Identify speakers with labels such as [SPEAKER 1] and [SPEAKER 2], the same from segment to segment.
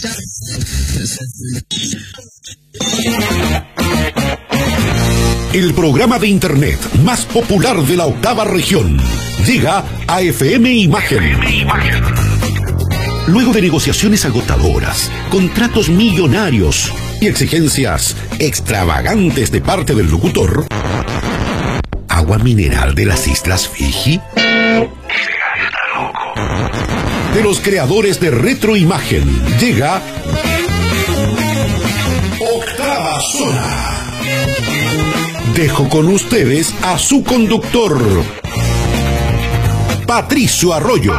[SPEAKER 1] estar.
[SPEAKER 2] El programa de Internet más popular de la octava región llega a FM Imagen. Luego de negociaciones agotadoras, contratos millonarios y exigencias extravagantes de parte del locutor, agua mineral de las Islas Fiji. De los creadores de Retroimagen llega Octava Zona. Dejo con ustedes a su conductor, Patricio Arroyo.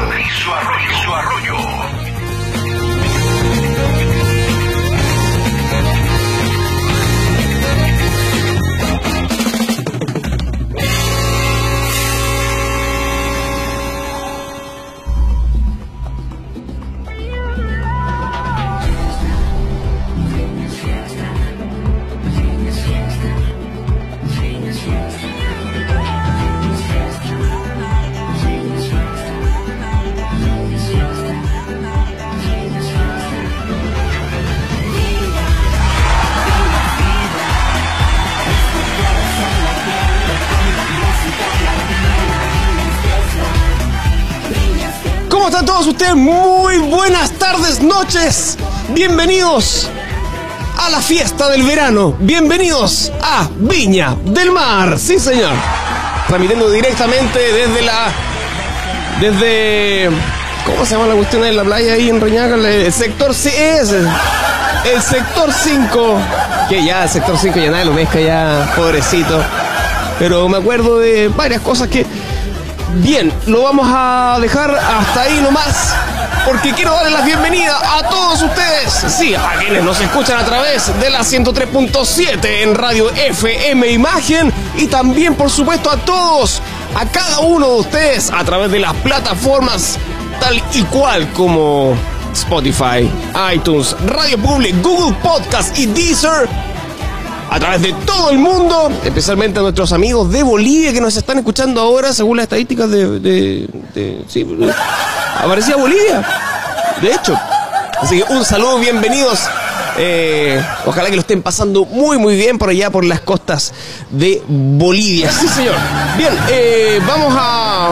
[SPEAKER 3] ¿Cómo están todos ustedes? Muy buenas tardes, noches. Bienvenidos a la fiesta del verano. Bienvenidos a Viña del Mar. Sí, señor. Transmitiendo directamente desde la. Desde. ¿Cómo se llama la cuestión de la playa ahí en Reñaca? El- El sector CS. El sector 5. Que ya, el sector 5 ya nadie lo mezcla, ya, pobrecito. Pero me acuerdo de varias cosas que Bien, lo vamos a dejar hasta ahí nomás, porque quiero darle la bienvenida a todos ustedes, sí, a quienes nos escuchan a través de la 103.7 en Radio FM Imagen y también, por supuesto, a todos, a cada uno de ustedes a través de las plataformas tal y cual como Spotify, iTunes, Radio Public, Google Podcast y Deezer a través de todo el mundo, especialmente a nuestros amigos de Bolivia que nos están escuchando ahora, según las estadísticas de. de- de- sí, aparecía Bolivia, de hecho. Así que un saludo, bienvenidos. Eh, ojalá que lo estén pasando muy, muy bien por allá, por las costas de Bolivia. Sí, señor. Bien, eh, vamos a.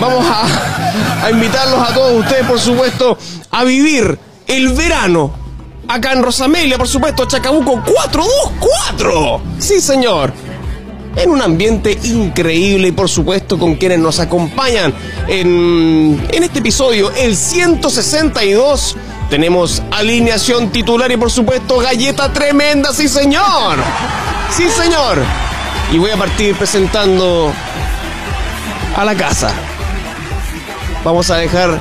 [SPEAKER 3] Vamos a, a invitarlos a todos ustedes, por supuesto, a vivir el verano. Acá en Rosamelia, por supuesto, Chacabuco 424. Sí, señor. En un ambiente increíble y por supuesto con quienes nos acompañan en, en este episodio, el 162, tenemos alineación titular y por supuesto galleta tremenda, sí señor. Sí señor. Y voy a partir presentando a la casa. Vamos a dejar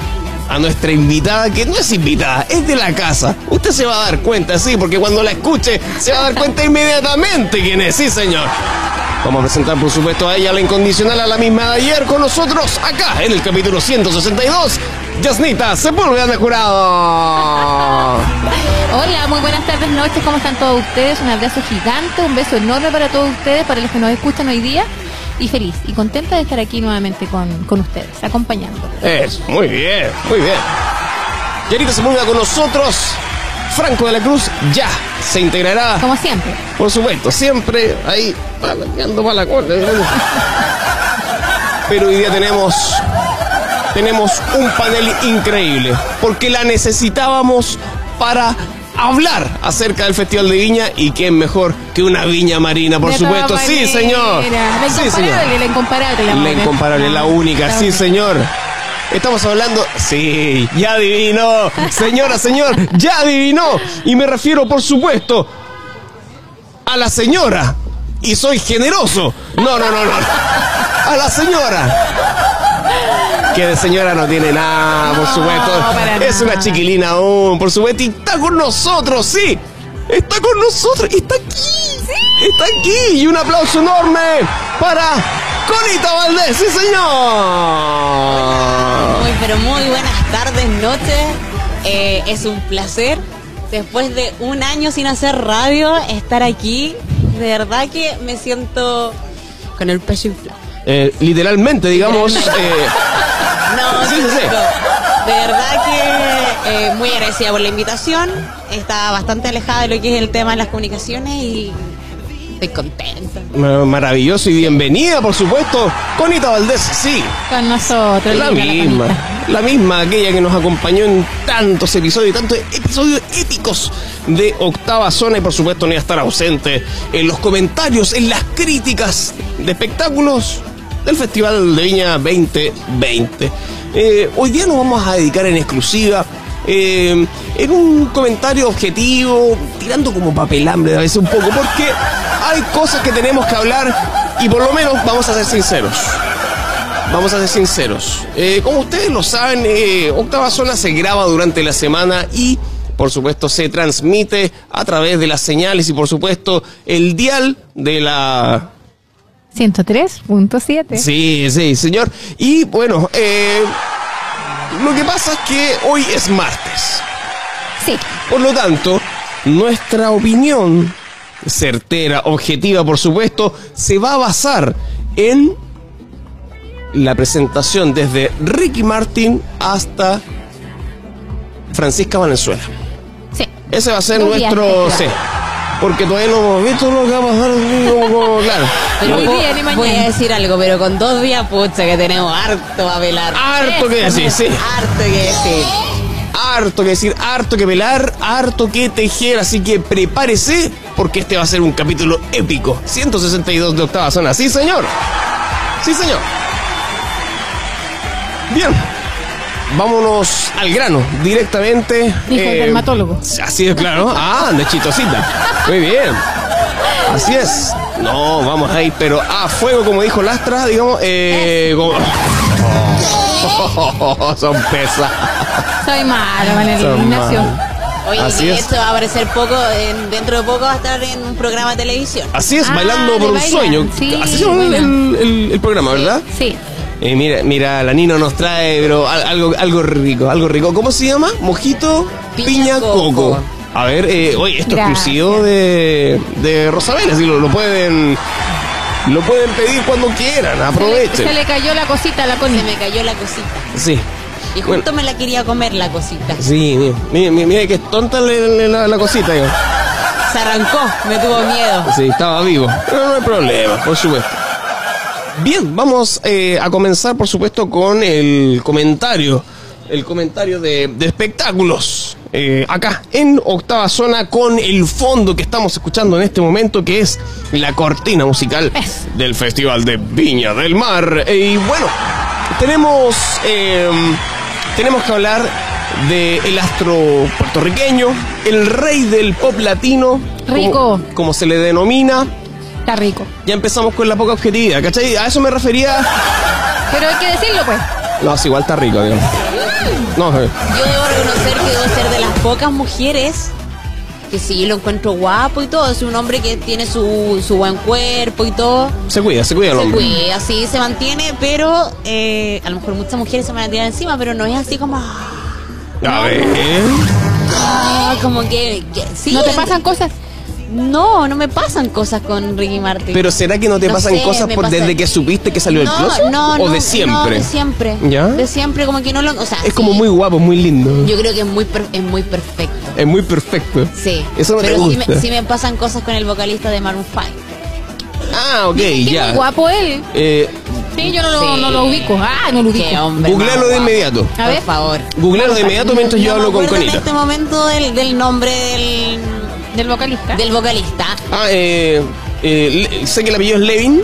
[SPEAKER 3] a nuestra invitada, que no es invitada, es de la casa. Usted se va a dar cuenta, sí, porque cuando la escuche se va a dar cuenta inmediatamente quién es, sí, señor. Vamos a presentar, por supuesto, a ella, la incondicional, a la misma de ayer, con nosotros acá en el capítulo 162. Yasnita Sepúlveda de Jurado.
[SPEAKER 4] Hola, muy buenas tardes, noches, ¿cómo están todos ustedes? Un abrazo gigante, un beso enorme para todos ustedes, para los que nos escuchan hoy día. Y feliz y contenta de estar aquí nuevamente con, con ustedes, acompañando.
[SPEAKER 3] Eso, muy bien, muy bien. Yarita Sepúlveda con nosotros. Franco de la Cruz ya se integrará
[SPEAKER 4] Como siempre.
[SPEAKER 3] Por supuesto, siempre ahí palaqueando para la corte. Pero hoy día tenemos tenemos un panel increíble, porque la necesitábamos para hablar acerca del Festival de Viña y quién mejor que una viña marina, por
[SPEAKER 4] De
[SPEAKER 3] supuesto.
[SPEAKER 4] todas
[SPEAKER 3] Sí,
[SPEAKER 4] maneras.
[SPEAKER 3] señor.
[SPEAKER 4] La
[SPEAKER 3] Sí,
[SPEAKER 4] incomparable,
[SPEAKER 3] señor.
[SPEAKER 4] la incomparable. La,
[SPEAKER 3] La
[SPEAKER 4] mujer.
[SPEAKER 3] incomparable, la única, sí,
[SPEAKER 4] única.
[SPEAKER 3] señor. Estamos hablando, sí, ya adivinó, señora, señor, ya adivinó. Y me refiero, por supuesto, a la señora. Y soy generoso. No, no, no, no. A la señora. Que de señora no tiene nada, por
[SPEAKER 4] No,
[SPEAKER 3] supuesto.
[SPEAKER 4] para
[SPEAKER 3] Es una
[SPEAKER 4] nada.
[SPEAKER 3] chiquilina aún, por supuesto. Y está con nosotros, sí. Está con nosotros. y Está aquí. Está aquí. Y un aplauso enorme para Conita Valdés, sí señor.
[SPEAKER 5] Muy, pero muy buenas tardes, noches. Eh, es un placer, después de un año sin hacer radio, estar aquí. De verdad que me siento con el pecho inflado.
[SPEAKER 3] Eh, literalmente, digamos. eh,
[SPEAKER 5] No,
[SPEAKER 3] Sí, sí, sí.
[SPEAKER 5] chico, de verdad eh, muy agradecida por la invitación. Estaba bastante alejada de lo que es el tema de las comunicaciones y estoy contenta.
[SPEAKER 3] Ma- Maravilloso y bienvenida, por supuesto, Conita Valdés, sí,
[SPEAKER 4] Con nosotros.
[SPEAKER 3] la
[SPEAKER 4] linda
[SPEAKER 3] misma,
[SPEAKER 4] Juanita.
[SPEAKER 3] la misma aquella que nos acompañó en tantos episodios y tantos episodios éticos de Octava Zona y por supuesto no iba a estar ausente en los comentarios, en las críticas de espectáculos del Festival de Viña 2020. Eh, hoy día nos vamos a dedicar en exclusiva eh, en un comentario objetivo, tirando como papel hambre a veces un poco, porque hay cosas que tenemos que hablar y por lo menos vamos a ser sinceros. Vamos a ser sinceros. Eh, como ustedes lo saben, eh, Octava Zona se graba durante la semana y, por supuesto, se transmite a través de las señales y, por supuesto, el dial de la...
[SPEAKER 4] 103.7.
[SPEAKER 3] Sí, sí, señor. Y, bueno, eh, lo que pasa es que hoy es martes.
[SPEAKER 4] Sí.
[SPEAKER 3] Por lo tanto, nuestra opinión, certera, objetiva, por supuesto, se va a basar en la presentación desde Ricky Martin hasta Francisca Valenzuela.
[SPEAKER 4] Sí.
[SPEAKER 3] Ese va a ser
[SPEAKER 4] Dos días,
[SPEAKER 3] nuestro
[SPEAKER 4] sí,
[SPEAKER 3] C.
[SPEAKER 4] claro.
[SPEAKER 3] Porque todavía no hemos visto lo que va a pasar. como- como- claro.
[SPEAKER 4] Pero hoy
[SPEAKER 3] No-
[SPEAKER 4] día ni
[SPEAKER 5] Voy a
[SPEAKER 4] mañana.
[SPEAKER 5] decir algo, pero con dos días, pucha, que tenemos harto a velar.
[SPEAKER 4] Ah,
[SPEAKER 3] Harto que decir, sí.
[SPEAKER 5] Harto que decir.
[SPEAKER 3] harto que decir, harto que velar, harto que tejer, así que prepárese porque este va a ser un capítulo épico. 162 de octava zona, sí señor. Sí señor. Bien. Vámonos al grano, directamente. eh,
[SPEAKER 4] Dijo el dermatólogo.
[SPEAKER 3] Así es, claro. Ah, de chitosita. Muy bien. Así es. No, vamos a ir, pero a fuego, como dijo Lastra, digamos. Eh, como- Oh, son pesas.
[SPEAKER 4] Soy mala, Valeria
[SPEAKER 3] Son
[SPEAKER 4] Ignacio.
[SPEAKER 3] malos.
[SPEAKER 5] Oye,
[SPEAKER 3] Así
[SPEAKER 5] y
[SPEAKER 3] es.
[SPEAKER 5] esto va a aparecer poco, en- dentro de poco va a estar en un programa de televisión.
[SPEAKER 3] Así es,
[SPEAKER 4] Ah,
[SPEAKER 3] bailando
[SPEAKER 4] de
[SPEAKER 3] por un
[SPEAKER 4] bailan,
[SPEAKER 3] sueño.
[SPEAKER 4] sí,
[SPEAKER 3] Así se llama el,
[SPEAKER 4] buena.
[SPEAKER 3] el- el programa, ¿verdad?
[SPEAKER 4] Sí.
[SPEAKER 3] Eh, mira, mira, la Nino nos trae, pero al- algo, algo rico, algo rico. ¿Cómo se llama? Mojito
[SPEAKER 5] Piña
[SPEAKER 3] piña, coco.
[SPEAKER 5] coco.
[SPEAKER 3] A ver, eh, oye, esto es
[SPEAKER 4] Gracias.
[SPEAKER 3] exclusivo de, de Rosabel, así lo, lo pueden lo pueden pedir cuando quieran,
[SPEAKER 4] Se,
[SPEAKER 3] aprovechen.
[SPEAKER 4] le cayó la cosita a la
[SPEAKER 5] Se
[SPEAKER 4] Connie.
[SPEAKER 5] me cayó la cosita.
[SPEAKER 3] Sí.
[SPEAKER 5] Y
[SPEAKER 3] Bueno,
[SPEAKER 5] justo me la quería comer la cosita.
[SPEAKER 3] sí, mira, mira, mira, mira que es tonta le- le- la, la cosita. digo.
[SPEAKER 5] Se arrancó, me tuvo miedo.
[SPEAKER 3] Sí, estaba vivo. Pero no hay problema, por supuesto. Bien, vamos eh, a comenzar, por supuesto, con el comentario. El comentario de, de espectáculos. eh, acá, en octava zona, con el fondo que estamos escuchando en este momento, que es la cortina musical
[SPEAKER 4] Es.
[SPEAKER 3] del Festival de Viña del Mar. Eh, y bueno, tenemos, eh, tenemos que hablar de el astro puertorriqueño, el rey del pop latino.
[SPEAKER 4] Rico.
[SPEAKER 3] Como, como se le denomina.
[SPEAKER 4] Está rico.
[SPEAKER 3] Ya empezamos con la poca objetividad, ¿cachai? A eso me refería.
[SPEAKER 4] Pero hay que decirlo, pues.
[SPEAKER 3] No, es igual está rico, digamos. No, eh,
[SPEAKER 5] Yo debo reconocer que debo ser de las pocas mujeres que sí lo encuentro guapo y todo. Es un hombre que tiene su, su buen cuerpo y todo.
[SPEAKER 3] se cuida, se cuida el
[SPEAKER 5] Se
[SPEAKER 3] hombre.
[SPEAKER 5] cuida, así se mantiene, pero eh, a lo mejor muchas mujeres se mantienen encima, pero no es así como. ah,
[SPEAKER 3] A ver.
[SPEAKER 5] ah, como que. que- sí,
[SPEAKER 4] ¿No te pasan cosas?
[SPEAKER 5] No, no me pasan cosas con Ricky Martin.
[SPEAKER 3] Pero ¿será que no te
[SPEAKER 5] No
[SPEAKER 3] pasan
[SPEAKER 5] sé,
[SPEAKER 3] cosas
[SPEAKER 5] me
[SPEAKER 3] por
[SPEAKER 5] pasa-
[SPEAKER 3] desde que supiste que salió el closet?
[SPEAKER 5] no,
[SPEAKER 3] ¿O
[SPEAKER 5] no,
[SPEAKER 3] de siempre?
[SPEAKER 5] No, de siempre.
[SPEAKER 3] ¿Ya?
[SPEAKER 5] De siempre, como que no lo. O sea,
[SPEAKER 3] Es como
[SPEAKER 5] sí,
[SPEAKER 3] muy guapo, muy lindo.
[SPEAKER 5] Yo creo que es muy, per- es muy perfecto.
[SPEAKER 3] Es muy perfecto.
[SPEAKER 5] Sí.
[SPEAKER 3] Eso me
[SPEAKER 5] pero sí
[SPEAKER 3] gusta.
[SPEAKER 5] sí me pasan cosas con el vocalista de Maroon 5.
[SPEAKER 3] Ah, ok,
[SPEAKER 4] Qué
[SPEAKER 3] ya.
[SPEAKER 4] guapo él.
[SPEAKER 3] Eh,
[SPEAKER 4] Sí, yo no lo,
[SPEAKER 5] Sí.
[SPEAKER 4] no lo ubico. Ah, no lo ubico.
[SPEAKER 5] Qué hombre.
[SPEAKER 3] googlealo
[SPEAKER 5] más
[SPEAKER 3] de
[SPEAKER 5] guapo.
[SPEAKER 3] inmediato.
[SPEAKER 4] A
[SPEAKER 5] Por
[SPEAKER 4] ver.
[SPEAKER 5] favor.
[SPEAKER 3] Googlealo de inmediato mientras yo
[SPEAKER 5] No me
[SPEAKER 3] hablo con
[SPEAKER 5] acuerdo En
[SPEAKER 3] Conita.
[SPEAKER 5] este momento del, del nombre del,
[SPEAKER 4] Del vocalista.
[SPEAKER 5] del vocalista.
[SPEAKER 3] Ah, eh, eh, le- sé que el apellido es Levin.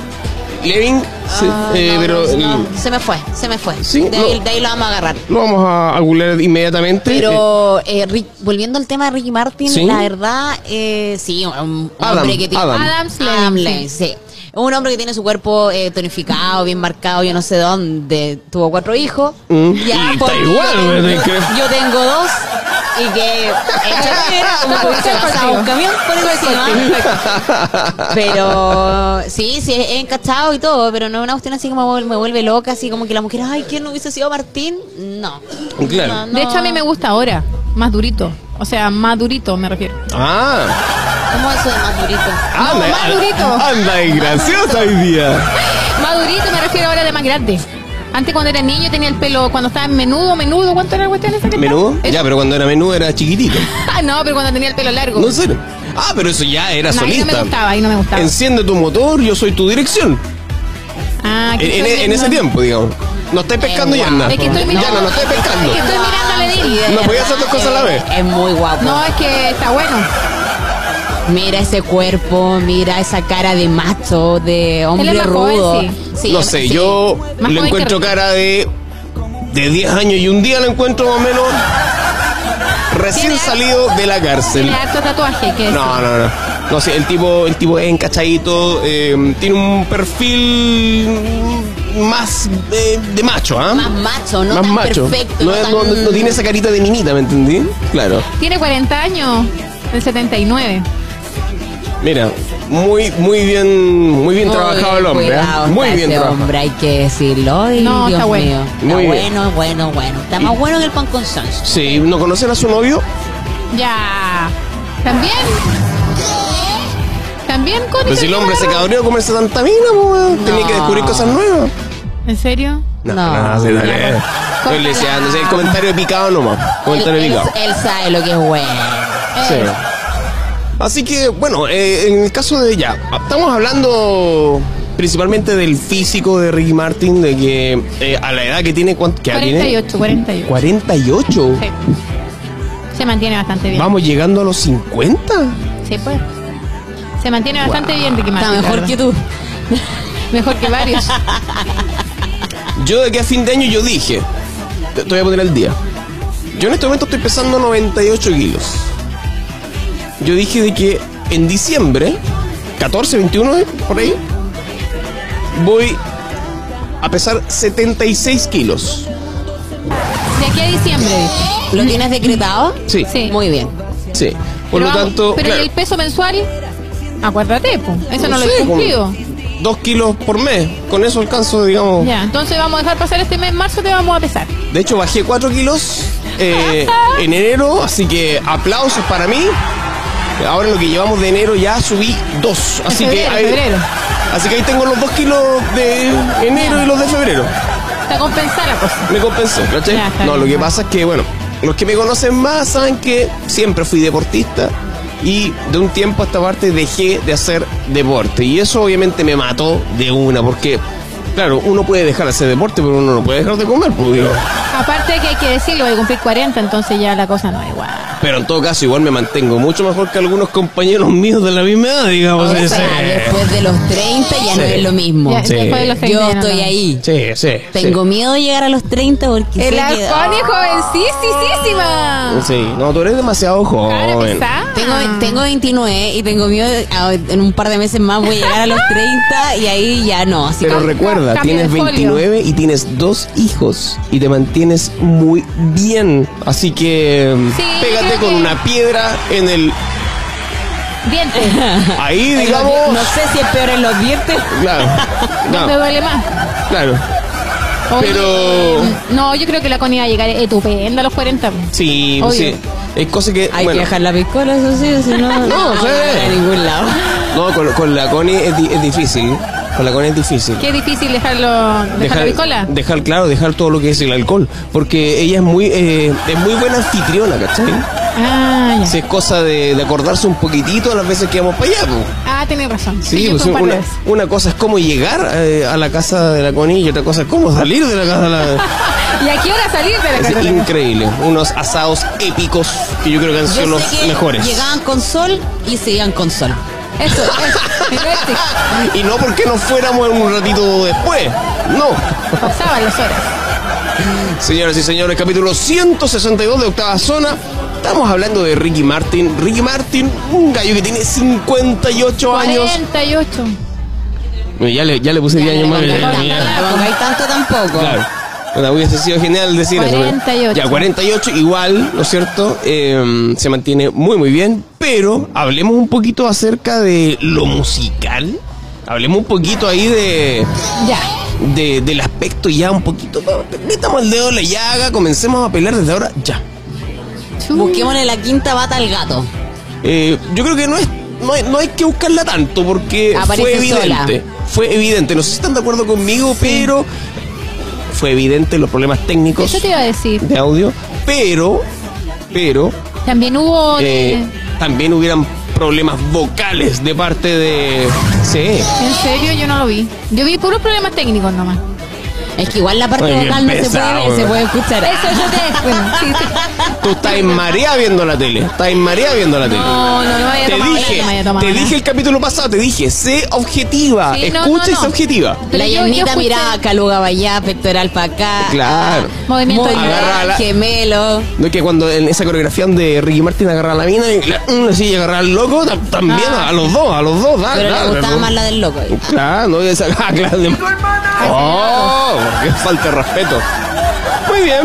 [SPEAKER 3] Levin, sí,
[SPEAKER 5] Ah,
[SPEAKER 3] eh,
[SPEAKER 5] no,
[SPEAKER 3] pero
[SPEAKER 5] no,
[SPEAKER 3] el-
[SPEAKER 5] se me fue, se me fue.
[SPEAKER 3] Sí,
[SPEAKER 5] de,
[SPEAKER 3] no.
[SPEAKER 5] ahí, de ahí lo vamos a agarrar.
[SPEAKER 3] lo vamos a, a googlear inmediatamente. Eh,
[SPEAKER 5] Pero eh, Rick- volviendo al tema de Ricky Martin,
[SPEAKER 3] ¿Sí?
[SPEAKER 5] la verdad, eh, sí, un
[SPEAKER 3] Adam,
[SPEAKER 5] hombre que tiene.
[SPEAKER 3] Adam.
[SPEAKER 4] Adam Slane,
[SPEAKER 5] Adam
[SPEAKER 4] sí.
[SPEAKER 5] Lane, sí. Un hombre que tiene su cuerpo eh, tonificado, bien marcado, yo no sé dónde. Tuvo cuatro hijos.
[SPEAKER 3] Mm. Y
[SPEAKER 5] por
[SPEAKER 3] está
[SPEAKER 5] mí,
[SPEAKER 3] igual,
[SPEAKER 5] yo,
[SPEAKER 3] ¿verdad?
[SPEAKER 5] tengo,
[SPEAKER 3] Que-
[SPEAKER 5] yo tengo dos. Y que echa a perder, como que hubiese pasado un camión por encima. Pero sí, sí, he encachado y todo, pero no es una cuestión así como me vuelve loca, así como que las mujeres, ay, ¿quién no hubiese sido Martín? No.
[SPEAKER 3] Claro.
[SPEAKER 5] No, no.
[SPEAKER 4] De hecho, a mí me gusta ahora. Más durito. O sea, más durito me refiero.
[SPEAKER 3] ah,
[SPEAKER 5] ¿Cómo es eso de más durito?
[SPEAKER 3] anda,
[SPEAKER 4] más durito.
[SPEAKER 3] anda, graciosa hoy día.
[SPEAKER 4] Más durito me refiero ahora de más grande. Antes cuando era niño tenía el pelo, cuando estaba en menudo, menudo, ¿cuánto era la cuestión esa que
[SPEAKER 3] ¿Menudo?
[SPEAKER 4] estaba?
[SPEAKER 3] Ya, pero cuando era menudo era chiquitito.
[SPEAKER 4] Ah, no, pero cuando tenía el pelo largo.
[SPEAKER 3] No sé. Ah, pero eso ya era
[SPEAKER 4] No, ahí
[SPEAKER 3] solista.
[SPEAKER 4] no me gustaba, ahí no me gustaba.
[SPEAKER 3] Enciende tu motor, yo soy tu dirección.
[SPEAKER 4] Ah, que
[SPEAKER 3] En, en-
[SPEAKER 4] estoy
[SPEAKER 3] en ese
[SPEAKER 4] viendo-
[SPEAKER 3] tiempo, digamos. No estáis pescando,
[SPEAKER 5] Eh,
[SPEAKER 3] ya
[SPEAKER 5] guau.
[SPEAKER 3] nada.
[SPEAKER 4] Es que estoy mirando.
[SPEAKER 3] Ya no, no estáis pescando.
[SPEAKER 4] Es que estoy mirando a Lenin.
[SPEAKER 5] de
[SPEAKER 3] Ah, No podía
[SPEAKER 5] verdad
[SPEAKER 3] hacer dos cosas a la
[SPEAKER 5] que
[SPEAKER 3] vez.
[SPEAKER 5] Es muy guapo.
[SPEAKER 4] No, es que está bueno.
[SPEAKER 5] Mira ese cuerpo, mira esa cara de macho, de hombre
[SPEAKER 4] Él es más joven,
[SPEAKER 5] rudo.
[SPEAKER 4] sí.
[SPEAKER 3] no sé,
[SPEAKER 5] sí.
[SPEAKER 3] yo
[SPEAKER 4] Más
[SPEAKER 3] le
[SPEAKER 4] joven
[SPEAKER 3] encuentro
[SPEAKER 4] que-
[SPEAKER 3] cara de de 10 años y un día le encuentro más o menos recién
[SPEAKER 4] Tiene-
[SPEAKER 3] salido de la cárcel.
[SPEAKER 4] Tiene harto tatuaje. Que
[SPEAKER 3] No, no, no. No sé, el tipo, el tipo es encachadito, eh, tiene un perfil más eh, de macho, ¿ah?
[SPEAKER 5] Más macho, no
[SPEAKER 3] Más
[SPEAKER 5] tan
[SPEAKER 3] macho.
[SPEAKER 5] perfecto.
[SPEAKER 3] no,
[SPEAKER 5] no
[SPEAKER 3] es- no-
[SPEAKER 5] tan-
[SPEAKER 3] no- no tiene esa carita de minita, ¿me entendí? Claro.
[SPEAKER 4] Tiene 40 años, del 79.
[SPEAKER 3] Mira, muy, muy bien, muy bien
[SPEAKER 5] Muy
[SPEAKER 3] trabajado el hombre, ¿ah?
[SPEAKER 5] cuidado
[SPEAKER 3] Muy
[SPEAKER 5] está
[SPEAKER 3] bien
[SPEAKER 5] ese
[SPEAKER 3] trabajado.
[SPEAKER 5] hombre, hay que decirlo. Ay,
[SPEAKER 4] No,
[SPEAKER 5] Dios
[SPEAKER 4] está bueno.
[SPEAKER 5] mío.
[SPEAKER 3] Muy
[SPEAKER 5] está
[SPEAKER 3] bien.
[SPEAKER 5] bueno, bueno, bueno. Está más bueno que el pan con salsa.
[SPEAKER 3] Sí, ¿no conocen a su novio?
[SPEAKER 4] Ya. ¿También? ¿También con
[SPEAKER 3] Pero si el hombre se cabreó de comerse tanta mina, pues, tenía que descubrir cosas nuevas.
[SPEAKER 4] ¿En serio?
[SPEAKER 5] No.
[SPEAKER 3] se
[SPEAKER 5] Él-
[SPEAKER 3] dale. Estoy leseando, sí, el comentario picado nomás. Comentario
[SPEAKER 5] él,
[SPEAKER 3] picado.
[SPEAKER 5] él sabe lo que es bueno.
[SPEAKER 3] Sí. Así que, bueno, eh, en el caso de ella, estamos hablando principalmente del físico de Ricky Martin, de que eh, a la edad que tiene, ¿cuánto? ¿Qué edad tiene?
[SPEAKER 4] 48, 48.
[SPEAKER 3] 48.
[SPEAKER 4] Sí. Se mantiene bastante bien.
[SPEAKER 3] Vamos llegando a los 50.
[SPEAKER 4] Sí, pues. Se mantiene bastante bien Ricky
[SPEAKER 5] Está
[SPEAKER 4] Martin. la
[SPEAKER 5] mejor
[SPEAKER 4] verdad.
[SPEAKER 5] que tú.
[SPEAKER 4] Mejor que varios.
[SPEAKER 3] Yo de que a fin de año yo dije, te, te voy a poner al día. Yo en este momento estoy pesando 98 kilos. Yo dije de que en diciembre, 14, 21, eh, por ahí, voy a pesar 76 kilos.
[SPEAKER 4] De aquí a diciembre. dice.
[SPEAKER 5] ¿Lo tienes decretado?
[SPEAKER 3] Sí.
[SPEAKER 4] Sí.
[SPEAKER 5] Muy bien.
[SPEAKER 3] Sí. Por
[SPEAKER 4] Pero
[SPEAKER 3] lo
[SPEAKER 4] vamos-
[SPEAKER 3] tanto.
[SPEAKER 4] Pero
[SPEAKER 3] claro,
[SPEAKER 4] el peso mensual, acuérdate, pues. Eso no, lo
[SPEAKER 3] sé,
[SPEAKER 4] he
[SPEAKER 3] como
[SPEAKER 4] cumplido.
[SPEAKER 3] Dos kilos por mes. Con eso alcanzo, digamos.
[SPEAKER 4] Ya, entonces vamos a dejar pasar este mes. En marzo te vamos a pesar.
[SPEAKER 3] De hecho, bajé 4 kilos eh, en enero, así que aplausos para mí. Ahora en lo que llevamos de enero ya subí 2. Así
[SPEAKER 4] febrero,
[SPEAKER 3] que ahí,
[SPEAKER 4] febrero.
[SPEAKER 3] Así que ahí tengo los 2 kilos de enero y los de febrero.
[SPEAKER 4] Para compensar la cosa.
[SPEAKER 3] Me compensó, ¿cachai?
[SPEAKER 4] Ya, está
[SPEAKER 3] no,
[SPEAKER 4] bien,
[SPEAKER 3] lo que
[SPEAKER 4] ya.
[SPEAKER 3] pasa es que, bueno, los que me conocen más saben que siempre fui deportista y de un tiempo a esta parte dejé de hacer deporte. Y eso obviamente me mató de una, porque, claro, uno puede dejar de hacer deporte, pero uno no puede dejar de comer, pues digo.
[SPEAKER 4] Aparte de que hay que decirlo, voy a cumplir 40, entonces ya la cosa no es igual.
[SPEAKER 3] Pero en todo caso, igual me mantengo mucho mejor que algunos compañeros míos de la misma edad, digamos.
[SPEAKER 5] Ahora,
[SPEAKER 3] sí,
[SPEAKER 5] después de los 30 ya no
[SPEAKER 3] Sí.
[SPEAKER 5] es lo mismo.
[SPEAKER 4] Ya,
[SPEAKER 3] Sí.
[SPEAKER 4] después de los 30
[SPEAKER 5] Yo
[SPEAKER 4] ya no,
[SPEAKER 5] estoy
[SPEAKER 4] no.
[SPEAKER 5] ahí.
[SPEAKER 3] sí, sí, sí.
[SPEAKER 5] Tengo miedo de llegar a los 30 porque
[SPEAKER 4] El
[SPEAKER 5] sé que-
[SPEAKER 4] halcón es jovencísima.
[SPEAKER 3] Sí, no, tú eres demasiado
[SPEAKER 4] Claro que
[SPEAKER 3] joven.
[SPEAKER 4] está.
[SPEAKER 5] Tengo, tengo 29 y tengo miedo, de- ah, en un par de meses más voy a llegar a los 30 y ahí ya no. Así
[SPEAKER 3] Pero
[SPEAKER 4] Cam-
[SPEAKER 3] recuerda,
[SPEAKER 4] cambio
[SPEAKER 3] tienes
[SPEAKER 4] de folio.
[SPEAKER 3] 29 y tienes dos hijos y te mantienes muy bien. Así que mm,
[SPEAKER 4] Sí,
[SPEAKER 3] pégate
[SPEAKER 4] creo
[SPEAKER 3] con
[SPEAKER 4] que-
[SPEAKER 3] una piedra en el...
[SPEAKER 5] pues,
[SPEAKER 4] Dientes.
[SPEAKER 3] Ahí,
[SPEAKER 5] que-
[SPEAKER 3] digamos...
[SPEAKER 5] no sé si es peor en los dientes.
[SPEAKER 3] Claro,
[SPEAKER 4] No. Me
[SPEAKER 3] no,
[SPEAKER 4] duele más.
[SPEAKER 3] claro.
[SPEAKER 4] Oye,
[SPEAKER 3] Pero-
[SPEAKER 4] No, yo creo que la Connie va a llegar estupenda a los 40.
[SPEAKER 3] Sí,
[SPEAKER 4] Obvio.
[SPEAKER 3] sí. Es cosa que...
[SPEAKER 5] Hay
[SPEAKER 3] bueno,
[SPEAKER 5] que dejar la piscola, eso sí, si no, no,
[SPEAKER 3] No,
[SPEAKER 5] no
[SPEAKER 3] sí.
[SPEAKER 5] voy a llegar a ningún lado.
[SPEAKER 3] No, con, con la Connie es, di- es difícil. Con la Connie es difícil.
[SPEAKER 4] Qué difícil dejarlo. Dejar, la bicola.
[SPEAKER 3] dejar, claro, dejar todo lo que es el alcohol. Porque ella es muy, eh, es muy buena anfitriona, ¿cachai?
[SPEAKER 4] Ah, ya.
[SPEAKER 3] Si es cosa de, de acordarse un poquitito a las veces que vamos para allá, pues.
[SPEAKER 4] Ah, tenés razón.
[SPEAKER 3] Sí,
[SPEAKER 4] yo
[SPEAKER 3] pues
[SPEAKER 4] fui un par de
[SPEAKER 3] una,
[SPEAKER 4] veces.
[SPEAKER 3] una cosa es cómo llegar eh, a la casa de la Connie y otra cosa es cómo salir de la casa de la...
[SPEAKER 4] ¿Y a qué hora salir de la
[SPEAKER 3] Es
[SPEAKER 4] casa?
[SPEAKER 3] increíble. Unos asados épicos que yo creo que han sido
[SPEAKER 5] Yo
[SPEAKER 3] los
[SPEAKER 5] sé que
[SPEAKER 3] mejores.
[SPEAKER 5] Llegaban con sol y se iban con sol.
[SPEAKER 4] Eso, eso. este. Netflix.
[SPEAKER 3] Y no porque nos fuéramos un ratito después. No.
[SPEAKER 4] Pasaban las horas.
[SPEAKER 3] Señoras y señores, capítulo 162 de Octava Zona. Estamos hablando de Ricky Martin. Ricky Martin, un gallo que tiene 58 años.
[SPEAKER 4] 48.
[SPEAKER 3] Ya le, ya le puse 10 años más.
[SPEAKER 5] No
[SPEAKER 4] conté,
[SPEAKER 3] ya,
[SPEAKER 4] conté.
[SPEAKER 3] ya.
[SPEAKER 5] No hay tanto tampoco.
[SPEAKER 3] Claro. Bueno, hubiese sido genial decir eso, pero-
[SPEAKER 4] 48.
[SPEAKER 3] Ya, 48 igual, ¿no es cierto? Eh, se mantiene muy, muy bien. Pero hablemos un poquito acerca de lo musical. Hablemos un poquito ahí de
[SPEAKER 4] Ya.
[SPEAKER 3] de- del aspecto ya un poquito. Metamos el dedo en la llaga, comencemos a pelear desde ahora ya.
[SPEAKER 5] Busquémosle la quinta bata al gato.
[SPEAKER 3] Eh, yo creo que no es. No hay, no hay que buscarla tanto porque
[SPEAKER 5] Aparece
[SPEAKER 3] fue evidente.
[SPEAKER 5] sola.
[SPEAKER 3] Fue evidente. No sé si están de acuerdo conmigo, pero fue evidente los problemas técnicos
[SPEAKER 4] Eso te iba a decir.
[SPEAKER 3] de audio, pero, pero,
[SPEAKER 4] También hubo. de-
[SPEAKER 3] eh, también hubieran problemas vocales de parte de E. CE.
[SPEAKER 4] En serio, yo no lo vi. Yo vi puros problemas técnicos nomás.
[SPEAKER 5] Es que igual la parte
[SPEAKER 3] Oye, bien
[SPEAKER 5] vocal no se puede
[SPEAKER 3] pesado,
[SPEAKER 5] ver, se
[SPEAKER 3] weón.
[SPEAKER 5] puede escuchar.
[SPEAKER 4] Eso yo te. Bueno, sí, sí.
[SPEAKER 3] Tú estás en marea viendo la tele, estás en marea viendo la tele.
[SPEAKER 4] No, no, no me había
[SPEAKER 3] Te
[SPEAKER 4] tomado
[SPEAKER 3] dije,
[SPEAKER 4] nada, no me había tomado
[SPEAKER 3] te
[SPEAKER 4] nada.
[SPEAKER 3] dije el capítulo pasado, te dije, sé objetiva,
[SPEAKER 4] Sí, no,
[SPEAKER 3] escucha
[SPEAKER 4] no,
[SPEAKER 3] y sé
[SPEAKER 4] no.
[SPEAKER 3] objetiva.
[SPEAKER 4] Pero
[SPEAKER 5] La
[SPEAKER 4] yo- yo
[SPEAKER 5] Yonita
[SPEAKER 4] escuché-
[SPEAKER 5] miraba caluga para allá, pectoral para acá.
[SPEAKER 3] Claro.
[SPEAKER 4] Movimiento
[SPEAKER 5] Muy
[SPEAKER 4] de
[SPEAKER 3] Agarra
[SPEAKER 5] bien,
[SPEAKER 3] la-
[SPEAKER 5] gemelo.
[SPEAKER 3] No es que cuando en esa coreografía de Ricky Martin agarra a la mina y la, mm, así y agarra al loco, tam- también
[SPEAKER 4] Ah.
[SPEAKER 3] a los dos, a los dos, ah, da,
[SPEAKER 5] Pero
[SPEAKER 3] da,
[SPEAKER 5] le gustaba
[SPEAKER 3] da,
[SPEAKER 5] más la del loco. ¿eh?
[SPEAKER 3] Claro, Ah, no voy a sacar claro. de- Oh, qué falta de respeto. Muy bien.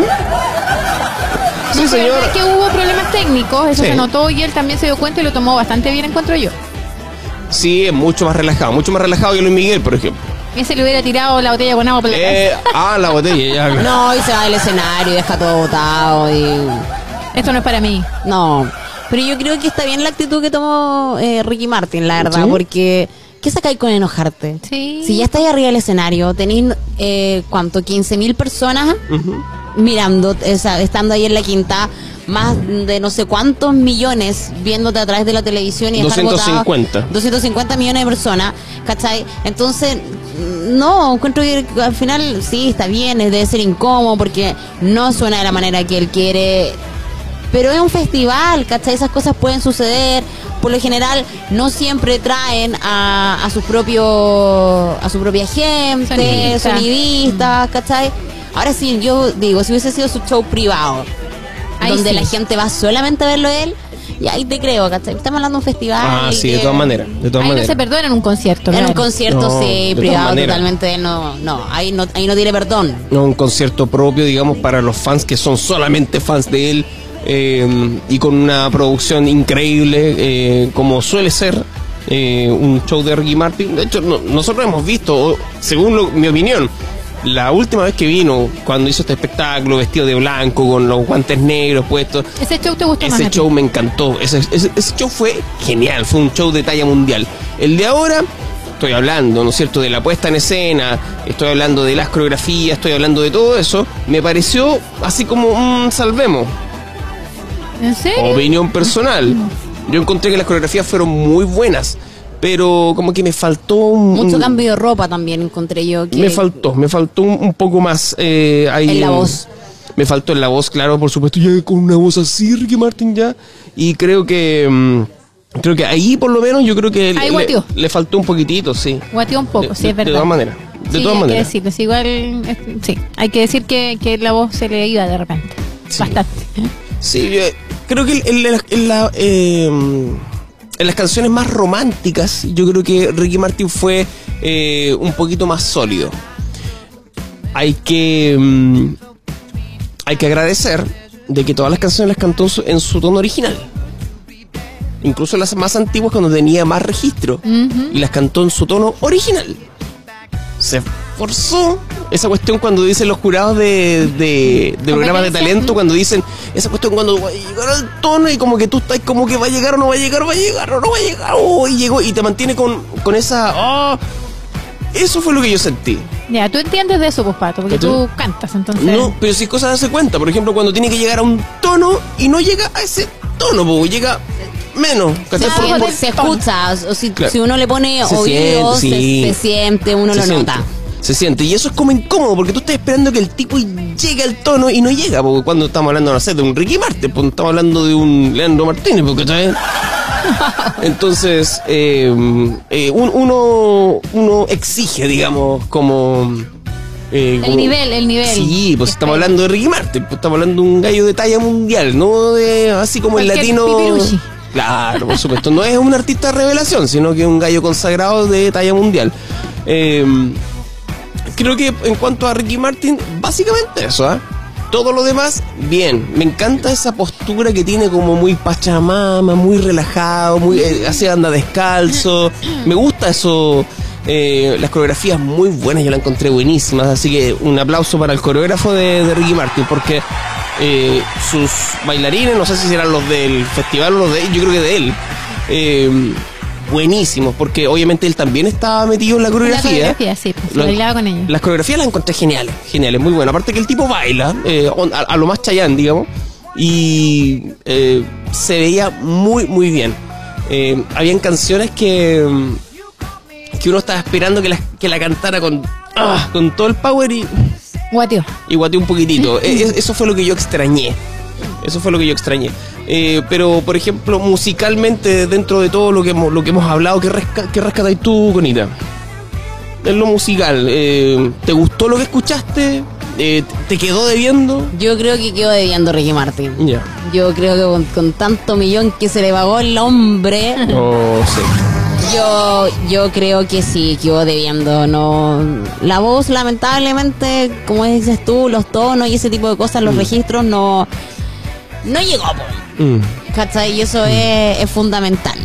[SPEAKER 3] Sí,
[SPEAKER 4] Pero
[SPEAKER 3] señor.
[SPEAKER 4] Es que hubo problemas técnicos, eso
[SPEAKER 3] Sí.
[SPEAKER 4] se notó y él también se dio cuenta y lo tomó bastante bien, encuentro yo.
[SPEAKER 3] Sí, es mucho más relajado, mucho más relajado que Luis Miguel, por ejemplo.
[SPEAKER 4] Ese le hubiera tirado la botella con agua por la
[SPEAKER 3] Eh, ah, la botella, ya.
[SPEAKER 5] No, y se va del escenario y deja todo botado y...
[SPEAKER 4] cabeza. Esto no es para mí.
[SPEAKER 5] No, pero yo creo que está bien la actitud que tomó eh, Ricky Martin, la verdad,
[SPEAKER 3] ¿Sí?
[SPEAKER 5] porque ¿qué sacáis con enojarte?
[SPEAKER 4] Sí.
[SPEAKER 5] Si ya estáis arriba del escenario, tenéis, eh, ¿cuánto? 15.000 personas mirando, o sea, estando ahí en la quinta, más de no sé cuántos millones viéndote a través de la televisión y dejar botado
[SPEAKER 3] 250.
[SPEAKER 5] 250 millones de personas, ¿cachai? Entonces, no, encuentro que al final sí, está bien, debe ser incómodo porque no suena de la manera que él quiere pero es un festival, ¿cachai? Esas cosas pueden suceder. Por lo general, no siempre traen a, a su propio a su propia gente,
[SPEAKER 4] Sonidistas.
[SPEAKER 5] sonidistas,
[SPEAKER 4] Mm.
[SPEAKER 5] ¿cachai? Ahora sí, yo digo, si hubiese sido su show privado,
[SPEAKER 4] Ahí
[SPEAKER 5] donde
[SPEAKER 4] sí.
[SPEAKER 5] la gente va solamente a verlo a él, y ahí te creo, ¿cachai? Estamos hablando de un festival.
[SPEAKER 3] Ah, sí, de
[SPEAKER 5] que-
[SPEAKER 3] todas maneras, de todas
[SPEAKER 4] eh, Ahí no
[SPEAKER 3] maneras.
[SPEAKER 4] se perdona en un concierto.
[SPEAKER 5] En un
[SPEAKER 4] claro.
[SPEAKER 5] concierto,
[SPEAKER 3] No, de
[SPEAKER 5] sí,
[SPEAKER 3] todas
[SPEAKER 5] privado,
[SPEAKER 3] maneras.
[SPEAKER 5] totalmente, no, no, ahí no, ahí no tiene perdón.
[SPEAKER 3] No, un concierto propio, digamos, para los fans que son solamente fans de él eh, y con una producción increíble, eh, como suele ser eh, un show de Ricky Martin. De hecho, no- nosotros hemos visto, o, según lo- mi opinión, la última vez que vino, cuando hizo este espectáculo vestido de blanco, con los guantes negros puestos,
[SPEAKER 4] Ese show te gustó más.
[SPEAKER 3] ese
[SPEAKER 4] a ti?
[SPEAKER 3] show me encantó. Ese, ese- ese show fue genial, fue un show de talla mundial. El de ahora, estoy hablando, ¿no es cierto?, de la puesta en escena, estoy hablando de las coreografías, estoy hablando de todo eso. Me pareció así como un salvemos.
[SPEAKER 4] ¿En serio?
[SPEAKER 3] Opinión personal. Yo encontré que las coreografías fueron muy buenas, pero como que me faltó un.
[SPEAKER 5] Mucho
[SPEAKER 3] un-
[SPEAKER 5] cambio de ropa también encontré yo. Que
[SPEAKER 3] Mm. me faltó, me faltó un, un poco más eh, ahí.
[SPEAKER 5] En la voz.
[SPEAKER 3] Me faltó en la voz, claro, por supuesto, ya con una voz así, Ricky Martin ya. Y creo que. mm, creo que ahí, por lo menos, yo creo que.
[SPEAKER 4] Ahí
[SPEAKER 3] le,
[SPEAKER 4] guateó.
[SPEAKER 3] le faltó un poquitito, sí.
[SPEAKER 4] Guateó un poco,
[SPEAKER 3] De-
[SPEAKER 4] sí,
[SPEAKER 3] de-
[SPEAKER 4] es verdad.
[SPEAKER 3] De todas maneras. De
[SPEAKER 4] sí,
[SPEAKER 3] todas
[SPEAKER 4] hay
[SPEAKER 3] maneras.
[SPEAKER 4] que decirlo. es igual, es- sí, hay que decir que, que la voz se le iba de repente.
[SPEAKER 3] Sí.
[SPEAKER 4] Bastante.
[SPEAKER 3] Sí, yo, eh, creo que en, la- en la, eh, en las canciones más románticas, yo creo que Ricky Martin fue eh, un poquito más sólido. Hay que. mm, hay que agradecer de que todas las canciones las cantó en su, en su tono original. Incluso las más antiguas cuando tenía más registro. Y las cantó en su tono original. Se forzó esa cuestión cuando dicen los jurados de, de, de programas de
[SPEAKER 4] Competencia.
[SPEAKER 3] talento, cuando dicen esa cuestión cuando va a llegar al tono y como que tú estás como que va a llegar o no va a llegar, va a llegar o no va a llegar, oh, y llegó y te mantiene con, con esa... ah. Eso fue lo que yo sentí.
[SPEAKER 4] Ya, tú entiendes de eso, pues, Pato, porque
[SPEAKER 3] ¿Cachai?
[SPEAKER 4] tú cantas, entonces.
[SPEAKER 3] No, pero si es cosa de darse cuenta. Por ejemplo, cuando tiene que llegar a un tono y no llega a ese tono, po, llega menos.
[SPEAKER 5] se,
[SPEAKER 3] ¿cachai?
[SPEAKER 4] Ah,
[SPEAKER 3] Por- por-
[SPEAKER 5] siente,
[SPEAKER 4] del
[SPEAKER 5] se
[SPEAKER 4] tono.
[SPEAKER 5] escucha, o si,
[SPEAKER 3] Claro.
[SPEAKER 5] si uno le pone
[SPEAKER 3] Se
[SPEAKER 5] oídos,
[SPEAKER 3] siente, sí.
[SPEAKER 5] se, se siente, uno lo
[SPEAKER 3] se siente,
[SPEAKER 5] nota.
[SPEAKER 3] Se siente. Y eso es como incómodo, porque tú estás esperando que el tipo llegue al tono y no llega. Porque cuando estamos hablando, no sé, de un Ricky Martin, pues, estamos hablando de un Leandro Martínez, porque ¿cachai? Entonces, eh, eh, un- uno, uno exige, digamos, como... eh,
[SPEAKER 4] El
[SPEAKER 3] como-
[SPEAKER 4] nivel, el nivel.
[SPEAKER 3] Sí, pues estamos hablando de Ricky Martin, pues estamos hablando de un gallo de talla mundial, no de así como el
[SPEAKER 4] Cualquier
[SPEAKER 3] latino.
[SPEAKER 4] pipirushi.
[SPEAKER 3] Claro, por supuesto. No es un artista de revelación, sino que es un gallo consagrado de talla mundial. Eh, creo que en cuanto a Ricky Martin, básicamente eso, ¿ah? Todo lo demás, bien. Me encanta esa postura que tiene como muy pachamama, muy relajado, muy eh, así anda descalzo. Me gusta eso. eh, las coreografías muy buenas, yo la encontré buenísimas. Así que un aplauso para el coreógrafo de, de Ricky Martin, porque eh, sus bailarines, no sé si serán los del festival o los de él, yo creo que de él. eh, buenísimos, porque obviamente él también estaba metido en la coreografía.
[SPEAKER 4] La coreografía, sí, pues,
[SPEAKER 3] Lo-
[SPEAKER 4] bailaba con ellos.
[SPEAKER 3] Las coreografías las encontré geniales, geniales, muy buenas. Aparte que el tipo baila, eh, on- a, a lo más Chayanne, digamos, y eh, se veía muy, muy bien. Eh, habían canciones que, mm, que uno estaba esperando que la, que la cantara con, ah, con todo el power y
[SPEAKER 4] Guateo.
[SPEAKER 3] y guateé un poquitito. E- e- Eso fue lo que yo extrañé. Eso fue lo que yo extrañé. Eh, pero, por ejemplo, musicalmente, dentro de todo lo que hemos, lo que hemos hablado, ¿qué, resca- qué rescatáis tú, Conita? En lo musical, eh, ¿te gustó lo que escuchaste? Eh, ¿Te quedó debiendo?
[SPEAKER 5] Yo creo que quedó debiando Ricky Martin.
[SPEAKER 3] Ya.
[SPEAKER 5] Yo creo que con, con tanto millón que se le pagó el hombre,
[SPEAKER 3] No sé.
[SPEAKER 5] yo, yo creo que sí, quedó debiendo. No, la voz, lamentablemente, como dices tú, los tonos y ese tipo de cosas, los registros, no, no llegó. po,
[SPEAKER 3] Mm.
[SPEAKER 5] ¿Cachai? Y eso es, es fundamental.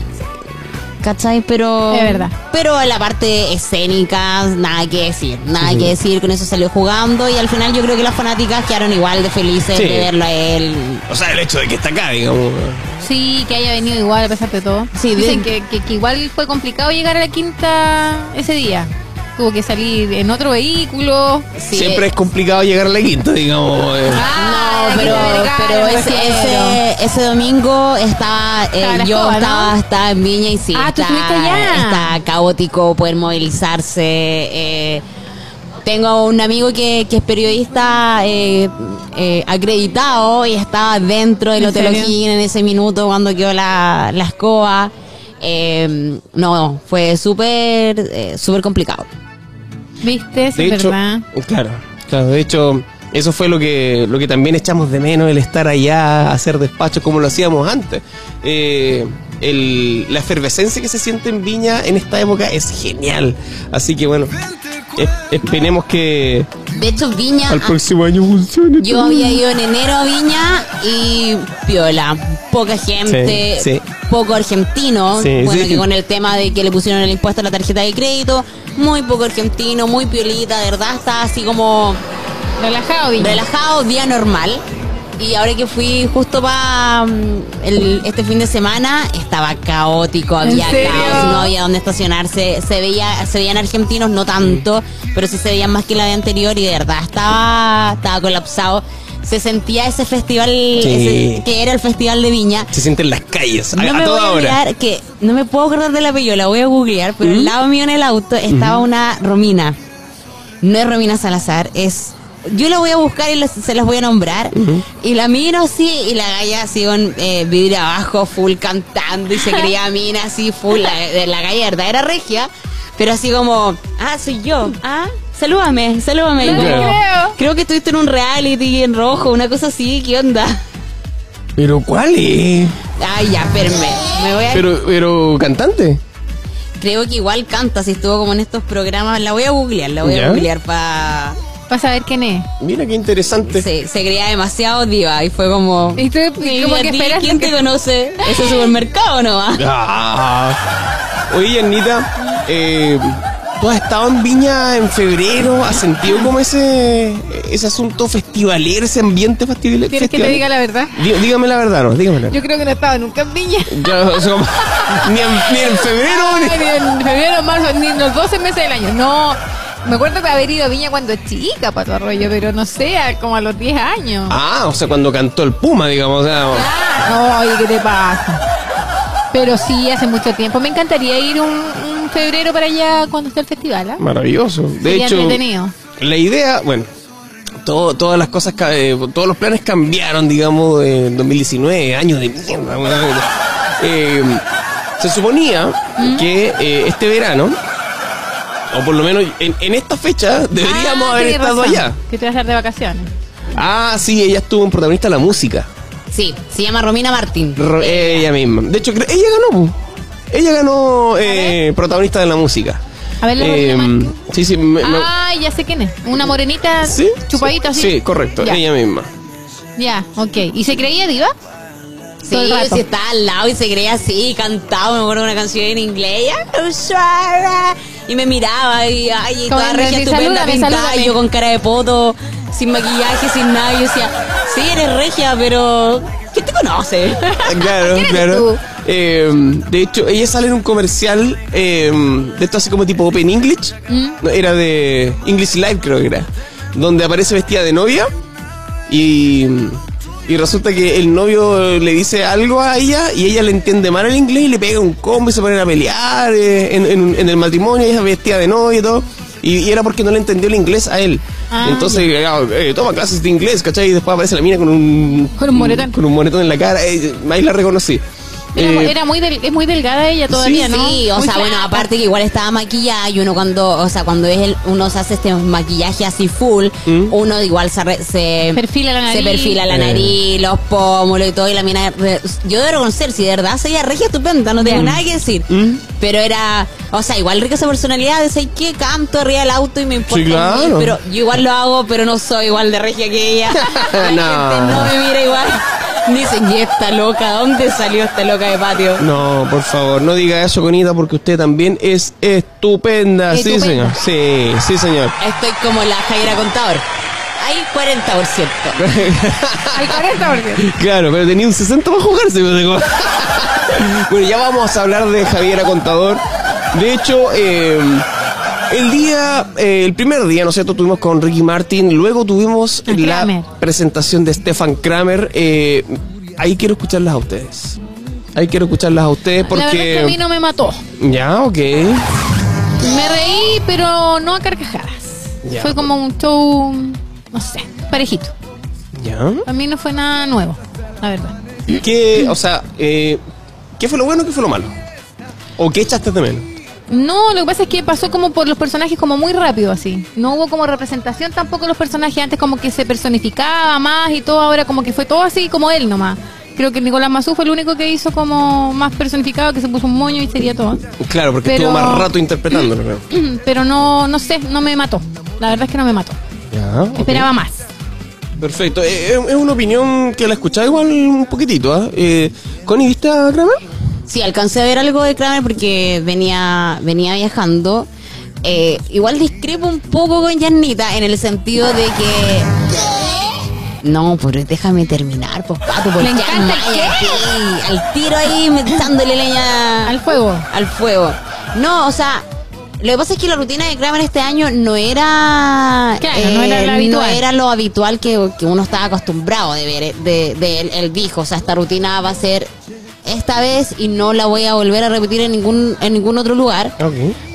[SPEAKER 5] ¿Cachai? Pero.
[SPEAKER 4] Es verdad.
[SPEAKER 5] Pero la parte escénica, nada que decir. Nada que decir. Con eso salió jugando. Y al final yo creo que las fanáticas quedaron igual de felices
[SPEAKER 3] Sí.
[SPEAKER 5] de verlo a él.
[SPEAKER 3] O sea, el hecho de que está acá, digamos.
[SPEAKER 4] Sí, que haya venido igual a pesar de todo.
[SPEAKER 5] Sí,
[SPEAKER 4] Dicen
[SPEAKER 5] bien.
[SPEAKER 4] que, que- que igual fue complicado llegar a la quinta ese día. Tuvo que salir en otro vehículo.
[SPEAKER 5] Sí.
[SPEAKER 4] eh.
[SPEAKER 3] Siempre es complicado llegar a la quinta, digamos. eh.
[SPEAKER 5] No,
[SPEAKER 4] Ah, la
[SPEAKER 5] pero,
[SPEAKER 4] Quinta de Vergara,
[SPEAKER 5] pero
[SPEAKER 4] me
[SPEAKER 5] ese,
[SPEAKER 4] refiero.
[SPEAKER 5] ese, ese domingo estaba, eh,
[SPEAKER 4] Estaba la
[SPEAKER 5] yo
[SPEAKER 4] escoba, ¿no?
[SPEAKER 5] estaba, estaba en Viña y sí,
[SPEAKER 4] Ah, tú
[SPEAKER 5] está,
[SPEAKER 4] estuviste allá.
[SPEAKER 5] está caótico poder movilizarse. eh, tengo un amigo que, que es periodista eh, eh, acreditado y estaba dentro del
[SPEAKER 4] ¿En
[SPEAKER 5] Hotel
[SPEAKER 4] serio?
[SPEAKER 5] O'Higgins en ese minuto cuando quedó la, la escoba. Eh, no, fue súper eh, súper complicado.
[SPEAKER 4] ¿Viste? Sí,
[SPEAKER 3] De
[SPEAKER 4] es
[SPEAKER 3] hecho,
[SPEAKER 4] verdad.
[SPEAKER 3] claro, claro, de hecho, eso fue lo que, lo que también echamos de menos, el estar allá, hacer despachos como lo hacíamos antes. Eh, el- la efervescencia que se siente en Viña en esta época es genial. Así que bueno, es- esperemos que
[SPEAKER 5] De hecho, Viña
[SPEAKER 3] al
[SPEAKER 5] ha-
[SPEAKER 3] próximo año funcione.
[SPEAKER 5] Yo había ido en enero a Viña y piola, poca gente,
[SPEAKER 3] Sí, sí.
[SPEAKER 5] poco argentino,
[SPEAKER 3] Sí,
[SPEAKER 5] bueno
[SPEAKER 3] sí.
[SPEAKER 5] que con el tema de que le pusieron el impuesto a la tarjeta de crédito, muy poco argentino, muy piolita, de verdad está así como
[SPEAKER 4] Relajado, Viña.
[SPEAKER 5] relajado, día normal. Y ahora que fui justo para este fin de semana, estaba caótico,
[SPEAKER 4] ¿En
[SPEAKER 5] había
[SPEAKER 4] serio?
[SPEAKER 5] caos, no había dónde estacionarse, se veía, se veían argentinos, no tanto, pero sí se veían más que la de anterior y de verdad estaba, estaba colapsado. Se sentía ese festival,
[SPEAKER 3] Sí.
[SPEAKER 5] ese- que era el festival de Viña.
[SPEAKER 3] Se sienten las calles, a,
[SPEAKER 5] No
[SPEAKER 3] a
[SPEAKER 5] me voy
[SPEAKER 3] toda
[SPEAKER 5] a
[SPEAKER 3] hora.
[SPEAKER 5] olvidar que, no me puedo acordar de la apellido, la voy a googlear, pero
[SPEAKER 3] ¿Mm?
[SPEAKER 5] al lado mío en el auto estaba una Romina. No es Romina Salazar, es. Yo la voy a buscar y las- se las voy a nombrar. Y la miro así, y la galla así con eh, vidrio abajo, full cantando, y se creía mina así, full. La, de la galla de verdad era regia, pero así como, ah, soy yo, ah, salúdame, salúdame. Y
[SPEAKER 4] No te
[SPEAKER 5] como,
[SPEAKER 4] creo.
[SPEAKER 5] Creo que estuviste en un reality en rojo, una cosa así, ¿qué onda?
[SPEAKER 3] Pero ¿cuál
[SPEAKER 5] Eh.
[SPEAKER 3] es?
[SPEAKER 5] Ay, ya, espérame, me voy a
[SPEAKER 3] Pero, pero cantante.
[SPEAKER 5] Creo que igual canta, si estuvo como en estos programas. La voy a googlear, la voy
[SPEAKER 3] ¿Ya?
[SPEAKER 5] a googlear para...
[SPEAKER 4] Para saber quién es.
[SPEAKER 3] Mira qué interesante.
[SPEAKER 5] Se, se creía demasiado diva y fue como...
[SPEAKER 4] Y tú, y
[SPEAKER 5] "Oye,
[SPEAKER 4] como
[SPEAKER 5] ¿a
[SPEAKER 4] que
[SPEAKER 5] ti
[SPEAKER 4] esperas
[SPEAKER 5] ¿Quién
[SPEAKER 4] que-
[SPEAKER 5] te conoce? ¿Ese supermercado nomás?
[SPEAKER 3] Ah. Oye, Anita, eh, tú has estado en Viña en febrero, ¿has sentido como ese, ese asunto festivalero, ese ambiente festivalero?
[SPEAKER 4] ¿Quieres que te diga la verdad?
[SPEAKER 3] Dígame la verdad, no, dígame la
[SPEAKER 4] Yo creo que no estaba nunca en Viña.
[SPEAKER 3] Ya, o sea, como- ni, en, ni en febrero,
[SPEAKER 4] Ay,
[SPEAKER 3] ni-
[SPEAKER 4] ni en febrero, marzo, ni en los 12 meses del año. No, me acuerdo que haber ido a Viña cuando chica, Pato Arroyo, pero no sé, a- como a los 10 años.
[SPEAKER 3] Ah, o sea, cuando cantó el Puma, digamos. o sea,
[SPEAKER 4] Ah, Ay, ¿qué te pasa? Pero sí, hace mucho tiempo. Me encantaría ir un, un febrero para allá cuando esté el festival. ¿ah?
[SPEAKER 3] maravilloso. De
[SPEAKER 4] Sería
[SPEAKER 3] hecho,
[SPEAKER 4] entretenido.
[SPEAKER 3] la idea, bueno, todo- todas las cosas, ca- eh, todos los planes cambiaron, digamos, en 2019, año de mierda. weón. Eh, se suponía que eh, este verano, o por lo menos en, en esta fecha, deberíamos
[SPEAKER 4] Ah,
[SPEAKER 3] haber
[SPEAKER 4] tenés
[SPEAKER 3] estado
[SPEAKER 4] razón,
[SPEAKER 3] allá.
[SPEAKER 4] Que te vas a dar de vacaciones.
[SPEAKER 3] Ah, sí, ella estuvo en protagonista de la música.
[SPEAKER 5] Sí, se llama Romina Martín.
[SPEAKER 3] Ro- Ella misma. De hecho, cre- ella ganó. po. Ella ganó eh, protagonista de la música.
[SPEAKER 4] A ver, la Ah,
[SPEAKER 3] Eh,
[SPEAKER 4] Romina Martín.
[SPEAKER 3] Sí, sí, me- me-
[SPEAKER 4] Ay, ya sé quién es. Una morenita
[SPEAKER 3] ¿Sí?
[SPEAKER 4] chupadita
[SPEAKER 3] sí,
[SPEAKER 4] así.
[SPEAKER 3] Sí, correcto,
[SPEAKER 4] Ya,
[SPEAKER 3] ella misma.
[SPEAKER 4] ya, ok. ¿Y se creía diva?
[SPEAKER 5] Sí,
[SPEAKER 4] Todo el rato.
[SPEAKER 5] si estaba al lado y se creía así, y cantaba, me acuerdo de una canción en inglés, y, "Ah, I'm sorry", y me miraba, y, ay, y
[SPEAKER 4] Como
[SPEAKER 5] toda
[SPEAKER 4] en
[SPEAKER 5] regia
[SPEAKER 4] decir,
[SPEAKER 5] estupenda
[SPEAKER 4] "Salúdame,
[SPEAKER 5] pintada,
[SPEAKER 4] salúdame".
[SPEAKER 5] y yo con cara de poto, sin maquillaje, sin nada, y yo decía, sí, eres regia, pero ¿quién te conoce?
[SPEAKER 3] Claro,
[SPEAKER 4] ¿Quién eres
[SPEAKER 3] claro.
[SPEAKER 4] tú?
[SPEAKER 3] Eh, de hecho, ella sale en un comercial eh, de esto así como tipo Open English.
[SPEAKER 4] ¿Mm?
[SPEAKER 3] No, Era de English Live, creo que era. Donde aparece vestida de novia. Y, y resulta que el novio le dice algo a ella y ella le entiende mal el inglés y le pega un combo y se ponen a pelear eh, en, en- en el matrimonio. Ella vestida de novia y todo. Y, y era porque no le entendió el inglés a él.
[SPEAKER 4] Ah,
[SPEAKER 3] Entonces, eh, toma clases de inglés, ¿cachai? Y después aparece la mina con un...
[SPEAKER 4] Con un moretón.
[SPEAKER 3] Con un moretón en la cara. eh, ahí la reconocí.
[SPEAKER 4] Era, mu-
[SPEAKER 3] Eh,
[SPEAKER 4] era muy del- es muy delgada ella todavía, ¿no?
[SPEAKER 5] Sí, o
[SPEAKER 4] Muy
[SPEAKER 5] sea, bueno,
[SPEAKER 4] flaca.
[SPEAKER 5] aparte que igual estaba maquillada y uno cuando, o sea, cuando es el, uno se hace este maquillaje así full,
[SPEAKER 3] Mm.
[SPEAKER 5] uno igual se, re- se
[SPEAKER 4] Perfila la
[SPEAKER 5] se
[SPEAKER 4] nariz.
[SPEAKER 5] perfila
[SPEAKER 3] Eh.
[SPEAKER 5] la nariz, los pómulos y todo y la mina re- yo debo reconocer si de verdad sería regia estupenda, no tengo nada que decir.
[SPEAKER 3] Mm.
[SPEAKER 5] Pero era, o sea, igual rica esa personalidad, de decir que canto arriba del auto y me importa.
[SPEAKER 3] Sí,
[SPEAKER 5] un
[SPEAKER 3] claro.
[SPEAKER 5] mil, Pero yo igual lo hago, pero no soy igual de regia que ella. La
[SPEAKER 3] No.
[SPEAKER 5] gente no me mira igual. Dicen, "¿Y esta loca? ¿Dónde salió esta loca de patio?"
[SPEAKER 3] No, por favor, no diga eso, Conita, porque usted también es estupenda. Sí, señor.
[SPEAKER 4] Estupenda.
[SPEAKER 3] Sí, sí, señor.
[SPEAKER 5] Estoy como la Jaira Contador. Hay 40%.
[SPEAKER 4] Hay 40 porque-
[SPEAKER 3] Claro, pero tenía un 60 para jugarse. pero digo. bueno, ya vamos a hablar de Javiera Contador. De hecho, eh, el día, eh, el primer día, ¿no es cierto?, tuvimos con Ricky Martin. Luego tuvimos
[SPEAKER 4] A
[SPEAKER 3] la
[SPEAKER 4] Kramer.
[SPEAKER 3] presentación de Stefan Kramer. Eh, ahí quiero escucharlas a ustedes. Ahí quiero escucharlas a ustedes porque...
[SPEAKER 4] La verdad es que a mí no me mató.
[SPEAKER 3] Ya, ok.
[SPEAKER 4] Me reí, pero no a carcajadas.
[SPEAKER 3] Ya.
[SPEAKER 4] Fue como un show, no sé, parejito.
[SPEAKER 3] Ya.
[SPEAKER 4] A mí no fue nada nuevo, la verdad.
[SPEAKER 3] ¿Qué, o sea, eh, qué fue lo bueno y qué fue lo malo? ¿O qué echaste de menos?
[SPEAKER 4] No, lo que pasa es que pasó como por los personajes como muy rápido así. No hubo como representación tampoco de los personajes antes como que se personificaba más y todo, ahora como que fue todo así como él nomás. Creo que Nicolás Mazú fue el único que hizo como más personificado, que se puso un moño y sería todo.
[SPEAKER 3] Claro, porque
[SPEAKER 4] Pero-
[SPEAKER 3] estuvo más rato interpretándolo. creo.
[SPEAKER 4] Pero no, no sé, no me mató. La verdad es que no me mató.
[SPEAKER 3] Ya. ok.
[SPEAKER 4] Esperaba más.
[SPEAKER 3] Perfecto. Eh, eh, es una opinión que la escuchaba igual un poquitito. ¿ah? Eh, Connie, ¿viste a Kramer?
[SPEAKER 5] Sí, alcancé a ver algo de Kramer porque venía, venía viajando. Eh, igual discrepo un poco con Janita en el sentido de que. No, pero déjame terminar, pues pato, porque
[SPEAKER 4] Me encanta el
[SPEAKER 5] Jan
[SPEAKER 4] qué.
[SPEAKER 5] Mayer, sí, al tiro ahí echándole leña
[SPEAKER 4] Al fuego.
[SPEAKER 5] al fuego. No, o sea, lo que pasa es que la rutina de Kramer este año no era. eh,
[SPEAKER 4] Claro, no era la habitual.
[SPEAKER 5] no era lo habitual que, que uno estaba acostumbrado de ver, eh, de, de él, él dijo. O sea, esta rutina va a ser esta vez y no la voy a volver a repetir en ningún, en ningún otro lugar.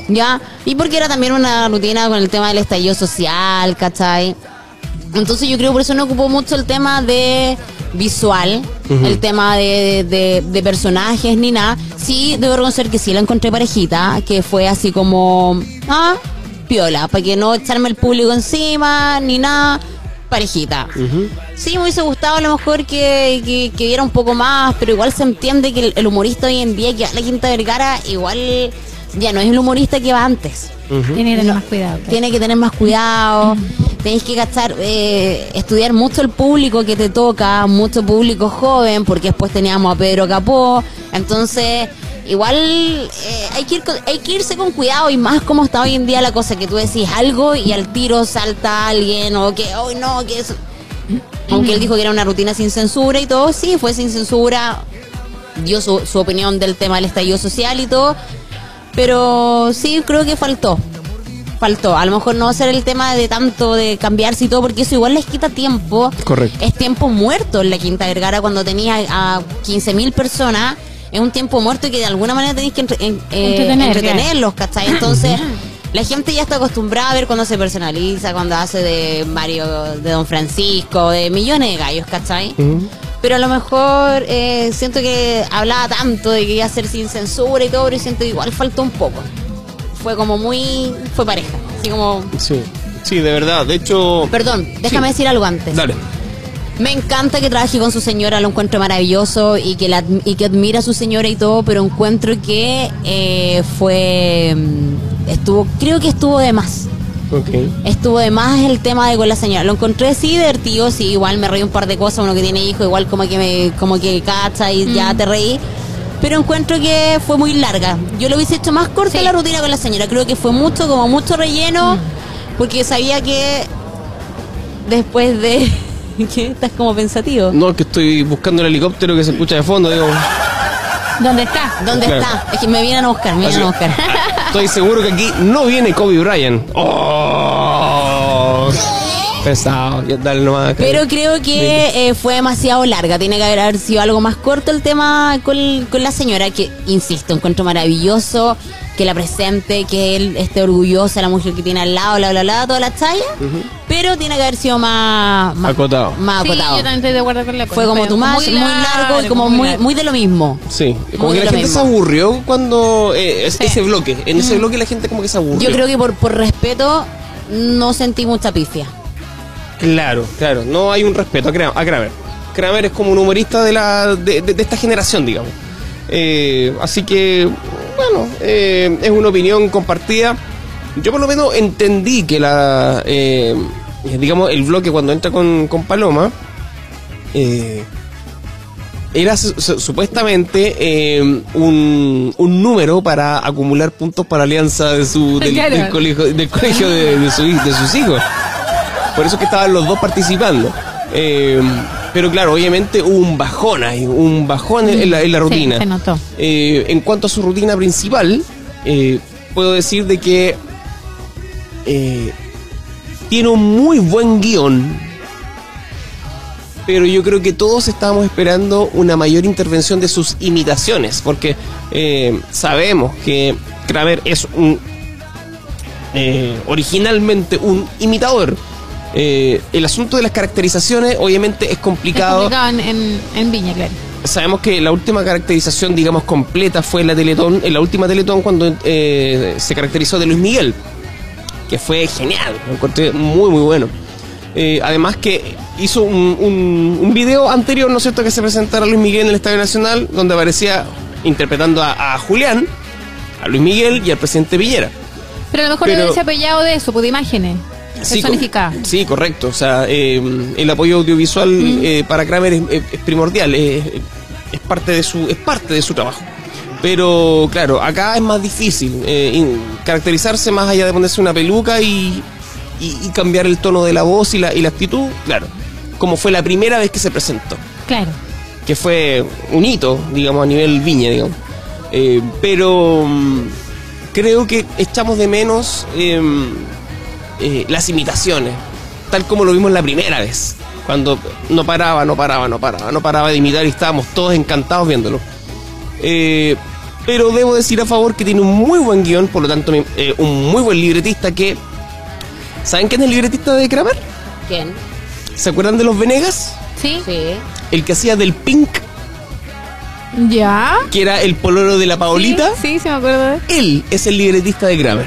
[SPEAKER 5] ¿Ya? Y porque era también una rutina con el tema del estallido social, ¿cachai? Entonces yo creo por eso no ocupó mucho el tema de visual, el tema de, de- de personajes ni nada. Sí, debo reconocer que sí la encontré parejita, que fue así como, ah, piola, para que no echarme el público encima ni nada, parejita. Sí, me hubiese gustado a lo mejor que, que, que viera un poco más, pero igual se entiende que el, el humorista hoy en día, que la Quinta Vergara, igual ya no es el humorista que va antes
[SPEAKER 4] Tiene que tener más cuidado. claro.
[SPEAKER 5] tiene que tener más cuidado, tenéis que gastar, eh, estudiar mucho el público que te toca, mucho público joven, porque después teníamos a Pedro Capó, entonces igual eh, hay, que ir con- hay que irse con cuidado y más como está hoy en día la cosa, que tú decís algo y al tiro salta alguien o que, hoy no, que es... Aunque él dijo que era una rutina sin censura y todo, sí, fue sin censura, dio su, su opinión del tema del estallido social y todo, pero sí creo que faltó faltó. A lo mejor no hacer el tema de tanto de cambiarse y todo, porque eso igual les quita tiempo.
[SPEAKER 3] Correcto.
[SPEAKER 5] Es tiempo muerto en la Quinta Vergara cuando tenía a 15.000 personas. Es un tiempo muerto que de alguna manera tenéis que entre- en- eh,
[SPEAKER 4] Entretener,
[SPEAKER 5] entretenerlos, ¿cachai? Entonces, la gente ya está acostumbrada a ver cuando se personaliza, cuando hace de Mario, de Don Francisco, de millones de gallos, ¿cachai? Pero a lo mejor eh, siento que hablaba tanto de que iba a ser sin censura y todo, pero siento que igual faltó un poco fue como muy. fue pareja. Así como.
[SPEAKER 3] Sí. Sí, de verdad. De hecho.
[SPEAKER 5] Perdón, déjame decir algo antes.
[SPEAKER 3] Dale.
[SPEAKER 5] Me encanta que trabaje con su señora, lo encuentro maravilloso y que, la, adm- y que admira a su señora y todo, pero encuentro que eh, fue. mm, estuvo. creo que estuvo de más.
[SPEAKER 3] Ok.
[SPEAKER 5] Estuvo de más el tema de con la señora. Lo encontré sí divertido, sí, igual me reí un par de cosas, uno que tiene hijo, igual como que me, como que cacha y ya te reí. Pero encuentro que fue muy larga. Yo lo hubiese hecho más corta
[SPEAKER 4] Sí.
[SPEAKER 5] la rutina con la señora. Creo que fue mucho, como mucho relleno, porque sabía que después de que estás como pensativo.
[SPEAKER 3] No, que estoy buscando el helicóptero que se escucha de fondo, digo.
[SPEAKER 4] ¿Dónde está?
[SPEAKER 5] ¿Dónde
[SPEAKER 3] Claro.
[SPEAKER 5] está? Es que me vienen a buscar, me vienen a buscar.
[SPEAKER 3] Estoy seguro que aquí no viene Kobe Bryant. ¡Oh! Pesado. Ya, dale nomás.
[SPEAKER 5] Pero creo que eh, fue demasiado larga. Tiene que haber, haber sido algo más corto el tema con, con la señora, que, insisto, encuentro maravilloso que la presente, que él esté orgullosa, de la mujer que tiene al lado, bla, bla, bla, toda la chaya. Pero tiene que haber sido más, más
[SPEAKER 3] Acotado.
[SPEAKER 5] Más
[SPEAKER 4] sí, yo
[SPEAKER 5] acotado.
[SPEAKER 4] también estoy de acuerdo con la cosa.
[SPEAKER 5] Fue como tu más, muy largo y como muy,
[SPEAKER 4] largo.
[SPEAKER 5] muy de lo mismo.
[SPEAKER 3] Sí, como
[SPEAKER 5] Muy
[SPEAKER 3] que la
[SPEAKER 5] lo
[SPEAKER 3] gente se
[SPEAKER 5] mismo.
[SPEAKER 3] aburrió cuando eh, es-
[SPEAKER 4] Sí.
[SPEAKER 3] ese bloque, en ese bloque la gente como que se aburrió.
[SPEAKER 5] Yo creo que por, por respeto no sentí mucha pifia.
[SPEAKER 3] Claro, claro, no hay un respeto a Kra- a Kramer. Kramer es como un humorista de, la, de, de- de esta generación, digamos. Eh, así que, bueno, eh, es una opinión compartida. Yo por lo menos entendí que la, eh, digamos, el bloque cuando entra con, con Paloma, eh, era su- su- supuestamente eh, un, un número para acumular puntos para alianza de su, del,
[SPEAKER 4] Claro.
[SPEAKER 3] del colegio, del colegio de, de su hij- de sus hijos. Por eso es que estaban los dos participando. Eh, pero claro, obviamente hubo un bajón ahí, un bajón en, en la, en la
[SPEAKER 4] Sí,
[SPEAKER 3] rutina.
[SPEAKER 4] se notó.
[SPEAKER 3] Eh, en cuanto a su rutina principal, eh, puedo decir de que eh, tiene un muy buen guión. Pero yo creo que todos estábamos esperando una mayor intervención de sus imitaciones, porque eh, sabemos que Kramer es un eh, originalmente un imitador. Eh, el asunto de las caracterizaciones obviamente es complicado.
[SPEAKER 4] complicado en, en, en Viña, claro.
[SPEAKER 3] Sabemos que la última caracterización, digamos, completa fue en la Teletón, en la última Teletón cuando eh, se caracterizó de Luis Miguel, que fue genial, lo encontré muy, muy bueno. Eh, además que hizo un, un- un video anterior, ¿no es cierto?, que se presentara Luis Miguel en el Estadio Nacional, donde aparecía interpretando a, a Julián, a Luis Miguel y al presidente Villera.
[SPEAKER 4] Pero a lo mejor
[SPEAKER 3] Pero-
[SPEAKER 4] le hubiese apoyado de eso, pues de imágenes.
[SPEAKER 3] Sí,
[SPEAKER 4] personificadas.
[SPEAKER 3] co- sí, correcto. O sea, eh, el apoyo audiovisual eh, para Kramer es, es- es primordial, es, es parte de su, es parte de su trabajo. Pero claro, acá es más difícil eh, in- caracterizarse más allá de ponerse una peluca y, y- y cambiar el tono de la voz y la, y la actitud, claro, como fue la primera vez que se presentó
[SPEAKER 4] Claro.
[SPEAKER 3] que fue un hito, digamos, a nivel viña, digamos. Eh, pero mm, creo que echamos de menos em, eh, las imitaciones, tal como lo vimos la primera vez, cuando no paraba, no paraba, no paraba, no paraba de imitar y estábamos todos encantados viéndolo. Eh, pero debo decir a favor que tiene un muy buen guión, por lo tanto, me- eh, un muy buen libretista que... ¿Saben quién es el libretista de Kramer?
[SPEAKER 5] ¿Quién?
[SPEAKER 3] ¿Se acuerdan de los Venegas?
[SPEAKER 4] ¿Sí?
[SPEAKER 5] Sí.
[SPEAKER 3] El que hacía del Pink
[SPEAKER 4] ¿Ya?
[SPEAKER 3] que era el pololo de la Paolita,
[SPEAKER 4] Sí, sí, sí, me acuerdo de
[SPEAKER 3] él es el libretista de Kramer.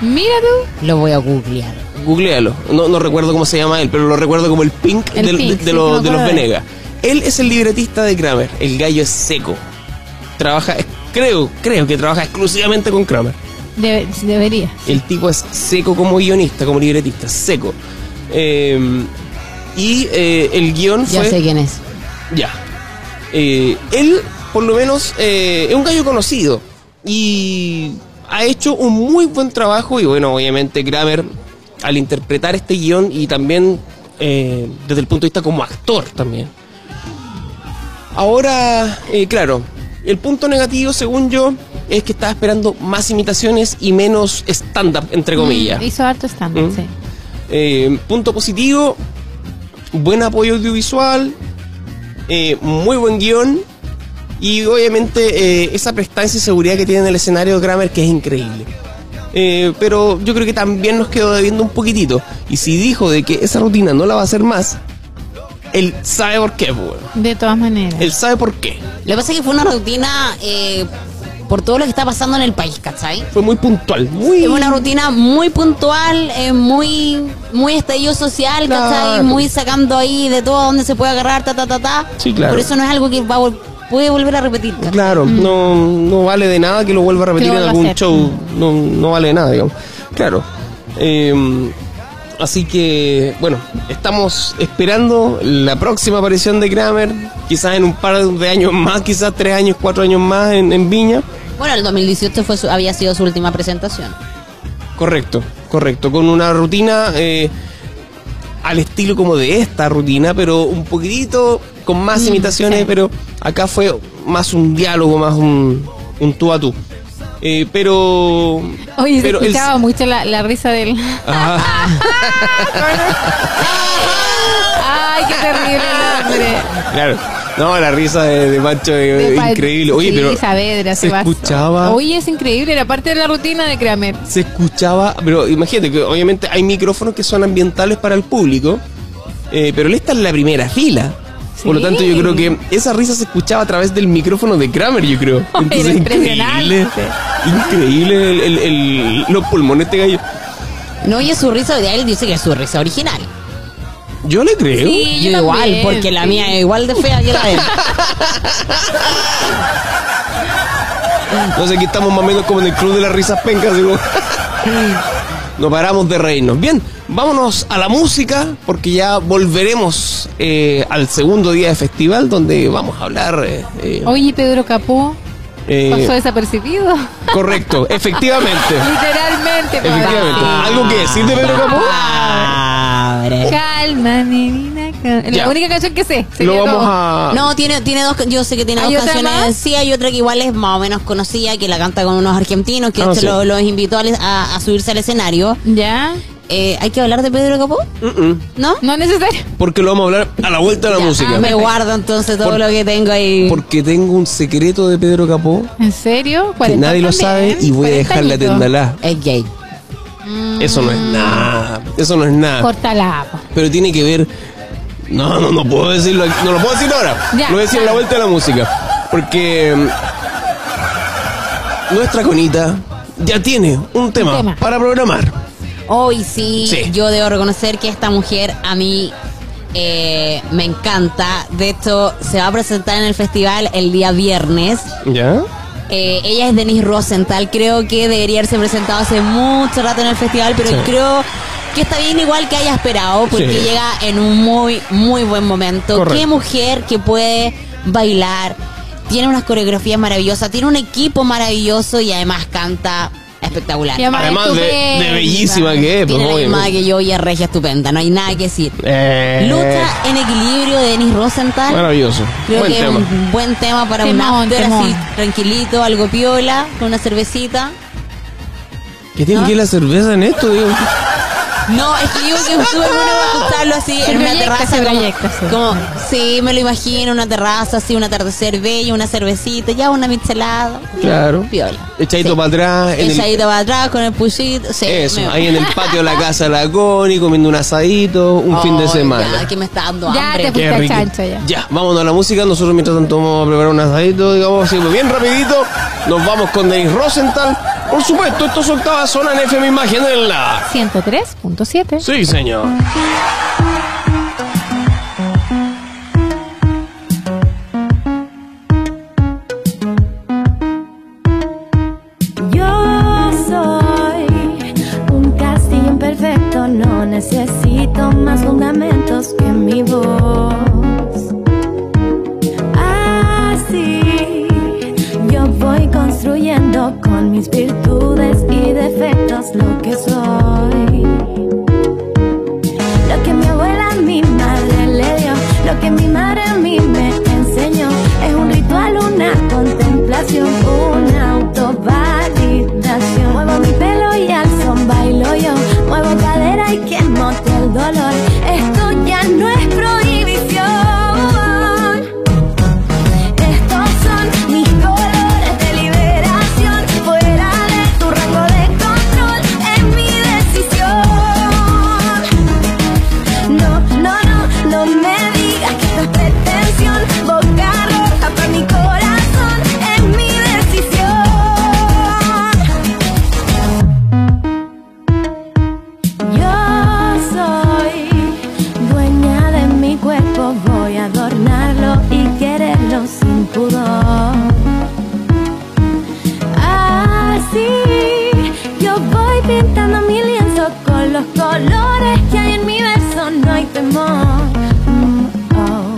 [SPEAKER 4] Mira tú.
[SPEAKER 5] Lo voy a googlear.
[SPEAKER 3] Googlealo. No, no recuerdo cómo se llama él, pero lo recuerdo como el Pink,
[SPEAKER 4] El
[SPEAKER 3] del-
[SPEAKER 4] Pink,
[SPEAKER 3] de,
[SPEAKER 4] sí,
[SPEAKER 3] de
[SPEAKER 4] sí
[SPEAKER 3] los-
[SPEAKER 4] me acuerdo
[SPEAKER 3] de los
[SPEAKER 4] de él.
[SPEAKER 3] Venegas. Él es el libretista de Kramer. El gallo es seco. Trabaja, creo, creo que trabaja exclusivamente con Kramer.
[SPEAKER 4] Debe- debería.
[SPEAKER 3] El tipo es seco como guionista, como libretista, seco. Eh, y eh, el guión
[SPEAKER 5] Ya
[SPEAKER 3] fue...
[SPEAKER 5] sé quién es.
[SPEAKER 3] Ya. Eh, él, por lo menos, eh, es un gallo conocido. Y ha hecho un muy buen trabajo. Y bueno, obviamente, Kramer, al interpretar este guión y también eh, desde el punto de vista como actor también. Ahora, eh, claro, el punto negativo, según yo, es que estaba esperando más imitaciones y menos stand-up, entre comillas.
[SPEAKER 4] Mm, hizo harto stand
[SPEAKER 3] Mm.
[SPEAKER 4] sí.
[SPEAKER 3] Eh, punto positivo, buen apoyo audiovisual, eh, muy buen guión y obviamente eh, esa prestancia y seguridad que tiene en el escenario de Kramer que es increíble. Eh, pero yo creo que también nos quedó debiendo un poquitito. Y si dijo de que esa rutina no la va a hacer más, él sabe por qué, pues, weón.
[SPEAKER 4] De todas maneras.
[SPEAKER 3] Él sabe por qué.
[SPEAKER 5] Lo que pasa es que fue una rutina eh, por todo lo que está pasando en el país, ¿cachai?
[SPEAKER 3] Fue muy puntual, muy...
[SPEAKER 5] Es una rutina muy puntual, eh, muy, muy estallido social, ¿cachai?
[SPEAKER 3] Claro.
[SPEAKER 5] Muy sacando ahí de todo donde se puede agarrar, ta, ta, ta, ta.
[SPEAKER 3] Sí, claro.
[SPEAKER 5] Por eso no es algo que va a vol- puede volver a repetir, ¿cachai?
[SPEAKER 3] Claro, no, no vale de nada que lo vuelva a repetir
[SPEAKER 4] Mm. Que
[SPEAKER 3] en
[SPEAKER 4] lo vuelva a
[SPEAKER 3] algún show.
[SPEAKER 4] hacer.
[SPEAKER 3] No, no vale de nada, digamos. Claro. Eh, así que, bueno, estamos esperando la próxima aparición de Kramer. Quizás en un par de años más, quizás tres años, cuatro años más en, en Viña.
[SPEAKER 5] Bueno, el 2018 fue su- había sido su última presentación.
[SPEAKER 3] Correcto, correcto. Con una rutina eh, al
[SPEAKER 4] Mm,
[SPEAKER 3] estilo como de esta rutina, pero un poquitito con más imitaciones, pero acá fue más un diálogo, más un, un tú a tú. Eh, pero.
[SPEAKER 4] Oye,
[SPEAKER 3] pero
[SPEAKER 4] se
[SPEAKER 3] el-
[SPEAKER 4] escuchaba mucho la, la risa del.
[SPEAKER 3] Ah,
[SPEAKER 4] Ay, qué terrible el hombre.
[SPEAKER 3] claro. No, la risa de, de Pancho es
[SPEAKER 4] De Pal-
[SPEAKER 3] Eh, increíble. Oye,
[SPEAKER 4] Sí,
[SPEAKER 3] pero.
[SPEAKER 4] Saavedra,
[SPEAKER 3] se
[SPEAKER 4] Sebas-
[SPEAKER 3] escuchaba.
[SPEAKER 4] Oye, es increíble, era parte de la rutina de Kramer.
[SPEAKER 3] se escuchaba, pero imagínate que obviamente hay micrófonos que son ambientales para el público, eh, pero él está en la primera fila. Por lo
[SPEAKER 4] Sí.
[SPEAKER 3] tanto, yo creo que esa risa se escuchaba a través del micrófono de Kramer, yo creo. Entonces, increíble.
[SPEAKER 4] impresionante.
[SPEAKER 3] Increíble el- el- el- los pulmones de este gallo.
[SPEAKER 5] No, y es su risa, él dice que es su risa original.
[SPEAKER 3] Yo le creo.
[SPEAKER 4] Sí, yo
[SPEAKER 5] igual,
[SPEAKER 4] también,
[SPEAKER 5] porque la
[SPEAKER 4] sí.
[SPEAKER 5] mía es igual de fea que la de él.
[SPEAKER 3] Entonces aquí estamos más o menos como en el club de las risas pencas. digo. Nos paramos de reírnos. Bien, vámonos a la música porque ya volveremos eh, al segundo día de festival donde vamos a hablar... eh, eh,
[SPEAKER 4] Oye, Pedro Capó
[SPEAKER 3] eh,
[SPEAKER 4] pasó desapercibido.
[SPEAKER 3] Correcto, efectivamente.
[SPEAKER 4] Literalmente, Pablo.
[SPEAKER 3] efectivamente. ¿Algo que decir de Pedro Capó?
[SPEAKER 5] Padre.
[SPEAKER 4] Calma, menina. cal-
[SPEAKER 3] Ya.
[SPEAKER 4] La única canción que sé.
[SPEAKER 3] Lo
[SPEAKER 4] sería
[SPEAKER 3] vamos
[SPEAKER 4] como-
[SPEAKER 3] a.
[SPEAKER 5] No, tiene, tiene dos, yo sé que tiene
[SPEAKER 4] ¿Hay
[SPEAKER 5] dos
[SPEAKER 4] otra
[SPEAKER 5] canciones.
[SPEAKER 4] más?
[SPEAKER 5] Sí, hay otra que igual es más o menos conocida, que la canta con unos argentinos, que
[SPEAKER 3] Ah,
[SPEAKER 5] de hecho
[SPEAKER 3] sí.
[SPEAKER 5] lo- los invitó a, a- a subirse al escenario.
[SPEAKER 4] ¿Ya?
[SPEAKER 5] Eh, ¿Hay que hablar de Pedro Capó?
[SPEAKER 3] Mm-mm,
[SPEAKER 5] ¿No?
[SPEAKER 4] No es necesario.
[SPEAKER 3] porque lo vamos a hablar a la vuelta de la
[SPEAKER 5] Ya, Ah,
[SPEAKER 3] música.
[SPEAKER 5] me guardo entonces todo
[SPEAKER 3] Por-
[SPEAKER 5] lo que tengo ahí.
[SPEAKER 3] Porque tengo un secreto de Pedro Capó
[SPEAKER 4] ¿En serio?
[SPEAKER 3] que
[SPEAKER 4] Cuarentón
[SPEAKER 3] nadie lo
[SPEAKER 4] también,
[SPEAKER 3] sabe y voy a dejar la
[SPEAKER 4] cuarentañito.
[SPEAKER 3] tendalá.
[SPEAKER 5] Es gay.
[SPEAKER 3] Eso no es nada. Eso no es nada.
[SPEAKER 4] Córtala. po.
[SPEAKER 3] Pero tiene que ver. No, no, no puedo decirlo. aquí- No lo puedo decir ahora.
[SPEAKER 4] Ya.
[SPEAKER 3] Lo voy a decir a la vuelta de la música. Porque. mm, Nuestra conita ya tiene un tema,
[SPEAKER 4] tema.
[SPEAKER 3] para programar.
[SPEAKER 5] Hoy sí,
[SPEAKER 3] Sí.
[SPEAKER 5] yo debo reconocer que esta mujer a mí eh, me encanta. De hecho, se va a presentar en el festival el día viernes.
[SPEAKER 3] ¿Ya?
[SPEAKER 5] Eh, ella es Denise Rosenthal. Creo que debería haberse presentado hace mucho rato en el festival, pero
[SPEAKER 3] Sí.
[SPEAKER 5] creo que está bien igual que haya esperado, porque
[SPEAKER 3] Sí.
[SPEAKER 5] llega en un muy, muy buen momento.
[SPEAKER 3] Correcto.
[SPEAKER 5] Qué mujer que puede bailar, tiene unas coreografías maravillosas, tiene un equipo maravilloso y además canta espectacular.
[SPEAKER 4] Y además
[SPEAKER 3] Además de,
[SPEAKER 4] estupenda.
[SPEAKER 3] de bellísima que es, pues,
[SPEAKER 5] Tiene la misma
[SPEAKER 3] obviamente.
[SPEAKER 5] que yo y es regia estupenda, no hay nada que decir.
[SPEAKER 3] Eh,
[SPEAKER 5] Lucha en equilibrio de Denis Rosenthal.
[SPEAKER 3] Maravilloso.
[SPEAKER 5] Creo
[SPEAKER 3] Buen
[SPEAKER 5] que
[SPEAKER 3] tema.
[SPEAKER 5] es un buen tema para
[SPEAKER 4] Temón,
[SPEAKER 5] un after
[SPEAKER 4] temón.
[SPEAKER 5] así, tranquilito, algo piola, con una cervecita.
[SPEAKER 3] ¿Qué tiene que ir la cerveza en esto, digo?
[SPEAKER 5] No, es que digo que en súper bueno va a escucharlo así
[SPEAKER 4] Se
[SPEAKER 5] en una
[SPEAKER 4] proyecta,
[SPEAKER 5] terraza.
[SPEAKER 4] se
[SPEAKER 5] como,
[SPEAKER 4] proyecta, sí.
[SPEAKER 5] como- sí, me lo imagino, una terraza así, un atardecer bello, una cervecita, ya una michelada.
[SPEAKER 3] Claro.
[SPEAKER 5] Piola.
[SPEAKER 3] Echadito
[SPEAKER 5] Sí.
[SPEAKER 3] para atrás. en el-
[SPEAKER 5] Echadito para atrás con el puchito. Sí,
[SPEAKER 3] Eso,
[SPEAKER 5] me-
[SPEAKER 3] ahí en el patio de la casa de la Connie, comiendo un asadito, un fin de
[SPEAKER 5] Ay,
[SPEAKER 3] semana.
[SPEAKER 5] Ya, que me está dando
[SPEAKER 4] Ya
[SPEAKER 5] hambre.
[SPEAKER 4] te fuiste al chancho ya.
[SPEAKER 3] Ya, vámonos a la música. Nosotros mientras tanto vamos a preparar un asadito, digamos, así, pues, bien rapidito. Nos vamos con Denis Rosenthal. Por supuesto, estos octavas son en FM Imagen en la...
[SPEAKER 4] 103.7.
[SPEAKER 3] Sí, señor.
[SPEAKER 1] Yo soy un castillo imperfecto, no necesito más fundamentos que mi voz. Así yo voy construyendo con mis virtudes y defectos lo que soy. Lo que mi abuela a mi madre le dio, lo que mi madre a mí me enseñó, es un ritual, una contemplación, una autovalidación. Muevo mi pelo y al son bailo yo, muevo cadera y que note el dolor. Esto ya no es prohibición. Estos son mis colores de liberación, fuera de tu rango de control, es mi decisión. No, no, no, no me digas que esto es pretensión. Boca roja para mi corazón, es mi decisión. Yo soy dueña de mi cuerpo, voy a adornarlo y quererlo sin pudor. Así yo voy pintando mi lienzo con los colores que hay en mi verso, no hay temor. Mm, oh.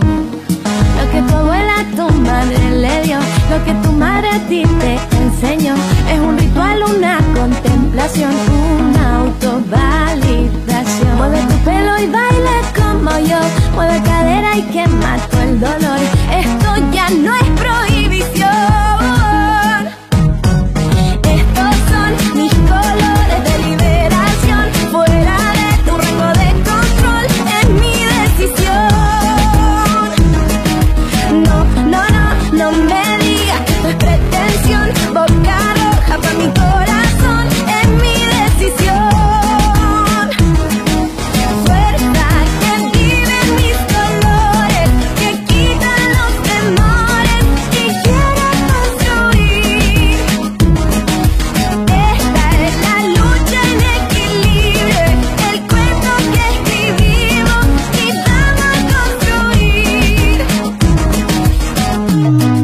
[SPEAKER 1] Lo que tu abuela a tu madre le dio, lo que tu madre a ti te enseñó, es un ritual, una contemplación, una autovalidación. Mueve tu pelo y baila como yo, mueve cadera y quema todo el dolor. Esto ya no es prohibición. Mm, mm,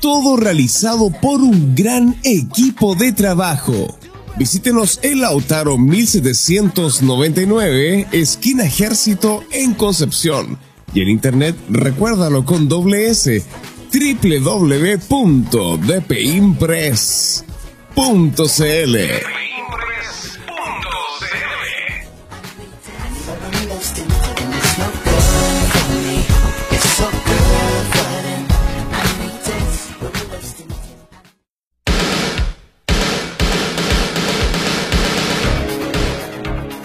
[SPEAKER 6] todo realizado por un gran equipo de trabajo. Visítenos en Lautaro 1799, esquina Ejército en Concepción. Y en internet recuérdalo con doble S www.dpimpress.cl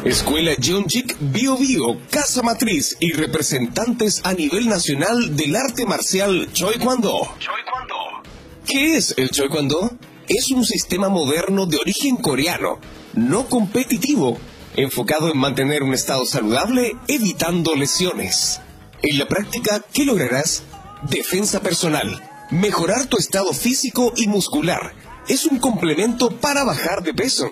[SPEAKER 6] Escuela John Chick Bio Bio, Casa Matriz y representantes a nivel nacional del arte marcial Choi Kwando. ¿Qué es el Choi Kwando? Es un sistema moderno de origen coreano, no competitivo, enfocado en mantener un estado saludable evitando lesiones. En la práctica, ¿qué lograrás? Defensa personal, mejorar tu estado físico y muscular. Es un complemento para bajar de peso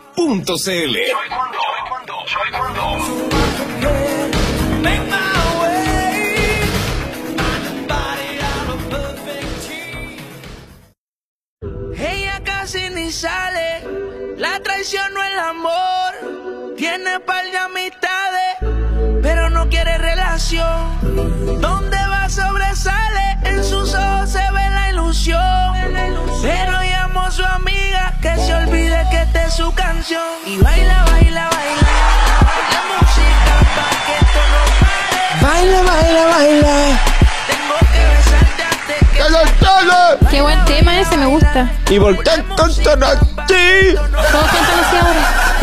[SPEAKER 6] www.cl.
[SPEAKER 7] Ella casi ni sale, la traición no el amor. Tiene par de amistades, pero no quiere relación. Donde va sobresale, en sus ojos se ve la ilusión. Pero llamo a su amiga que se olvide que esta es su canción. Y baila, baila, baila. Baila música pa' que esto no pare.
[SPEAKER 3] Baila, baila, baila.
[SPEAKER 7] Tengo que besarte antes que
[SPEAKER 4] Qué buen tema ese, me gusta.
[SPEAKER 3] Y por tanto, ti.
[SPEAKER 4] Todos cantan así ahora.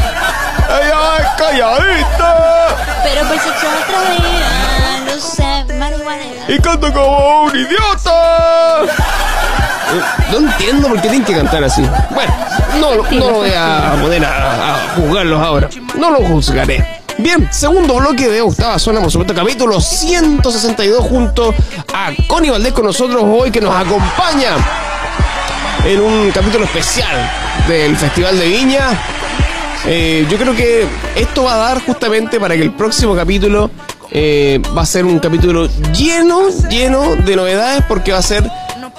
[SPEAKER 3] ¡Ay, calladita!
[SPEAKER 5] Pero por sexo otra vez, no sé, marihuana.
[SPEAKER 3] ¡Y canto como un idiota! Eh, No entiendo por qué tienen que cantar así. Bueno, no, lo- no lo voy a poner a, a juzgarlos ahora. No lo juzgaré. Bien, segundo bloque de Gustavo Zona Absoluta, capítulo 162, junto a Connie Valdés con nosotros hoy, que nos acompaña en un capítulo especial del Festival de Viña. Eh, yo creo que esto va a dar justamente para que el próximo capítulo eh, va a ser un capítulo lleno, lleno de novedades porque va a ser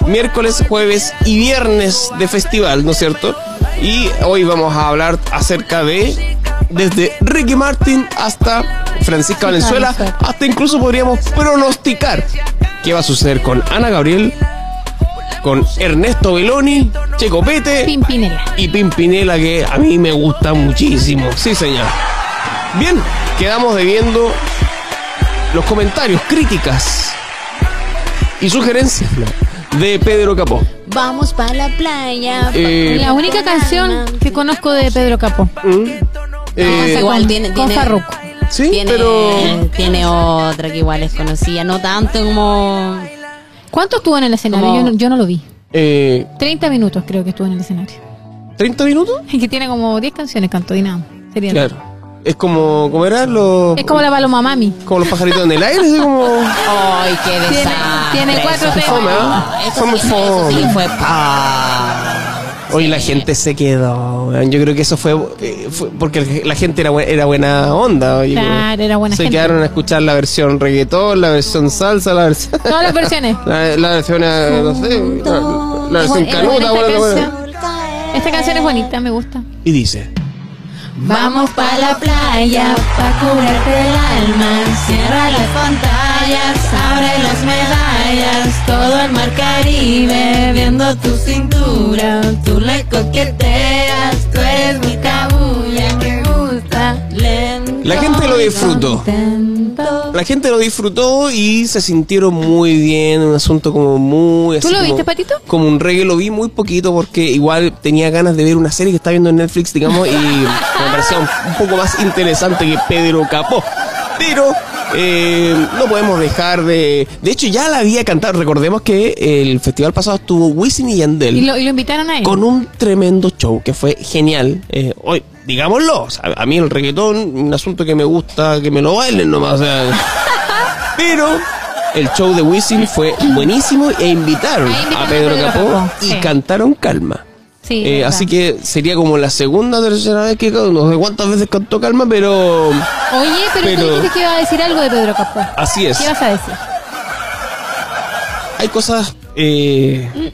[SPEAKER 3] miércoles, jueves y viernes de festival, ¿no es cierto? Y hoy vamos a hablar acerca de desde Ricky Martin hasta Francisca Valenzuela, hasta incluso podríamos pronosticar qué va a suceder con Ana Gabriel, con Ernesto Beloni, Checo Pete
[SPEAKER 4] Pimpinela.
[SPEAKER 3] y Pimpinela que a mí me gusta muchísimo. Sí, señor. Bien, quedamos debiendo los comentarios, críticas y sugerencias de Pedro Capó.
[SPEAKER 5] Vamos para la playa.
[SPEAKER 3] Eh,
[SPEAKER 4] La única canción que conozco de Pedro Capó.
[SPEAKER 3] ¿Mm? Eh,
[SPEAKER 5] igual tiene-
[SPEAKER 4] Con
[SPEAKER 5] tiene-
[SPEAKER 4] Farruko.
[SPEAKER 3] sí,
[SPEAKER 5] tiene,
[SPEAKER 3] pero
[SPEAKER 5] tiene otra que igual es conocida, no tanto como.
[SPEAKER 4] ¿Cuánto estuvo en el escenario?
[SPEAKER 5] Como-
[SPEAKER 4] Yo no, yo no lo vi.
[SPEAKER 3] eh,
[SPEAKER 4] 30 minutos creo que estuvo en el escenario.
[SPEAKER 3] ¿30 minutos?
[SPEAKER 4] Y que tiene como 10 canciones, canto y nada. Sería.
[SPEAKER 3] Claro. Es como, ¿cómo era? Los,
[SPEAKER 4] Es como la paloma mami.
[SPEAKER 3] como los pajaritos en el aire, así como...
[SPEAKER 5] ¡Ay, qué desastre!
[SPEAKER 4] tiene
[SPEAKER 5] Eso
[SPEAKER 4] cuatro
[SPEAKER 5] fue-
[SPEAKER 4] temas.
[SPEAKER 3] Fome, ¿ah?
[SPEAKER 5] Eso
[SPEAKER 3] Fue muy
[SPEAKER 5] sí, eso sí
[SPEAKER 3] fome.
[SPEAKER 5] fue pa.
[SPEAKER 3] Ah. Hoy la gente se quedó. weón. Yo creo que eso fue, eh, fue porque la gente era, bu- era buena onda. yo creo.
[SPEAKER 4] Claro, era buena
[SPEAKER 3] se
[SPEAKER 4] gente.
[SPEAKER 3] quedaron a escuchar la versión reggaetón, la versión salsa, la versión.
[SPEAKER 4] Todas las versiones.
[SPEAKER 3] La, la versión, eh, no sé, la, la
[SPEAKER 4] Es
[SPEAKER 3] versión
[SPEAKER 4] bu- es
[SPEAKER 3] canuta,
[SPEAKER 4] bonita
[SPEAKER 3] bueno,
[SPEAKER 4] canción.
[SPEAKER 3] bueno.
[SPEAKER 4] Esta canción es bonita, me gusta.
[SPEAKER 3] Y dice:
[SPEAKER 5] Vamos pa' la playa, pa' curarte el alma. Cierra la pantalla. playas, abre las medallas, todo el mar Caribe, viendo tu cintura, tú le coqueteas, tú eres mi cabulla, me gusta. lento
[SPEAKER 3] La gente lo disfrutó.
[SPEAKER 5] y contento.
[SPEAKER 3] La gente lo disfrutó y se sintieron muy bien, un asunto como muy...
[SPEAKER 4] ¿Tú
[SPEAKER 3] así
[SPEAKER 4] lo
[SPEAKER 3] como-
[SPEAKER 4] viste, Patito?
[SPEAKER 3] Como un reggae, lo vi muy poquito porque igual tenía ganas de ver una serie que está viendo en Netflix, digamos, y me parecía un, un poco más interesante que Pedro Capó. Pero eh, no podemos dejar de... De hecho, ya la había cantado, recordemos que el festival pasado estuvo Wisin y Yandel
[SPEAKER 4] Y lo, y lo invitaron a él.
[SPEAKER 3] con un tremendo show que fue genial. Eh, hoy, digámoslo, o sea, a mí el reggaetón, un asunto que me gusta, que me lo bailen nomás. o sea. pero el show de Wisin fue buenísimo e invitaron
[SPEAKER 4] Ahí invitaron
[SPEAKER 3] a Pedro Capó y
[SPEAKER 4] sí.
[SPEAKER 3] cantaron Calma.
[SPEAKER 4] Sí,
[SPEAKER 3] Eh,
[SPEAKER 4] verdad.
[SPEAKER 3] así que sería como la segunda o tercera vez que no sé cuántas veces cantó Calma, pero
[SPEAKER 4] Oye, pero,
[SPEAKER 3] pero-
[SPEAKER 4] tú dijiste que iba a decir algo de Pedro Capó.
[SPEAKER 3] así es.
[SPEAKER 4] ¿Qué vas a decir?
[SPEAKER 3] hay cosas. eh,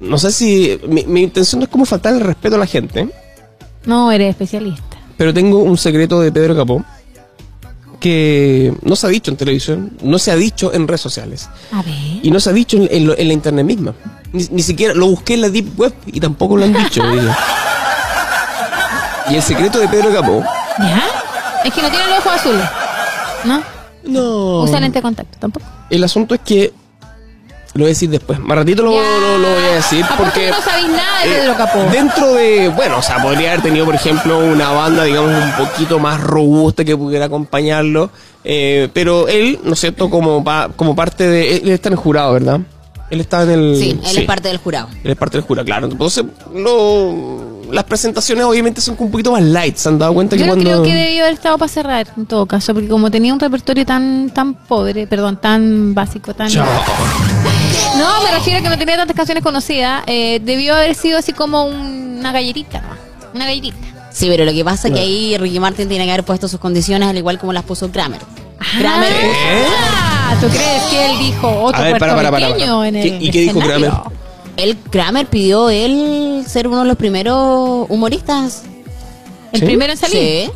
[SPEAKER 3] no sé si. Mi, mi intención no es como faltar el respeto a la gente.
[SPEAKER 4] No, eres especialista.
[SPEAKER 3] Pero tengo un secreto de Pedro Capó que no se ha dicho en televisión, no se ha dicho en redes sociales
[SPEAKER 4] A ver.
[SPEAKER 3] y no se ha dicho en, en lo- en la internet misma. Ni, ni siquiera lo busqué en la deep web y tampoco lo han dicho. digo. Y el secreto de Pedro Capó.
[SPEAKER 4] ¿Ya? Es que no tiene los ojos azules. ¿No?
[SPEAKER 3] No.
[SPEAKER 4] Usa lente de contacto, tampoco.
[SPEAKER 3] El asunto es que lo voy a decir después. Más ratito lo,
[SPEAKER 4] Ya.
[SPEAKER 3] lo- lo voy a decir
[SPEAKER 4] Apuesto
[SPEAKER 3] porque
[SPEAKER 4] que no sabéis nada de Pedro Capó.
[SPEAKER 3] Eh, Dentro de, bueno, o sea, podría haber tenido, por ejemplo, una banda, digamos, un poquito más robusta que pudiera acompañarlo. eh, pero él, ¿no es cierto?, como, pa- como parte de... Él está en el jurado, ¿verdad? Él está en el...
[SPEAKER 5] Sí, él es parte del jurado.
[SPEAKER 3] Él es parte del jurado, claro. Entonces, lo- las presentaciones obviamente son como un poquito más light. ¿Se han dado cuenta
[SPEAKER 4] Yo
[SPEAKER 3] que
[SPEAKER 4] no
[SPEAKER 3] cuando...
[SPEAKER 4] creo que debió haber estado para cerrar, en todo caso, porque como tenía un repertorio tan tan pobre, perdón, tan básico, tan...
[SPEAKER 3] Chao.
[SPEAKER 4] No, me refiero a que no tenía tantas canciones conocidas, eh, debió haber sido así como un- una galletita, nomás, una galletita.
[SPEAKER 5] Sí, pero lo que pasa es que ahí Ricky Martin tiene que haber puesto sus condiciones al igual como las puso Kramer. Kramer puso-
[SPEAKER 4] Ah, ¿Tú crees que él dijo otro
[SPEAKER 3] A ver, para, para, para,
[SPEAKER 4] puertorriqueño
[SPEAKER 3] para.
[SPEAKER 4] en el
[SPEAKER 3] ¿Qué- y qué dijo
[SPEAKER 4] escenario?
[SPEAKER 3] Kramer?
[SPEAKER 5] Él, Kramer pidió él ser uno de los primeros humoristas.
[SPEAKER 4] El
[SPEAKER 3] ¿Sí?
[SPEAKER 4] primero en salir.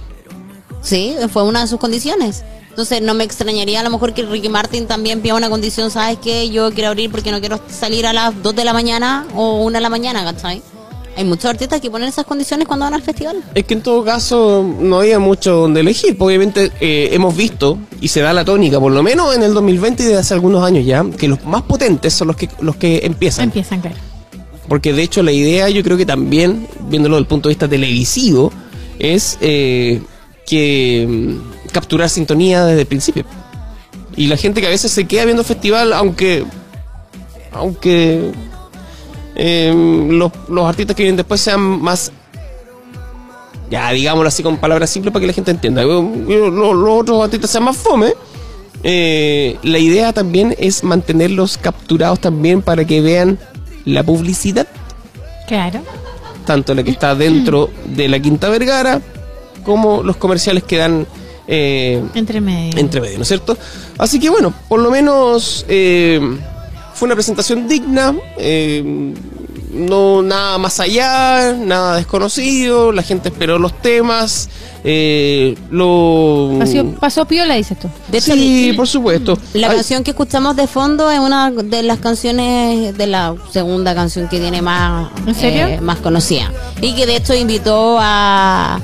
[SPEAKER 5] Sí. Sí, fue una de sus condiciones. Entonces no me extrañaría a lo mejor que Ricky Martin también pida una condición, ¿sabes qué? Yo quiero abrir porque no quiero salir a las 2 de la mañana o 1 de la mañana, ¿cachai? Hay muchos artistas que ponen esas condiciones cuando van al festival.
[SPEAKER 3] Es que en todo caso no había mucho donde elegir. porque Obviamente eh, hemos visto, y se da la tónica, por lo menos en el 2020 y desde hace algunos años ya, que los más potentes son los que, los que empiezan.
[SPEAKER 4] Empiezan, claro.
[SPEAKER 3] Porque de hecho la idea, yo creo que también, viéndolo desde el punto de vista televisivo, es eh, que mm, capturar sintonía desde el principio. Y la gente que a veces se queda viendo festival, aunque. aunque. eh, los, los artistas que vienen después sean más. Ya, digámoslo así con palabras simples para que la gente entienda. Yo- yo- lo- los otros artistas sean más fome. Eh, la idea también es mantenerlos capturados también para que vean la publicidad,
[SPEAKER 4] Claro.
[SPEAKER 3] tanto la que está dentro de la Quinta Vergara como los comerciales que dan eh,
[SPEAKER 4] Entre medio.
[SPEAKER 3] entre medio, ¿no es cierto? Así que bueno, por lo menos eh, fue una presentación digna, eh, no nada más allá, nada desconocido, la gente esperó los temas, eh, lo...
[SPEAKER 4] Pasó, pasó piola, dices tú.
[SPEAKER 5] De hecho,
[SPEAKER 3] Sí, por supuesto.
[SPEAKER 5] La
[SPEAKER 3] Ay,
[SPEAKER 5] canción que escuchamos de fondo es una de las canciones de la segunda canción que tiene más, eh,
[SPEAKER 4] ¿En serio?
[SPEAKER 5] más conocida. Y que de hecho invitó a,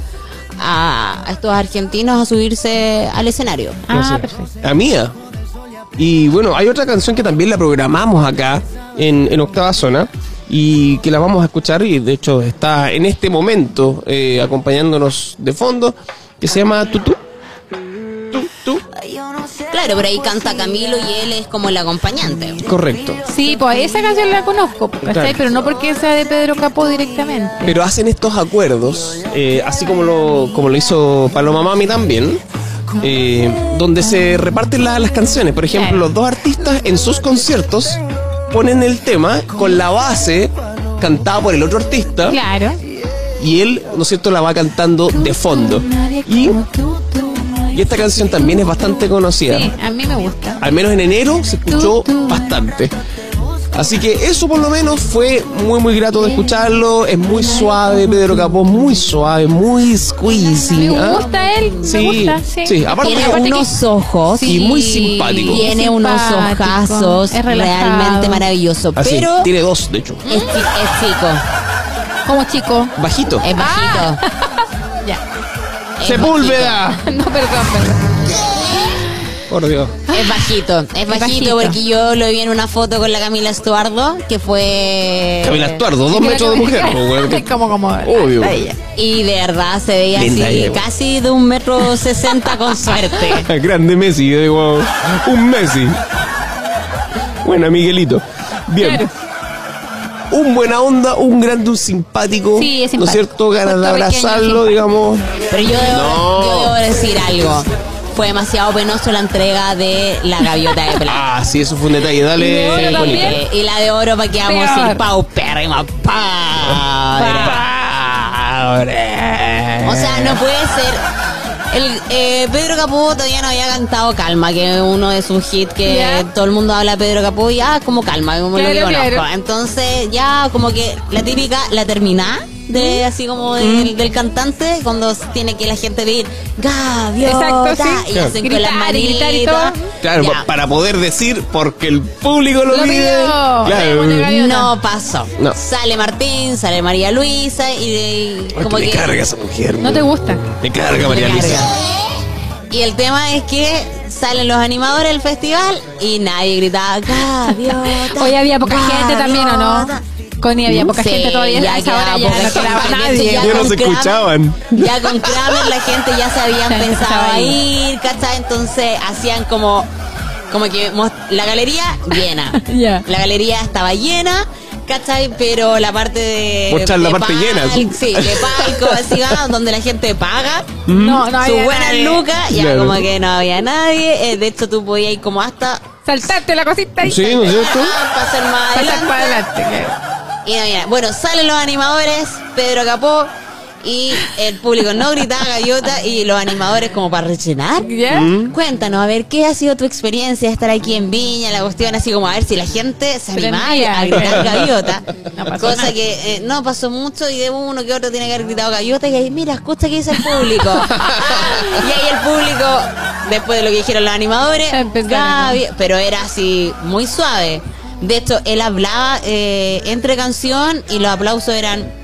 [SPEAKER 5] a a estos argentinos a subirse al escenario.
[SPEAKER 4] Ah,
[SPEAKER 3] no sé,
[SPEAKER 4] perfecto.
[SPEAKER 3] La mía. Y bueno, hay otra canción que también la programamos acá en, en Octava Zona y que la vamos a escuchar y de hecho está en este momento eh, acompañándonos de fondo que se llama Tutú. Tú, tú.
[SPEAKER 5] Claro, pero ahí canta Camilo y él es como el acompañante.
[SPEAKER 3] Correcto.
[SPEAKER 4] Sí, pues esa canción la conozco, ¿cachai?
[SPEAKER 3] Claro.
[SPEAKER 4] Pero no porque sea de Pedro Capó directamente.
[SPEAKER 3] Pero hacen estos acuerdos, eh, así como lo, como lo hizo Paloma Mami también, eh, donde se reparten la- las canciones. Por ejemplo,
[SPEAKER 4] Claro.
[SPEAKER 3] los dos artistas en sus conciertos ponen el tema con la base cantada por el otro artista
[SPEAKER 4] Claro.
[SPEAKER 3] y él, ¿no es cierto?, la va cantando de fondo. Y, y esta canción también es bastante conocida.
[SPEAKER 4] Sí, a mí me gusta.
[SPEAKER 3] Al menos en enero se escuchó bastante. Así que eso por lo menos fue muy muy grato de escucharlo. Es muy suave, Pedro Capó, muy suave, muy squeezy.
[SPEAKER 4] Me
[SPEAKER 3] ¿ah?
[SPEAKER 4] gusta él, me
[SPEAKER 3] Sí,
[SPEAKER 4] gusta, sí.
[SPEAKER 3] sí, aparte-
[SPEAKER 5] Tiene
[SPEAKER 4] Aparte que-
[SPEAKER 5] unos ojos.
[SPEAKER 3] y muy simpático.
[SPEAKER 5] Tiene unos
[SPEAKER 4] simpático,
[SPEAKER 5] ojazos
[SPEAKER 4] es relajado.
[SPEAKER 5] realmente maravilloso.
[SPEAKER 3] Así,
[SPEAKER 5] pero
[SPEAKER 3] tiene dos, de hecho.
[SPEAKER 5] es, chi- es chico,
[SPEAKER 4] Como chico.
[SPEAKER 3] Bajito.
[SPEAKER 5] es bajito.
[SPEAKER 4] Ah. Ya.
[SPEAKER 5] es
[SPEAKER 3] ¡Sepúlveda!
[SPEAKER 4] No, perdón, perdón.
[SPEAKER 3] Por Dios.
[SPEAKER 5] bajito, Es bajito, es bajito,
[SPEAKER 4] bajito.
[SPEAKER 5] porque yo lo vi en una foto con la Camila Estuardo, que fue...
[SPEAKER 3] Camila Estuardo, dos metros de mujer. po, weón.
[SPEAKER 4] como, como.
[SPEAKER 3] Obvio.
[SPEAKER 5] Y de verdad se veía
[SPEAKER 3] Linda
[SPEAKER 5] así,
[SPEAKER 3] ella, pues. güey.
[SPEAKER 5] casi de un metro sesenta con suerte.
[SPEAKER 3] Grande Messi, de guau. Un Messi. Buena, Miguelito. Bien.
[SPEAKER 4] Claro.
[SPEAKER 3] Un buena onda, un grande, un simpático.
[SPEAKER 4] Sí, es
[SPEAKER 3] ¿No es
[SPEAKER 4] simpático.
[SPEAKER 3] cierto? Ganas de
[SPEAKER 4] Justo pequeño,
[SPEAKER 3] abrazarlo,
[SPEAKER 4] simpático.
[SPEAKER 3] digamos.
[SPEAKER 5] Pero yo debo,
[SPEAKER 3] No.
[SPEAKER 5] yo debo decir algo. Fue demasiado penoso la entrega de la gaviota de plata.
[SPEAKER 3] Ah, sí, eso fue un detalle.
[SPEAKER 4] Y
[SPEAKER 3] Dale,
[SPEAKER 4] de oro
[SPEAKER 3] Juanita.
[SPEAKER 4] también.
[SPEAKER 5] Eh, y la de oro para que vamos
[SPEAKER 4] Peor.
[SPEAKER 5] sin paupérrima. O sea, no puede ser. El, eh, Pedro Capó todavía no había cantado Calma, que es uno de sus hits que
[SPEAKER 4] Ya.
[SPEAKER 5] todo el mundo habla de Pedro Capó y ah, como Calma, como lo que
[SPEAKER 4] Claro,
[SPEAKER 5] conozco.
[SPEAKER 4] claro.
[SPEAKER 5] Entonces, ya como que la típica, la terminá
[SPEAKER 4] Mm.
[SPEAKER 5] de así como del, del cantante cuando tiene que la gente pedir Gaviota
[SPEAKER 4] Exacto, sí.
[SPEAKER 5] y
[SPEAKER 4] Claro.
[SPEAKER 5] hacen con
[SPEAKER 4] Gritar
[SPEAKER 5] las
[SPEAKER 4] y
[SPEAKER 5] manitas.
[SPEAKER 4] gritar y todo.
[SPEAKER 3] Claro,
[SPEAKER 5] Ya.
[SPEAKER 3] pa- para poder decir, porque el público lo,
[SPEAKER 4] Lo
[SPEAKER 3] pide.
[SPEAKER 4] pidió.
[SPEAKER 3] Claro.
[SPEAKER 4] Tenemos una gaviota.
[SPEAKER 5] No pasó.
[SPEAKER 3] No.
[SPEAKER 5] Sale Martín, sale María Luisa y, y
[SPEAKER 3] Ay,
[SPEAKER 5] como
[SPEAKER 3] me
[SPEAKER 5] que
[SPEAKER 3] carga esa mujer.
[SPEAKER 4] No te gusta.
[SPEAKER 3] Me carga,
[SPEAKER 5] Me
[SPEAKER 3] María
[SPEAKER 5] carga.
[SPEAKER 3] Luisa.
[SPEAKER 5] Y el tema es que salen los animadores del festival y nadie gritaba gaviota.
[SPEAKER 4] Hoy había poca gente también, ¿o no?
[SPEAKER 5] gaviota".
[SPEAKER 4] Connie, había poca
[SPEAKER 5] Sí,
[SPEAKER 4] gente todavía.
[SPEAKER 5] ya
[SPEAKER 4] a esa hora
[SPEAKER 5] quedaba
[SPEAKER 4] ya
[SPEAKER 5] poca
[SPEAKER 4] no
[SPEAKER 5] gente,
[SPEAKER 4] quedaba
[SPEAKER 5] porque
[SPEAKER 4] nadie.
[SPEAKER 5] ya
[SPEAKER 3] Ya no
[SPEAKER 5] con
[SPEAKER 3] se
[SPEAKER 5] Kramer-
[SPEAKER 3] escuchaban.
[SPEAKER 5] Ya con Kramer la gente ya se habían
[SPEAKER 4] Ya
[SPEAKER 5] pensado
[SPEAKER 4] empezaba
[SPEAKER 5] a
[SPEAKER 4] a
[SPEAKER 5] ir, ¿cachai? Entonces hacían como, como que mos- la galería llena.
[SPEAKER 4] Ya.
[SPEAKER 5] La galería estaba llena. ¿Cachai? Pero la parte de.
[SPEAKER 3] Mostrar la
[SPEAKER 5] de
[SPEAKER 3] parte llena.
[SPEAKER 5] Sí, de palco, así, ah, donde la gente paga
[SPEAKER 4] No, no
[SPEAKER 5] su
[SPEAKER 4] había
[SPEAKER 5] buena
[SPEAKER 4] nadie.
[SPEAKER 5] luca, ya
[SPEAKER 3] Claro.
[SPEAKER 5] como que no había nadie. eh, de hecho, tú podías ir como hasta.
[SPEAKER 4] Saltarte la cosita y
[SPEAKER 3] Sí, ¿no es cierto?
[SPEAKER 5] pasar Ah, más
[SPEAKER 4] pasar para
[SPEAKER 5] adelante.
[SPEAKER 4] adelante. claro.
[SPEAKER 5] Y no había- Bueno, salen los animadores, Pedro Capó. Y el público no gritaba gaviota y los animadores como para rellenar.
[SPEAKER 4] ¿Ya?
[SPEAKER 3] ¿Mm?
[SPEAKER 5] Cuéntanos, a ver, ¿qué ha sido tu experiencia de estar aquí en Viña? La cuestión así como a ver si la gente se animaba
[SPEAKER 4] Prendía,
[SPEAKER 5] a gritar
[SPEAKER 4] claro.
[SPEAKER 5] gaviota.
[SPEAKER 4] No pasó
[SPEAKER 5] cosa
[SPEAKER 4] nada.
[SPEAKER 5] que eh, no pasó mucho y de uno que otro tiene que haber gritado gaviota y ahí, mira, escucha qué dice el público. Ah, y ahí el público, después de lo que dijeron los animadores,
[SPEAKER 4] Empezaron, ¿no?
[SPEAKER 5] "Gavi-", pero era así muy suave. De hecho, él hablaba eh, entre canción y los aplausos eran...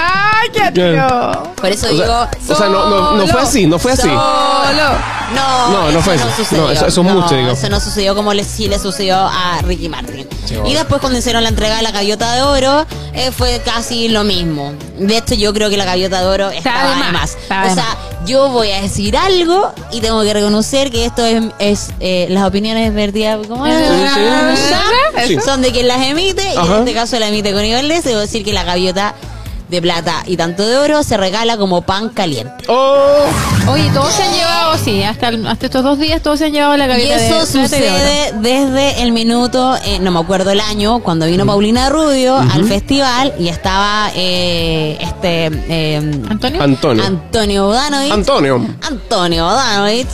[SPEAKER 4] ¡Ay, qué tío!
[SPEAKER 5] Por eso
[SPEAKER 3] O
[SPEAKER 5] digo...
[SPEAKER 3] sea, o sea, no, no, no fue
[SPEAKER 4] Solo.
[SPEAKER 3] así, no fue así.
[SPEAKER 4] Solo.
[SPEAKER 5] No,
[SPEAKER 3] No, no fue eso.
[SPEAKER 5] sucedió.
[SPEAKER 3] No, eso- eso es mucho, digo.
[SPEAKER 5] Eso no sucedió como le, sí le sucedió a Ricky Martin. y después cuando hicieron la entrega de la gaviota de oro, eh, fue casi lo mismo. De hecho, yo creo que la gaviota de oro estaba
[SPEAKER 4] de
[SPEAKER 5] de
[SPEAKER 4] más,
[SPEAKER 5] más.
[SPEAKER 4] estaba
[SPEAKER 5] o
[SPEAKER 4] de
[SPEAKER 5] sea, yo voy a decir algo y tengo que reconocer que esto es, es, eh, las opiniones vertidas ¿cómo es?
[SPEAKER 4] Sí.
[SPEAKER 5] Sí. son de quien las emite y
[SPEAKER 3] Ajá.
[SPEAKER 5] en este caso la emite con Valdés. Debo decir que la gaviota de plata y tanto de oro se regala como pan caliente.
[SPEAKER 3] Oh,
[SPEAKER 4] Oye, todos se han llevado, sí, hasta, el- hasta estos dos días todos se han llevado la
[SPEAKER 5] Y
[SPEAKER 4] gaveta de
[SPEAKER 5] eso
[SPEAKER 4] plata y de oro.
[SPEAKER 5] sucede desde el minuto, eh, no me acuerdo el año, cuando vino Paulina Rubio al festival y estaba eh, este eh,
[SPEAKER 4] ¿Antonio?
[SPEAKER 3] Antonio.
[SPEAKER 5] Antonio Bodanovich.
[SPEAKER 3] Antonio.
[SPEAKER 5] Antonio Bodanovich.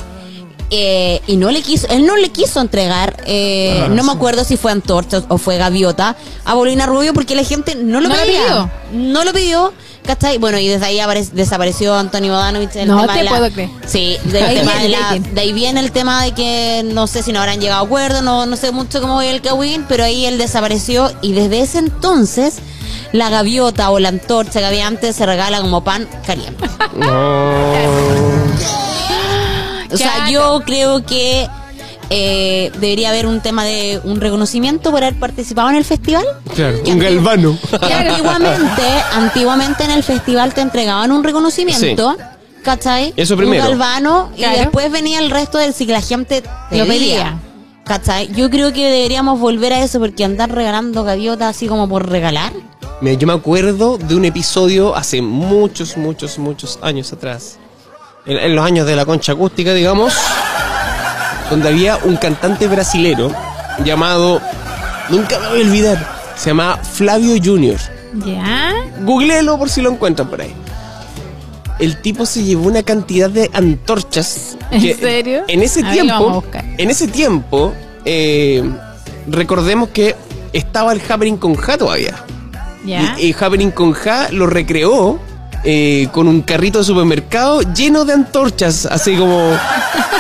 [SPEAKER 5] eh, y no le quiso, él no le quiso entregar, eh, no me acuerdo si fue antorcha o fue gaviota, a Paulina Rubio porque la gente no lo
[SPEAKER 4] No la
[SPEAKER 5] pedía.
[SPEAKER 4] pidió.
[SPEAKER 5] No lo pidió. ¿Cachai? Bueno, y desde ahí apare- desapareció Antonio Bodanovich. del
[SPEAKER 4] No
[SPEAKER 5] tema
[SPEAKER 4] te
[SPEAKER 5] de la-
[SPEAKER 4] puedo creer.
[SPEAKER 5] Sí, del
[SPEAKER 4] Ahí
[SPEAKER 5] tema
[SPEAKER 4] viene,
[SPEAKER 5] de la-
[SPEAKER 4] ahí viene.
[SPEAKER 5] de ahí viene el tema de que no sé si no habrán llegado a acuerdo, no, no sé mucho cómo es el Kawin, pero ahí él desapareció y desde ese entonces la gaviota o la antorcha que había antes se regala como pan caliente. O sea,
[SPEAKER 4] Claro.
[SPEAKER 5] yo creo que eh, debería haber un tema de un reconocimiento por haber participado en el festival.
[SPEAKER 3] claro,
[SPEAKER 5] Que
[SPEAKER 3] un
[SPEAKER 5] antigu-
[SPEAKER 3] galvano.
[SPEAKER 5] que antiguamente, antiguamente en el festival te entregaban un reconocimiento. ¿Cachai?
[SPEAKER 3] Eso primero.
[SPEAKER 5] Un galvano y
[SPEAKER 4] Claro.
[SPEAKER 5] después venía el resto del si que la gente
[SPEAKER 4] Lo
[SPEAKER 5] pedía.
[SPEAKER 4] pedía.
[SPEAKER 5] ¿Cachai? Yo creo que deberíamos volver a eso porque andar regalando gaviotas así como por regalar.
[SPEAKER 3] Mira, yo me acuerdo de un episodio hace muchos, muchos, muchos años atrás. En, en los años de la concha acústica, digamos. Donde había un cantante brasilero llamado. Nunca me voy a olvidar. Se llamaba Flavio Junior.
[SPEAKER 4] ¿Ya?
[SPEAKER 3] Googleelo por si lo encuentran por ahí. El tipo se llevó una cantidad de antorchas.
[SPEAKER 4] ¿En serio?
[SPEAKER 3] En ese
[SPEAKER 4] A ver, lo vamos a
[SPEAKER 3] tiempo.
[SPEAKER 4] buscar.
[SPEAKER 3] En ese tiempo. eh, recordemos que estaba el Happening con Ja todavía.
[SPEAKER 4] ¿Ya?
[SPEAKER 3] Y, y Happening con Ja lo recreó eh, con un carrito de supermercado lleno de antorchas, así como.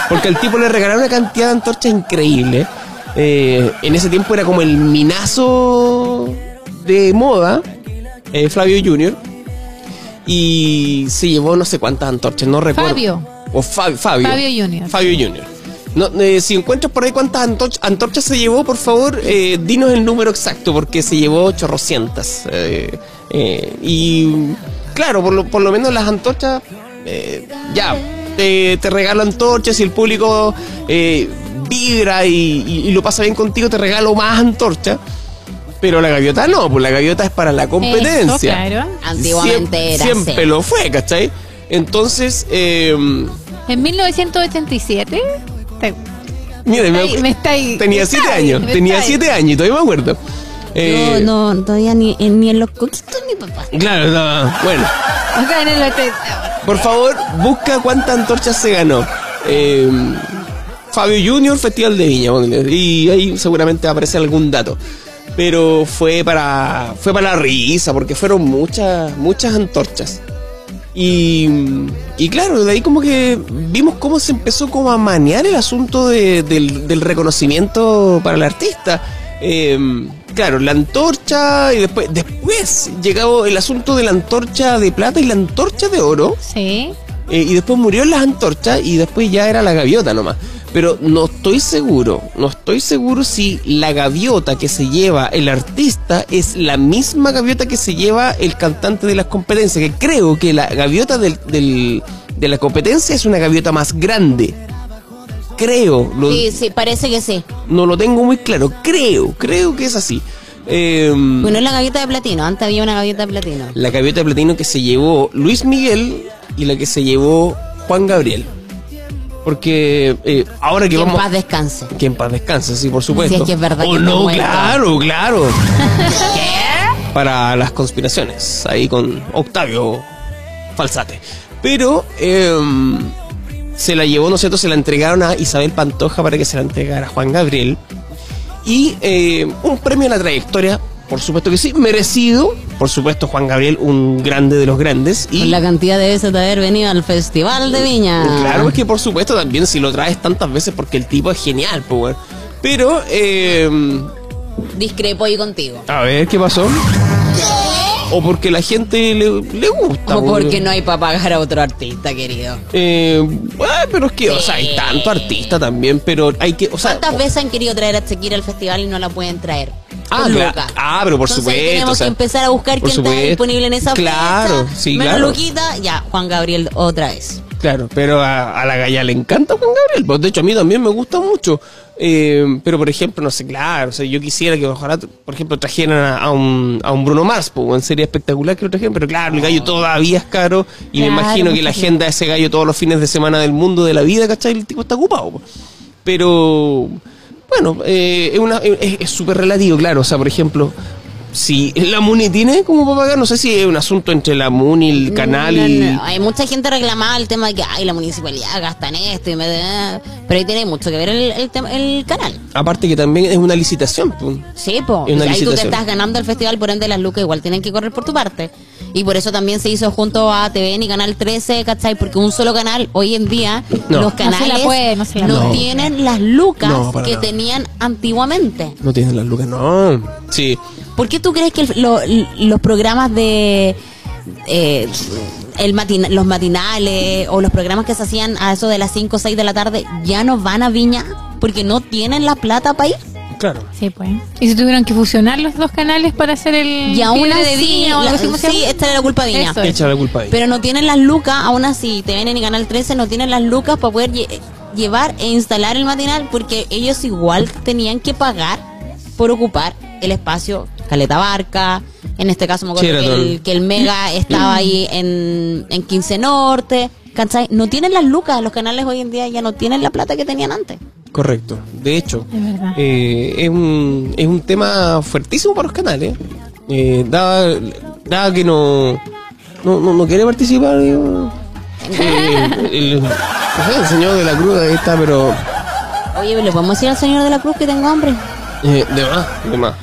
[SPEAKER 3] Porque al tipo le regalaron una cantidad de antorchas increíble. Eh, en ese tiempo era como el minazo de moda, eh, Flavio Junior. Y se llevó no sé cuántas antorchas, no recuerdo.
[SPEAKER 4] Fabio.
[SPEAKER 3] O Fa- Fabio.
[SPEAKER 4] Fabio Junior.
[SPEAKER 3] Fabio Junior. No, eh, si encuentras por ahí cuántas antorch- antorchas se llevó, por favor, eh, dinos el número exacto, porque se llevó chorrocientas. eh, eh, y claro, por lo, por lo menos las antorchas, eh, ya, te, te regalo antorchas y el público eh, vibra y, y- y lo pasa bien contigo, te regalo más antorchas. Pero la gaviota no, pues la gaviota es para la competencia.
[SPEAKER 4] claro.
[SPEAKER 5] Antiguamente
[SPEAKER 3] Siem-
[SPEAKER 5] era
[SPEAKER 3] Siempre
[SPEAKER 5] así.
[SPEAKER 3] lo fue, ¿cachai? Entonces, eh,
[SPEAKER 4] En 1987. te-
[SPEAKER 3] Mira, me,
[SPEAKER 4] Ay, me está ahí-
[SPEAKER 3] tenía
[SPEAKER 4] me
[SPEAKER 3] siete
[SPEAKER 4] está ahí,
[SPEAKER 3] años,
[SPEAKER 4] me
[SPEAKER 3] tenía
[SPEAKER 4] está ahí.
[SPEAKER 3] siete años, todavía me acuerdo. Eh,
[SPEAKER 5] no, todavía ni, eh, ni en los coquitos mi papá.
[SPEAKER 3] Claro, no, bueno.
[SPEAKER 4] O sea, en el 80.
[SPEAKER 3] Por favor, busca cuántas antorchas se ganó. Eh, Fabio Junior, Festival de Viña, ponle. y ahí seguramente aparece algún dato. Pero fue para fue para la risa, porque fueron muchas muchas antorchas. Y, y claro, de ahí como que vimos cómo se empezó como a manear el asunto de- del, del reconocimiento para el artista. Eh, claro, la antorcha y después, después llegaba el asunto de la antorcha de plata y la antorcha de oro.
[SPEAKER 4] Sí.
[SPEAKER 3] Eh, y después murió en las antorchas y después ya era la gaviota nomás. Pero no estoy seguro, no estoy seguro si la gaviota que se lleva el artista es la misma gaviota que se lleva el cantante de las competencias. Que creo que la gaviota del- del- de la competencia es una gaviota más grande. Creo, lo,
[SPEAKER 5] Sí, sí, parece que sí.
[SPEAKER 3] no lo tengo muy claro. Creo, creo que es así. Em,
[SPEAKER 5] Bueno, es la gaviota de platino. Antes había una gaviota de platino.
[SPEAKER 3] la gaviota de platino que se llevó Luis Miguel y la que se llevó Juan Gabriel. Porque eh, ahora que
[SPEAKER 5] Que en
[SPEAKER 3] vamos.
[SPEAKER 5] paz descanse.
[SPEAKER 3] que en paz descanse, sí, por supuesto.
[SPEAKER 5] Si es que es verdad
[SPEAKER 3] Oh,
[SPEAKER 5] que está
[SPEAKER 3] no,
[SPEAKER 5] muerto.
[SPEAKER 3] claro, claro. Para las conspiraciones, ahí con Octavio Falsate. Pero em, se la llevó, ¿no es cierto? Se la entregaron a Isabel Pantoja para que se la entregara a Juan Gabriel. Y eh, un premio a la trayectoria, por supuesto que sí, merecido. Por supuesto, Juan Gabriel, un grande de los grandes. Y
[SPEAKER 5] Con la cantidad de veces de haber venido al Festival de Viña.
[SPEAKER 3] Claro, es que por supuesto también si lo traes tantas veces porque el tipo es genial, pues, weón. Pero, eh,
[SPEAKER 5] Discrepo ahí contigo.
[SPEAKER 3] a ver, ¿qué pasó? O porque la gente le, le gusta.
[SPEAKER 5] O
[SPEAKER 3] weón.
[SPEAKER 5] porque no hay para pagar a otro artista, querido.
[SPEAKER 3] Eh, ah, pero es que, o sea, hay
[SPEAKER 5] Sí.
[SPEAKER 3] tanto artista también, pero hay que, o sea...
[SPEAKER 5] ¿Cuántas
[SPEAKER 3] o-
[SPEAKER 5] veces han querido traer a Shakira al festival y no la pueden traer?
[SPEAKER 3] Ah,
[SPEAKER 5] Por
[SPEAKER 3] cla-
[SPEAKER 5] loca.
[SPEAKER 3] ah, pero por
[SPEAKER 5] Entonces,
[SPEAKER 3] supuesto,
[SPEAKER 5] Tenemos
[SPEAKER 3] o sea,
[SPEAKER 5] que empezar a buscar
[SPEAKER 3] por
[SPEAKER 5] quién está
[SPEAKER 3] supuesto.
[SPEAKER 5] disponible en esa
[SPEAKER 3] Claro,
[SPEAKER 5] fecha.
[SPEAKER 3] sí,
[SPEAKER 5] Menos
[SPEAKER 3] claro.
[SPEAKER 5] Luquita, ya, Juan Gabriel otra vez.
[SPEAKER 3] Claro, pero a, a la galla le encanta Juan Gabriel. pues, de hecho, a mí también me gusta mucho. Eh, pero, por ejemplo, no sé, claro, o sea, yo quisiera que ojalá, por ejemplo, trajeran a, a un, a un Bruno Mars, pues, bueno, sería espectacular que lo trajeran, pero claro, el gallo
[SPEAKER 5] Ah.
[SPEAKER 3] todavía es caro y me
[SPEAKER 4] Claro,
[SPEAKER 3] imagino que
[SPEAKER 4] mucho
[SPEAKER 3] la
[SPEAKER 4] tiempo.
[SPEAKER 3] agenda de ese gallo todos los fines de semana del mundo de la vida, ¿cachai? El tipo está ocupado. pues. Pero, bueno, eh, es una- es es súper relativo, claro, o sea, por ejemplo... Si la MUNI tiene como para pagar, no sé si es un asunto entre la MUNI, el canal
[SPEAKER 5] Mm, No,
[SPEAKER 3] y...
[SPEAKER 5] no, no. Hay mucha gente reclamada el tema de que, ay, la municipalidad gasta en esto y me... Pero ahí tiene mucho que ver el, el, tema- el canal.
[SPEAKER 3] Aparte que también es una licitación. pu.
[SPEAKER 5] Sí, po.
[SPEAKER 3] Es una
[SPEAKER 5] ahí tú te
[SPEAKER 3] licitación.
[SPEAKER 5] estás ganando el festival, por ende las lucas igual tienen que correr por tu parte. Y por eso también se hizo junto a TVN y Canal 13, ¿cachai? Porque un solo canal, hoy en día,
[SPEAKER 3] No.
[SPEAKER 5] los
[SPEAKER 3] No
[SPEAKER 4] se la
[SPEAKER 5] canales
[SPEAKER 4] puede, no se la puede.
[SPEAKER 5] tienen las lucas
[SPEAKER 3] No, para
[SPEAKER 5] que
[SPEAKER 3] nada.
[SPEAKER 5] tenían antiguamente.
[SPEAKER 3] No tienen las lucas, no. Sí.
[SPEAKER 5] ¿Por qué tú crees que el- lo- los programas de... eh, el matina- los matinales o los programas que se hacían a eso de las 5 o 6 de la tarde ya no van a Viña porque no tienen la plata para ir?
[SPEAKER 3] Claro.
[SPEAKER 4] Sí, pues. Y se tuvieron que fusionar los dos canales para hacer el.
[SPEAKER 5] Y aún
[SPEAKER 4] Fiebre
[SPEAKER 5] así,
[SPEAKER 4] Mm, de Viña o algo
[SPEAKER 5] la-
[SPEAKER 4] así, ¿cómo se
[SPEAKER 5] sí,
[SPEAKER 4] llama?
[SPEAKER 5] esta era la culpa de Viña.
[SPEAKER 4] Eso es.
[SPEAKER 3] Echa la culpa ahí.
[SPEAKER 5] Pero no tienen las lucas, aún así, TVN y Canal 13 no tienen las lucas para poder lle- llevar e instalar el matinal porque ellos igual tenían que pagar por ocupar el espacio Caleta Barca. En este caso me acuerdo que
[SPEAKER 3] Sheraton.
[SPEAKER 5] el, que el Mega estaba ahí en, en 15 Norte. ¿cachai? No tienen las lucas, los canales hoy en día ya no tienen la plata que tenían antes.
[SPEAKER 3] Correcto. De hecho,
[SPEAKER 4] Es verdad.
[SPEAKER 3] eh, es, un, es un tema fuertísimo para los canales. Eh, dada, dada que no, no, no, no quiere participar. digo, eh, el, el señor de la cruda ahí está, pero
[SPEAKER 5] Oye, ¿le podemos decir al señor de la Cruz que tengo hambre?
[SPEAKER 3] Eh, de más, de más.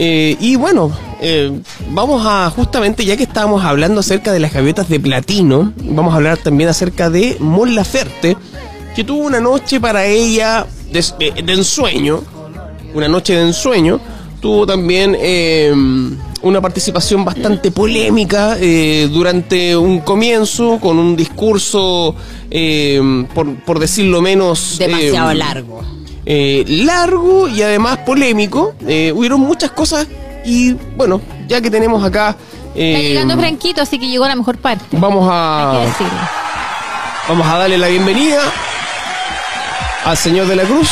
[SPEAKER 3] Eh, y bueno, eh, vamos a justamente, ya que estábamos hablando acerca de las gaviotas de platino, vamos a hablar también acerca de Mon Laferte, que tuvo una noche para ella de, eh, de ensueño, una noche de ensueño, tuvo también eh, una participación bastante polémica eh, durante un comienzo con un discurso, eh, por, por decirlo menos... eh,
[SPEAKER 5] Demasiado largo.
[SPEAKER 3] eh, largo y además polémico. Eh, hubieron muchas cosas y bueno, ya que tenemos acá...
[SPEAKER 4] Está
[SPEAKER 5] este-
[SPEAKER 3] eh,
[SPEAKER 4] llegando Franquito, así que llegó a la mejor parte.
[SPEAKER 3] vamos
[SPEAKER 4] Hay que
[SPEAKER 3] a,
[SPEAKER 4] decirlo.
[SPEAKER 3] vamos a darle la bienvenida al señor de la Cruz.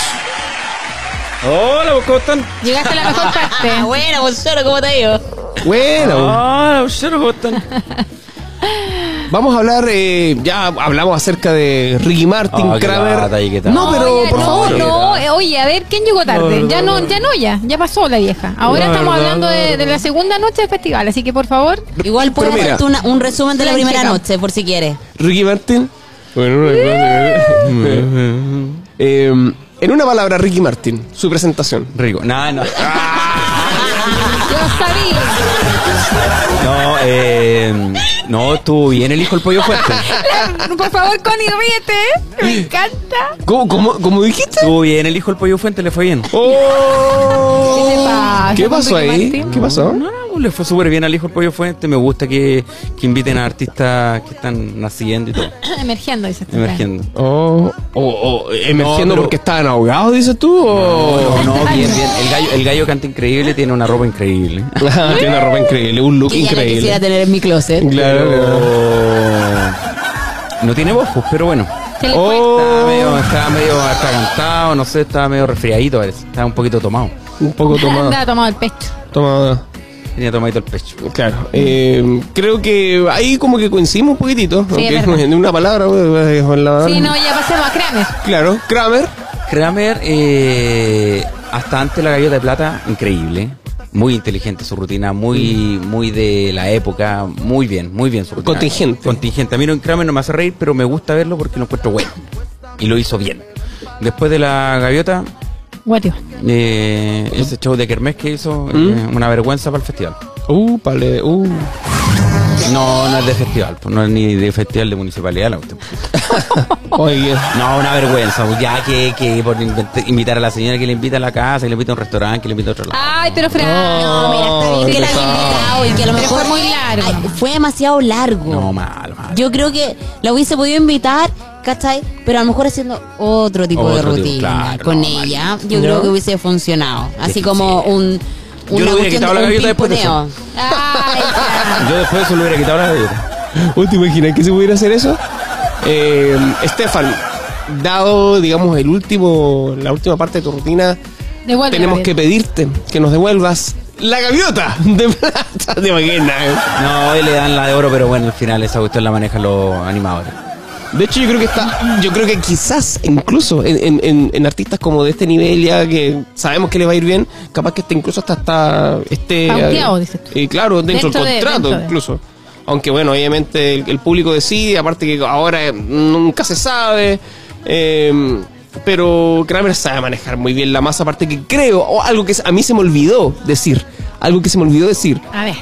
[SPEAKER 8] Hola, pues, ¿cómo están?
[SPEAKER 4] Llegaste a la mejor
[SPEAKER 5] Ah,
[SPEAKER 4] parte.
[SPEAKER 5] bueno, Bolsonaro, ¿cómo te digo?
[SPEAKER 3] Bueno,
[SPEAKER 8] Hola, Bolsero, ¿cómo Ah, están?
[SPEAKER 3] vamos a hablar, eh, ya hablamos acerca de Ricky Martin,
[SPEAKER 8] Ah, qué
[SPEAKER 3] Kramer.
[SPEAKER 8] lata y qué tal.
[SPEAKER 3] no, pero
[SPEAKER 4] Oye,
[SPEAKER 3] por
[SPEAKER 4] no,
[SPEAKER 3] favor.
[SPEAKER 4] No, eh, oye, a ver, ¿quién llegó tarde?
[SPEAKER 8] No,
[SPEAKER 4] ya no, ya no, ya. Ya pasó la vieja. Ahora
[SPEAKER 8] La
[SPEAKER 4] estamos
[SPEAKER 8] verdad,
[SPEAKER 4] hablando de,
[SPEAKER 8] no.
[SPEAKER 4] de la segunda noche del festival, así que por favor.
[SPEAKER 5] Igual puedes
[SPEAKER 3] mira.
[SPEAKER 5] hacerte una- un resumen de la primera noche, por si quieres.
[SPEAKER 3] Ricky Martin. Bueno, una cosa que- Eh, en una palabra, Ricky Martin, su presentación.
[SPEAKER 8] Rico. Nada, no.
[SPEAKER 4] Yo sabía.
[SPEAKER 8] No, eh, no, estuvo bien el hijo del pollo fuerte.
[SPEAKER 4] Por favor, Connie, ríete. ¿eh? Me encanta.
[SPEAKER 3] ¿Cómo, cómo, cómo dijiste?
[SPEAKER 8] Estuvo bien el hijo del pollo fuente, le fue bien.
[SPEAKER 3] Oh.
[SPEAKER 4] ¿Qué te pasa
[SPEAKER 3] ¿Qué
[SPEAKER 4] con
[SPEAKER 3] pasó
[SPEAKER 4] Ricky
[SPEAKER 3] ahí?
[SPEAKER 4] Martin?
[SPEAKER 3] ¿Qué pasó?
[SPEAKER 8] No, no, le fue súper bien al hijo del pollo fuente. Me gusta que, que inviten a artistas que están naciendo y todo,
[SPEAKER 4] Emergiendo, este dices tú.
[SPEAKER 8] emergiendo.
[SPEAKER 3] Oh, oh, oh, emergiendo
[SPEAKER 8] No, pero-
[SPEAKER 3] porque estaban ahogados, dices tú. o-
[SPEAKER 8] No, no, bien, bien. El gallo, el gallo canta increíble, tiene una ropa increíble.
[SPEAKER 3] Ah, Tiene una ropa increíble, un look
[SPEAKER 5] Que ya la quisiera
[SPEAKER 3] increíble.
[SPEAKER 5] tener en mi closet.
[SPEAKER 3] Claro, claro.
[SPEAKER 8] No tiene bofos, pero bueno.
[SPEAKER 4] ¿Qué le
[SPEAKER 3] Oh.
[SPEAKER 8] Estaba medio, estaba medio hasta cantado, no sé, estaba medio resfriadito, parece. Estaba un poquito tomado.
[SPEAKER 3] Un poco
[SPEAKER 4] cuesta? Andaba
[SPEAKER 3] tomada.
[SPEAKER 4] Ah, tomado el pecho.
[SPEAKER 3] Tomada.
[SPEAKER 8] Tenía tomadito el pecho.
[SPEAKER 3] Claro. eh, creo que ahí como que coincidimos un poquitito. aunque
[SPEAKER 4] es verdad.
[SPEAKER 3] en una palabra. eh, eh, la-
[SPEAKER 4] Sí, no, ya pasemos a Kramer.
[SPEAKER 3] Claro. Kramer.
[SPEAKER 8] Kramer, eh, hasta antes la galleta de plata, increíble. Muy inteligente su rutina, muy muy de la época, muy bien, muy bien su rutina.
[SPEAKER 3] Contingente.
[SPEAKER 8] Contingente. A mí no, Kramer no me hace reír, pero me gusta verlo porque lo encuentro bueno. Y lo hizo bien. Después de la gaviota,
[SPEAKER 4] Guatio.
[SPEAKER 8] eh, ese show de Kermés que hizo, eh, una vergüenza para el festival.
[SPEAKER 3] Uh, pale. Uh.
[SPEAKER 8] No, no es de festival, pues, no es ni de festival de municipalidad la cuestión.
[SPEAKER 3] Oye.
[SPEAKER 8] No, una vergüenza, pues, ya que, que por invent- invitar a la señora que le invita a la casa, que le invita a un restaurante, que le invita a otro lado.
[SPEAKER 4] Ay, pero Fran.
[SPEAKER 5] No, mira, está
[SPEAKER 8] Oh,
[SPEAKER 5] bien que la
[SPEAKER 4] Pesado.
[SPEAKER 5] hayan invitado y que a lo
[SPEAKER 4] Pero
[SPEAKER 5] mejor.
[SPEAKER 4] fue muy largo.
[SPEAKER 5] Ay, fue demasiado largo.
[SPEAKER 8] No, mal, mal.
[SPEAKER 5] Yo creo que la hubiese podido invitar, ¿cachai? Pero a lo mejor haciendo otro tipo de
[SPEAKER 8] Otro tipo,
[SPEAKER 5] rutina
[SPEAKER 8] claro,
[SPEAKER 5] con
[SPEAKER 8] no,
[SPEAKER 5] ella. Yo creo que hubiese funcionado. Así como un.
[SPEAKER 8] Yo le hubiera quitado la galleta después de eso.
[SPEAKER 5] pimponeo.
[SPEAKER 4] Ay, ya.
[SPEAKER 8] Yo después de eso le hubiera quitado la galleta.
[SPEAKER 3] ¿Vos te imaginas que se pudiera hacer eso? Eh, Estefan, dado, digamos, el último, la última parte de tu rutina,
[SPEAKER 4] Devuelve,
[SPEAKER 3] tenemos
[SPEAKER 4] Gabriel.
[SPEAKER 3] que pedirte que nos devuelvas la gaviota de plata. ¿Te imaginas? eh?
[SPEAKER 8] No, hoy le dan la de oro, pero bueno, al final esa cuestión la manejan los animadores.
[SPEAKER 3] De hecho, yo creo que está, yo creo que quizás, incluso en, en- en- en artistas como de este nivel, ya que sabemos que le va a ir bien, capaz que este incluso hasta está, esté...
[SPEAKER 4] Pauteado, dices tú.
[SPEAKER 3] Eh, claro, dentro,
[SPEAKER 4] Dentro
[SPEAKER 3] del
[SPEAKER 4] de-
[SPEAKER 3] contrato,
[SPEAKER 4] dentro de.
[SPEAKER 3] incluso. Aunque bueno, obviamente el, el público decide, aparte que ahora eh, nunca se sabe. eh, pero Kramer sabe manejar muy bien la masa, aparte que creo, o algo que a mí se me olvidó decir, algo que se me olvidó decir,
[SPEAKER 4] A ver.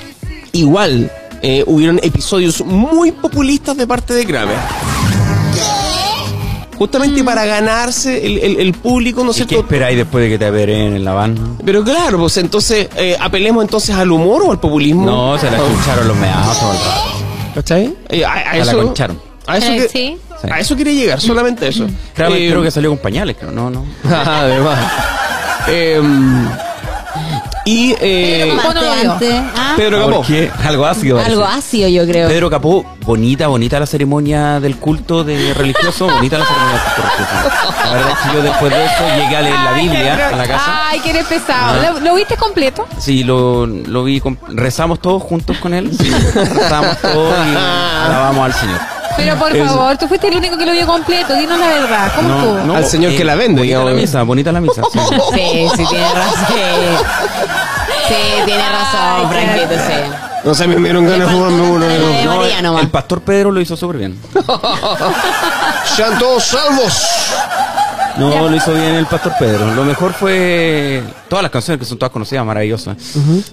[SPEAKER 3] igual eh, hubieron episodios muy populistas de parte de Kramer. Justamente
[SPEAKER 4] Mm.
[SPEAKER 3] para ganarse el, el- el público, ¿no es
[SPEAKER 8] ¿Y qué
[SPEAKER 3] cierto?
[SPEAKER 8] esperáis después de que te aperen en la van?
[SPEAKER 3] Pero claro, pues entonces, eh, apelemos entonces al humor o al populismo.
[SPEAKER 8] No, se la
[SPEAKER 3] Ah,
[SPEAKER 8] escucharon los meados todo el rato.
[SPEAKER 3] ¿Cachai? Eh, a, a
[SPEAKER 8] Se la
[SPEAKER 3] eso,
[SPEAKER 8] concharon. Mm.
[SPEAKER 3] A eso,
[SPEAKER 4] Eh,
[SPEAKER 3] que-
[SPEAKER 4] sí.
[SPEAKER 3] a eso quiere llegar, solamente eso.
[SPEAKER 8] Kramer
[SPEAKER 3] Eh,
[SPEAKER 8] creo que salió con pañales, creo. No, no.
[SPEAKER 3] Además. Em, y eh,
[SPEAKER 4] Pedro Capó no lo vio.
[SPEAKER 5] Antes, ¿ah?
[SPEAKER 3] Pedro Capó.
[SPEAKER 8] Porque algo ácido. parece.
[SPEAKER 5] Algo ácido, yo creo.
[SPEAKER 8] Pedro Capó, bonita, bonita la ceremonia del culto de religioso, bonita la ceremonia del culto religioso. La verdad es que yo después de eso llegué a leer la Biblia a la casa.
[SPEAKER 4] Ay, que eres pesado.
[SPEAKER 8] Ah.
[SPEAKER 4] ¿Lo, lo viste completo?
[SPEAKER 8] Sí, lo, lo vi, con- rezamos todos juntos con él. Rezamos todos y alabamos al Señor.
[SPEAKER 4] Pero por favor, tú fuiste el único que lo vio completo. Dinos la verdad. ¿Cómo estuvo?
[SPEAKER 3] Al Señor que la vende,
[SPEAKER 8] Bonita
[SPEAKER 3] digamos.
[SPEAKER 8] la misa, bonita la misa. sí.
[SPEAKER 5] Sí, sí, tiene razón. Sí, Sí, tiene razón,
[SPEAKER 4] Ay, qué
[SPEAKER 5] Franquito, sí.
[SPEAKER 3] no sé, me dieron ganas de fumarme uno.
[SPEAKER 5] Le faltó
[SPEAKER 3] eh.
[SPEAKER 5] Eh, María nomás.
[SPEAKER 8] el pastor Pedro lo hizo súper bien.
[SPEAKER 3] Sean todos salvos.
[SPEAKER 8] No,
[SPEAKER 4] Ya.
[SPEAKER 8] lo hizo bien el Pastor Pedro. Lo mejor fue todas las canciones que son todas conocidas, maravillosas.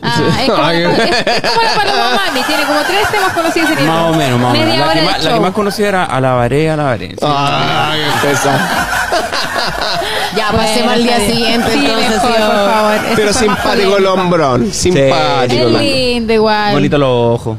[SPEAKER 4] Ah, es, como,
[SPEAKER 8] Ay, eh.
[SPEAKER 4] es como la Paloma Mami, tiene como tres temas conocidos en
[SPEAKER 8] Más o menos, más o menos.
[SPEAKER 4] Media
[SPEAKER 8] La que
[SPEAKER 4] hora
[SPEAKER 8] más,
[SPEAKER 4] de
[SPEAKER 8] la que
[SPEAKER 4] show.
[SPEAKER 8] más conocida era Alabaré, Alabaré. sí.
[SPEAKER 3] Ay, empezar.
[SPEAKER 5] Ya, Ah, pasemos al día
[SPEAKER 4] está bien.
[SPEAKER 5] siguiente
[SPEAKER 4] Sí,
[SPEAKER 5] entonces.
[SPEAKER 4] mejor,
[SPEAKER 5] yo-
[SPEAKER 4] por favor.
[SPEAKER 3] Pero
[SPEAKER 4] Este fue más
[SPEAKER 3] simpático el
[SPEAKER 4] polémico.
[SPEAKER 3] hombrón. Simpático el
[SPEAKER 4] Es
[SPEAKER 3] hombrón.
[SPEAKER 4] lindo igual.
[SPEAKER 8] Bonito los ojos.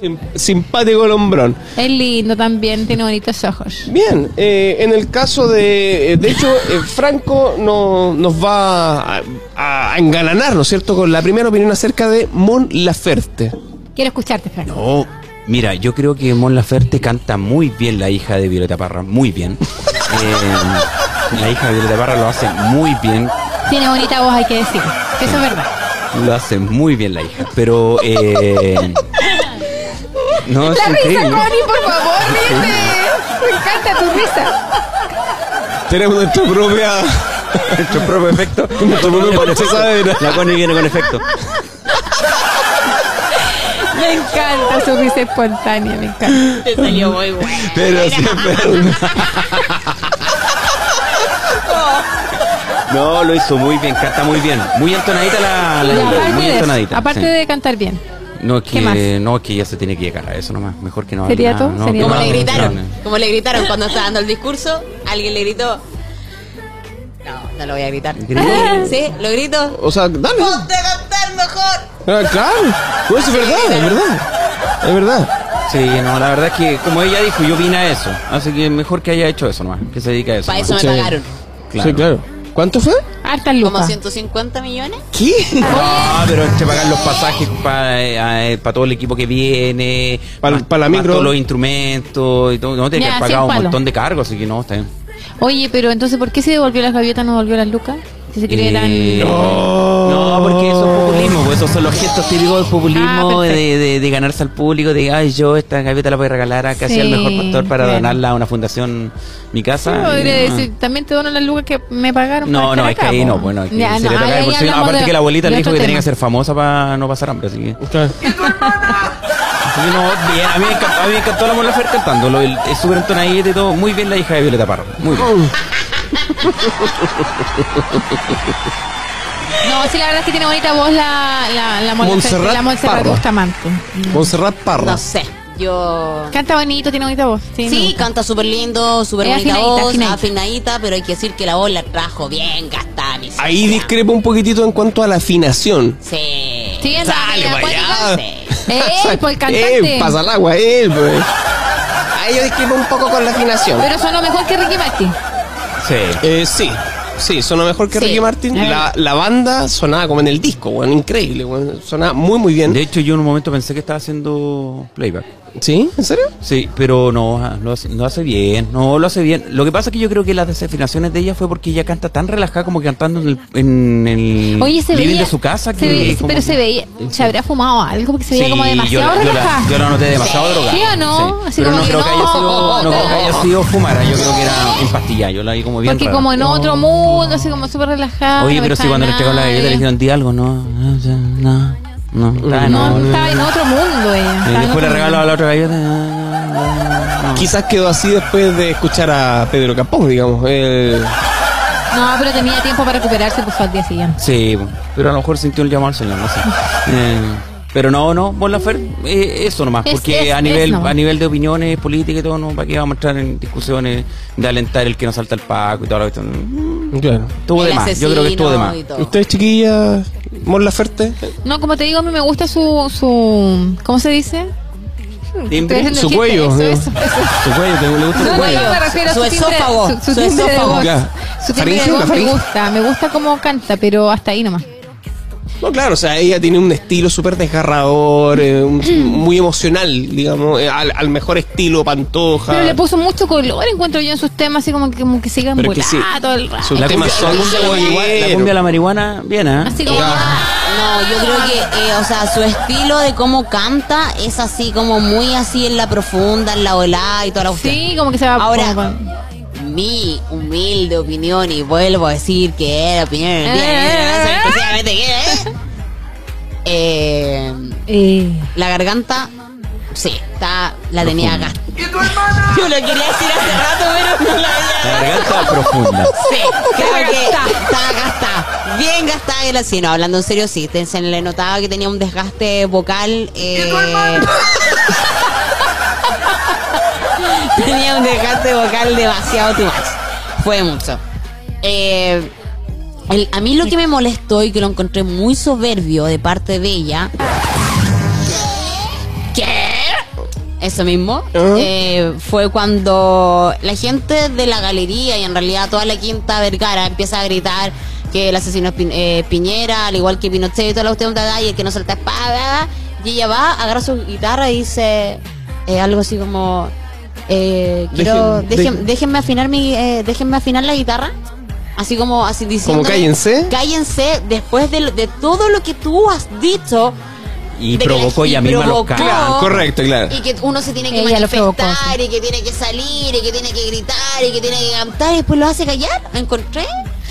[SPEAKER 3] Sim- Simpático el hombrón.
[SPEAKER 4] Es lindo también, tiene bonitos ojos.
[SPEAKER 3] Bien, eh, en el caso de. eh, De hecho, eh, Franco no- nos va a, a engalanar, ¿no es cierto?, con la primera opinión acerca de Mon Laferte.
[SPEAKER 4] Quiero escucharte, Frank.
[SPEAKER 8] No, Oh, mira, yo creo que Mon Laferte canta muy bien la hija de Violeta Parra, muy bien. Eh, la hija de Violeta Parra lo hace muy bien,
[SPEAKER 4] Tiene bonita voz, hay que decir. Eso es verdad.
[SPEAKER 8] lo hace muy bien la hija, pero... Eh, no, es increíble.
[SPEAKER 4] por favor, viste. Me encanta tu risa.
[SPEAKER 3] Tenemos nuestra propia.
[SPEAKER 8] Nuestro propio efecto.
[SPEAKER 3] Nuestro propio procesadero.
[SPEAKER 8] La Connie viene con efecto.
[SPEAKER 4] Me encanta su risa espontánea, me encanta.
[SPEAKER 5] Te salió muy bueno.
[SPEAKER 3] Pero siempre.
[SPEAKER 8] No, lo hizo muy bien, canta muy bien. Muy entonadita la, la
[SPEAKER 4] Y
[SPEAKER 8] hija,
[SPEAKER 4] aparte
[SPEAKER 8] muy
[SPEAKER 4] de,
[SPEAKER 8] entonadita.
[SPEAKER 4] aparte
[SPEAKER 8] sí.
[SPEAKER 4] de cantar bien.
[SPEAKER 8] No, es
[SPEAKER 4] ¿Qué más?
[SPEAKER 8] que, no, es que ya se tiene que llegar a eso nomás. Mejor que no hable
[SPEAKER 4] ¿Sería
[SPEAKER 8] nada,
[SPEAKER 4] todo?
[SPEAKER 8] no,
[SPEAKER 4] ¿Sería
[SPEAKER 8] que
[SPEAKER 5] Como
[SPEAKER 4] todo?
[SPEAKER 5] le
[SPEAKER 8] no hable, que no
[SPEAKER 5] gritaron,
[SPEAKER 8] hable.
[SPEAKER 5] como le gritaron cuando estaba dando el discurso, alguien le gritó. No, no lo voy a gritar.
[SPEAKER 8] ¿Gritó?
[SPEAKER 5] Sí, lo grito.
[SPEAKER 3] O sea, dale.
[SPEAKER 5] ¡Ponte a cantar mejor!
[SPEAKER 3] Ah, claro. Pues es verdad, es verdad. Es verdad.
[SPEAKER 8] Sí, no, la verdad es que, como ella dijo, yo vine a eso. Así que mejor que haya hecho eso nomás, que se dedique a eso.
[SPEAKER 5] Para
[SPEAKER 8] nomás.
[SPEAKER 5] eso me
[SPEAKER 3] Sí.
[SPEAKER 5] pagaron.
[SPEAKER 8] Claro.
[SPEAKER 3] Sí, claro. ¿Cuánto fue?
[SPEAKER 4] Harta
[SPEAKER 5] Como
[SPEAKER 4] lupa.
[SPEAKER 5] 150 millones.
[SPEAKER 3] ¿Qué? Ah,
[SPEAKER 8] No, pero hay que
[SPEAKER 3] este
[SPEAKER 8] pagar los pasajes para todo el equipo que viene,
[SPEAKER 3] Pa-
[SPEAKER 8] más-
[SPEAKER 3] pa la
[SPEAKER 8] más
[SPEAKER 3] micro.
[SPEAKER 8] todos los instrumentos y todo. No, tiene que
[SPEAKER 4] Ya,
[SPEAKER 8] haber
[SPEAKER 4] cien
[SPEAKER 8] pagado un
[SPEAKER 4] palos.
[SPEAKER 8] montón de cargos, así que no, está bien.
[SPEAKER 4] Oye, pero entonces, ¿por qué se devolvió las gaviotas, no devolvió las lucas? Si se
[SPEAKER 8] Eh,
[SPEAKER 4] creerán.
[SPEAKER 8] No, porque eso es populismo, pues esos son los gestos típicos del populismo
[SPEAKER 4] Ah,
[SPEAKER 8] de,
[SPEAKER 4] perfecto.
[SPEAKER 8] de- de ganarse al público, de ay yo esta gaveta la voy a regalar a casi
[SPEAKER 4] Sí,
[SPEAKER 8] al mejor pastor para
[SPEAKER 4] claro.
[SPEAKER 8] donarla a una fundación mi
[SPEAKER 4] Sí,
[SPEAKER 8] casa.
[SPEAKER 4] podría
[SPEAKER 8] No.
[SPEAKER 4] decir, también te dono las lucas que me pagaron.
[SPEAKER 8] No,
[SPEAKER 4] para
[SPEAKER 8] no,
[SPEAKER 4] estar
[SPEAKER 8] es que
[SPEAKER 4] acá,
[SPEAKER 8] ahí
[SPEAKER 4] po.
[SPEAKER 8] no, bueno, es que
[SPEAKER 4] Ya,
[SPEAKER 8] se
[SPEAKER 4] no, ahí-
[SPEAKER 8] le ataca de
[SPEAKER 4] ahí
[SPEAKER 8] por sí.
[SPEAKER 4] hablamos
[SPEAKER 8] Aparte
[SPEAKER 4] de-
[SPEAKER 8] que la abuelita
[SPEAKER 4] de
[SPEAKER 8] le dijo que
[SPEAKER 4] otro
[SPEAKER 8] tenía que
[SPEAKER 4] tema.
[SPEAKER 8] ser famosa para no pasar hambre, así que. Así que no, bien, a mí me encantó, a mí me encantó la Mon Laferte cantando, lo- el- es súper entonadita y todo, muy bien la hija de Violeta Parra, muy bien.
[SPEAKER 4] No, sí, la verdad es que tiene bonita voz la, la, la Mon-
[SPEAKER 3] Montserrat
[SPEAKER 4] la Montserrat
[SPEAKER 3] Parra.
[SPEAKER 4] Bustamante.
[SPEAKER 3] Monserrat Parra.
[SPEAKER 5] No sé. Yo.
[SPEAKER 4] Canta bonito, tiene bonita voz. Sí, me
[SPEAKER 5] Sí,
[SPEAKER 4] gusta.
[SPEAKER 5] canta súper lindo, súper
[SPEAKER 4] Es
[SPEAKER 5] bonita
[SPEAKER 4] afinadita,
[SPEAKER 5] voz,
[SPEAKER 4] afinadita.
[SPEAKER 5] afinadita. pero hay que decir que la voz la trajo bien gastada. ni
[SPEAKER 3] Ahí
[SPEAKER 5] siquiera.
[SPEAKER 3] discrepo un poquitito en cuanto a la afinación.
[SPEAKER 5] Sí.
[SPEAKER 4] Sí, es
[SPEAKER 3] Dale,
[SPEAKER 4] la- la
[SPEAKER 3] vaya.
[SPEAKER 4] acuática.
[SPEAKER 5] Sí.
[SPEAKER 4] Él, pues, el cantante.
[SPEAKER 3] Eh, pasa el agua, él, pues. Ahí yo discrepo un poco con la afinación.
[SPEAKER 4] Pero sonó mejor que Ricky Martin.
[SPEAKER 8] Sí.
[SPEAKER 3] Eh, sí, sí, sonó mejor que
[SPEAKER 5] Sí.
[SPEAKER 3] Ricky Martin.
[SPEAKER 4] Eh.
[SPEAKER 3] La, la banda sonaba como en el disco, weón, increíble, weón. Sonaba muy, muy bien.
[SPEAKER 8] De hecho yo en un momento pensé que estaba haciendo playback.
[SPEAKER 3] ¿Sí? ¿En serio?
[SPEAKER 8] Sí, pero no, ah, lo hace, lo hace bien, no lo hace bien. Lo que pasa es que yo creo que las desafinaciones de ella fue porque ella canta tan relajada como que cantando en el, en el
[SPEAKER 4] Oye, se
[SPEAKER 8] living
[SPEAKER 4] veía.
[SPEAKER 8] Mm. de su casa.
[SPEAKER 4] se
[SPEAKER 8] que
[SPEAKER 4] veía-
[SPEAKER 8] como
[SPEAKER 4] pero
[SPEAKER 8] que-
[SPEAKER 4] se veía. Se habrá fumado algo porque se veía
[SPEAKER 8] Sí,
[SPEAKER 4] como demasiado
[SPEAKER 8] yo, la- yo
[SPEAKER 4] relajada.
[SPEAKER 8] la, yo la noté demasiado drogada.
[SPEAKER 4] ¿Sí o no? Así
[SPEAKER 8] pero
[SPEAKER 4] como
[SPEAKER 8] no
[SPEAKER 4] que
[SPEAKER 8] creo que haya
[SPEAKER 4] no,
[SPEAKER 8] sido, no
[SPEAKER 4] no.
[SPEAKER 8] creo que haya sido fumar, yo creo que era en pastilla, yo la vi como bien
[SPEAKER 4] Porque
[SPEAKER 8] rara.
[SPEAKER 4] como en otro mundo, así como súper relajada.
[SPEAKER 8] Oye,
[SPEAKER 4] no
[SPEAKER 8] pero si
[SPEAKER 4] pesaba
[SPEAKER 8] cuando le entregaron la
[SPEAKER 4] nada,
[SPEAKER 8] bebida le dijeron, di algo, no, no, ya, no, no, ah,
[SPEAKER 4] No,
[SPEAKER 8] no, no.
[SPEAKER 4] estaba en otro mundo ella.
[SPEAKER 8] Y
[SPEAKER 4] estaba en
[SPEAKER 8] después le
[SPEAKER 4] otro
[SPEAKER 8] regaló
[SPEAKER 4] mundo.
[SPEAKER 8] a la otra galleta. ah, no, no.
[SPEAKER 3] Quizás quedó así después de escuchar a Pedro Capó, digamos. Eh,
[SPEAKER 4] No, pero tenía tiempo para recuperarse, puso al día siguiente.
[SPEAKER 8] Sí, pero a lo mejor sintió el llamado al Señor, no sé. Eh, pero no, no, Bon Lafer, eh, eso nomás,
[SPEAKER 4] Es-
[SPEAKER 8] porque
[SPEAKER 4] es-
[SPEAKER 8] a nivel
[SPEAKER 4] es nomás.
[SPEAKER 8] a nivel de opiniones políticas y todo, no, para qué vamos a entrar en discusiones de alentar el que no salta el paco y todo lo que
[SPEAKER 3] claro.
[SPEAKER 8] Estuvo
[SPEAKER 5] El
[SPEAKER 8] de más, yo creo que estuvo de más.
[SPEAKER 5] asesino y todo.
[SPEAKER 3] ¿Ustedes, chiquillas, Mon Laferte?
[SPEAKER 4] No, como te digo, a mí me gusta su. su ¿Cómo se dice? Estoy
[SPEAKER 8] Timbre,
[SPEAKER 4] haciendo
[SPEAKER 3] su
[SPEAKER 4] chiste,
[SPEAKER 3] cuello,
[SPEAKER 4] eso,
[SPEAKER 3] eh.
[SPEAKER 4] eso, eso.
[SPEAKER 3] Su cuello, te- le gusta
[SPEAKER 4] No,
[SPEAKER 3] su
[SPEAKER 4] no,
[SPEAKER 3] cuello.
[SPEAKER 4] no, me refiero
[SPEAKER 5] Su
[SPEAKER 4] a su timbre-
[SPEAKER 5] esófago,
[SPEAKER 4] Su, su
[SPEAKER 5] su
[SPEAKER 4] timbre de
[SPEAKER 5] esófago.
[SPEAKER 4] voz.
[SPEAKER 3] Ya.
[SPEAKER 4] Su timbre de
[SPEAKER 3] ¿Faringe?
[SPEAKER 4] voz
[SPEAKER 3] ¿La
[SPEAKER 4] me
[SPEAKER 3] faringe?
[SPEAKER 4] gusta, me gusta cómo canta, pero hasta ahí nomás.
[SPEAKER 3] No, claro, o sea, ella tiene un estilo súper desgarrador, eh, un- muy emocional, digamos, eh, al, al mejor estilo Pantoja.
[SPEAKER 4] Pero le puso mucho color, encuentro yo en sus temas, así como que, como que sigan
[SPEAKER 3] Pero es que sí,
[SPEAKER 4] volando ah, todo el rato.
[SPEAKER 3] sus
[SPEAKER 8] La
[SPEAKER 3] temas
[SPEAKER 8] cumbia-
[SPEAKER 3] son
[SPEAKER 8] la cumbia de la marihuana- la cumbia de la marihuana, bien, ¿ah?
[SPEAKER 4] Así
[SPEAKER 5] Eh,
[SPEAKER 4] como.
[SPEAKER 5] No, yo creo que, eh, o sea, su estilo de cómo canta es así como muy así en la profunda, en la volada y toda la cuestión.
[SPEAKER 4] Sí, como que se va
[SPEAKER 5] Ahora,
[SPEAKER 4] como con-
[SPEAKER 5] mi humilde opinión, y vuelvo a decir que era opinión del
[SPEAKER 4] Eh,
[SPEAKER 5] día, y no sé
[SPEAKER 4] eh,
[SPEAKER 5] específicamente qué es. Eh,
[SPEAKER 4] Eh,
[SPEAKER 5] la garganta, sí, está, la tenía gastada
[SPEAKER 7] y tu hermana.
[SPEAKER 5] Yo lo quería decir hace rato, pero no lo
[SPEAKER 8] La
[SPEAKER 5] había.
[SPEAKER 8] garganta profunda.
[SPEAKER 5] Sí, creo que está gastada. Bien gastada y la sí, no, hablando en serio, sí. te- Se le notaba que tenía un desgaste vocal. eh, tenía un desgaste vocal demasiado too much. Fue mucho. Eh, el- a mí lo que me molestó y que lo encontré muy soberbio de parte de ella. ¿Qué? Eso mismo.
[SPEAKER 3] Ah.
[SPEAKER 5] eh, fue cuando la gente de la galería y en realidad toda la quinta Vergara empieza a gritar que el asesino es Pi- eh, Piñera, al igual que Pinochet y toda la cuestión de edad, y el que no suelta espada. bla, bla. Y ella va, agarra su guitarra y dice eh, algo así como. eh, quiero,
[SPEAKER 3] Dejen-
[SPEAKER 5] dejen-
[SPEAKER 3] dejen-
[SPEAKER 5] déjenme afinar mi eh, déjenme afinar la guitarra así como así diciendo
[SPEAKER 3] cállense.
[SPEAKER 5] cállense después de, lo- de todo lo que tú has dicho
[SPEAKER 8] Y
[SPEAKER 5] De que
[SPEAKER 8] provocó
[SPEAKER 5] la- y
[SPEAKER 8] ella misma los
[SPEAKER 5] provocó.
[SPEAKER 8] carros.
[SPEAKER 5] No.
[SPEAKER 6] Correcto, claro.
[SPEAKER 5] y que uno se tiene que
[SPEAKER 4] Ella lo
[SPEAKER 5] manifestar
[SPEAKER 4] provocó,
[SPEAKER 5] y que tiene que salir y que tiene que gritar y que tiene que cantar y después lo hace callar encontré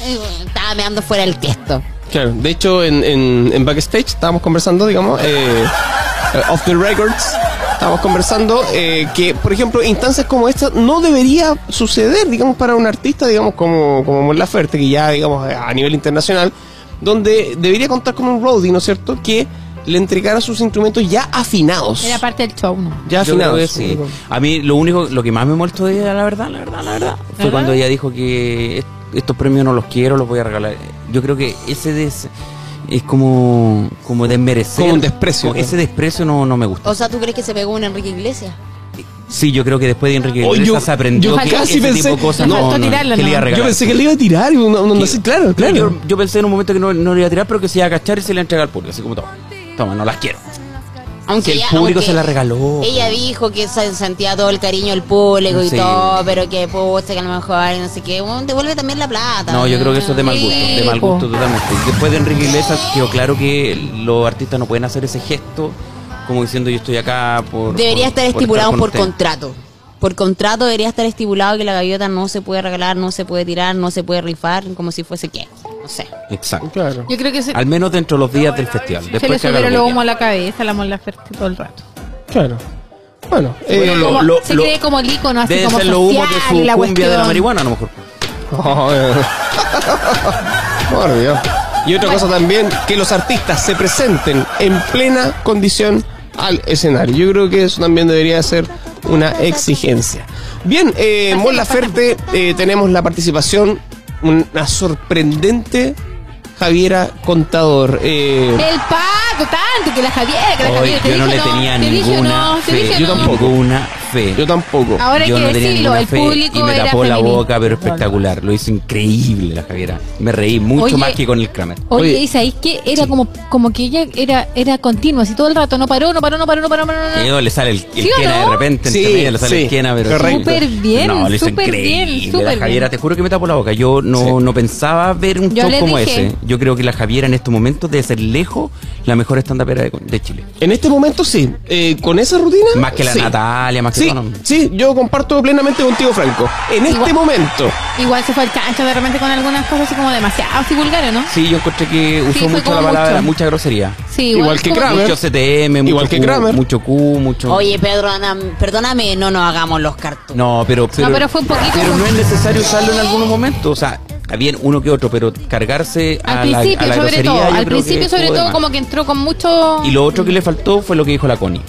[SPEAKER 5] eh, estaba meando fuera el texto
[SPEAKER 3] Claro, de hecho en, en, en backstage estábamos conversando, digamos, eh, eh, off the records, estábamos conversando eh, que, por ejemplo, instancias como esta no debería suceder, digamos, para un artista, digamos, como, como Mon Laferte, que ya, digamos, eh, a nivel internacional, donde debería contar con un roadie, ¿no es cierto?, que le entregara sus instrumentos ya afinados.
[SPEAKER 4] Era parte del show, ¿no?
[SPEAKER 3] ya
[SPEAKER 8] Yo creo
[SPEAKER 3] afinados.
[SPEAKER 8] que sí. A mí lo único, lo que más me molestó de ella, la verdad, la verdad, la verdad, fue
[SPEAKER 4] Ajá.
[SPEAKER 8] cuando ella dijo que est- estos premios no los quiero, los voy a regalar. Yo creo que ese des- es como, como desmerecer.
[SPEAKER 3] Como un desprecio,
[SPEAKER 8] Como
[SPEAKER 3] ¿no?
[SPEAKER 8] Ese desprecio no, no me gusta.
[SPEAKER 5] o sea tú crees que se pegó un Enrique Iglesias
[SPEAKER 8] Sí, yo creo que después de Enrique
[SPEAKER 3] Oh,
[SPEAKER 8] Iglesias
[SPEAKER 3] yo-
[SPEAKER 8] se aprendió
[SPEAKER 3] yo
[SPEAKER 8] que
[SPEAKER 3] casi
[SPEAKER 8] ese
[SPEAKER 3] pensé-
[SPEAKER 8] tipo de cosas
[SPEAKER 4] Le
[SPEAKER 8] no,
[SPEAKER 4] faltó
[SPEAKER 8] no,
[SPEAKER 4] tirarla,
[SPEAKER 8] que le
[SPEAKER 4] ¿no?
[SPEAKER 8] iba a
[SPEAKER 3] Yo
[SPEAKER 8] regalar.
[SPEAKER 3] pensé que le iba a tirar y no, no, no,
[SPEAKER 8] Que-
[SPEAKER 3] sí, claro, claro.
[SPEAKER 8] Yo, yo pensé en un momento que no, no le iba a tirar, pero que se iba a cachar y se le iba a entregar al público. Así como, toma, toma, no las quiero.
[SPEAKER 5] aunque
[SPEAKER 8] Que el
[SPEAKER 5] ella-
[SPEAKER 8] público
[SPEAKER 5] aunque
[SPEAKER 8] se la regaló. pues.
[SPEAKER 5] ella dijo que se sentía todo el cariño del público y
[SPEAKER 8] Sí.
[SPEAKER 5] todo pero que pucha que a lo mejor y no sé qué bueno, devuelve también la plata
[SPEAKER 8] No, yo creo que eso es de mal gusto,
[SPEAKER 4] Sí,
[SPEAKER 8] de mal
[SPEAKER 4] po.
[SPEAKER 8] gusto totalmente. Después de Enrique Iglesias quedó claro que los artistas no pueden hacer ese gesto como diciendo yo estoy acá por...
[SPEAKER 5] Debería
[SPEAKER 8] por-
[SPEAKER 5] estar estipulado por,
[SPEAKER 8] estar con usted.
[SPEAKER 5] contrato. Por contrato debería estar estipulado que la gaviota no se puede regalar, no se puede tirar, no se puede rifar, como si fuese que, no sé.
[SPEAKER 8] Exacto.
[SPEAKER 3] Claro.
[SPEAKER 4] Yo creo que se,
[SPEAKER 8] Al menos dentro de los días del festival. Después
[SPEAKER 4] se le
[SPEAKER 8] que haga lo
[SPEAKER 4] subieron
[SPEAKER 8] que
[SPEAKER 4] los
[SPEAKER 8] quiera.
[SPEAKER 4] humos a la cabeza, la Mon Laferte todo el rato.
[SPEAKER 3] Claro. Bueno, eh,
[SPEAKER 8] Bueno,
[SPEAKER 4] Como-
[SPEAKER 8] lo-
[SPEAKER 4] se
[SPEAKER 8] lo-
[SPEAKER 4] cree como el ícono, así
[SPEAKER 8] Debe
[SPEAKER 4] como
[SPEAKER 8] ser lo humo que
[SPEAKER 4] social,
[SPEAKER 8] su
[SPEAKER 4] la
[SPEAKER 8] cumbia de la
[SPEAKER 4] cuestión.
[SPEAKER 8] marihuana a lo mejor.
[SPEAKER 3] Por Dios. Y otra cosa también, que los artistas se presenten en plena condición al escenario. Yo creo que eso también debería ser una exigencia. Bien, eh, Mon Laferte, eh, tenemos la participación, una sorprendente Javiera Contador. Eh,
[SPEAKER 4] El pato, tanto que la Javiera, que la
[SPEAKER 8] Hoy
[SPEAKER 4] Javiera. te
[SPEAKER 8] yo no
[SPEAKER 4] dije
[SPEAKER 8] le tenía
[SPEAKER 4] te dije
[SPEAKER 8] ninguna
[SPEAKER 4] no, te
[SPEAKER 8] fe.
[SPEAKER 4] dije
[SPEAKER 8] Yo
[SPEAKER 4] no.
[SPEAKER 8] tampoco. Ninguna fe.
[SPEAKER 3] yo tampoco.
[SPEAKER 4] Ahora hay
[SPEAKER 8] yo
[SPEAKER 4] que
[SPEAKER 8] no tenía
[SPEAKER 4] decirlo,
[SPEAKER 8] ninguna
[SPEAKER 4] el
[SPEAKER 8] fe
[SPEAKER 4] público
[SPEAKER 8] y me
[SPEAKER 4] era
[SPEAKER 8] tapó la
[SPEAKER 4] feminista.
[SPEAKER 8] boca, pero espectacular. Lo hizo increíble la Javiera. Me reí mucho
[SPEAKER 4] Oye,
[SPEAKER 8] más que con el Kramer.
[SPEAKER 4] Oye,
[SPEAKER 3] Oye.
[SPEAKER 4] ¿y sabéis que era como, como que ella era, era continua, así todo el rato, no paró, no paró, no paró, no paró, no paró. no paró.
[SPEAKER 8] Eh, le sale el, el
[SPEAKER 4] ¿Sí o
[SPEAKER 8] quena
[SPEAKER 4] no?
[SPEAKER 8] de repente,
[SPEAKER 3] Sí,
[SPEAKER 8] entre medio le sale
[SPEAKER 3] sí,
[SPEAKER 8] el quena, pero...
[SPEAKER 3] correcto.
[SPEAKER 4] Súper bien,
[SPEAKER 8] No, le hizo
[SPEAKER 4] súper
[SPEAKER 8] increíble.
[SPEAKER 4] bien, súper
[SPEAKER 8] la
[SPEAKER 4] bien.
[SPEAKER 8] Javiera, te juro que me tapo la boca. Yo no,
[SPEAKER 3] Sí.
[SPEAKER 8] no pensaba ver un
[SPEAKER 4] Yo
[SPEAKER 8] show
[SPEAKER 4] le
[SPEAKER 8] como
[SPEAKER 4] dije.
[SPEAKER 8] ese. Yo creo que la Javiera en estos momentos debe ser lejos la mejor estandapera de, de Chile.
[SPEAKER 3] En este momento sí, Eh, con esa rutina.
[SPEAKER 8] Más que la
[SPEAKER 3] sí.
[SPEAKER 8] Natalia, más que
[SPEAKER 3] Sí,
[SPEAKER 8] todo, no.
[SPEAKER 3] sí, yo comparto plenamente contigo, Franco. En este
[SPEAKER 4] Igual-
[SPEAKER 3] momento.
[SPEAKER 4] Igual se fue al chancho de repente con algunas cosas así como demasiado así vulgares, ¿no?
[SPEAKER 8] Sí, yo encontré que usó
[SPEAKER 4] fue
[SPEAKER 8] mucho
[SPEAKER 4] como
[SPEAKER 8] la palabra,
[SPEAKER 4] mucho.
[SPEAKER 8] mucha grosería.
[SPEAKER 4] Sí,
[SPEAKER 3] Igual que
[SPEAKER 4] como-
[SPEAKER 3] Kramer.
[SPEAKER 8] Mucho CTM,
[SPEAKER 3] Igual
[SPEAKER 8] mucho
[SPEAKER 3] que
[SPEAKER 8] Q,
[SPEAKER 3] Kramer.
[SPEAKER 8] mucho Q, mucho...
[SPEAKER 5] Oye, Pedro, Ana, perdóname, no nos hagamos los cartoons.
[SPEAKER 8] No, pero...
[SPEAKER 4] No, pero fue un poquito.
[SPEAKER 8] pero no
[SPEAKER 4] como-
[SPEAKER 8] es necesario usarlo en algunos momentos. O sea, bien uno que otro, pero cargarse a
[SPEAKER 4] al
[SPEAKER 8] la-
[SPEAKER 4] principio,
[SPEAKER 8] a la,
[SPEAKER 4] sobre
[SPEAKER 8] grosería,
[SPEAKER 4] todo.
[SPEAKER 8] yo
[SPEAKER 4] Al
[SPEAKER 8] creo que
[SPEAKER 4] principio, sobre
[SPEAKER 8] estuvo de
[SPEAKER 4] todo,
[SPEAKER 8] más.
[SPEAKER 4] como que entró con mucho.
[SPEAKER 8] Y lo otro que le faltó fue lo que dijo la Connie,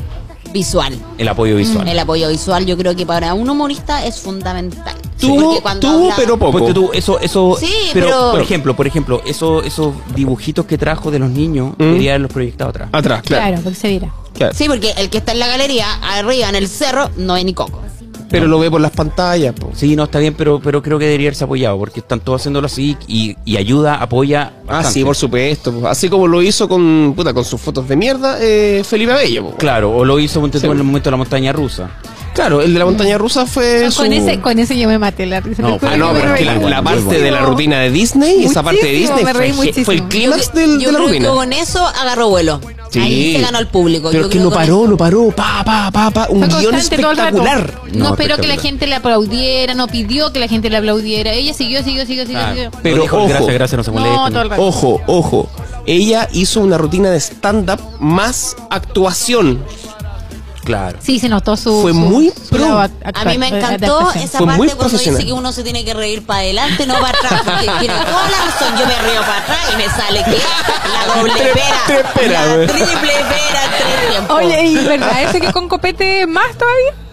[SPEAKER 5] Visual.
[SPEAKER 8] el apoyo visual.
[SPEAKER 5] El apoyo visual yo creo que para un humorista es fundamental.
[SPEAKER 3] Tuvo,
[SPEAKER 5] Porque cuando
[SPEAKER 3] tuvo
[SPEAKER 5] habla-
[SPEAKER 3] pero poco.
[SPEAKER 8] Ponte tú, eso, eso,
[SPEAKER 5] Sí,
[SPEAKER 8] pero,
[SPEAKER 5] pero-
[SPEAKER 8] por ejemplo, por ejemplo, eso, esos dibujitos que trajo de los niños,
[SPEAKER 3] Mm.
[SPEAKER 8] debería haberlos proyectado atrás.
[SPEAKER 3] Atrás,
[SPEAKER 4] Claro,
[SPEAKER 3] claro.
[SPEAKER 4] porque se viera.
[SPEAKER 3] claro.
[SPEAKER 5] Sí, porque el que está en la galería, arriba, en el cerro, no ve ni coco.
[SPEAKER 3] Pero lo ve por las pantallas, po. Ah,
[SPEAKER 8] Sí, no, está bien, pero, pero creo que debería haberse apoyado, porque están todos haciéndolo así y, y ayuda, apoya.
[SPEAKER 3] Ah,
[SPEAKER 8] bastante.
[SPEAKER 3] sí, por supuesto. po. Así como lo hizo con puta, con sus fotos de mierda, eh, Felipe Abello. po.
[SPEAKER 8] Claro, o lo hizo ponte tú,
[SPEAKER 3] Sí.
[SPEAKER 8] en el momento de la montaña rusa.
[SPEAKER 3] Claro, el de la montaña rusa fue su...
[SPEAKER 4] Con ese, con ese yo me maté la risa.
[SPEAKER 8] No,
[SPEAKER 4] Te juro
[SPEAKER 3] Ah, no,
[SPEAKER 4] que me
[SPEAKER 3] pero es que la,
[SPEAKER 4] reí.
[SPEAKER 3] la parte de la rutina de Disney, esa parte de
[SPEAKER 4] Muchísimo,
[SPEAKER 3] Disney
[SPEAKER 4] me reí
[SPEAKER 3] fue, ge- fue el
[SPEAKER 4] muchísimo.
[SPEAKER 3] clímax del-
[SPEAKER 5] yo
[SPEAKER 3] de la
[SPEAKER 5] creo
[SPEAKER 3] rutina.
[SPEAKER 5] que con eso agarró vuelo.
[SPEAKER 3] Sí.
[SPEAKER 5] Ahí se ganó el público.
[SPEAKER 3] Pero
[SPEAKER 5] Yo
[SPEAKER 3] que
[SPEAKER 5] creo
[SPEAKER 3] no
[SPEAKER 5] con
[SPEAKER 3] paró, no paró, pa, pa, pa, pa, un
[SPEAKER 4] Fue
[SPEAKER 3] guión
[SPEAKER 4] constante todo el rato.
[SPEAKER 3] espectacular.
[SPEAKER 4] No,
[SPEAKER 8] No,
[SPEAKER 4] esperó que la
[SPEAKER 8] espectacular.
[SPEAKER 4] gente le aplaudiera, no pidió que la gente le aplaudiera. Ella siguió, siguió, siguió, siguió. siguió.
[SPEAKER 3] Pero
[SPEAKER 8] Pero Ah, dijo,
[SPEAKER 3] ojo.
[SPEAKER 8] gracias, gracias, no se molesta.
[SPEAKER 4] No, todo el rato.
[SPEAKER 3] Ojo, ojo. Ella hizo una rutina de stand-up más actuación.
[SPEAKER 8] Claro.
[SPEAKER 4] Sí, se notó su.
[SPEAKER 3] Fue
[SPEAKER 4] su-
[SPEAKER 3] muy
[SPEAKER 4] su
[SPEAKER 3] pro.
[SPEAKER 4] lado act-
[SPEAKER 5] A mí me
[SPEAKER 4] actual- eh,
[SPEAKER 5] encantó
[SPEAKER 4] adaptación.
[SPEAKER 5] esa
[SPEAKER 3] Fue muy
[SPEAKER 5] parte cuando
[SPEAKER 3] profesional.
[SPEAKER 5] dice que uno se tiene que reír para adelante, no para atrás, porque tiene toda la razón. Yo me río para atrás y me sale que la doble
[SPEAKER 3] Tre-
[SPEAKER 5] pera,
[SPEAKER 3] trepera,
[SPEAKER 5] la
[SPEAKER 3] güey.
[SPEAKER 5] triple pera, tres tiempos.
[SPEAKER 4] Oye, ¿y verdad eso que con copete es más todavía?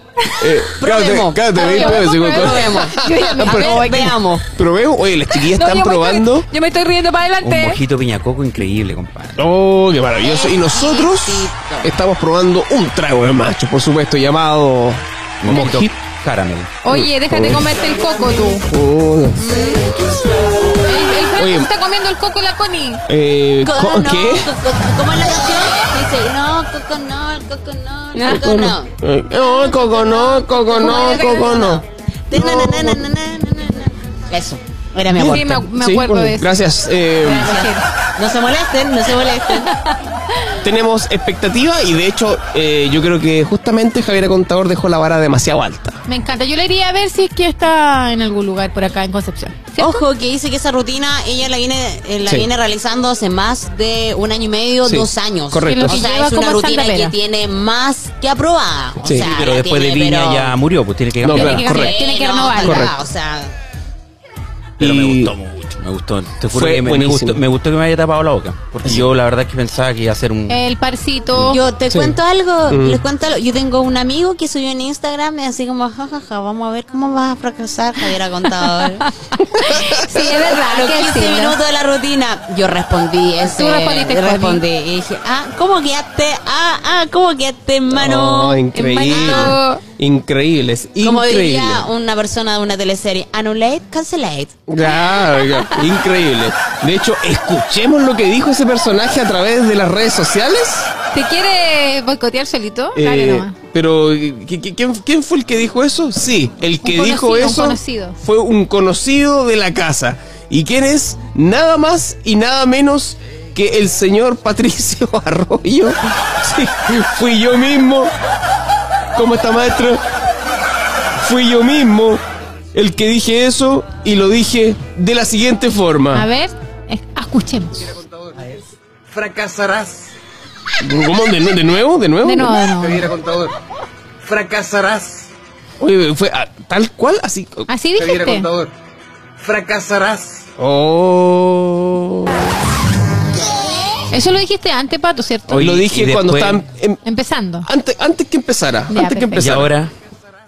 [SPEAKER 3] Eh,
[SPEAKER 5] Probemos.
[SPEAKER 3] cállate, cállate, veinte
[SPEAKER 4] Probemos,
[SPEAKER 3] veces, güey.
[SPEAKER 5] probemos.
[SPEAKER 4] Yo ya me-
[SPEAKER 3] Ah, pero-
[SPEAKER 5] a ver, veamos.
[SPEAKER 3] Probemos. Oye, las chiquillas
[SPEAKER 4] No,
[SPEAKER 3] están
[SPEAKER 4] yo me
[SPEAKER 3] probando.
[SPEAKER 4] estoy- yo me estoy riendo para
[SPEAKER 8] Un
[SPEAKER 4] adelante.
[SPEAKER 8] mojito piñacoco increíble, compadre.
[SPEAKER 3] Oh, qué maravilloso. Y nosotros estamos probando un trago de macho, por supuesto, llamado
[SPEAKER 8] Un mojito
[SPEAKER 3] mojito.
[SPEAKER 8] caramel.
[SPEAKER 5] Ah,
[SPEAKER 4] Oye, déjate comerte el coco tú.
[SPEAKER 3] Oh,
[SPEAKER 4] El, el Franco
[SPEAKER 3] Oye.
[SPEAKER 4] está comiendo el coco la Connie.
[SPEAKER 3] eh,
[SPEAKER 5] Co-
[SPEAKER 3] ¿co-
[SPEAKER 5] no,
[SPEAKER 3] ¿Qué?
[SPEAKER 5] co- co- ¿Cómo es la canción? Dice, no, coco no, el coco no, el coco no.
[SPEAKER 3] Eh, No, coco no, coco no, coco no.
[SPEAKER 5] Te- na, na, na, na, na, na, na, na. Eso, era mi amor.
[SPEAKER 4] Sí, me, me
[SPEAKER 3] Sí,
[SPEAKER 4] acuerdo
[SPEAKER 3] bueno,
[SPEAKER 4] de eso.
[SPEAKER 3] Gracias. eh,
[SPEAKER 5] No se molesten, no se molesten.
[SPEAKER 3] tenemos expectativa y de hecho eh, yo creo que justamente Javiera Contador dejó la vara demasiado alta.
[SPEAKER 4] Me encanta. Yo le iría a ver si es que está en algún lugar por acá en Concepción. ¿Cierto?
[SPEAKER 5] Ojo que dice que esa rutina ella la viene eh, la
[SPEAKER 3] Sí.
[SPEAKER 5] viene realizando hace más de un año y medio,
[SPEAKER 3] Sí,
[SPEAKER 5] dos años.
[SPEAKER 3] correcto.
[SPEAKER 5] O sea,
[SPEAKER 4] Lleva
[SPEAKER 5] es una
[SPEAKER 4] como
[SPEAKER 5] rutina
[SPEAKER 4] Santa
[SPEAKER 5] que
[SPEAKER 4] Vera.
[SPEAKER 5] tiene más que aprobada. O
[SPEAKER 3] Sí,
[SPEAKER 5] sea,
[SPEAKER 8] Pero
[SPEAKER 5] la
[SPEAKER 8] después de
[SPEAKER 5] tiene,
[SPEAKER 8] Viña
[SPEAKER 5] pero-
[SPEAKER 8] ya murió, pues tiene que
[SPEAKER 3] No, claro,
[SPEAKER 8] cambiar.
[SPEAKER 4] Tiene que cambiar,
[SPEAKER 3] correcto.
[SPEAKER 4] tiene que
[SPEAKER 5] no,
[SPEAKER 4] renovar.
[SPEAKER 5] ojalá,
[SPEAKER 3] Correcto.
[SPEAKER 5] O sea,
[SPEAKER 8] Pero me
[SPEAKER 3] Y-
[SPEAKER 8] gustó mucho. Me gustó. Te juro
[SPEAKER 3] Fue
[SPEAKER 8] que me- me,
[SPEAKER 3] buenísimo.
[SPEAKER 8] gustó, me gustó que me haya tapado la boca. Porque yo la verdad es que pensaba que iba a ser un.
[SPEAKER 5] Eh,
[SPEAKER 4] El parcito.
[SPEAKER 5] yo te
[SPEAKER 3] Sí.
[SPEAKER 5] cuento algo,
[SPEAKER 3] Mm.
[SPEAKER 5] les cuento algo. Yo tengo un amigo que subió en Instagram y así como, jajaja, vamos a ver cómo vas a fracasar, Javier ha contado.
[SPEAKER 4] sí, es verdad.
[SPEAKER 5] A los
[SPEAKER 4] que
[SPEAKER 5] 15
[SPEAKER 4] sí, ¿no?
[SPEAKER 5] minutos de la rutina, yo respondí ese.
[SPEAKER 4] Tú respondiste, Connie.
[SPEAKER 5] respondí. Y dije, ah, ¿cómo quedaste? Ah, ah, ¿cómo quedaste, hermano?
[SPEAKER 3] Oh, increíble.
[SPEAKER 4] hermano.
[SPEAKER 3] Increíbles,
[SPEAKER 5] Como
[SPEAKER 3] increíble.
[SPEAKER 5] diría una persona de una teleserie, anulate, cancelate.
[SPEAKER 3] Claro, claro, increíble. De hecho, escuchemos lo que dijo ese personaje a través de las redes sociales.
[SPEAKER 4] ¿Te quiere boicotear solito? Dale
[SPEAKER 3] Eh,
[SPEAKER 4] nomás.
[SPEAKER 3] pero, ¿qui- qui- ¿quién, quién fue el que dijo eso? Sí, el que
[SPEAKER 4] Un
[SPEAKER 3] dijo
[SPEAKER 4] conocido, un
[SPEAKER 3] eso
[SPEAKER 4] conocido.
[SPEAKER 3] fue un conocido de la casa. ¿Y quién es? Nada más y nada menos que el señor Patricio Arroyo. Sí, fui yo mismo. ¿Cómo está, maestro? Fui yo mismo el que dije eso y lo dije de la siguiente forma.
[SPEAKER 4] A ver, es- escuchemos.
[SPEAKER 3] Uh.
[SPEAKER 9] Fracasarás,
[SPEAKER 3] ¿Cómo? ¿De, nu- de nuevo? ¿De nuevo?
[SPEAKER 4] De nuevo, de nuevo.
[SPEAKER 9] Javiera Contador. Fracasarás,
[SPEAKER 3] Oye, fue ah, tal cual, así.
[SPEAKER 4] Así
[SPEAKER 9] Javiera
[SPEAKER 4] dijiste.
[SPEAKER 9] Contador. Fracasarás.
[SPEAKER 3] Oh.
[SPEAKER 4] Eso lo dijiste antes, Pato, ¿cierto?
[SPEAKER 3] Hoy lo
[SPEAKER 8] y-
[SPEAKER 3] dije
[SPEAKER 8] y
[SPEAKER 3] cuando
[SPEAKER 8] después-
[SPEAKER 3] estaban. em,
[SPEAKER 4] Empezando.
[SPEAKER 3] antes, antes que empezara.
[SPEAKER 4] Ya,
[SPEAKER 3] antes que
[SPEAKER 4] perfecto.
[SPEAKER 8] y
[SPEAKER 3] empezara.
[SPEAKER 8] ahora.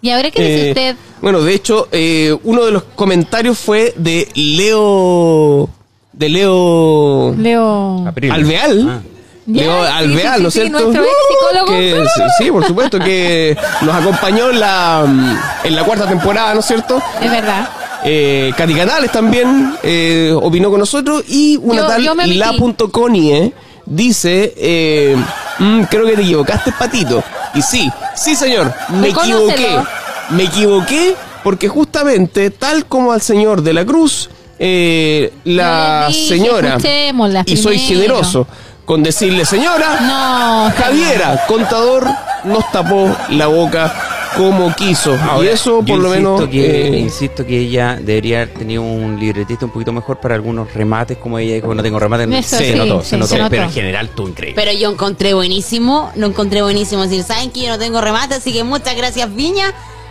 [SPEAKER 4] ¿Y ahora qué dice
[SPEAKER 3] Eh,
[SPEAKER 4] usted?
[SPEAKER 3] Bueno, de hecho, eh, uno de los comentarios fue de Leo. De Leo.
[SPEAKER 4] Leo.
[SPEAKER 8] Abril.
[SPEAKER 3] Alveal.
[SPEAKER 8] Ah.
[SPEAKER 4] Ya,
[SPEAKER 3] Leo
[SPEAKER 4] sí,
[SPEAKER 3] Alveal,
[SPEAKER 4] sí,
[SPEAKER 3] ¿no es
[SPEAKER 4] sí, sí,
[SPEAKER 3] cierto?
[SPEAKER 4] nuestro ex psicólogo.
[SPEAKER 3] Que- sí, sí, por supuesto, que nos acompañó en la, mm, en la cuarta temporada, ¿no es cierto?
[SPEAKER 4] Es verdad.
[SPEAKER 3] Eh, Katy Canales también eh, opinó con nosotros y una
[SPEAKER 4] Yo-
[SPEAKER 3] tal
[SPEAKER 4] yo me omití.
[SPEAKER 3] la.conie dice, eh, "Mm, creo que te equivocaste, Patito. Y sí, sí señor, me
[SPEAKER 4] Reconócelo.
[SPEAKER 3] equivoqué. Me equivoqué porque justamente tal como al señor de la Cruz, eh, la
[SPEAKER 4] Yo les dije,
[SPEAKER 3] señora,
[SPEAKER 4] escuchémosla
[SPEAKER 3] y soy
[SPEAKER 4] primero.
[SPEAKER 3] generoso con decirle, señora,
[SPEAKER 4] No.
[SPEAKER 8] Ah,
[SPEAKER 3] Javiera, contador, nos tapó la boca como quiso. y
[SPEAKER 8] Ahora,
[SPEAKER 3] eso
[SPEAKER 8] yo
[SPEAKER 3] por lo
[SPEAKER 8] insisto
[SPEAKER 3] menos...
[SPEAKER 8] Que,
[SPEAKER 3] eh,
[SPEAKER 8] Insisto que ella debería haber tenido un libretista un poquito mejor para algunos remates, como ella dijo, no tengo remates.
[SPEAKER 4] Eso
[SPEAKER 8] se
[SPEAKER 4] sí,
[SPEAKER 8] notó,
[SPEAKER 4] sí,
[SPEAKER 8] se notó.
[SPEAKER 4] se notó.
[SPEAKER 8] Pero en general, tú increíble.
[SPEAKER 5] Pero yo encontré buenísimo, lo encontré buenísimo. Es decir, saben que yo no tengo remate, así que muchas gracias, Viña.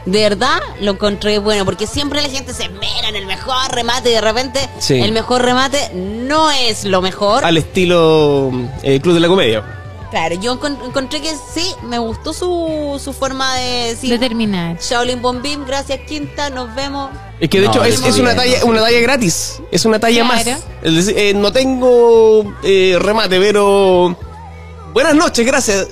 [SPEAKER 5] De verdad, lo encontré bueno, porque siempre la gente se mera en el mejor remate y de repente
[SPEAKER 3] Sí.
[SPEAKER 5] el mejor remate no es lo mejor.
[SPEAKER 3] al estilo eh, Club de la Comedia.
[SPEAKER 5] Claro, yo encon- encontré que sí, me gustó su, su forma de decir.
[SPEAKER 4] Determinar.
[SPEAKER 5] Shaolin Bombín, gracias Quinta, nos vemos.
[SPEAKER 3] Es que de
[SPEAKER 8] No,
[SPEAKER 3] hecho es,
[SPEAKER 8] no,
[SPEAKER 3] es una
[SPEAKER 8] no,
[SPEAKER 3] talla
[SPEAKER 8] no.
[SPEAKER 3] una talla gratis, es una talla
[SPEAKER 4] Claro.
[SPEAKER 3] más. Es decir, eh, no tengo eh, remate, pero buenas noches, gracias.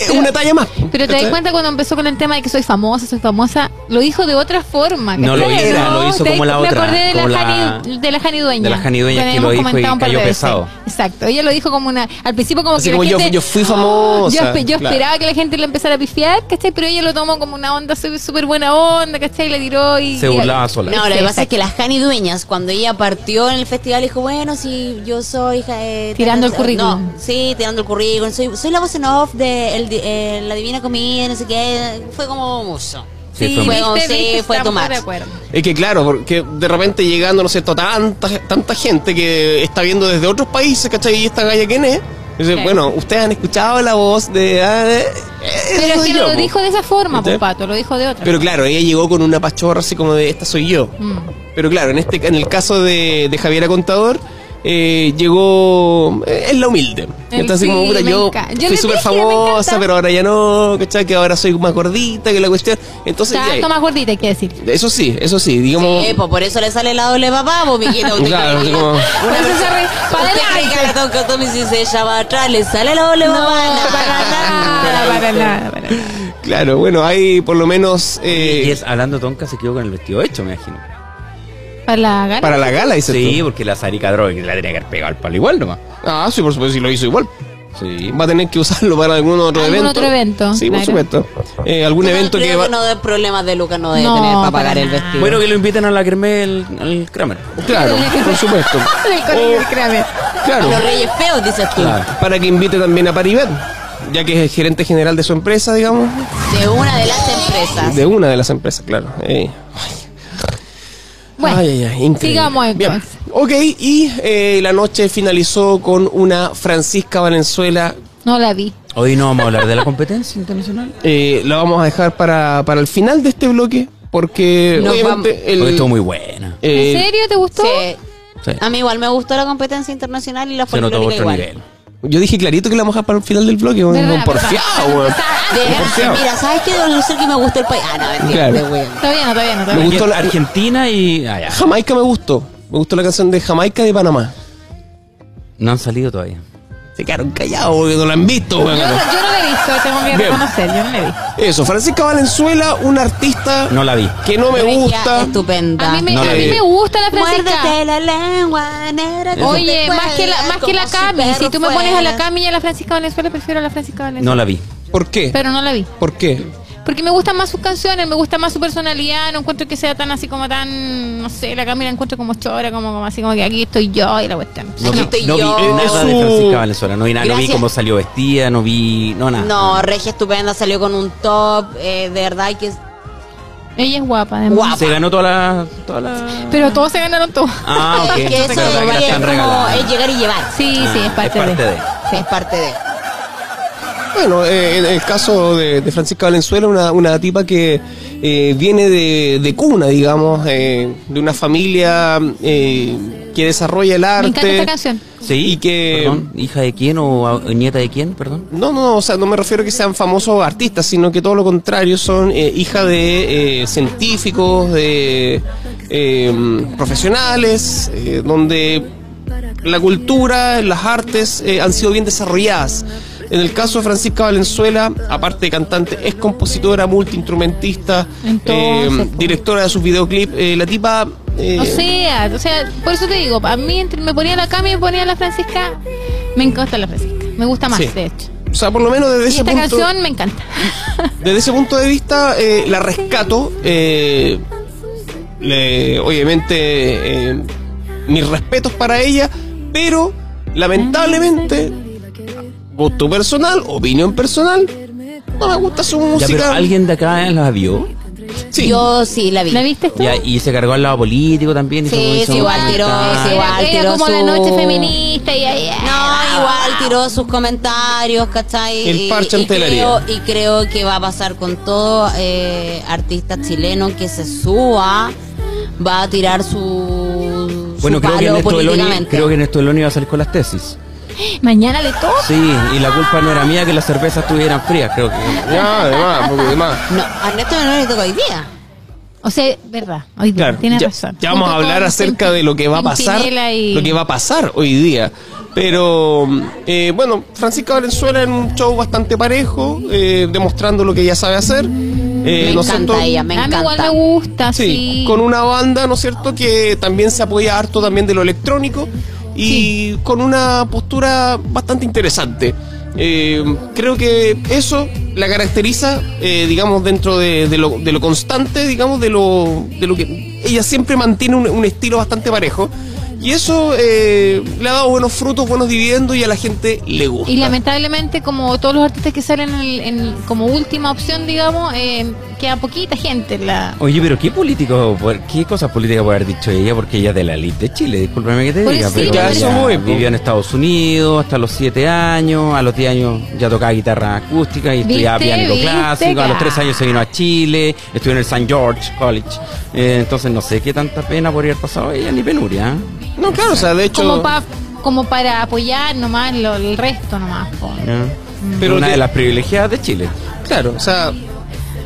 [SPEAKER 3] Es
[SPEAKER 8] Eh,
[SPEAKER 3] una talla más.
[SPEAKER 4] Pero te das
[SPEAKER 3] ¿Cachai?
[SPEAKER 4] cuenta cuando empezó con el tema de que soy famosa, soy famosa, lo dijo de otra forma.
[SPEAKER 8] No
[SPEAKER 4] ¿cachai?
[SPEAKER 8] lo hizo, lo hizo
[SPEAKER 4] te-
[SPEAKER 8] como la
[SPEAKER 4] me
[SPEAKER 8] otra,
[SPEAKER 4] acordé de la,
[SPEAKER 8] como la-
[SPEAKER 4] Jani, de la Jani Dueña.
[SPEAKER 8] de la Jani Dueña que
[SPEAKER 4] habíamos
[SPEAKER 8] lo dijo y
[SPEAKER 4] comentado un par de
[SPEAKER 8] cayó
[SPEAKER 4] veces.
[SPEAKER 8] pesado.
[SPEAKER 4] Exacto, ella lo dijo como una. Al principio, como
[SPEAKER 3] Así
[SPEAKER 4] que. la
[SPEAKER 3] como yo-
[SPEAKER 4] gente- Oh,
[SPEAKER 3] yo fui famosa,
[SPEAKER 4] Yo, espe- yo
[SPEAKER 3] claro.
[SPEAKER 4] esperaba que la gente le empezara a pifiar, ¿cachai? Pero ella lo tomó como una onda súper súper buena onda, ¿cachai? Y le tiró y.
[SPEAKER 8] Se
[SPEAKER 4] y-
[SPEAKER 8] burlaba sola.
[SPEAKER 5] No, lo que
[SPEAKER 4] Exacto.
[SPEAKER 5] pasa es que la Jani Dueñas, cuando ella partió en el festival, dijo, bueno, sí, yo soy... hija de-
[SPEAKER 4] Tirando el
[SPEAKER 5] no,
[SPEAKER 4] currículum.
[SPEAKER 5] sí, tirando el currículum. Soy, soy la voz en off de el di- eh, La Divina Comida, no sé qué. Fue como mucho.
[SPEAKER 8] Sí,
[SPEAKER 5] Sí,
[SPEAKER 8] fue
[SPEAKER 5] fue,
[SPEAKER 4] ¿Viste?
[SPEAKER 5] como-
[SPEAKER 4] ¿Viste?
[SPEAKER 5] sí, fue
[SPEAKER 4] Estamos
[SPEAKER 5] too much.
[SPEAKER 4] de acuerdo.
[SPEAKER 3] Es que claro, porque de repente llegando, no sé, tanta, tanta gente que está viendo desde otros países, ¿cachai? Y esta galla quién es. Dice,
[SPEAKER 4] Claro.
[SPEAKER 3] bueno, ustedes han escuchado la voz de... ah, de- eh, esa
[SPEAKER 4] Pero es
[SPEAKER 3] soy
[SPEAKER 4] que
[SPEAKER 3] yo,
[SPEAKER 4] no lo
[SPEAKER 3] po.
[SPEAKER 4] dijo de esa forma,
[SPEAKER 3] ¿Viste?
[SPEAKER 4] pues, Pato, lo dijo de otra.
[SPEAKER 3] Pero claro, ella llegó con una pachorra así como de, esta soy yo.
[SPEAKER 4] Mm.
[SPEAKER 3] Pero claro, en este en el caso de, de Javiera Contador, eh, llegó. eh, es la humilde.
[SPEAKER 4] El-
[SPEAKER 3] Entonces, como
[SPEAKER 4] sí,
[SPEAKER 3] puta,
[SPEAKER 4] me
[SPEAKER 3] yo
[SPEAKER 4] encanta. Yo
[SPEAKER 3] fui
[SPEAKER 4] les
[SPEAKER 3] súper
[SPEAKER 4] dije, me
[SPEAKER 3] famosa,
[SPEAKER 4] encanta.
[SPEAKER 3] pero ahora ya no, ¿cachai? Que ahora soy más gordita que la cuestión. Entonces, ya,
[SPEAKER 4] Tanto más gordita, hay que decir.
[SPEAKER 3] eso sí, eso sí, digamos.
[SPEAKER 5] Eh, pues por eso le sale la doble papá, pues mijito. Usted
[SPEAKER 3] Claro,
[SPEAKER 5] cree-
[SPEAKER 3] así como-
[SPEAKER 4] Por eso se re- para
[SPEAKER 5] usted cree
[SPEAKER 4] adelante.
[SPEAKER 5] que ahora Don Cotomi si se ella va atrás, le sale la doble
[SPEAKER 4] No,
[SPEAKER 5] papá.
[SPEAKER 4] para nada, para nada, para nada.
[SPEAKER 3] Claro, bueno, hay por lo menos. eh,
[SPEAKER 8] Y es, hablando tonca, se quedó con el vestido hecho, me imagino.
[SPEAKER 4] Para la gana.
[SPEAKER 3] para la gala, dice
[SPEAKER 8] Sí, porque la Sarika Drogue la tenía que haber pegado al palo igual nomás.
[SPEAKER 3] Ah, sí, por supuesto, sí lo hizo igual.
[SPEAKER 8] Sí.
[SPEAKER 3] Va a tener que usarlo para algún otro
[SPEAKER 4] Algún
[SPEAKER 3] evento.
[SPEAKER 4] otro evento,
[SPEAKER 3] Sí, por
[SPEAKER 4] claro.
[SPEAKER 3] supuesto. Eh, algún evento que va.
[SPEAKER 5] no de problemas de Lucas no debe
[SPEAKER 4] No,
[SPEAKER 5] tener para pagar
[SPEAKER 4] para
[SPEAKER 5] el
[SPEAKER 4] nada.
[SPEAKER 5] vestido.
[SPEAKER 8] Bueno, que lo inviten a la Kermel, al Kramer.
[SPEAKER 3] Claro, por supuesto.
[SPEAKER 4] El colegio del Kramer.
[SPEAKER 5] A
[SPEAKER 3] Claro.
[SPEAKER 5] los reyes feos, dices tú.
[SPEAKER 8] Claro.
[SPEAKER 3] para que invite también a Paribet, ya que es el gerente general de su empresa, digamos,
[SPEAKER 5] De una de las
[SPEAKER 4] Ah,
[SPEAKER 5] empresas.
[SPEAKER 3] de una de las empresas, claro. Eh,
[SPEAKER 4] Bueno,
[SPEAKER 3] ay, ay, ay, increíble.
[SPEAKER 4] sigamos
[SPEAKER 3] Bien.
[SPEAKER 4] entonces.
[SPEAKER 3] Ok, y eh, la noche finalizó con una Francisca Valenzuela.
[SPEAKER 4] No la vi.
[SPEAKER 8] Hoy no vamos a hablar de la competencia internacional.
[SPEAKER 3] eh, la vamos a dejar para, para el final de este bloque, porque
[SPEAKER 5] Nos
[SPEAKER 3] obviamente
[SPEAKER 5] vamos.
[SPEAKER 3] el-
[SPEAKER 8] Porque estuvo muy buena.
[SPEAKER 3] eh,
[SPEAKER 4] ¿En serio te gustó?
[SPEAKER 5] Sí.
[SPEAKER 8] Sí.
[SPEAKER 5] A mí igual me gustó la competencia internacional y la
[SPEAKER 8] Se notó
[SPEAKER 5] folclórica
[SPEAKER 8] otro
[SPEAKER 5] igual.
[SPEAKER 8] nivel.
[SPEAKER 3] Yo dije clarito que la vamos a dejar para el final del bloque, un
[SPEAKER 4] ¿Verdad?
[SPEAKER 3] porfiado, weón.
[SPEAKER 5] De
[SPEAKER 3] Por
[SPEAKER 5] verdad,
[SPEAKER 3] cierto.
[SPEAKER 5] mira, ¿sabes qué? Debo decir que me gusta el país. Ah, no, mentira,
[SPEAKER 3] Claro.
[SPEAKER 5] de weón.
[SPEAKER 4] Todavía no, todavía no, todavía
[SPEAKER 3] Me
[SPEAKER 4] no.
[SPEAKER 3] gustó la-
[SPEAKER 8] Argentina y. ah, ya.
[SPEAKER 3] Jamaica me gustó. Me gustó la canción de Jamaica de Panamá.
[SPEAKER 8] No han salido todavía.
[SPEAKER 3] Se quedaron callados, porque no la han visto, weón.
[SPEAKER 4] Yo, no- yo no la he visto, tengo que
[SPEAKER 3] Bien.
[SPEAKER 4] reconocer, yo no la he visto.
[SPEAKER 3] Eso, Francisca Valenzuela, una artista
[SPEAKER 8] No la vi.
[SPEAKER 3] que no me
[SPEAKER 5] Regia
[SPEAKER 3] gusta.
[SPEAKER 5] Estupenda.
[SPEAKER 4] A mí me,
[SPEAKER 8] No
[SPEAKER 4] a
[SPEAKER 8] la
[SPEAKER 4] mí
[SPEAKER 8] vi.
[SPEAKER 4] me gusta la Francisca.
[SPEAKER 5] Muérdete la lengua, negra. que
[SPEAKER 4] Oye,
[SPEAKER 5] te
[SPEAKER 4] más que la,
[SPEAKER 5] cuelga
[SPEAKER 4] más que la
[SPEAKER 5] como
[SPEAKER 4] Cami. Si,
[SPEAKER 5] perro
[SPEAKER 4] tú me pones a la
[SPEAKER 5] fuera.
[SPEAKER 4] Cami y a la Francisca Valenzuela, prefiero a la Francisca
[SPEAKER 8] No
[SPEAKER 4] Valenzuela.
[SPEAKER 8] la vi.
[SPEAKER 3] ¿Por qué?
[SPEAKER 4] Pero no la vi.
[SPEAKER 3] ¿Por qué?
[SPEAKER 4] Porque me gustan más sus canciones, me gusta más su personalidad, no encuentro que sea tan así como tan, no sé, la Cami la encuentro como chora, como, como así como que aquí estoy yo y la cuestión.
[SPEAKER 8] No
[SPEAKER 5] Aquí
[SPEAKER 8] vi,
[SPEAKER 5] estoy
[SPEAKER 8] no vi
[SPEAKER 5] yo.
[SPEAKER 8] nada de
[SPEAKER 3] Eso.
[SPEAKER 8] Francisca Valenzuela. No vi nada. No vi
[SPEAKER 5] Gracias.
[SPEAKER 8] cómo salió vestida. No vi. No, nada.
[SPEAKER 5] No, Regia Estupenda salió con un top. eh, de verdad que es
[SPEAKER 4] Ella es guapa, además.
[SPEAKER 5] Guapa.
[SPEAKER 8] Se ganó toda la. Toda la...
[SPEAKER 4] Pero todos se ganaron todo.
[SPEAKER 8] Ah, ok.
[SPEAKER 5] Es que eso
[SPEAKER 8] Verdad que la
[SPEAKER 5] es
[SPEAKER 8] están
[SPEAKER 5] como
[SPEAKER 8] regalando.
[SPEAKER 5] es llegar y llevar.
[SPEAKER 4] Sí, sí,
[SPEAKER 3] Ah,
[SPEAKER 4] es parte, de.
[SPEAKER 5] Es parte de.
[SPEAKER 3] Bueno, eh, en el caso de, de Francisca Valenzuela, una, una tipa que eh, viene de, de cuna, digamos, eh, de una familia eh, que desarrolla el
[SPEAKER 4] Me
[SPEAKER 3] arte.
[SPEAKER 4] encanta esta canción.
[SPEAKER 8] Sí.
[SPEAKER 3] Y que-
[SPEAKER 8] Perdón, ¿Hija de quién o a- nieta de quién? Perdón.
[SPEAKER 3] No, no, o sea, no me refiero a que sean famosos artistas, sino que todo lo contrario, son eh, hija de eh, científicos, de eh, profesionales, eh, donde la cultura, las artes eh, han sido bien desarrolladas. En el caso de Francisca Valenzuela, aparte de cantante, es compositora, multiinstrumentista,
[SPEAKER 4] Entonces,
[SPEAKER 3] eh,
[SPEAKER 4] pues.
[SPEAKER 3] directora de sus videoclips. eh, la tipa... eh,
[SPEAKER 4] O sea, o sea, por eso te digo, a mí entre- me ponía la Cami y me ponía la Francisca, me encanta la Francisca. Me gusta más,
[SPEAKER 3] Sí.
[SPEAKER 4] de hecho.
[SPEAKER 3] o sea, por lo menos desde
[SPEAKER 4] Y
[SPEAKER 3] ese
[SPEAKER 4] esta
[SPEAKER 3] punto...
[SPEAKER 4] canción me encanta.
[SPEAKER 3] Desde ese punto de vista, eh, la rescato. eh, le- obviamente, eh, mis respetos para ella, pero lamentablemente, gusto personal, opinión personal, no me gusta su
[SPEAKER 8] Ya, pero
[SPEAKER 3] música.
[SPEAKER 8] alguien de acá ¿eh? la vio.
[SPEAKER 3] Sí.
[SPEAKER 5] Yo sí la vi.
[SPEAKER 4] ¿La viste tú?
[SPEAKER 8] Ya, y se cargó al lado político también. hizo-
[SPEAKER 5] Sí,
[SPEAKER 8] hizo
[SPEAKER 5] sí, igual
[SPEAKER 8] cosas.
[SPEAKER 5] tiró, sí, igual.
[SPEAKER 4] Era, era
[SPEAKER 5] tiró
[SPEAKER 4] como la
[SPEAKER 5] su-
[SPEAKER 4] noche feminista y ahí.
[SPEAKER 5] No, igual tiró sus comentarios, ¿cachai?
[SPEAKER 3] El parche
[SPEAKER 5] y,
[SPEAKER 3] ante la
[SPEAKER 5] creo,
[SPEAKER 3] herida.
[SPEAKER 5] y creo que va a pasar con todo eh, artista chileno que se suba, va a tirar su, su
[SPEAKER 8] Bueno, creo que,
[SPEAKER 5] palo
[SPEAKER 8] Ernesto Beloni,
[SPEAKER 5] políticamente.
[SPEAKER 8] creo que Ernesto Beloni iba a salir con las tesis.
[SPEAKER 4] Mañana le toca.
[SPEAKER 8] Sí, y la culpa no era mía que las cervezas estuvieran frías, creo que.
[SPEAKER 3] Ya, además, porque además.
[SPEAKER 5] No, a Ernesto Beloni le toca hoy día.
[SPEAKER 4] O sea, verdad, hoy día,
[SPEAKER 3] Claro,
[SPEAKER 4] tienes
[SPEAKER 3] ya,
[SPEAKER 4] razón.
[SPEAKER 3] ya vamos a
[SPEAKER 4] Junto
[SPEAKER 3] hablar
[SPEAKER 4] con
[SPEAKER 3] acerca de lo que va a pasar,
[SPEAKER 4] Centinela y-
[SPEAKER 3] lo que va a pasar hoy día. Pero eh, bueno, Francisca Valenzuela en un show bastante parejo, eh, demostrando lo que ella sabe hacer. Eh,
[SPEAKER 5] Me
[SPEAKER 3] ¿no es
[SPEAKER 5] encanta
[SPEAKER 3] cierto?
[SPEAKER 5] ella, me
[SPEAKER 4] a mí igual
[SPEAKER 5] encanta.
[SPEAKER 4] me gusta, sí.
[SPEAKER 3] Sí, con una banda, ¿no es cierto?, que también se apoya harto también de lo electrónico y con una postura bastante interesante. Eh, creo que eso la caracteriza, eh, digamos, dentro de, de lo, de lo constante, digamos, de lo, de lo que... Ella siempre mantiene un, un estilo bastante parejo Y eso eh, le ha dado buenos frutos, buenos dividendos y a la gente le gusta.
[SPEAKER 4] Y lamentablemente, como todos los artistas que salen en el- en- como última opción, digamos, eh, queda poquita gente en la...
[SPEAKER 8] Oye, pero ¿qué político, por- qué cosas políticas puede haber dicho ella? Porque ella es de la elite de Chile, discúlpame que te
[SPEAKER 4] Por
[SPEAKER 8] diga,
[SPEAKER 4] eso
[SPEAKER 8] pero
[SPEAKER 4] Pues sí,
[SPEAKER 8] ella
[SPEAKER 4] por eso.
[SPEAKER 3] Muy, po.
[SPEAKER 8] vivió en Estados Unidos hasta los 7 años, a los 10 años ya tocaba guitarra acústica y estudiaba
[SPEAKER 4] ¿Viste?
[SPEAKER 8] piano
[SPEAKER 4] ¿Viste?
[SPEAKER 8] clásico, a los 3
[SPEAKER 4] Claro.
[SPEAKER 8] años se vino a Chile, estudió en el St. George College, Eh, entonces no sé qué tanta pena podría haber pasado ella, ni penuria. ¿eh?
[SPEAKER 3] No, claro, o sea, de hecho.
[SPEAKER 4] Como, pa- como para apoyar nomás lo- el resto nomás. po.
[SPEAKER 3] Pero
[SPEAKER 8] Pero Mm. una
[SPEAKER 3] te-
[SPEAKER 8] de las privilegiadas de Chile.
[SPEAKER 3] Claro, o sea,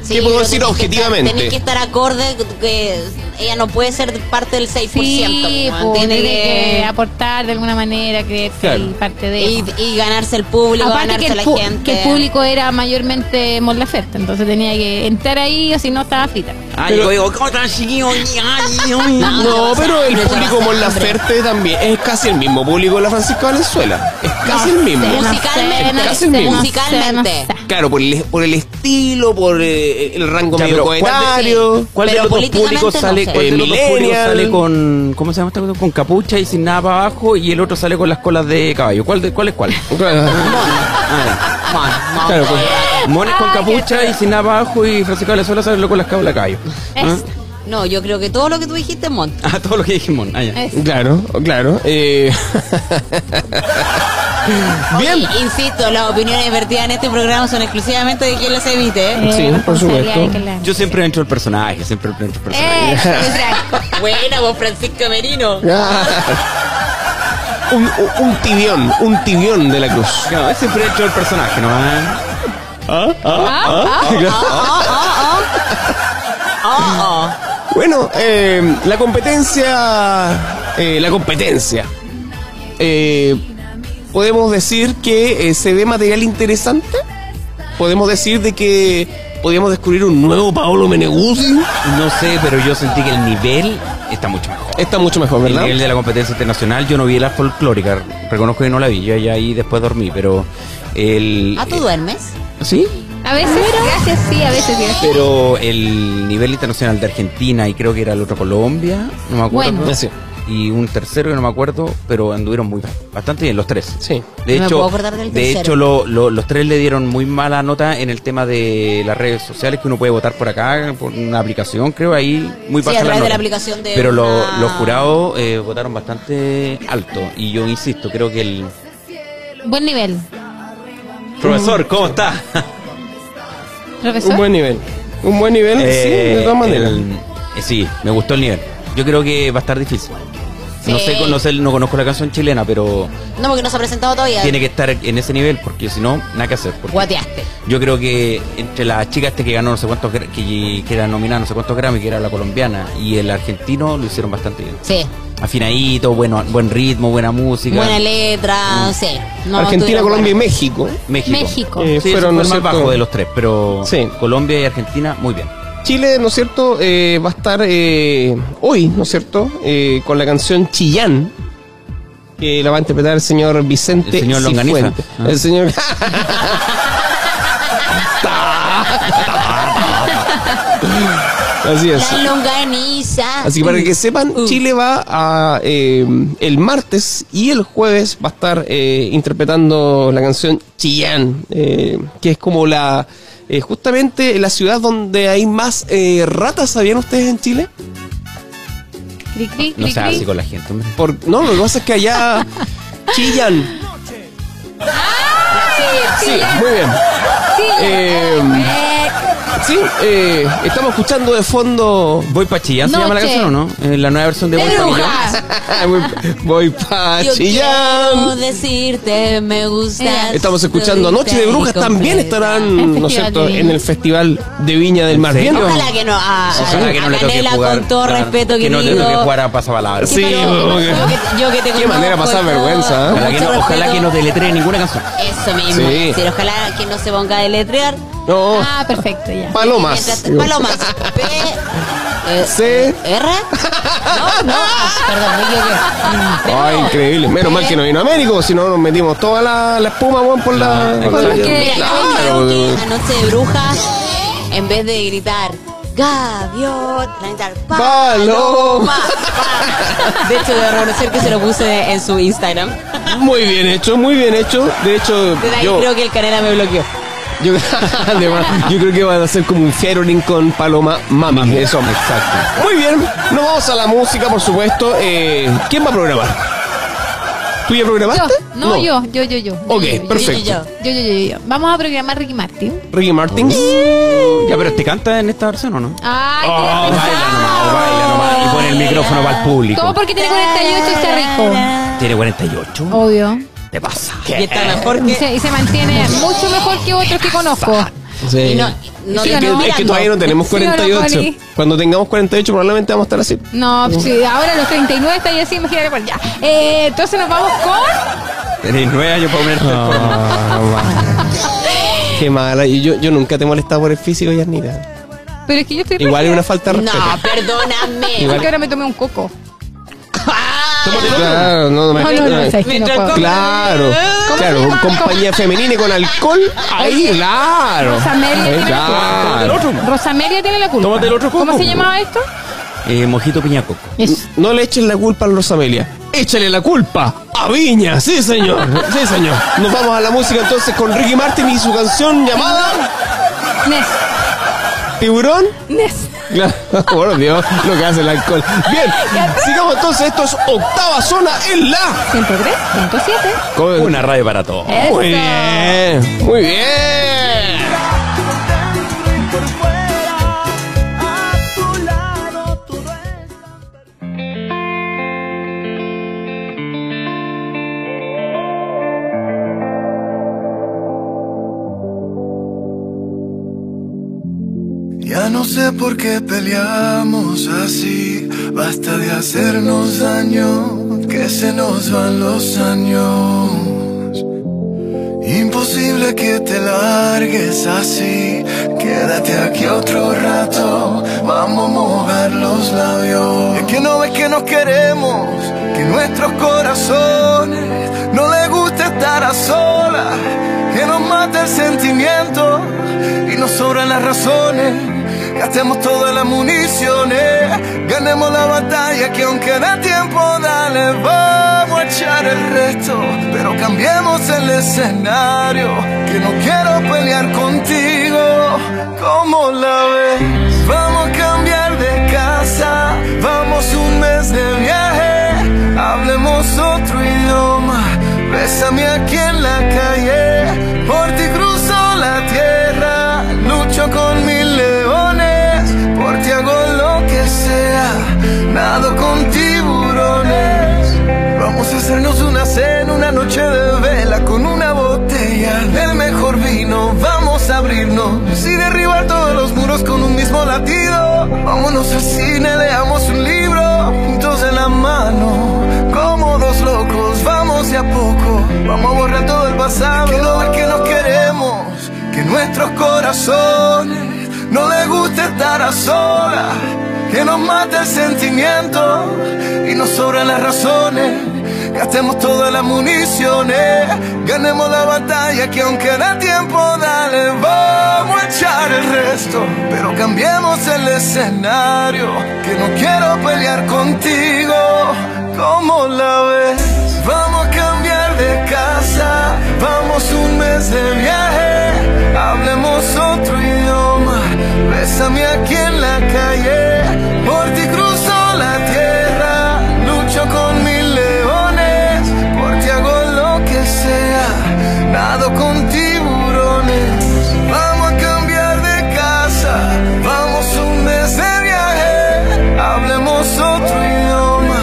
[SPEAKER 5] Sí,
[SPEAKER 3] ¿Qué puedo
[SPEAKER 5] pero
[SPEAKER 3] decir
[SPEAKER 5] tenés que
[SPEAKER 3] objetivamente?
[SPEAKER 5] estar- Tenés que estar acorde que ella no puede ser parte del 6%.
[SPEAKER 4] Sí,
[SPEAKER 5] ¿no?
[SPEAKER 4] po,
[SPEAKER 5] Tiene
[SPEAKER 4] tiene
[SPEAKER 5] que-
[SPEAKER 4] que aportar de alguna manera, creerse
[SPEAKER 8] Claro.
[SPEAKER 4] y parte de
[SPEAKER 5] y, y ganarse el público,
[SPEAKER 4] Aparte
[SPEAKER 5] ganarse
[SPEAKER 4] que el,
[SPEAKER 5] la
[SPEAKER 4] pu-
[SPEAKER 5] gente.
[SPEAKER 4] que el público era mayormente Mon Laferte, entonces tenía que entrar ahí o si no estaba frita.
[SPEAKER 8] Ay, yo digo, ¿cómo tan chiquillo?
[SPEAKER 3] No, pero el público Mon Laferte también es casi el mismo público de la Francisca Valenzuela. Es casi el mismo.
[SPEAKER 4] sé, no
[SPEAKER 5] Musicalmente,
[SPEAKER 4] sé, no
[SPEAKER 3] casi
[SPEAKER 4] sé,
[SPEAKER 3] el
[SPEAKER 4] no
[SPEAKER 3] mismo.
[SPEAKER 4] sé,
[SPEAKER 5] Musicalmente.
[SPEAKER 4] no sé.
[SPEAKER 3] Claro, por el, por el estilo, por eh, el rango
[SPEAKER 8] Ya,
[SPEAKER 3] medio
[SPEAKER 8] pero ¿cuál de-
[SPEAKER 3] coetario.
[SPEAKER 8] ¿Cuál de
[SPEAKER 5] Pero
[SPEAKER 8] los dos
[SPEAKER 5] políticamente
[SPEAKER 8] públicos
[SPEAKER 5] no
[SPEAKER 8] sale,
[SPEAKER 5] sé.
[SPEAKER 8] cuál de
[SPEAKER 3] Eh,
[SPEAKER 8] los dos públicos
[SPEAKER 3] millennial.
[SPEAKER 8] sale con cómo se llama esta cosa? Con capucha y sin nada para abajo y el otro sale con las colas de caballo? ¿Cuál de cuál es cuál? Ah,
[SPEAKER 5] Mon, mon,
[SPEAKER 8] claro,
[SPEAKER 5] mon.
[SPEAKER 8] pues, mones con
[SPEAKER 4] Ay,
[SPEAKER 8] capucha
[SPEAKER 4] qué
[SPEAKER 8] y sin nada para abajo y Francisco Valenzuela sale con las colas de caballo. ¿Ah?
[SPEAKER 4] Es-
[SPEAKER 5] No, yo creo que todo lo que tú dijiste, Mon.
[SPEAKER 8] Ah, todo lo que dijimos. Ah, ya.
[SPEAKER 4] es-
[SPEAKER 3] Claro, claro. eh. Bien.
[SPEAKER 5] Oye, insisto, las opiniones vertidas en este programa son exclusivamente de quien las emite. ¿eh?
[SPEAKER 3] Sí, por
[SPEAKER 4] responsabilidad
[SPEAKER 3] supuesto.
[SPEAKER 4] que la-
[SPEAKER 8] Yo siempre entro el personaje, siempre entro el
[SPEAKER 4] Eh,
[SPEAKER 8] personaje.
[SPEAKER 4] exacto.
[SPEAKER 5] Buena, vos, Francisco Merino.
[SPEAKER 3] un, un tibión, un tibión de la cruz.
[SPEAKER 8] No, siempre entro el personaje, ¿no? Ah,
[SPEAKER 5] Oh,
[SPEAKER 3] Bueno, eh, la competencia. eh, la competencia. Eh, podemos decir que eh, se ve material interesante. Podemos decir de que podríamos descubrir un nuevo Paolo Meneguzzi.
[SPEAKER 8] No sé, pero yo sentí que el nivel está mucho mejor.
[SPEAKER 3] Está mucho mejor,
[SPEAKER 8] El
[SPEAKER 3] ¿verdad?
[SPEAKER 8] nivel de la competencia internacional, yo no vi la folclórica, reconozco que no la vi, yo allá ahí después dormí, pero el... eh,
[SPEAKER 5] oh. ¿Ah, tú duermes?
[SPEAKER 8] Sí,
[SPEAKER 4] A veces, gracias, sí, a veces, gracias.
[SPEAKER 8] pero el nivel internacional de Argentina y creo que era el otro Colombia, no me acuerdo.
[SPEAKER 4] Bueno.
[SPEAKER 3] Ah, Sí.
[SPEAKER 8] Y un tercero que no me acuerdo, pero anduvieron muy bastante bien los tres.
[SPEAKER 3] Sí.
[SPEAKER 8] De
[SPEAKER 5] No me puedo
[SPEAKER 8] hecho,
[SPEAKER 5] acordar del
[SPEAKER 8] de
[SPEAKER 5] tercero.
[SPEAKER 8] hecho lo- lo- los tres le dieron muy mala nota en el tema de las redes sociales que uno puede votar por acá, por una aplicación, creo ahí muy
[SPEAKER 5] Sí,
[SPEAKER 8] baja
[SPEAKER 5] a través
[SPEAKER 8] la
[SPEAKER 5] de la
[SPEAKER 8] nota.
[SPEAKER 5] aplicación de
[SPEAKER 8] Pero lo-
[SPEAKER 5] una-
[SPEAKER 8] los jurados eh, votaron bastante alto y yo insisto, creo que el
[SPEAKER 4] Buen nivel,
[SPEAKER 8] profesor, ¿cómo está?
[SPEAKER 4] profesor.
[SPEAKER 3] Un buen nivel. Un buen nivel, sí, de
[SPEAKER 8] Eh,
[SPEAKER 3] todas maneras.
[SPEAKER 8] sí, me gustó el nivel. Yo creo que va a estar difícil. No
[SPEAKER 5] Sí.
[SPEAKER 8] sé, con- no sé, no conozco la canción chilena, pero
[SPEAKER 5] No, porque no se ha presentado todavía.
[SPEAKER 8] tiene que estar en ese nivel porque si no, nada que hacer. porque-
[SPEAKER 5] Guateaste.
[SPEAKER 8] Yo creo que entre las chicas este que ganó no sé cuántos gra- que, que era nominada no sé cuántos Grammy, que era la colombiana y el argentino lo hicieron bastante bien.
[SPEAKER 5] Sí.
[SPEAKER 8] Afinadito, bueno, buen ritmo, buena música.
[SPEAKER 5] Buena letra,
[SPEAKER 8] Mm.
[SPEAKER 5] sí. No,
[SPEAKER 3] Argentina,
[SPEAKER 5] estuvieron
[SPEAKER 3] Colombia y
[SPEAKER 5] buenos.
[SPEAKER 3] México.
[SPEAKER 8] México.
[SPEAKER 4] México.
[SPEAKER 3] Eh,
[SPEAKER 8] Sí,
[SPEAKER 3] fueron,
[SPEAKER 8] fueron
[SPEAKER 3] ¿no
[SPEAKER 8] el
[SPEAKER 3] es
[SPEAKER 8] más
[SPEAKER 3] cierto?
[SPEAKER 8] bajo de los tres, pero
[SPEAKER 3] Sí.
[SPEAKER 8] Colombia y Argentina muy bien.
[SPEAKER 3] Chile, ¿no es cierto? Eh, va a estar eh, hoy, ¿no es cierto? Eh, con la canción Chillán, que la va a interpretar el señor Vicente
[SPEAKER 8] El señor Longaniza.
[SPEAKER 3] Cifuentes.
[SPEAKER 8] Ah.
[SPEAKER 3] El señor... Así es.
[SPEAKER 5] La longaniza. Mm.
[SPEAKER 3] Así que para que sepan,
[SPEAKER 5] Uh.
[SPEAKER 3] Chile va a eh, el martes y el jueves va a estar eh, interpretando la canción Chillán, eh, que es como la eh, justamente la ciudad donde hay más eh, ratas, ¿sabían ustedes en Chile?
[SPEAKER 4] Cri, cri,
[SPEAKER 8] No
[SPEAKER 4] cri,
[SPEAKER 8] sea
[SPEAKER 4] cri.
[SPEAKER 8] así con la gente, hombre.
[SPEAKER 3] Por, no, lo que pasa es que allá chillan. Sí, muy bien. Eh, sí, eh, estamos escuchando de fondo.
[SPEAKER 8] Voy pa' Chillán, ¿se llama la
[SPEAKER 4] Noche.
[SPEAKER 8] canción o no? Eh, la nueva versión de Voy pa' Chillán.
[SPEAKER 4] Bruja.
[SPEAKER 3] voy, voy pa'
[SPEAKER 5] Yo quiero
[SPEAKER 3] chillan.
[SPEAKER 5] decirte, me gusta.
[SPEAKER 3] Eh. Estamos escuchando Noche de Brujas. También estarán,
[SPEAKER 4] El
[SPEAKER 3] ¿no es
[SPEAKER 4] Festival
[SPEAKER 3] cierto?,
[SPEAKER 4] de Viña.
[SPEAKER 3] en el Festival de Viña del Mar.
[SPEAKER 8] Sí.
[SPEAKER 3] Bien,
[SPEAKER 5] Ojalá que no. A, a-
[SPEAKER 8] Ojalá que no
[SPEAKER 5] a
[SPEAKER 8] le toque
[SPEAKER 5] Canela,
[SPEAKER 8] jugar.
[SPEAKER 5] con todo
[SPEAKER 8] claro,
[SPEAKER 5] respeto,
[SPEAKER 8] Que no le
[SPEAKER 5] querido.
[SPEAKER 8] toque jugar a pasapalabras.
[SPEAKER 3] Sí,
[SPEAKER 5] Pero-
[SPEAKER 3] porque-
[SPEAKER 5] yo que- yo que te
[SPEAKER 3] Qué manera
[SPEAKER 5] conozco,
[SPEAKER 3] pasar
[SPEAKER 5] todo-
[SPEAKER 3] vergüenza, ¿eh?
[SPEAKER 8] Ojalá que no,
[SPEAKER 5] mucho
[SPEAKER 8] ojalá que
[SPEAKER 5] respeto.
[SPEAKER 8] no deletree ninguna canción.
[SPEAKER 5] Eso mismo.
[SPEAKER 3] Sí.
[SPEAKER 5] Sí, ojalá que no se ponga a deletrear.
[SPEAKER 3] No,
[SPEAKER 4] Ah, perfecto, ya.
[SPEAKER 3] palomas.
[SPEAKER 5] Mientras- Palomas. P. eh,
[SPEAKER 3] C.
[SPEAKER 5] ¿R? No, no. Perdón, me equivoqué.
[SPEAKER 3] Ay, Ah, increíble. Menos mal que no vino Américo, si no nos metimos toda la, la espuma, weón, por la.
[SPEAKER 8] Claro,
[SPEAKER 3] por la-
[SPEAKER 5] Mira,
[SPEAKER 3] Claro,
[SPEAKER 5] yo creo que a Noche de Brujas, en vez de gritar, Gaviota, la mitad,
[SPEAKER 3] Paloma.
[SPEAKER 5] paloma. De hecho, debo reconocer que se lo puse en su Instagram.
[SPEAKER 3] Muy bien hecho, muy bien hecho. De hecho,
[SPEAKER 5] Desde ahí
[SPEAKER 3] yo,
[SPEAKER 5] creo que el canela me bloqueó.
[SPEAKER 3] yo, además, yo creo que van a ser como un featuring con Paloma Mami. Eso, exacto. Muy bien, nos vamos a la música, por supuesto. Eh, ¿Quién va a programar? ¿Tú ya
[SPEAKER 4] Yo,
[SPEAKER 3] programaste?
[SPEAKER 4] no, yo, yo, yo, yo.
[SPEAKER 3] Ok,
[SPEAKER 4] Yo, yo, yo,
[SPEAKER 3] perfecto.
[SPEAKER 4] Yo, yo, yo, yo, yo. Vamos a programar Ricky Martin.
[SPEAKER 3] Ricky Martin. este-
[SPEAKER 10] Ya, pero ¿te canta en esta versión o no?
[SPEAKER 4] Ay,
[SPEAKER 10] Oh,
[SPEAKER 4] qué
[SPEAKER 10] baila
[SPEAKER 4] pesado.
[SPEAKER 10] nomás, baila nomás. Y pone el micrófono para
[SPEAKER 5] Ah,
[SPEAKER 10] el
[SPEAKER 4] Todo
[SPEAKER 10] público.
[SPEAKER 4] porque tiene 48 y está rico.
[SPEAKER 10] Tiene 48.
[SPEAKER 4] Obvio.
[SPEAKER 10] Te pasa. Eh,
[SPEAKER 5] Y está mejor
[SPEAKER 4] Y
[SPEAKER 5] que.
[SPEAKER 4] se, y se mantiene mucho mejor que otros que conozco.
[SPEAKER 3] Sí.
[SPEAKER 5] y no, no
[SPEAKER 4] Sí,
[SPEAKER 5] te
[SPEAKER 4] es
[SPEAKER 5] estoy
[SPEAKER 4] que-
[SPEAKER 3] Es que
[SPEAKER 5] mirando.
[SPEAKER 3] todavía no tenemos
[SPEAKER 4] Sí o no,
[SPEAKER 3] 48.
[SPEAKER 4] Poli.
[SPEAKER 3] Cuando tengamos 48 probablemente vamos a estar así.
[SPEAKER 4] No, sí, ahora a los 39 está ahí así, imagínate. Bueno, ya. Eh, entonces nos vamos con.
[SPEAKER 10] Tenéis nueve años para ponerte el fono.
[SPEAKER 3] Qué mala. Y yo, yo nunca te he molestado por el físico, Yarnita.
[SPEAKER 4] Pero es que yo estoy.
[SPEAKER 3] Igual es una falta de respeto.
[SPEAKER 5] No, perdóname.
[SPEAKER 4] Porque ahora me tomé un coco.
[SPEAKER 3] Claro, no, no me
[SPEAKER 4] No, no, no, sabes que no
[SPEAKER 5] Mientras
[SPEAKER 4] puedo.
[SPEAKER 5] comas-
[SPEAKER 3] Claro,
[SPEAKER 4] ¿Cómo se
[SPEAKER 3] claro,
[SPEAKER 4] llama?
[SPEAKER 3] compañía femenina y con alcohol. Ahí, claro. Eh,
[SPEAKER 4] Rosamelia tiene la
[SPEAKER 3] Claro.
[SPEAKER 4] culpa. Rosamelia tiene la culpa.
[SPEAKER 10] Tómate el otro
[SPEAKER 4] ¿Cómo
[SPEAKER 10] coco.
[SPEAKER 4] se llamaba esto?
[SPEAKER 10] Eh, mojito piñaco.
[SPEAKER 4] Eso.
[SPEAKER 3] No le echen la culpa al Rosamelia. Échale la culpa a Viña. Sí, señor. Sí, señor. Nos vamos a la música entonces con Ricky Martin y su canción llamada
[SPEAKER 4] Nes.
[SPEAKER 3] Tiburón.
[SPEAKER 4] Nes.
[SPEAKER 3] Claro, por Dios, lo que hace el alcohol. Bien, sigamos entonces. Esto es octava zona en la.
[SPEAKER 4] 103, 107.
[SPEAKER 10] Una radio para todos.
[SPEAKER 4] Eso.
[SPEAKER 3] Muy bien, muy bien.
[SPEAKER 11] por fuera, a tu lado todo es tan
[SPEAKER 8] Ya no sé por qué peleamos así, basta de hacernos daño, que se nos van los años. Imposible que te largues así, quédate aquí otro rato, vamos a mojar los labios. Es que no ves que nos queremos, que nuestros corazones no les gusta estar a solas, que nos mata el sentimiento y nos sobran las razones. Gastemos todas las municiones, ganemos la batalla que aunque da tiempo, dale, vamos a echar el resto. Pero cambiemos el escenario, que no quiero pelear contigo, como la ves. Vamos a cambiar de casa, vamos un mes de viaje, hablemos otro idioma, bésame aquí en la calle, por ti cruzo la tierra, lucho con mi leones, por ti hago lo que sea, nado con tiburones. Vamos a hacernos una cena, una noche de vela con una botella del mejor vino. Vamos a abrirnos y derribar todos los muros con un mismo latido. Vámonos al cine, leamos un libro juntos en la mano, como dos locos. Vamos de a poco, vamos a borrar todo el pasado. Quiero ver que nos queremos, que nuestros corazones no les gusta estar a solas, que nos mate el sentimiento y nos sobran las razones. Gastemos todas las municiones, ganemos la batalla que aunque da tiempo, dale, vamos a echar el resto. Pero cambiemos el escenario, que no quiero pelear contigo, como la ves. Vamos a cambiar de casa, vamos un mes de viaje, hablemos otro idioma, bésame aquí en la calle, por ti cruzo la tierra, lucho con mi leones, por ti hago lo que sea, nado con tiburones. Vamos a cambiar de casa, vamos un mes de viaje, hablemos otro idioma,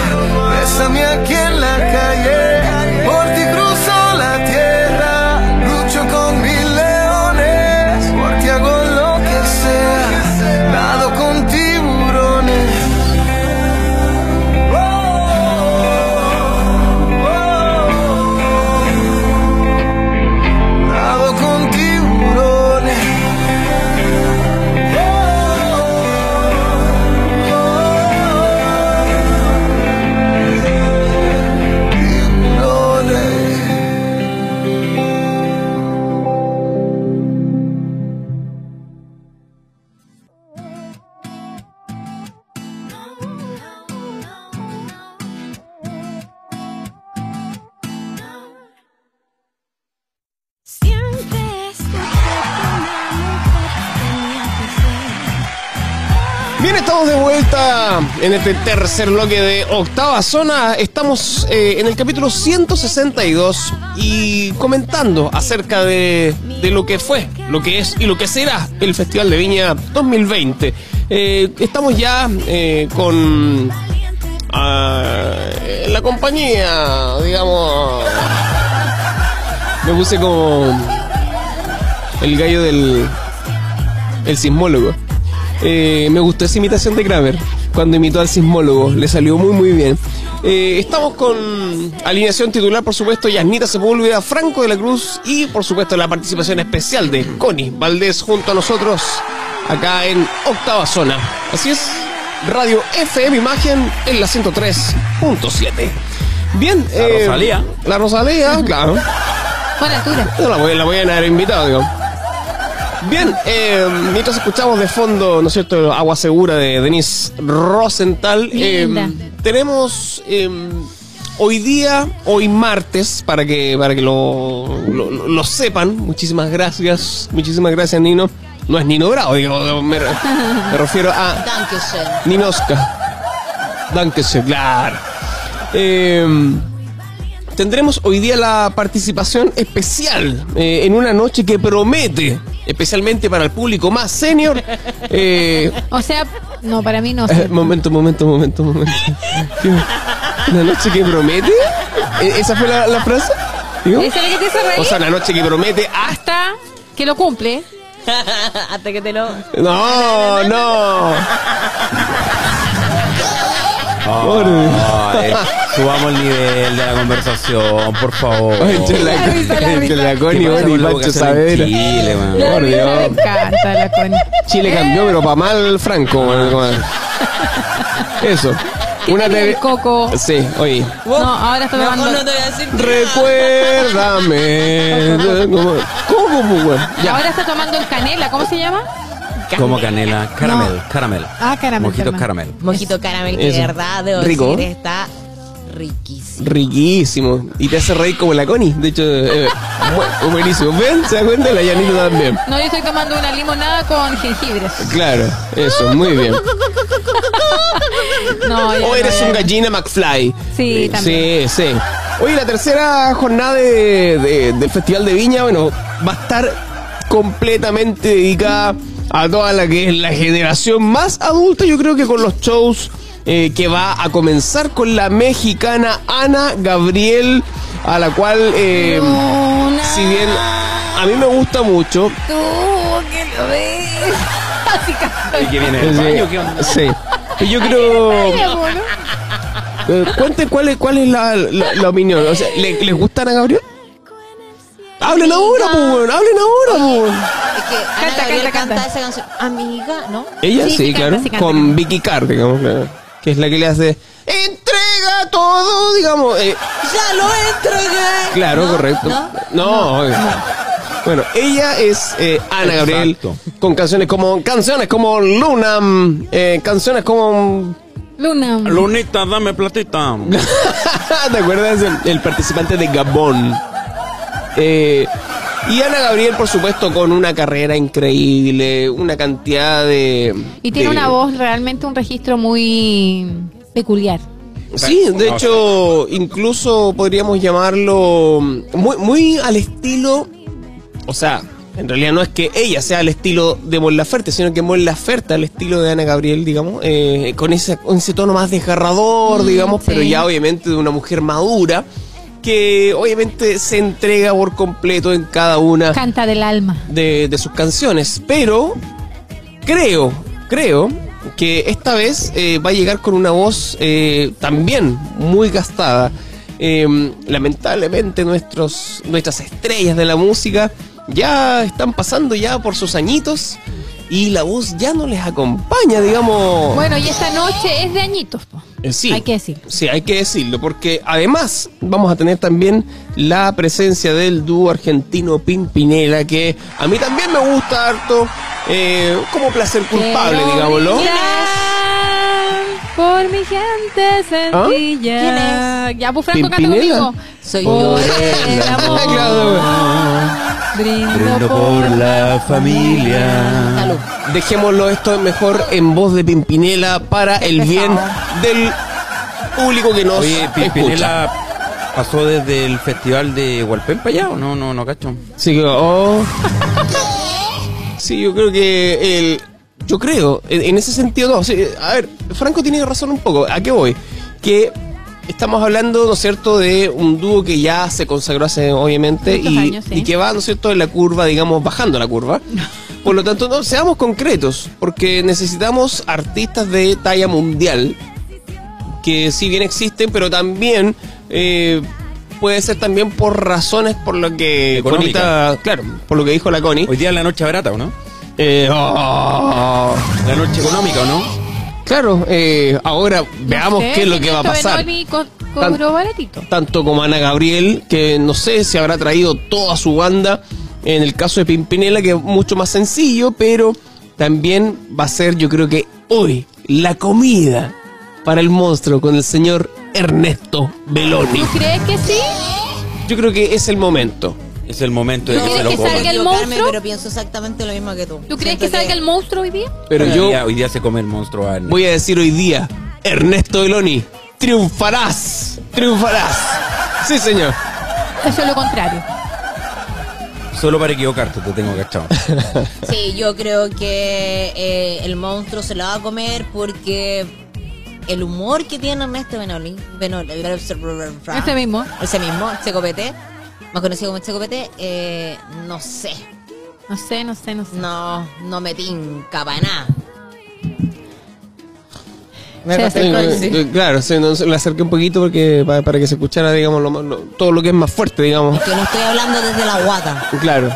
[SPEAKER 8] bésame aquí en la calle, por ti cruzo la tierra, lucho con mi leones
[SPEAKER 3] Bien, estamos de vuelta en este tercer bloque de Octava Zona. Estamos eh, en el capítulo 162 y comentando acerca de, de lo que fue, lo que es y lo que será el Festival de Viña 2020. Eh, estamos ya eh, con ah, la compañía, digamos... Me puse como el gallo del el sismólogo. Eh, me gustó esa imitación de Kramer cuando imitó al sismólogo, le salió muy muy bien. Eh, estamos con alineación titular, por supuesto, Yasnita Sepúlveda, Franco de la Cruz y, por supuesto, la participación especial de Connie Valdés junto a nosotros acá en Octava Zona. Así es, Radio FM Imagen en la 103.7. Bien, eh,
[SPEAKER 8] La Rosalía.
[SPEAKER 3] La Rosalía, claro.
[SPEAKER 4] Buena altura.
[SPEAKER 3] No la voy, la voy a haber invitado, digo. Bien, eh, mientras escuchamos de fondo, ¿no es cierto?, Agua Segura de Denise Rosenthal. eh,
[SPEAKER 4] Linda.
[SPEAKER 3] tenemos eh, hoy día, hoy martes, para que, para que lo, lo, lo sepan. Muchísimas gracias, muchísimas gracias, Nino. No es Nino Bravo, digo, me, me refiero a
[SPEAKER 5] Dankeschön.
[SPEAKER 3] Ninoska. Dankeschön, claro. Eh, tendremos hoy día la participación especial eh, en una noche que promete, especialmente para el público más senior. eh,
[SPEAKER 4] O sea, no, para mí no.
[SPEAKER 3] eh, momento, momento, momento, momento. ¿La noche que promete? ¿E- ¿Esa fue la, la frase? ¿Digo?
[SPEAKER 4] ¿Esa es la que te hizo reír?
[SPEAKER 3] O sea, la noche que promete hasta...
[SPEAKER 4] Hasta que lo cumple.
[SPEAKER 5] Hasta que te lo.
[SPEAKER 3] No, no. Por Dios.
[SPEAKER 8] Ay, subamos el nivel de la conversación, por favor.
[SPEAKER 3] Entre la, entre la Connie, Bonnie
[SPEAKER 8] ¿Qué pasa
[SPEAKER 3] y
[SPEAKER 8] con la
[SPEAKER 3] Pancho
[SPEAKER 8] vocación en
[SPEAKER 3] Saavedra.
[SPEAKER 8] Chile, man?
[SPEAKER 4] La
[SPEAKER 3] Por
[SPEAKER 4] vida Me
[SPEAKER 3] Dios.
[SPEAKER 4] encanta la Connie.
[SPEAKER 3] Chile cambió, pero para mal Franco. bueno, bueno. Eso. Una
[SPEAKER 4] tiene
[SPEAKER 3] TV.
[SPEAKER 4] el coco?
[SPEAKER 3] Sí, oye.
[SPEAKER 4] No, ahora está
[SPEAKER 5] Mejor
[SPEAKER 4] tomando.
[SPEAKER 5] no te voy a decir nada.
[SPEAKER 3] Recuérdame. ¿Cómo, cómo, weón? Ya.
[SPEAKER 4] Ahora está tomando el canela, ¿cómo se llama?
[SPEAKER 8] Como canela, caramel, caramel.
[SPEAKER 4] Ah, caramel,
[SPEAKER 8] Mojitos
[SPEAKER 4] perdón.
[SPEAKER 8] caramel.
[SPEAKER 5] Mojito caramel, que
[SPEAKER 3] Eso.
[SPEAKER 5] de verdad, debo
[SPEAKER 3] Rico.
[SPEAKER 5] decir, está riquísimo.
[SPEAKER 3] Riquísimo. Y te hace reír como la Connie. De hecho, eh, bu- buenísimo. ¿Ven? ¿Se dan cuenta? La Yanita también.
[SPEAKER 4] No, yo estoy tomando una limonada con jengibres.
[SPEAKER 3] Claro, eso, muy bien.
[SPEAKER 4] No, ya
[SPEAKER 3] O
[SPEAKER 4] no,
[SPEAKER 3] Oh, eres
[SPEAKER 4] ya
[SPEAKER 3] un
[SPEAKER 4] no.
[SPEAKER 3] gallina McFly.
[SPEAKER 4] Sí, también.
[SPEAKER 3] Sí, sí. Oye, la tercera jornada de- de- del Festival de Viña, bueno, va a estar completamente dedicada a toda la que es la generación más adulta, yo creo que con los shows eh, que va a comenzar con la mexicana Ana Gabriel, a la cual, eh,
[SPEAKER 4] Luna,
[SPEAKER 3] si bien a mí me gusta mucho,
[SPEAKER 4] tú que lo ves. Así que-
[SPEAKER 8] ¿Y qué viene? ¿El
[SPEAKER 3] Sí.
[SPEAKER 8] baño? ¿Qué onda?
[SPEAKER 3] Sí. Yo creo.
[SPEAKER 4] Ay, boludo.
[SPEAKER 3] Eh, cuente cuál es, cuál es la, la- la opinión. O sea, ¿le- ¿les gusta Ana Gabriel? Hablen ahora, pues, weón. Hablen ahora, pues. weón.
[SPEAKER 5] Es que Ana
[SPEAKER 4] Canta,
[SPEAKER 5] Gabriel
[SPEAKER 4] canta,
[SPEAKER 5] canta
[SPEAKER 4] canta.
[SPEAKER 5] esa canción. Amiga, ¿no?
[SPEAKER 3] Ella sí,
[SPEAKER 4] Sí, sí canta,
[SPEAKER 3] claro.
[SPEAKER 4] sí canta.
[SPEAKER 3] con Vicky Carr, digamos, claro, Que es la que le hace. Entrega todo, digamos. eh,
[SPEAKER 5] ¡Ya lo entregué!
[SPEAKER 3] claro,
[SPEAKER 5] ¿No?
[SPEAKER 3] correcto. No,
[SPEAKER 5] ¿No?
[SPEAKER 3] obvio. Bueno, ella es eh, Ana Gabriel.
[SPEAKER 8] Exacto.
[SPEAKER 3] Con canciones como. Canciones como Lunam. eh, canciones como. mm,
[SPEAKER 4] Luna.
[SPEAKER 8] Lunita, dame platita.
[SPEAKER 3] ¿Te acuerdas? El, el participante de Gabón. Eh, y Ana Gabriel, por supuesto, con una carrera increíble, una cantidad de...
[SPEAKER 4] Y tiene
[SPEAKER 3] de-
[SPEAKER 4] una voz realmente un registro muy peculiar.
[SPEAKER 3] Sí, de hecho, incluso podríamos llamarlo muy, muy al estilo... O sea, en realidad no es que ella sea al estilo de Mon Laferte, sino que Mon Laferte al estilo de Ana Gabriel, digamos, eh, con, ese, con ese tono más desgarrador,
[SPEAKER 4] Mm,
[SPEAKER 3] digamos, pero
[SPEAKER 4] sí.
[SPEAKER 3] ya obviamente de una mujer madura que obviamente se entrega por completo en cada una
[SPEAKER 4] Canta del alma.
[SPEAKER 3] de, de sus canciones, pero creo, creo que esta vez eh, va a llegar con una voz eh, también muy gastada. Eh, lamentablemente nuestros, nuestras estrellas de la música ya están pasando ya por sus añitos y la voz ya no les acompaña, digamos.
[SPEAKER 4] Bueno, y esta noche es de añitos. po.
[SPEAKER 3] Eh, Sí,
[SPEAKER 4] Hay que decirlo.
[SPEAKER 3] Sí, hay que decirlo, porque además vamos a tener también la presencia del dúo argentino Pimpinela, que a mí también me gusta harto, eh, como placer culpable,
[SPEAKER 4] Quiero
[SPEAKER 3] digámoslo.
[SPEAKER 4] brillar Por mi gente sencilla. Ya, pues Franco,
[SPEAKER 3] ¿Ah?
[SPEAKER 4] canta
[SPEAKER 3] ¿Pimpinela?
[SPEAKER 4] conmigo.
[SPEAKER 5] Soy
[SPEAKER 4] Por
[SPEAKER 5] yo.
[SPEAKER 4] el amor.
[SPEAKER 3] Claro.
[SPEAKER 8] Brindo por la familia.
[SPEAKER 5] Salud.
[SPEAKER 3] Dejémoslo esto mejor en voz de Pimpinela para el bien del público que nos
[SPEAKER 8] Oye,
[SPEAKER 3] escucha.
[SPEAKER 8] Pimpinela pasó desde el festival de Hualpén para allá, ¿o no? No, no, cacho.
[SPEAKER 3] Sí, que- oh. Sí, yo creo que el. Yo creo, en, en ese sentido, no. sí, a ver, Franco tiene razón un poco. ¿A qué voy? Que estamos hablando, ¿no es cierto?, de un dúo que ya se consagró hace, obviamente,
[SPEAKER 4] Muchos
[SPEAKER 3] y,
[SPEAKER 4] años, sí.
[SPEAKER 3] y que va, ¿no es cierto?, en la curva, digamos, bajando la curva. Por lo tanto, no, seamos concretos, porque necesitamos artistas de talla mundial, que si bien existen, pero también eh, puede ser también por razones por lo que
[SPEAKER 8] Económica.
[SPEAKER 3] Conita- claro, por lo que dijo la Connie.
[SPEAKER 8] Hoy día es la noche barata, ¿o no?
[SPEAKER 3] Eh, oh.
[SPEAKER 8] La noche económica, ¿o no?
[SPEAKER 3] claro, eh, ahora veamos
[SPEAKER 4] sé,
[SPEAKER 3] qué es lo que va a
[SPEAKER 4] Beethoven
[SPEAKER 3] pasar.
[SPEAKER 4] Oli co-
[SPEAKER 3] Tan-
[SPEAKER 4] cobró baratito.
[SPEAKER 3] Tanto como Ana Gabriel, que no sé si habrá traído toda su banda. En el caso de Pimpinela, que es mucho más sencillo, pero también va a ser, yo creo que hoy, la comida para el monstruo con el señor Ernesto Beloni.
[SPEAKER 4] ¿Tú crees que sí?
[SPEAKER 3] Yo creo que es el momento.
[SPEAKER 8] Es el momento de
[SPEAKER 5] No,
[SPEAKER 8] que se
[SPEAKER 4] ¿Quieres
[SPEAKER 8] lo
[SPEAKER 4] que
[SPEAKER 8] coman.
[SPEAKER 4] salga el
[SPEAKER 5] equivocarme,
[SPEAKER 4] monstruo?
[SPEAKER 5] Pero pienso exactamente lo mismo que tú.
[SPEAKER 4] ¿Tú crees
[SPEAKER 5] Siento
[SPEAKER 4] que salga el monstruo hoy día?
[SPEAKER 3] Pero
[SPEAKER 8] Hoy
[SPEAKER 3] yo
[SPEAKER 8] día- hoy día se come el monstruo Arne.
[SPEAKER 3] voy a decir hoy día, Ernesto Beloni, triunfarás, triunfarás. Sí, señor.
[SPEAKER 4] Eso es lo contrario.
[SPEAKER 8] Solo para equivocarte te tengo cachado.
[SPEAKER 5] Sí, yo creo que eh, el monstruo se lo va a comer porque el humor que tiene Ernesto Benoli, Benoli
[SPEAKER 4] Ese mismo.
[SPEAKER 5] ese mismo, Checopete, más conocido como Checopete, eh, no sé,
[SPEAKER 4] No sé, no sé, no sé.
[SPEAKER 5] no, no me tinca para nada.
[SPEAKER 4] Se acercó el sí.
[SPEAKER 3] Eh, Claro, sí, no, se- le acerqué un poquito porque para, para que se escuchara, digamos, lo más- lo- todo lo que es más fuerte, digamos.
[SPEAKER 5] Que no estoy hablando desde la guata,
[SPEAKER 3] Claro.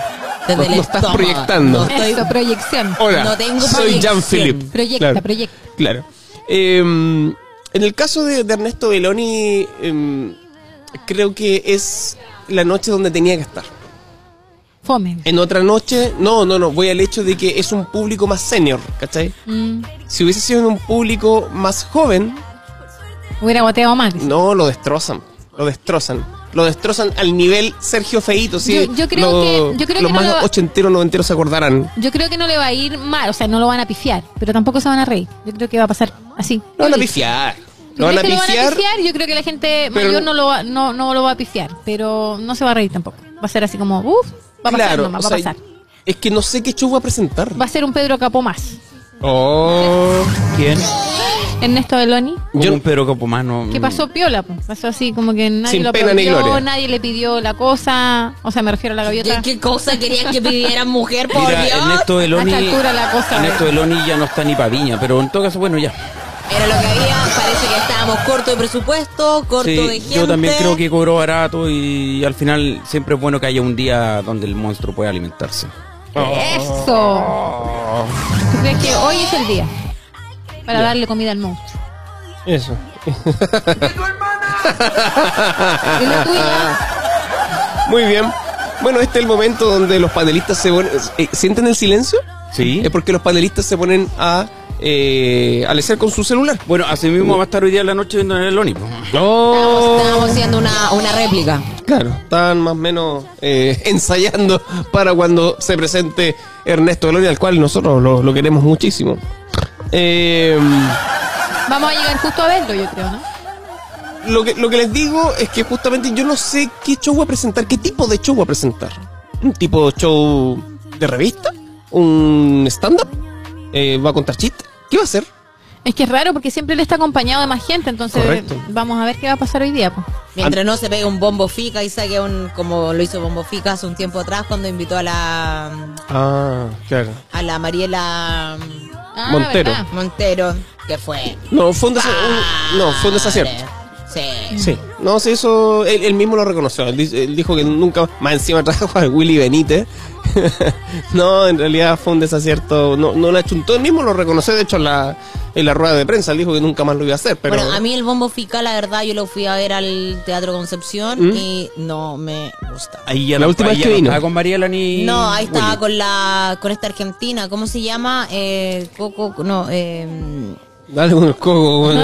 [SPEAKER 5] desde
[SPEAKER 3] No,
[SPEAKER 5] el
[SPEAKER 3] no estás
[SPEAKER 5] estómago.
[SPEAKER 3] proyectando.
[SPEAKER 5] No estoy-
[SPEAKER 4] Eso, proyección.
[SPEAKER 3] Hola,
[SPEAKER 5] no tengo
[SPEAKER 3] soy
[SPEAKER 5] proyección.
[SPEAKER 3] Jean-Philippe.
[SPEAKER 4] Proyecta,
[SPEAKER 3] Claro.
[SPEAKER 4] proyecta.
[SPEAKER 3] Claro. Eh, en el caso de, de Ernesto Beloni, eh, creo que es la noche donde tenía que estar.
[SPEAKER 4] Fome.
[SPEAKER 3] En otra noche, no, no, no, voy al hecho de que es un público más senior, ¿cachai?
[SPEAKER 4] Mm,
[SPEAKER 3] Si hubiese sido en un público más joven,
[SPEAKER 4] hubiera guateado más. dice.
[SPEAKER 3] no, lo destrozan, lo destrozan. Lo destrozan al nivel Sergio Feito, sí.
[SPEAKER 4] Yo- yo creo que- yo creo
[SPEAKER 3] los
[SPEAKER 4] que no
[SPEAKER 3] más
[SPEAKER 4] lo va-
[SPEAKER 3] ochenteros, noventeros se acordarán.
[SPEAKER 4] Yo creo que no le va a ir mal, o sea, no lo van a pifiar, pero tampoco se van a reír. Yo creo que va a pasar así.
[SPEAKER 3] Lo van a pifiar.
[SPEAKER 4] ¿Tú
[SPEAKER 3] Lo van a
[SPEAKER 4] crees que
[SPEAKER 3] pifiar.
[SPEAKER 4] Yo creo que la gente
[SPEAKER 3] pero-
[SPEAKER 4] mayor no lo, va, no, no lo va a pifiar, pero no se va a reír tampoco. Va a ser así como, uff, va a pasar
[SPEAKER 3] Claro,
[SPEAKER 4] nomás,
[SPEAKER 3] o
[SPEAKER 4] va a
[SPEAKER 3] sea,
[SPEAKER 4] pasar.
[SPEAKER 3] Es que no sé qué show va a presentar.
[SPEAKER 4] Va a ser un Pedro Capó más.
[SPEAKER 3] Oh.
[SPEAKER 8] ¿Quién?
[SPEAKER 4] Ernesto Beloni.
[SPEAKER 8] Yo
[SPEAKER 3] Yo-
[SPEAKER 8] un Pedro Capomano. mm.
[SPEAKER 4] ¿Qué pasó piola? po. Pasó así como que nadie
[SPEAKER 3] Mm. Sin
[SPEAKER 4] lo
[SPEAKER 3] pena ni
[SPEAKER 4] aplaudió,
[SPEAKER 3] gloria.
[SPEAKER 4] nadie le pidió la cosa. O sea, me refiero a la gaviota.
[SPEAKER 5] ¿Qué, qué cosa querías que pidiera mujer, por
[SPEAKER 8] Mira,
[SPEAKER 5] Dios?
[SPEAKER 8] Ernesto Deloni.
[SPEAKER 4] A esta altura la cosa,
[SPEAKER 8] Ernesto
[SPEAKER 4] eh.
[SPEAKER 8] Deloni ya no está ni pa' viña, pero en todo caso, bueno, ya.
[SPEAKER 5] Era lo que había, parece que estábamos corto de presupuesto, corto
[SPEAKER 8] Sí,
[SPEAKER 5] de gente.
[SPEAKER 8] yo también creo que cobró barato y al final siempre es bueno que haya un día donde el monstruo pueda alimentarse.
[SPEAKER 4] ¡Eso! ¿Tú crees que hoy es el día? Para darle comida al monstruo.
[SPEAKER 3] Eso.
[SPEAKER 4] ¿Y lo tuyo?
[SPEAKER 3] Muy bien. Bueno, este es el momento donde los panelistas se ponen. eh, ¿Sienten el silencio?
[SPEAKER 8] Sí.
[SPEAKER 3] Es porque los panelistas se ponen a eh, alecer con su celular.
[SPEAKER 8] Bueno, así mismo va a estar hoy día en la noche viendo el Deloni. po.
[SPEAKER 3] No.
[SPEAKER 5] Estábamos haciendo una, una réplica.
[SPEAKER 3] Claro, están más o menos eh, ensayando para cuando se presente Ernesto Gloria, al cual nosotros lo, lo queremos muchísimo. Eh,
[SPEAKER 4] Vamos a llegar justo a verlo, yo creo, ¿no?
[SPEAKER 3] lo, que, lo que les digo es que justamente yo no sé qué show va a presentar, qué tipo de show va a presentar. ¿Un tipo de show de revista? ¿Un stand-up? Eh, ¿Va a contar chistes? ¿Qué va a hacer?
[SPEAKER 4] Es que es raro porque siempre él está acompañado de más gente, entonces
[SPEAKER 3] Correcto.
[SPEAKER 4] vamos a ver qué va a pasar hoy día. po.
[SPEAKER 5] Mientras no se pegue un bombo fica y saque un, como lo hizo bombo fica hace un tiempo atrás cuando invitó a la,
[SPEAKER 3] Ah, claro.
[SPEAKER 5] a la Mariela
[SPEAKER 4] Ah,
[SPEAKER 3] Montero.
[SPEAKER 4] ¿verdad?
[SPEAKER 5] Montero, que fue.
[SPEAKER 3] No, fue un, desa- un- Uh, no, fue un desacierto.
[SPEAKER 5] Sí.
[SPEAKER 3] Sí. No, sí, eso él, él mismo lo reconoció. Él, di- él dijo que nunca más encima trajo a Willy Benítez. no, en realidad fue un desacierto. No, no la chuntó. Él mismo lo reconoció. De hecho, en la, en la rueda de prensa él dijo que nunca más lo iba a hacer. Pero
[SPEAKER 5] Bueno, a mí el bombo fica, la verdad, yo lo fui a ver al Teatro Concepción
[SPEAKER 3] ¿Mm?
[SPEAKER 5] y no me gusta.
[SPEAKER 8] Ahí ya
[SPEAKER 3] La
[SPEAKER 8] no-
[SPEAKER 3] última
[SPEAKER 8] ahí
[SPEAKER 3] vez
[SPEAKER 8] ya
[SPEAKER 3] que
[SPEAKER 8] no
[SPEAKER 3] vino.
[SPEAKER 8] estaba con Mariela ni.
[SPEAKER 5] No, ahí estaba
[SPEAKER 8] Willy.
[SPEAKER 5] con la con esta argentina, ¿cómo se llama? Eh, Coco, no, eh,
[SPEAKER 3] dale con el coco. bueno.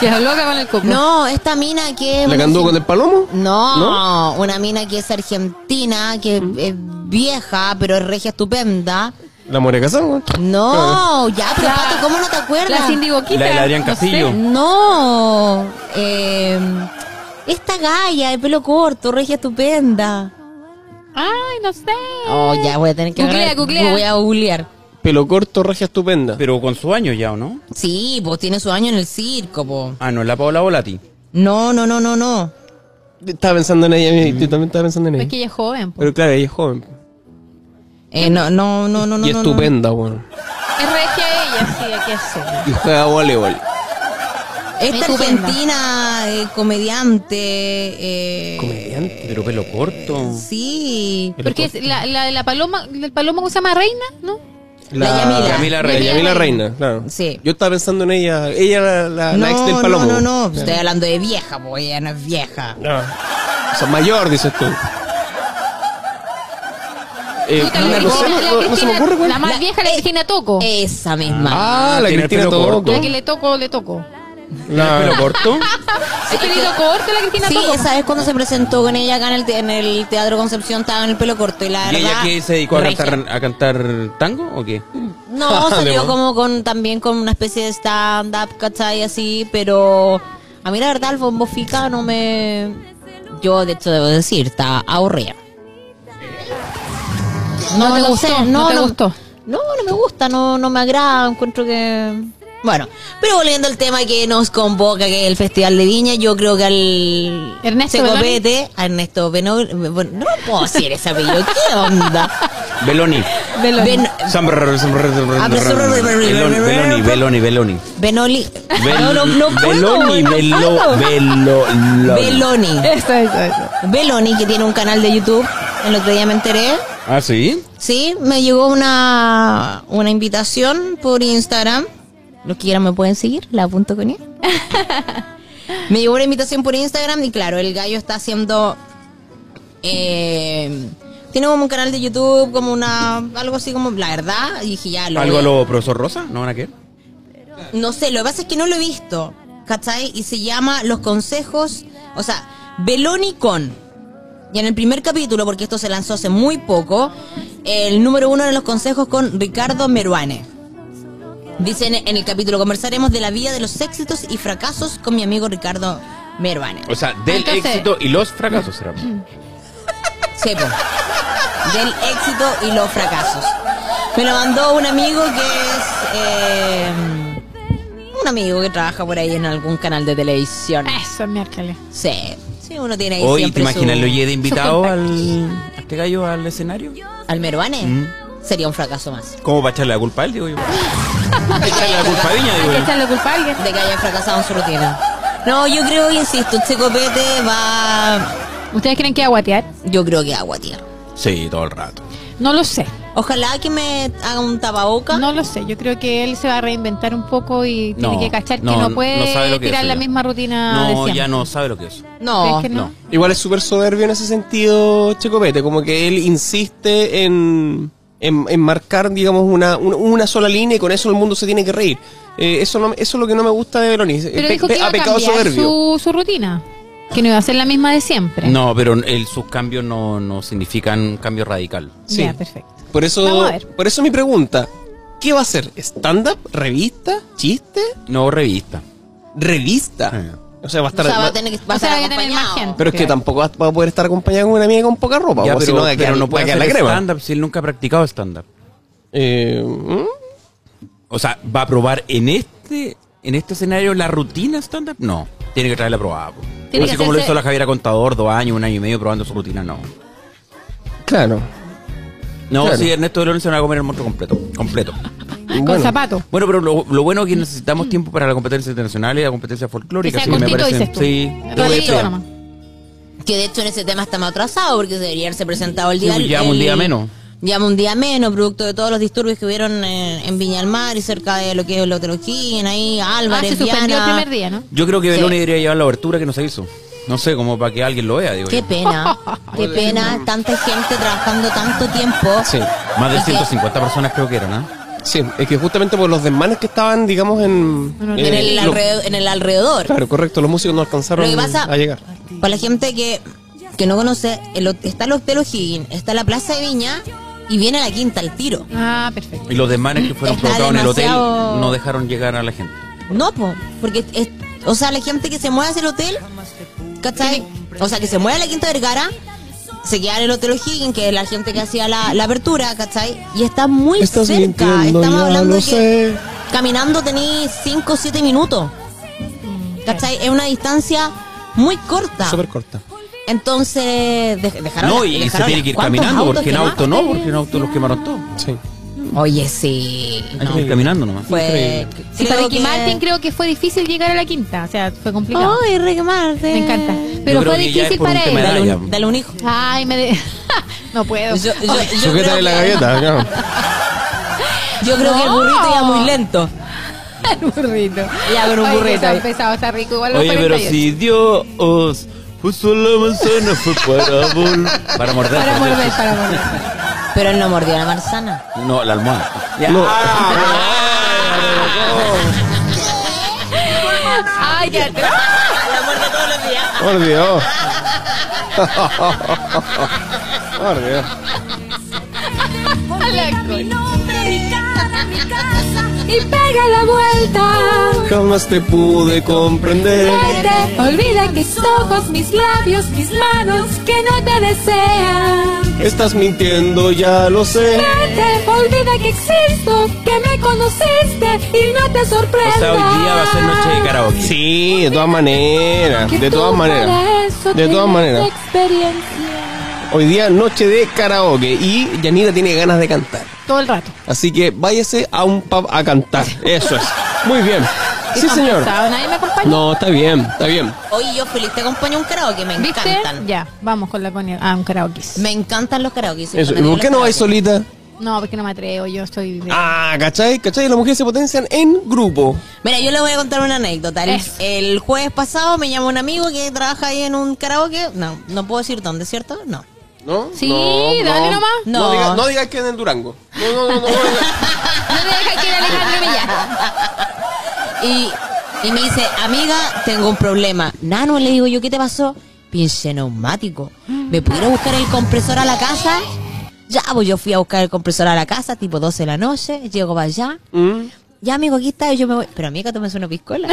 [SPEAKER 4] Que habló acá con el coco.
[SPEAKER 5] No, esta mina que es.
[SPEAKER 3] ¿La
[SPEAKER 5] una
[SPEAKER 3] cantó
[SPEAKER 5] argen-
[SPEAKER 3] con el palomo?
[SPEAKER 5] No, una mina que es argentina, que es vieja, pero es regia estupenda.
[SPEAKER 3] ¿La More Casán, weón?
[SPEAKER 5] No, ya, pero Pato, ¿cómo no te acuerdas?
[SPEAKER 4] La Cindy Boquita.
[SPEAKER 8] La del Adrián Castillo.
[SPEAKER 5] No, eh, esta galla de pelo corto, regia estupenda.
[SPEAKER 4] Ay, no sé.
[SPEAKER 5] Oh, ya voy a tener que
[SPEAKER 4] Googlea,
[SPEAKER 5] agarrar-
[SPEAKER 4] googlea.
[SPEAKER 5] voy a googlear.
[SPEAKER 3] Pelo corto, regia estupenda.
[SPEAKER 8] Pero con su año ya, ¿o no?
[SPEAKER 5] Sí, pues tiene su año en el circo, po.
[SPEAKER 8] Ah, no, es la Paola Volati.
[SPEAKER 5] No, no, no, no, no.
[SPEAKER 3] Estaba pensando en ella, yo también estaba pensando en
[SPEAKER 4] Es
[SPEAKER 3] ella.
[SPEAKER 4] que ella es joven. po.
[SPEAKER 3] Pero claro, ella es joven.
[SPEAKER 5] Eh, no, no, no, no, no.
[SPEAKER 3] y
[SPEAKER 5] no, no.
[SPEAKER 3] estupenda, weón.
[SPEAKER 4] Es regia ella, sí, hay que hacer.
[SPEAKER 3] Y juega voleibol.
[SPEAKER 5] Esta
[SPEAKER 4] Estupenda.
[SPEAKER 5] argentina eh, comediante. eh,
[SPEAKER 3] Comediante.
[SPEAKER 8] Pero pelo corto.
[SPEAKER 5] Sí.
[SPEAKER 4] Porque es la, la, la paloma, el paloma que se llama Reina, ¿no?
[SPEAKER 5] La Yamila.
[SPEAKER 8] Yamila
[SPEAKER 3] La
[SPEAKER 8] Reina.
[SPEAKER 3] Yamila Reina, claro.
[SPEAKER 5] Sí.
[SPEAKER 3] Yo estaba pensando en ella. Ella era la, la ex del palomo.
[SPEAKER 5] No, no, no.
[SPEAKER 3] Claro.
[SPEAKER 5] Estoy hablando de vieja, po. Ella no es vieja.
[SPEAKER 3] No. O sea, mayor, dices tú. Eh,
[SPEAKER 4] Puta,
[SPEAKER 3] no,
[SPEAKER 4] la
[SPEAKER 3] no sé,
[SPEAKER 4] Cristina-
[SPEAKER 3] no-
[SPEAKER 4] la
[SPEAKER 3] no se me
[SPEAKER 4] Cristina-
[SPEAKER 3] ocurre, weón.
[SPEAKER 4] La más vieja, la
[SPEAKER 5] eh,
[SPEAKER 4] Cristina Toco.
[SPEAKER 5] Esa misma.
[SPEAKER 3] Ah, la
[SPEAKER 8] tiene el
[SPEAKER 3] Cristina
[SPEAKER 8] pelo
[SPEAKER 3] Toco.
[SPEAKER 8] corto.
[SPEAKER 4] La que le toco, le toco.
[SPEAKER 3] La-
[SPEAKER 8] ¿Pelo corto?
[SPEAKER 4] ¿Es pelito corto la Cristina
[SPEAKER 5] Sí,
[SPEAKER 4] Toco?
[SPEAKER 5] esa vez cuando se presentó con ella acá en el, te- en el Teatro Concepción, estaba en el pelo corto y la
[SPEAKER 8] ¿Y
[SPEAKER 5] verdad...
[SPEAKER 8] ella qué se dedicó a
[SPEAKER 5] regia.
[SPEAKER 8] cantar, a cantar tango o qué?
[SPEAKER 5] No,
[SPEAKER 3] Además.
[SPEAKER 5] salió como con también con una especie de stand-up, ¿cachai? Así, pero a mí la verdad el bombo fica no me... Yo, de hecho, debo decir, está aburrida.
[SPEAKER 4] No te gustó, no te gustó.
[SPEAKER 5] No, no me gusta, no, no me agrada, encuentro que... Bueno, pero volviendo al tema que nos convoca, que es el Festival de Viña, yo creo que al...
[SPEAKER 4] Ernesto
[SPEAKER 5] Secopete, a Ernesto Beno... bueno, no puedo decir ese apellido, ¿qué onda?
[SPEAKER 8] Beloni.
[SPEAKER 4] Velo.
[SPEAKER 5] Ben-
[SPEAKER 8] Beloni, Beloni, Beloni, Beloni.
[SPEAKER 5] Benoli.
[SPEAKER 8] Bel-
[SPEAKER 5] no, no, no puedo,
[SPEAKER 8] Beloni,
[SPEAKER 5] no puedo.
[SPEAKER 8] Belo, Belo, Beloni.
[SPEAKER 5] Beloni.
[SPEAKER 4] Eso, eso, eso.
[SPEAKER 5] Beloni, que tiene un canal de YouTube. El otro día me enteré.
[SPEAKER 8] ¿Ah, sí?
[SPEAKER 5] Sí, me llegó una, una invitación por Instagram. Los que quieran me pueden seguir, la apunto con él. me llegó una invitación por Instagram y claro, el gallo está haciendo... eh, tiene como un canal de YouTube, como una... Algo así como... La verdad, y dije ya lo...
[SPEAKER 8] ¿Algo
[SPEAKER 5] voy
[SPEAKER 8] a
[SPEAKER 5] a-
[SPEAKER 8] lo profesor Rosa? ¿No van a querer?
[SPEAKER 5] no sé, lo que pasa es que no lo he visto, ¿cachai? Y se llama Los Consejos, o sea, Beloni con. Y en el primer capítulo, porque esto se lanzó hace muy poco, el número uno de los consejos con Ricardo Meruane. Dicen en el capítulo, conversaremos de la vida de los éxitos y fracasos con mi amigo Ricardo Meruane.
[SPEAKER 8] O sea, del
[SPEAKER 4] Entonces-
[SPEAKER 8] éxito y los fracasos será.
[SPEAKER 4] Mm.
[SPEAKER 5] Sepo. Del éxito y los fracasos. Me lo mandó un amigo que es. eh, un amigo que trabaja por ahí en algún canal de televisión.
[SPEAKER 4] Eso, miércoles.
[SPEAKER 5] Sí. Sí, uno tiene ahí
[SPEAKER 8] Hoy, ¿te
[SPEAKER 5] siempre
[SPEAKER 8] imaginas
[SPEAKER 5] su-
[SPEAKER 8] lo lleve de invitado
[SPEAKER 4] contactos.
[SPEAKER 8] al, a este gallo al escenario?
[SPEAKER 5] al Meruane.
[SPEAKER 8] Mm.
[SPEAKER 5] Sería un fracaso más.
[SPEAKER 8] ¿Cómo va a echarle la culpa a él, digo yo? echarle la culpa a Viña,
[SPEAKER 4] Hay
[SPEAKER 8] digo
[SPEAKER 4] que
[SPEAKER 8] yo.
[SPEAKER 4] echarle culpa a alguien.
[SPEAKER 5] De que haya fracasado en su rutina. No, yo creo, insisto, Checo Pete va.
[SPEAKER 4] ¿Ustedes creen que va a guatear?
[SPEAKER 5] Yo creo que agua, tía.
[SPEAKER 8] Sí, todo el rato.
[SPEAKER 4] No lo sé.
[SPEAKER 5] Ojalá que me haga un tapaboca.
[SPEAKER 4] No lo sé. Yo creo que él se va a reinventar un poco y tiene
[SPEAKER 8] No,
[SPEAKER 4] que cachar que
[SPEAKER 8] no,
[SPEAKER 4] no
[SPEAKER 8] no
[SPEAKER 4] puede
[SPEAKER 8] sabe lo que
[SPEAKER 4] tirar
[SPEAKER 8] es,
[SPEAKER 4] la
[SPEAKER 8] ya.
[SPEAKER 4] misma rutina de
[SPEAKER 8] No,
[SPEAKER 4] siempre.
[SPEAKER 8] ya no sabe lo que es.
[SPEAKER 5] No.
[SPEAKER 4] ¿Crees que no?
[SPEAKER 3] Igual es súper soberbio en ese sentido, Checopete, como que él insiste en, en, en marcar, digamos, una, una, una sola línea y con eso el mundo se tiene que reír. Eh, eso, no- eso es lo que no me gusta de Veronis.
[SPEAKER 4] Pero dijo que iba a cambiar su, su rutina. Que no iba a ser la misma de siempre.
[SPEAKER 8] No, pero el, sus cambios no, no significan cambio radical.
[SPEAKER 3] Sí.
[SPEAKER 4] Ya, perfecto.
[SPEAKER 3] Por eso,
[SPEAKER 4] Vamos a ver.
[SPEAKER 3] por eso mi pregunta, ¿qué va a hacer? ¿Stand-up? ¿Revista? ¿Chiste?
[SPEAKER 8] No revista.
[SPEAKER 3] ¿Revista? O sea, va a
[SPEAKER 5] O
[SPEAKER 3] estar...
[SPEAKER 5] sea, va
[SPEAKER 3] va-
[SPEAKER 5] a tener que, va a
[SPEAKER 4] O sea,
[SPEAKER 5] estar
[SPEAKER 4] va a tener más
[SPEAKER 5] acompañado.
[SPEAKER 4] gente.
[SPEAKER 3] pero es que
[SPEAKER 4] Claro.
[SPEAKER 3] tampoco va va a poder estar acompañado con una amiga con poca ropa.
[SPEAKER 8] Ya,
[SPEAKER 3] o si
[SPEAKER 8] pero,
[SPEAKER 3] no, va a
[SPEAKER 8] pero
[SPEAKER 3] quedar-
[SPEAKER 8] no
[SPEAKER 3] va
[SPEAKER 8] puede
[SPEAKER 3] a quedar
[SPEAKER 8] hacer
[SPEAKER 3] la crema.
[SPEAKER 8] stand-up si él nunca ha practicado stand-up.
[SPEAKER 3] Eh, ¿mm?
[SPEAKER 8] O sea, ¿va a probar en este en este escenario la rutina stand-up? No. Tiene que traerla probada. po.
[SPEAKER 4] Tiene
[SPEAKER 8] Así
[SPEAKER 4] que
[SPEAKER 8] como lo
[SPEAKER 4] hacerse-
[SPEAKER 8] hizo la Javiera Contador, dos años, un año y medio probando su rutina, no.
[SPEAKER 3] Claro.
[SPEAKER 8] No,
[SPEAKER 3] Claro.
[SPEAKER 8] sí, Ernesto de León se va a comer el monstruo completo. Completo.
[SPEAKER 4] Con
[SPEAKER 3] Bueno.
[SPEAKER 4] zapato.
[SPEAKER 8] Bueno, pero lo, lo bueno es que necesitamos tiempo para la competencia internacional y la competencia
[SPEAKER 4] Mm. Que
[SPEAKER 8] folclórica.
[SPEAKER 4] sea
[SPEAKER 8] así que me
[SPEAKER 4] cortito,
[SPEAKER 8] parece.
[SPEAKER 4] dices tú.
[SPEAKER 8] Sí,
[SPEAKER 4] Rapidito
[SPEAKER 8] Tuve-
[SPEAKER 4] nomás.
[SPEAKER 5] Que de hecho en ese tema está más atrasado porque debería haberse presentado el
[SPEAKER 8] Sí,
[SPEAKER 5] día.
[SPEAKER 8] pues, llevamos
[SPEAKER 5] el-
[SPEAKER 8] un día menos.
[SPEAKER 5] Llevamos un día menos, producto de todos los disturbios que hubieron eh, en Viña del Mar y cerca de lo que es el Hotel O'Higgins, ahí,
[SPEAKER 4] Ah, se
[SPEAKER 5] Álvarez,
[SPEAKER 4] suspendió el
[SPEAKER 5] Viana.
[SPEAKER 4] primer día, ¿no?
[SPEAKER 8] Yo creo que
[SPEAKER 5] Sí.
[SPEAKER 8] Beloni debería llevar la abertura que no se hizo. No sé, como para que alguien lo vea, digo.
[SPEAKER 5] Qué
[SPEAKER 8] yo.
[SPEAKER 5] pena, qué pena, tanta gente trabajando tanto tiempo.
[SPEAKER 3] Sí.
[SPEAKER 8] Más de
[SPEAKER 5] Y que-
[SPEAKER 8] 150 personas creo que eran, ¿ah?
[SPEAKER 3] Sí, es que justamente por los desmanes que estaban, digamos, en...
[SPEAKER 5] en, el
[SPEAKER 3] lo-
[SPEAKER 5] alrededor, en el alrededor.
[SPEAKER 3] Claro, correcto, los músicos no alcanzaron
[SPEAKER 5] Lo que pasa-
[SPEAKER 3] a llegar.
[SPEAKER 5] Para la gente que, que no conoce, el hot- está el Hotel O'Higgins, está la Plaza de Viña y viene la quinta al tiro.
[SPEAKER 4] Ah, perfecto.
[SPEAKER 8] Y los desmanes que fueron
[SPEAKER 5] Está
[SPEAKER 8] provocados en el hotel
[SPEAKER 5] demasiado-
[SPEAKER 8] no dejaron llegar a la gente.
[SPEAKER 5] No, po, porque, es- o sea, la gente que se mueve hacia el hotel, ¿cachai? O sea, que se mueve a la Quinta Vergara, se queda en el Hotel O'Higgins, que es la gente que hacía la, la apertura, ¿cachai? Y está muy
[SPEAKER 3] Estás
[SPEAKER 5] cerca.
[SPEAKER 3] mintiendo,
[SPEAKER 5] Estamos
[SPEAKER 3] ya
[SPEAKER 5] hablando
[SPEAKER 3] lo
[SPEAKER 5] de que
[SPEAKER 3] sé.
[SPEAKER 5] caminando tenéis 5 o 7 minutos. ¿Cachai? Es una distancia muy corta.
[SPEAKER 3] Súper corta.
[SPEAKER 5] Entonces, de- dejaron.
[SPEAKER 8] No, y se
[SPEAKER 5] dejaron-
[SPEAKER 8] tiene que ir
[SPEAKER 5] ¿cuántos
[SPEAKER 8] caminando,
[SPEAKER 5] autos
[SPEAKER 8] porque en
[SPEAKER 5] quemaste?
[SPEAKER 8] auto no, porque en auto los quemaron todos.
[SPEAKER 3] Sí.
[SPEAKER 5] Oye, sí.
[SPEAKER 8] Hay
[SPEAKER 5] no.
[SPEAKER 8] que ir caminando nomás.
[SPEAKER 5] Fue.
[SPEAKER 4] Sí, para Ricky Martin creo que fue difícil llegar a la quinta, o sea, fue complicado.
[SPEAKER 5] Ay, Ricky Martin.
[SPEAKER 4] Me encanta. Pero
[SPEAKER 8] Yo creo
[SPEAKER 4] fue
[SPEAKER 8] que ya es
[SPEAKER 4] difícil
[SPEAKER 8] por un
[SPEAKER 4] para
[SPEAKER 8] tema de
[SPEAKER 4] él.
[SPEAKER 8] edad.
[SPEAKER 5] Dale
[SPEAKER 8] Vaya.
[SPEAKER 5] un, dale un hijo.
[SPEAKER 4] Ay, me de... no puedo.
[SPEAKER 5] Yo, yo- yo creo
[SPEAKER 3] Sujétale la
[SPEAKER 5] que-
[SPEAKER 3] galleta, claro.
[SPEAKER 5] Yo creo que el burrito iba muy lento.
[SPEAKER 4] El burrito.
[SPEAKER 5] Ya, con un
[SPEAKER 4] Oye,
[SPEAKER 5] burrito
[SPEAKER 4] está
[SPEAKER 5] ahí.
[SPEAKER 4] pesado, está rico. Igual los
[SPEAKER 8] Oye, pero
[SPEAKER 4] 48.
[SPEAKER 8] si Dios puso la manzana fue para vol- Para morder.
[SPEAKER 4] Para
[SPEAKER 8] por Dios.
[SPEAKER 4] morder, para morder.
[SPEAKER 5] Pero él no mordió la manzana.
[SPEAKER 8] No, la almohada. Ya.
[SPEAKER 3] No.
[SPEAKER 4] Ay, qué atroz.
[SPEAKER 5] La muerde todos los días.
[SPEAKER 3] Por Dios. Por Dios.
[SPEAKER 1] Mi nombre, mi casa, mi casa. Y pega la vuelta.
[SPEAKER 3] Jamás te pude comprender.
[SPEAKER 1] Vete, olvida que mis ojos, mis labios, mis manos que no te desean.
[SPEAKER 3] Estás mintiendo, ya lo sé.
[SPEAKER 1] Vete, olvida que existo, que me conociste y no te sorprendas.
[SPEAKER 8] O sea, hoy día va a ser noche de karaoke.
[SPEAKER 3] Sí, de todas maneras.
[SPEAKER 1] Que
[SPEAKER 3] De
[SPEAKER 1] tú
[SPEAKER 3] todas
[SPEAKER 1] para
[SPEAKER 3] maneras.
[SPEAKER 1] eso
[SPEAKER 3] De todas
[SPEAKER 1] tienes
[SPEAKER 3] maneras.
[SPEAKER 1] Experiencia.
[SPEAKER 3] Hoy día noche de karaoke y Yanira tiene ganas de cantar.
[SPEAKER 4] Todo el rato.
[SPEAKER 3] Así que váyase a un pub a cantar. Eso es. Muy bien. Sí,
[SPEAKER 4] Está
[SPEAKER 3] señor.
[SPEAKER 4] pesado, Nadie me acompaña.
[SPEAKER 3] No, está bien, está bien.
[SPEAKER 5] Oye, yo feliz te acompaño a un karaoke, me
[SPEAKER 4] ¿Viste?
[SPEAKER 5] encantan.
[SPEAKER 4] Ya, vamos con la Connie. Ah, un karaoke.
[SPEAKER 5] Me encantan los karaoke. soy
[SPEAKER 3] Eso. ¿Y
[SPEAKER 5] fanática
[SPEAKER 3] por
[SPEAKER 5] de
[SPEAKER 3] qué
[SPEAKER 5] los
[SPEAKER 3] no vais
[SPEAKER 5] karaoke.
[SPEAKER 3] solita?
[SPEAKER 4] No, porque no me atrevo, yo estoy... de-
[SPEAKER 3] Ah, ¿cachai? ¿Cachai? Las mujeres se potencian en grupo.
[SPEAKER 5] Mira, yo les voy a contar una anécdota. El,
[SPEAKER 4] Eso.
[SPEAKER 5] el jueves pasado me llamó un amigo que trabaja ahí en un karaoke. No, no puedo decir dónde, ¿cierto? No.
[SPEAKER 3] ¿No?
[SPEAKER 4] Sí, dale nomás.
[SPEAKER 3] No,
[SPEAKER 5] No.
[SPEAKER 3] digas no digas que es en Durango. No, no, no, no. no.
[SPEAKER 4] No me deja que Alejandro Millán.
[SPEAKER 5] Y, y me dice, amiga, tengo un problema. Nano, le digo yo, ¿qué te pasó? Pinche neumático. ¿Me pudiera buscar el compresor a la casa? Ya, pues yo fui a buscar el compresor a la casa, tipo 12 de la noche, llego para allá. Ya, amigo, aquí está, y yo me voy. Pero amiga, tómese una piscola.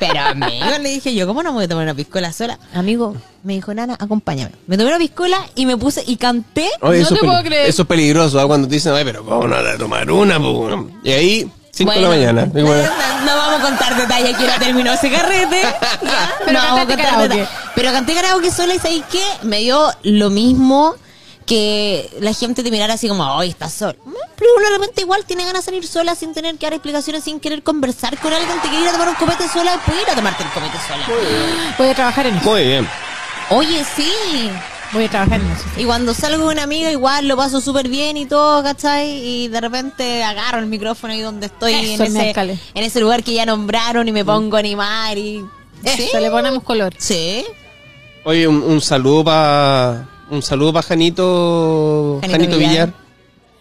[SPEAKER 5] Pero amigo, le dije yo, ¿cómo no me voy a tomar una piscola sola? Amigo, me dijo, Nana, acompáñame. Me tomé una piscola y me puse y canté.
[SPEAKER 3] Oye,
[SPEAKER 4] No
[SPEAKER 3] eso,
[SPEAKER 4] te
[SPEAKER 3] es peli-
[SPEAKER 4] puedo creer.
[SPEAKER 3] eso es peligroso, ¿ah? cuando te dicen, ay, pero ¿cómo no la tomar una? po, bueno?" Y ahí, 5
[SPEAKER 5] Bueno,
[SPEAKER 3] de la mañana. Y
[SPEAKER 5] No,
[SPEAKER 3] bueno,
[SPEAKER 5] no- no vamos a contar detalles que no terminó ese carrete. Ya,
[SPEAKER 4] Pero
[SPEAKER 5] no vamos
[SPEAKER 4] cantaste
[SPEAKER 5] a contar
[SPEAKER 4] karaoke.
[SPEAKER 5] detalles. Pero canté karaoke sola y ¿sabéis qué? Me dio lo mismo que la gente te mirara así como, hoy estás sola. Mm, Pero uno de repente igual tiene ganas de salir sola sin tener que dar explicaciones, sin querer conversar con alguien. Te quería ir a tomar un copete sola, después ir a tomarte el copete sola.
[SPEAKER 4] Voy a trabajar en eso.
[SPEAKER 3] muy bien.
[SPEAKER 5] Oye, sí.
[SPEAKER 4] Voy a trabajar en eso.
[SPEAKER 5] Y cuando salgo con una amiga, igual lo paso súper bien y todo, ¿cachai? Y de repente agarro el micrófono ahí donde estoy,
[SPEAKER 4] Eso, Mm.
[SPEAKER 5] en, ese,
[SPEAKER 4] mézcale.
[SPEAKER 5] en ese lugar que ya nombraron y me pongo a animar y. ¿Sí?
[SPEAKER 4] Eso, le ponemos color.
[SPEAKER 5] Sí.
[SPEAKER 3] Oye, un, un saludo para. Un saludo para Janito.
[SPEAKER 5] Janito
[SPEAKER 3] Janito Villar.
[SPEAKER 5] Villar.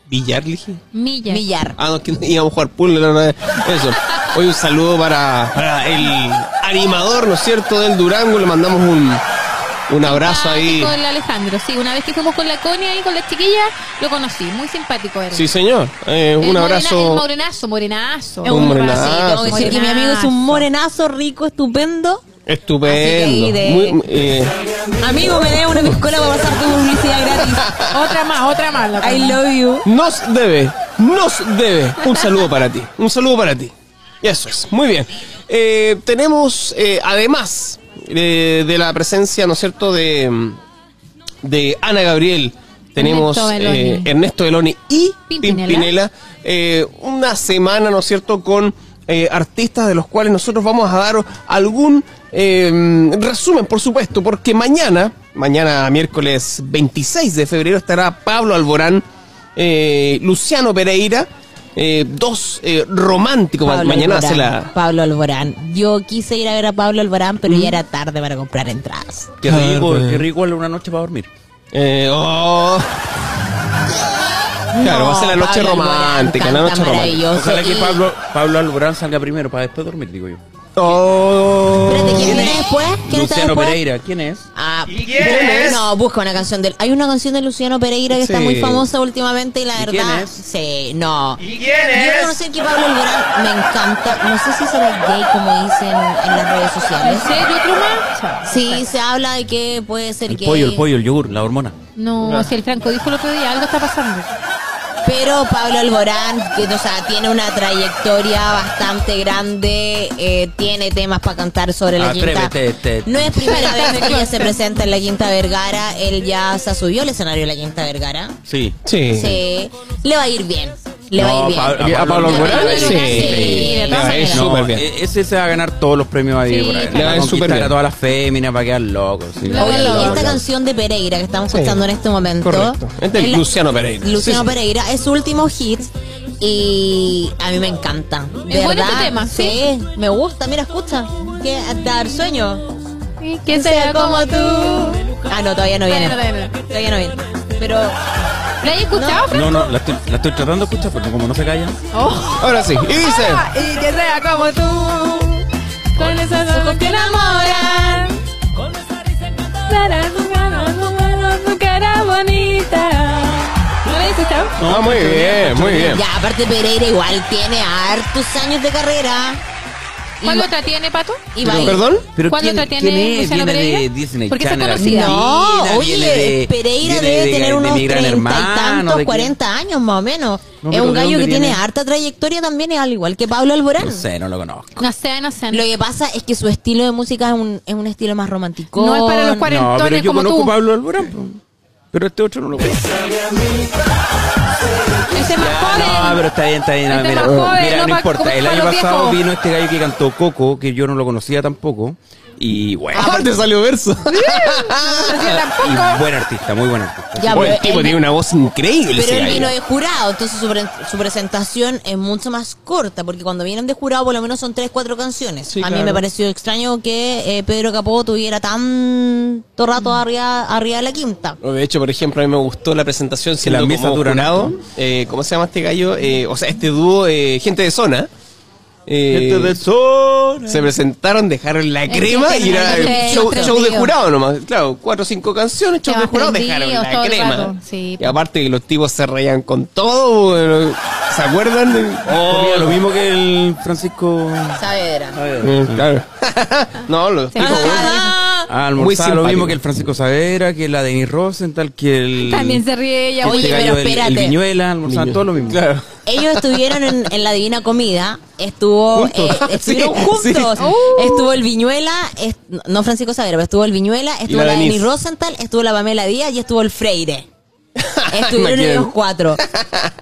[SPEAKER 3] Villar, le dije.
[SPEAKER 4] Millas.
[SPEAKER 5] Millar.
[SPEAKER 3] Ah, no, que íbamos a jugar pool la otra vez. Eso. Hoy un saludo para, para el animador, ¿no es cierto?, del Durango. Le mandamos un, un abrazo ahí.
[SPEAKER 4] Ah, Con el Alejandro, sí. Una vez que fuimos con la Connie ahí, con la chiquilla, lo conocí. Muy simpático era.
[SPEAKER 3] Sí, señor. Eh,
[SPEAKER 4] El
[SPEAKER 3] un
[SPEAKER 4] morena-
[SPEAKER 3] abrazo.
[SPEAKER 4] el morenazo, morenazo.
[SPEAKER 3] Un morenazo.
[SPEAKER 5] Sí, tengo que decir que mi amigo es un morenazo rico, estupendo. Así que
[SPEAKER 3] Estupendo.
[SPEAKER 5] ahí de-
[SPEAKER 3] Muy- eh,
[SPEAKER 5] Amigo, me debe una piscola para pasar tu publicidad gratis.
[SPEAKER 4] Otra más, otra más. la
[SPEAKER 5] I
[SPEAKER 4] Connie.
[SPEAKER 5] love you.
[SPEAKER 3] nos debe, nos debe. Un saludo para ti. Un saludo para ti. Y Eso es. Muy bien. Eh, tenemos, eh, además eh, de la presencia, ¿no es cierto?, de, de Ana Gabriel. Tenemos
[SPEAKER 4] Ernesto Beloni.
[SPEAKER 3] eh, Ernesto Beloni y Pimpinela.
[SPEAKER 4] Pimpinela.
[SPEAKER 3] eh, una semana, ¿no es cierto?, con eh, artistas de los cuales nosotros vamos a dar algún eh, resumen, por supuesto, porque mañana, mañana miércoles 26 de febrero, estará Pablo Alborán, eh, Luciano Pereira, eh, dos eh, románticos. Ma-
[SPEAKER 5] Pablo
[SPEAKER 3] mañana hace
[SPEAKER 5] Alborán,
[SPEAKER 3] la...
[SPEAKER 5] Pablo Alborán. Yo quise ir a ver a Pablo Alborán, pero
[SPEAKER 4] Mm.
[SPEAKER 5] ya era tarde para comprar entradas.
[SPEAKER 8] Qué
[SPEAKER 4] pues.
[SPEAKER 3] oh,
[SPEAKER 8] rico, qué rico una noche para dormir.
[SPEAKER 3] Eh, oh. Claro, va a ser la noche
[SPEAKER 5] Pablo Alborán
[SPEAKER 3] romántica, la
[SPEAKER 5] canta
[SPEAKER 3] noche romántica.
[SPEAKER 5] maravilloso
[SPEAKER 8] Ojalá que
[SPEAKER 5] y-
[SPEAKER 8] Pablo, Pablo Alborán salga primero para después dormir, digo yo.
[SPEAKER 3] Oh.
[SPEAKER 5] Espérate, ¿quién viene después? ¿Quién está
[SPEAKER 8] Luciano
[SPEAKER 5] después?
[SPEAKER 8] Pereira, ¿quién es?
[SPEAKER 5] Ah,
[SPEAKER 12] quién es?
[SPEAKER 5] No, busca una canción del. Hay una canción de Luciano Pereira que está
[SPEAKER 8] Sí.
[SPEAKER 5] muy famosa últimamente y la
[SPEAKER 8] ¿Y
[SPEAKER 5] verdad.
[SPEAKER 8] quién es?
[SPEAKER 5] Sí, no.
[SPEAKER 12] ¿Y quién
[SPEAKER 5] Yo
[SPEAKER 12] es?
[SPEAKER 5] quiero conocer que Pablo Alborán me encanta. No sé si será gay como dicen en las redes sociales.
[SPEAKER 4] ¿En serio, Truman?
[SPEAKER 5] Sí, se habla de que puede ser
[SPEAKER 8] El
[SPEAKER 5] gay.
[SPEAKER 8] pollo, el pollo, el yogur, la hormona.
[SPEAKER 4] No, si el Franco dijo el otro día, algo está pasando.
[SPEAKER 5] Pero Pablo Alborán, que, o sea, tiene una trayectoria bastante grande, eh, tiene temas para cantar sobre la quinta.
[SPEAKER 8] Atrévete, te-
[SPEAKER 5] No es primera vez que ella se presenta en la Quinta Vergara, él ya se subió al escenario de la Quinta Vergara.
[SPEAKER 8] Sí.
[SPEAKER 3] Sí.
[SPEAKER 5] Sí, le va a ir bien. Le va a ir bien.
[SPEAKER 3] ¿A Pablo Alborán?
[SPEAKER 5] Sí,
[SPEAKER 3] Sí.
[SPEAKER 5] de todas
[SPEAKER 3] Le va a ir
[SPEAKER 5] maneras.
[SPEAKER 3] súper bien.
[SPEAKER 8] e- Ese se va a ganar todos los premios ahí
[SPEAKER 4] Sí,
[SPEAKER 8] por ahí.
[SPEAKER 4] Le
[SPEAKER 3] va a ir
[SPEAKER 8] a
[SPEAKER 3] súper bien.
[SPEAKER 8] a todas las féminas, va a quedar locos. sí.
[SPEAKER 4] Lo-
[SPEAKER 5] Oye,
[SPEAKER 4] Claro.
[SPEAKER 5] esta canción de Pereira que estamos escuchando en este momento.
[SPEAKER 3] correcto. Es del
[SPEAKER 5] es la-
[SPEAKER 3] Luciano Pereira.
[SPEAKER 5] Luciano
[SPEAKER 3] Sí, sí.
[SPEAKER 5] Pereira es su último hit y a mí me encanta. De
[SPEAKER 4] Es bueno
[SPEAKER 5] verdad,
[SPEAKER 4] este tema,
[SPEAKER 5] sí, me gusta, mira, escucha. Que dar sueño.
[SPEAKER 4] Y que sea como tú.
[SPEAKER 5] Ah, no, todavía no viene.
[SPEAKER 4] Todavía no viene.
[SPEAKER 5] Todavía no viene. Pero
[SPEAKER 4] ¿La has escuchado, Franco?
[SPEAKER 8] No, no, la estoy, la estoy tratando de escuchar, pero como no se callan.
[SPEAKER 4] Oh.
[SPEAKER 3] Ahora sí. Y dice.
[SPEAKER 4] Ah, y que sea como tú. Con esos ojos que enamoran. Para tu mano, tu mano, tu cara bonita. ¿No la has escuchado?
[SPEAKER 3] Ah, muy bien, muy bien.
[SPEAKER 5] ya, aparte Pereira igual tiene hartos años de carrera. Y
[SPEAKER 4] ¿Cuál
[SPEAKER 5] va-
[SPEAKER 4] otra tiene, Pato?
[SPEAKER 5] y va a ir-
[SPEAKER 3] ¿Perdón?
[SPEAKER 8] Pero
[SPEAKER 4] ¿Cuándo
[SPEAKER 8] ¿quién,
[SPEAKER 4] te tiene
[SPEAKER 8] quién es?
[SPEAKER 4] Luciano
[SPEAKER 8] Viene de
[SPEAKER 4] Pereira?
[SPEAKER 8] Disney
[SPEAKER 4] Porque está
[SPEAKER 8] Channel.
[SPEAKER 4] conocida.
[SPEAKER 8] Argentina,
[SPEAKER 5] No,
[SPEAKER 8] viene
[SPEAKER 5] oye,
[SPEAKER 8] de-
[SPEAKER 5] Pereira
[SPEAKER 8] viene
[SPEAKER 5] debe
[SPEAKER 8] de-
[SPEAKER 5] tener
[SPEAKER 8] de
[SPEAKER 5] unos
[SPEAKER 8] mi gran
[SPEAKER 5] treinta y
[SPEAKER 8] hermano,
[SPEAKER 5] tantos,
[SPEAKER 8] de-
[SPEAKER 5] 40 años más o menos.
[SPEAKER 8] No,
[SPEAKER 5] es
[SPEAKER 8] pero
[SPEAKER 5] un
[SPEAKER 8] ¿de
[SPEAKER 5] gallo que
[SPEAKER 8] dónde
[SPEAKER 5] tiene
[SPEAKER 8] viene?
[SPEAKER 5] harta trayectoria también, es al igual que Pablo Alborán.
[SPEAKER 8] No sé, no lo conozco.
[SPEAKER 4] No sé, no sé.
[SPEAKER 5] Lo que pasa es que su estilo de música es un, es un estilo más romántico.
[SPEAKER 4] No es para los cuarentones
[SPEAKER 8] No, pero yo
[SPEAKER 4] como
[SPEAKER 8] conozco
[SPEAKER 4] tú.
[SPEAKER 8] a Pablo Alborán. po. Pero este otro no lo conozco.
[SPEAKER 4] Ese es más
[SPEAKER 8] Ah, No,
[SPEAKER 4] joven.
[SPEAKER 8] pero está bien, está bien.
[SPEAKER 4] Este
[SPEAKER 8] mira,
[SPEAKER 4] más joven,
[SPEAKER 8] mira,
[SPEAKER 4] no
[SPEAKER 8] no,
[SPEAKER 4] pa- como
[SPEAKER 8] importa. El
[SPEAKER 4] pa'
[SPEAKER 8] año
[SPEAKER 4] los
[SPEAKER 8] pasado
[SPEAKER 4] viejos.
[SPEAKER 8] vino este gallo que cantó Coco, que yo no lo conocía tampoco. Y bueno,
[SPEAKER 3] Ah, te salió verso.
[SPEAKER 4] Yo
[SPEAKER 8] y
[SPEAKER 4] tampoco.
[SPEAKER 8] buen artista, muy buen artista.
[SPEAKER 5] Ya,
[SPEAKER 3] Oye,
[SPEAKER 5] pero
[SPEAKER 3] el tipo
[SPEAKER 5] él-
[SPEAKER 3] tiene una voz increíble.
[SPEAKER 5] Pero
[SPEAKER 3] ese
[SPEAKER 5] él vino
[SPEAKER 3] gallo.
[SPEAKER 5] de jurado, entonces su, pre- su presentación es mucho más corta, porque cuando vienen de jurado por lo menos son tres, cuatro canciones.
[SPEAKER 3] Sí,
[SPEAKER 5] a mí
[SPEAKER 3] claro.
[SPEAKER 5] me pareció extraño que eh, Pedro Capó tuviera tanto rato arriba, arriba de la quinta.
[SPEAKER 3] No, De hecho, por ejemplo, a mí me gustó la presentación siendo
[SPEAKER 8] La
[SPEAKER 3] como
[SPEAKER 8] mesa dura
[SPEAKER 3] jurado.
[SPEAKER 8] tanto.
[SPEAKER 3] Eh, ¿Cómo se llama este gallo? Eh, o sea, este dúo, eh, Gente de Zona. Eh,
[SPEAKER 8] Gente de zona.
[SPEAKER 3] Se presentaron, dejaron la crema
[SPEAKER 4] sí,
[SPEAKER 3] y era
[SPEAKER 4] sí,
[SPEAKER 3] eh,
[SPEAKER 4] sí,
[SPEAKER 3] show,
[SPEAKER 4] sí,
[SPEAKER 3] show de
[SPEAKER 4] aprendido.
[SPEAKER 3] jurado nomás. Claro, cuatro o cinco canciones, show
[SPEAKER 4] Ya,
[SPEAKER 3] de jurado,
[SPEAKER 4] aprendidos
[SPEAKER 3] dejaron la
[SPEAKER 4] todo el rato,
[SPEAKER 3] crema.
[SPEAKER 4] sí.
[SPEAKER 3] Y aparte que los tipos se reían con todo. bueno, ¿Se acuerdan? de-
[SPEAKER 8] Oh, lo mismo que el Francisco.
[SPEAKER 4] Ah,
[SPEAKER 5] Saavedra.
[SPEAKER 3] Eh,
[SPEAKER 8] Mm,
[SPEAKER 3] claro. no, lo
[SPEAKER 4] Sí.
[SPEAKER 8] Ah,
[SPEAKER 3] Muy
[SPEAKER 8] almorzaba lo
[SPEAKER 3] simpático.
[SPEAKER 8] mismo que el Francisco Savera, que la Denis Rosenthal, que el.
[SPEAKER 4] También se ríe ella.
[SPEAKER 5] Oye,
[SPEAKER 8] Este
[SPEAKER 5] pero
[SPEAKER 8] gallo, el- el,
[SPEAKER 5] espérate.
[SPEAKER 8] Viñuela, almorzaban todo lo mismo.
[SPEAKER 3] Claro.
[SPEAKER 5] Ellos estuvieron en, en la Divina Comida, estuvo,
[SPEAKER 3] Juntos.
[SPEAKER 5] eh, estuvieron
[SPEAKER 3] Sí, Oh.
[SPEAKER 5] juntos,
[SPEAKER 3] sí.
[SPEAKER 5] estuvo el Viñuela, est- no Francisco Saavedra, pero estuvo el Viñuela, estuvo
[SPEAKER 3] la
[SPEAKER 5] la Denis
[SPEAKER 3] Denise.
[SPEAKER 5] Rosenthal, estuvo la Pamela Díaz y estuvo el Freire. Estuvieron
[SPEAKER 3] Imagínate.
[SPEAKER 5] ellos cuatro.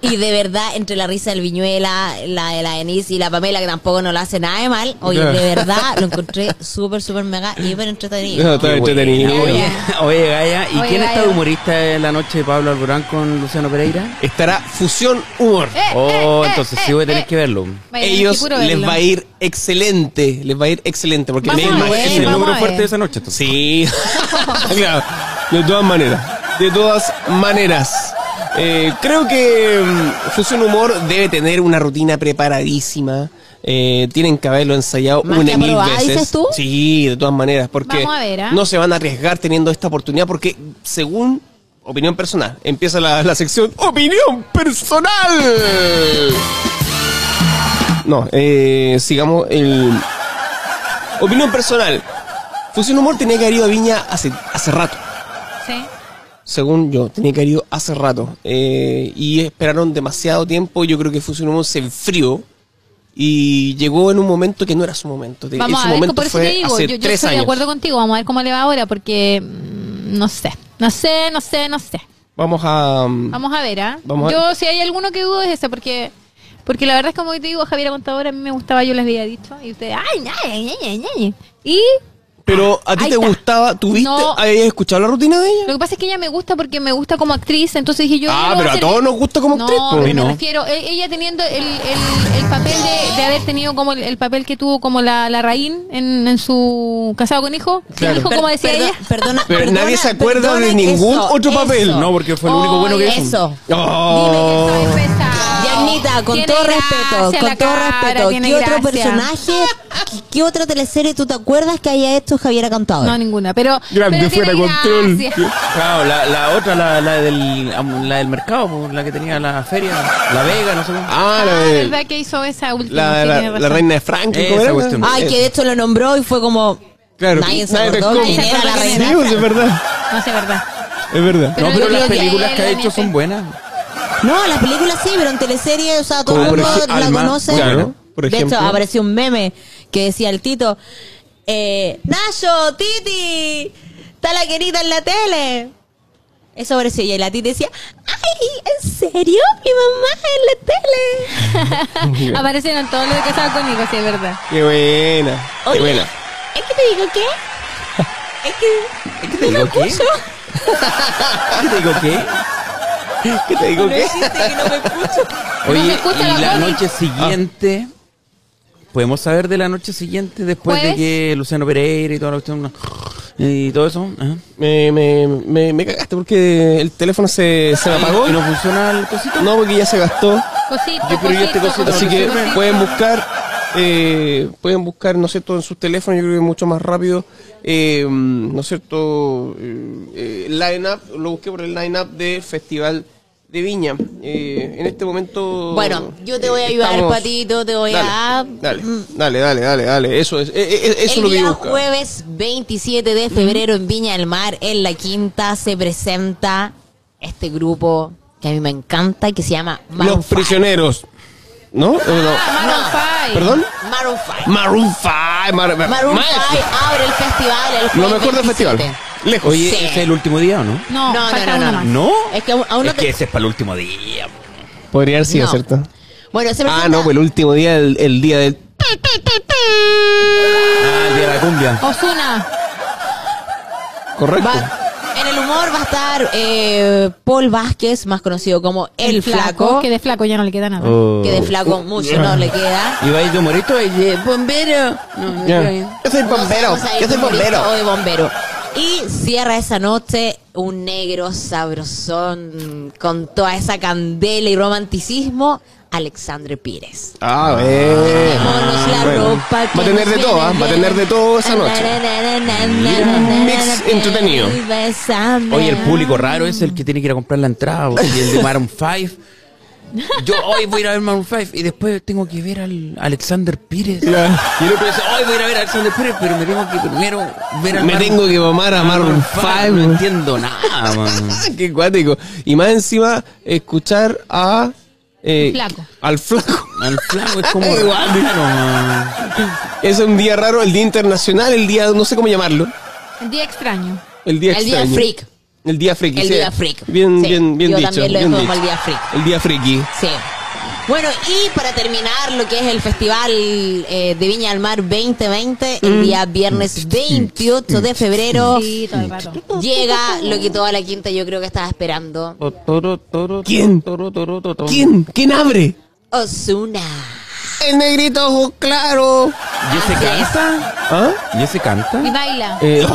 [SPEAKER 5] Y de verdad, entre la risa del Viñuela, la de la Denise y la Pamela, que tampoco no la hace nada de mal, oye,
[SPEAKER 3] Claro.
[SPEAKER 5] de verdad lo encontré súper, súper mega, hiper entretenido.
[SPEAKER 3] No, estaba
[SPEAKER 8] Qué
[SPEAKER 3] entretenido.
[SPEAKER 8] buena. Oye, oye, Gaya, ¿y
[SPEAKER 4] Oye,
[SPEAKER 8] quién está
[SPEAKER 4] Gaya.
[SPEAKER 8] de humorista en la noche de Pablo Alborán con Luciano Pereira?
[SPEAKER 3] Estará Fusión Humor.
[SPEAKER 4] Eh,
[SPEAKER 8] oh, entonces sí voy a tener que verlo.
[SPEAKER 3] ellos les va a ir excelente, les va a ir excelente porque
[SPEAKER 4] Vamos
[SPEAKER 3] me
[SPEAKER 4] a ver,
[SPEAKER 3] imagino-
[SPEAKER 8] Es el
[SPEAKER 4] vamos
[SPEAKER 8] número
[SPEAKER 4] a
[SPEAKER 8] fuerte
[SPEAKER 4] ver.
[SPEAKER 8] de esa noche. entonces.
[SPEAKER 3] Sí, claro, de todas maneras, de todas maneras. Eh, creo que mm, Fusión Humor debe tener una rutina preparadísima. Eh, tienen que haberlo ensayado
[SPEAKER 5] Más
[SPEAKER 3] una
[SPEAKER 5] que
[SPEAKER 3] y mil
[SPEAKER 5] aprobada,
[SPEAKER 3] veces.
[SPEAKER 5] dices tú.
[SPEAKER 3] Sí, de todas maneras, porque
[SPEAKER 4] Vamos a ver, ¿ah?
[SPEAKER 3] no se van a arriesgar teniendo esta oportunidad, porque según opinión personal, empieza la, la sección opinión personal. No, eh, sigamos el. Opinión personal. Fusión Humor tenía que haber ido a Viña hace, hace rato.
[SPEAKER 4] Sí.
[SPEAKER 3] Según yo, tenía que haber ido hace rato. Eh, y esperaron demasiado tiempo. Yo creo que Fusión Humor se enfrió. Y llegó en un momento que no era su momento. En
[SPEAKER 4] Vamos
[SPEAKER 3] su
[SPEAKER 4] a ver,
[SPEAKER 3] momento
[SPEAKER 4] por eso
[SPEAKER 3] fue
[SPEAKER 4] te digo,
[SPEAKER 3] hace
[SPEAKER 4] yo, yo
[SPEAKER 3] tres
[SPEAKER 4] estoy de
[SPEAKER 3] años.
[SPEAKER 4] acuerdo contigo, vamos a ver cómo le va ahora, porque mm, no sé, no sé, no sé, no sé.
[SPEAKER 3] Vamos a. um,
[SPEAKER 4] Vamos a ver, ¿ah?
[SPEAKER 3] Vamos a-
[SPEAKER 4] Yo, si hay alguno que dudo es ese, porque porque la verdad es como que te digo, Javier Contadora, a mí me gustaba, yo les había dicho, y ustedes, ay, ñañe, ñañe, ñañe. Y
[SPEAKER 3] Pero a ti
[SPEAKER 4] Ahí
[SPEAKER 3] te
[SPEAKER 4] está.
[SPEAKER 3] gustaba, ¿tuviste,
[SPEAKER 4] No.
[SPEAKER 3] habías escuchado la rutina de ella?
[SPEAKER 4] Lo que pasa es que ella me gusta porque me gusta como actriz, entonces dije yo.
[SPEAKER 3] Ah,
[SPEAKER 4] yo voy
[SPEAKER 3] pero a
[SPEAKER 4] hacer-
[SPEAKER 3] todos nos gusta como actriz, pues. po.
[SPEAKER 4] No, pero
[SPEAKER 3] A mí no.
[SPEAKER 4] me refiero, e- ella teniendo el, el- el papel de, de haber tenido como el, el papel que tuvo como la, la Raín en, en su casado con hijo. Sin
[SPEAKER 3] Claro.
[SPEAKER 4] hijo, como decía
[SPEAKER 5] Perdón-
[SPEAKER 4] ella.
[SPEAKER 5] Perdona,
[SPEAKER 3] Pero
[SPEAKER 5] perdona,
[SPEAKER 3] nadie se acuerda
[SPEAKER 5] perdona,
[SPEAKER 3] de ningún
[SPEAKER 5] eso,
[SPEAKER 3] otro papel.
[SPEAKER 5] eso.
[SPEAKER 3] No, porque fue el único bueno que hizo.
[SPEAKER 5] Eso.
[SPEAKER 3] Oh.
[SPEAKER 5] Yanita, con
[SPEAKER 4] Tiene
[SPEAKER 5] todo
[SPEAKER 4] gracia
[SPEAKER 5] respeto,
[SPEAKER 4] la
[SPEAKER 5] con todo
[SPEAKER 4] cara,
[SPEAKER 5] respeto,
[SPEAKER 4] tiene
[SPEAKER 5] ¿qué otro
[SPEAKER 4] gracia.
[SPEAKER 5] personaje, qué, qué otra teleserie tú te acuerdas que haya hecho Javiera Cantador?
[SPEAKER 4] No, ninguna, pero. pero tiene gracia.
[SPEAKER 8] Claro, la, la otra, la, la, del, la del mercado, po, la que tenía la feria, la Vega, no sé cómo.
[SPEAKER 3] Ah, la,
[SPEAKER 4] La
[SPEAKER 3] de,
[SPEAKER 4] verdad que hizo esa última.
[SPEAKER 3] la,
[SPEAKER 4] sí,
[SPEAKER 3] la-
[SPEAKER 4] tiene
[SPEAKER 3] la
[SPEAKER 4] razón.
[SPEAKER 3] reina de Franklin.
[SPEAKER 8] Esa
[SPEAKER 3] ¿cómo era?
[SPEAKER 8] cuestión.
[SPEAKER 5] Ay, que de hecho lo nombró y fue como
[SPEAKER 3] Claro.
[SPEAKER 5] nadie se
[SPEAKER 3] Nadie te
[SPEAKER 5] acordó
[SPEAKER 3] acuerda.
[SPEAKER 5] quién era la
[SPEAKER 4] Sí,
[SPEAKER 5] reina.
[SPEAKER 3] Sí, pues, es verdad.
[SPEAKER 4] No sé, verdad.
[SPEAKER 3] Es verdad.
[SPEAKER 4] Pero
[SPEAKER 8] no, pero
[SPEAKER 4] yo creo
[SPEAKER 8] las
[SPEAKER 4] que
[SPEAKER 8] películas que ha
[SPEAKER 4] él,
[SPEAKER 8] hecho son
[SPEAKER 4] NF.
[SPEAKER 8] buenas.
[SPEAKER 5] No, las películas sí, pero en teleseries, o sea, todo
[SPEAKER 3] Como
[SPEAKER 5] el
[SPEAKER 3] por
[SPEAKER 5] mundo
[SPEAKER 3] ejemplo,
[SPEAKER 5] la
[SPEAKER 3] Alma,
[SPEAKER 5] conoce.
[SPEAKER 3] claro, por
[SPEAKER 5] de hecho,
[SPEAKER 3] ejemplo.
[SPEAKER 5] apareció un meme que decía el Tito, eh, Nayo, Titi, está la querida en la tele. Eso apareció y la Titi decía, ay, ¿en serio? Mi mamá en la tele.
[SPEAKER 4] Aparecieron todos los de casado con hijo, sí, es verdad.
[SPEAKER 3] Qué buena. Qué
[SPEAKER 5] Oye,
[SPEAKER 3] buena.
[SPEAKER 5] Es que te digo qué. Es que...
[SPEAKER 8] ¿Qué te digo qué? ¿Qué te digo qué?
[SPEAKER 3] ¿Qué te digo?
[SPEAKER 5] No
[SPEAKER 3] ¿Qué?
[SPEAKER 5] existe que no me escucho.
[SPEAKER 4] No se
[SPEAKER 8] Oye,
[SPEAKER 4] escucha
[SPEAKER 8] y
[SPEAKER 4] la
[SPEAKER 8] la
[SPEAKER 4] Connie.
[SPEAKER 8] noche siguiente. ¿Podemos saber de la noche siguiente después
[SPEAKER 4] ¿Jueves?
[SPEAKER 8] de que Luciano Pereira y toda la cuestión. Y todo eso. ajá.
[SPEAKER 3] Me, me, me, me cagaste porque el teléfono se, se me apagó.
[SPEAKER 8] ¿Y no funciona el cosito?
[SPEAKER 3] No, porque ya se gastó.
[SPEAKER 4] Cosito,
[SPEAKER 8] Yo, pero yo te
[SPEAKER 4] cosito,
[SPEAKER 8] considero-
[SPEAKER 3] Así
[SPEAKER 4] cosito,
[SPEAKER 3] que
[SPEAKER 4] cosito.
[SPEAKER 3] pueden buscar, eh, pueden buscar, ¿no es cierto?, en sus teléfonos, yo creo que mucho más rápido, eh, ¿no es cierto?, eh, eh, line-up, lo busqué por el line-up del Festival de Viña. Eh, en este momento...
[SPEAKER 5] Bueno, yo te voy a
[SPEAKER 3] eh,
[SPEAKER 5] ayudar, Patito, te voy
[SPEAKER 3] dale,
[SPEAKER 5] a- mm.
[SPEAKER 3] Dale, dale, dale, dale, dale, eso es, eh, eh, eso es
[SPEAKER 5] el
[SPEAKER 3] lo que
[SPEAKER 5] día
[SPEAKER 3] yo buscaba.
[SPEAKER 5] jueves 27 de febrero en Viña del Mar, en La Quinta, se presenta este grupo que a mí me encanta, que se llama Maroon Ah,
[SPEAKER 3] Los
[SPEAKER 5] 5.
[SPEAKER 3] prisioneros, ¿no? Eh, no. Ah,
[SPEAKER 4] Maroon
[SPEAKER 5] No.
[SPEAKER 4] five.
[SPEAKER 3] ¿Perdón?
[SPEAKER 5] Maroon 5.
[SPEAKER 3] Maroon 5, Mar-
[SPEAKER 5] Maroon
[SPEAKER 3] maestro.
[SPEAKER 5] 5 abre el festival el
[SPEAKER 3] Lo
[SPEAKER 5] jueves
[SPEAKER 3] mejor del
[SPEAKER 5] 27.
[SPEAKER 3] festival. Lejos.
[SPEAKER 8] Oye,
[SPEAKER 5] Sí.
[SPEAKER 8] ese es el último día, ¿o no?
[SPEAKER 4] No,
[SPEAKER 5] No,
[SPEAKER 4] falta
[SPEAKER 5] no, no,
[SPEAKER 4] uno
[SPEAKER 5] no.
[SPEAKER 4] más.
[SPEAKER 3] ¿No?
[SPEAKER 5] Es que aún, aún no
[SPEAKER 8] es
[SPEAKER 5] te-
[SPEAKER 8] que ese es para el último día.
[SPEAKER 3] Podría haber sido,
[SPEAKER 5] No.
[SPEAKER 3] ¿cierto?
[SPEAKER 5] Bueno, se
[SPEAKER 3] Ah,
[SPEAKER 5] presenta-
[SPEAKER 3] no, pues el último día, el, el día del...
[SPEAKER 8] Ah, el día de la cumbia.
[SPEAKER 4] Osuna.
[SPEAKER 3] Correcto.
[SPEAKER 5] va- en el humor va a estar eh, Paul Vázquez, más conocido como El, Flaco,
[SPEAKER 4] Que de flaco ya no le queda nada.
[SPEAKER 8] Oh.
[SPEAKER 5] que de
[SPEAKER 3] Uh.
[SPEAKER 5] Flaco mucho no le queda.
[SPEAKER 8] ¿Y va Oh. a ir de humorito? ¿Y de bombero? No, no
[SPEAKER 3] Ya.
[SPEAKER 8] creo.
[SPEAKER 3] Yo soy
[SPEAKER 5] No
[SPEAKER 3] bombero,
[SPEAKER 5] sabemos si hay
[SPEAKER 3] yo soy
[SPEAKER 5] humorista
[SPEAKER 3] bombero.
[SPEAKER 5] O de bombero. Y cierra esa noche un negro sabrosón con toda esa candela y romanticismo, Alexandre Pires.
[SPEAKER 3] Ah, eh.
[SPEAKER 5] Vámonos la
[SPEAKER 3] Bueno,
[SPEAKER 5] ropa que
[SPEAKER 3] Va a tener
[SPEAKER 5] nos
[SPEAKER 3] de todo, ¿ah?
[SPEAKER 5] viene
[SPEAKER 3] va a tener de
[SPEAKER 5] bien.
[SPEAKER 3] todo esa noche. Un mix entretenido.
[SPEAKER 5] Bésame.
[SPEAKER 8] Oye, el público raro es el que tiene que ir a comprar la entrada. porque el de Maroon 5. Yo hoy voy a ir a ver Maroon 5 y después tengo que ver al Alexander Pires.
[SPEAKER 3] Ya.
[SPEAKER 8] Y el otro dice, hoy voy a ir a ver a Alexander Pires, pero me tengo que primero ver al
[SPEAKER 3] Me
[SPEAKER 8] Maroon-
[SPEAKER 3] tengo que mamar a Maroon
[SPEAKER 8] Five, No
[SPEAKER 3] 5.
[SPEAKER 8] entiendo nada, man.
[SPEAKER 3] Qué cuático. Y más encima, escuchar a... eh,
[SPEAKER 4] Flaco.
[SPEAKER 3] Al flaco.
[SPEAKER 8] Al flaco es como
[SPEAKER 3] Igual.
[SPEAKER 8] raro, man.
[SPEAKER 3] Es un día raro, el día internacional, el día, no sé cómo llamarlo.
[SPEAKER 4] El día extraño.
[SPEAKER 3] El día
[SPEAKER 5] El día
[SPEAKER 3] extraño.
[SPEAKER 5] freak.
[SPEAKER 3] El día freak.
[SPEAKER 5] El día freak.
[SPEAKER 3] Bien,
[SPEAKER 5] Sí,
[SPEAKER 3] bien, bien
[SPEAKER 5] yo
[SPEAKER 3] dicho.
[SPEAKER 5] también lo
[SPEAKER 3] bien
[SPEAKER 5] dejo como
[SPEAKER 3] dicho.
[SPEAKER 5] el día freak.
[SPEAKER 3] El día friki.
[SPEAKER 5] Sí. Bueno, y para terminar lo que es el Festival eh, de Viña al Mar 2020,
[SPEAKER 4] Mm.
[SPEAKER 5] el día viernes 28 de febrero,
[SPEAKER 4] Sí, todo el rato.
[SPEAKER 5] llega lo que toda la quinta yo creo que estaba esperando.
[SPEAKER 3] ¿Quién? ¿Quién? ¿Quién abre?
[SPEAKER 5] Osuna.
[SPEAKER 3] El negrito ojo claro.
[SPEAKER 8] ¿Y ese canta?
[SPEAKER 3] ¿Ah?
[SPEAKER 8] ¿Y ese canta?
[SPEAKER 4] Y baila.
[SPEAKER 3] Eh,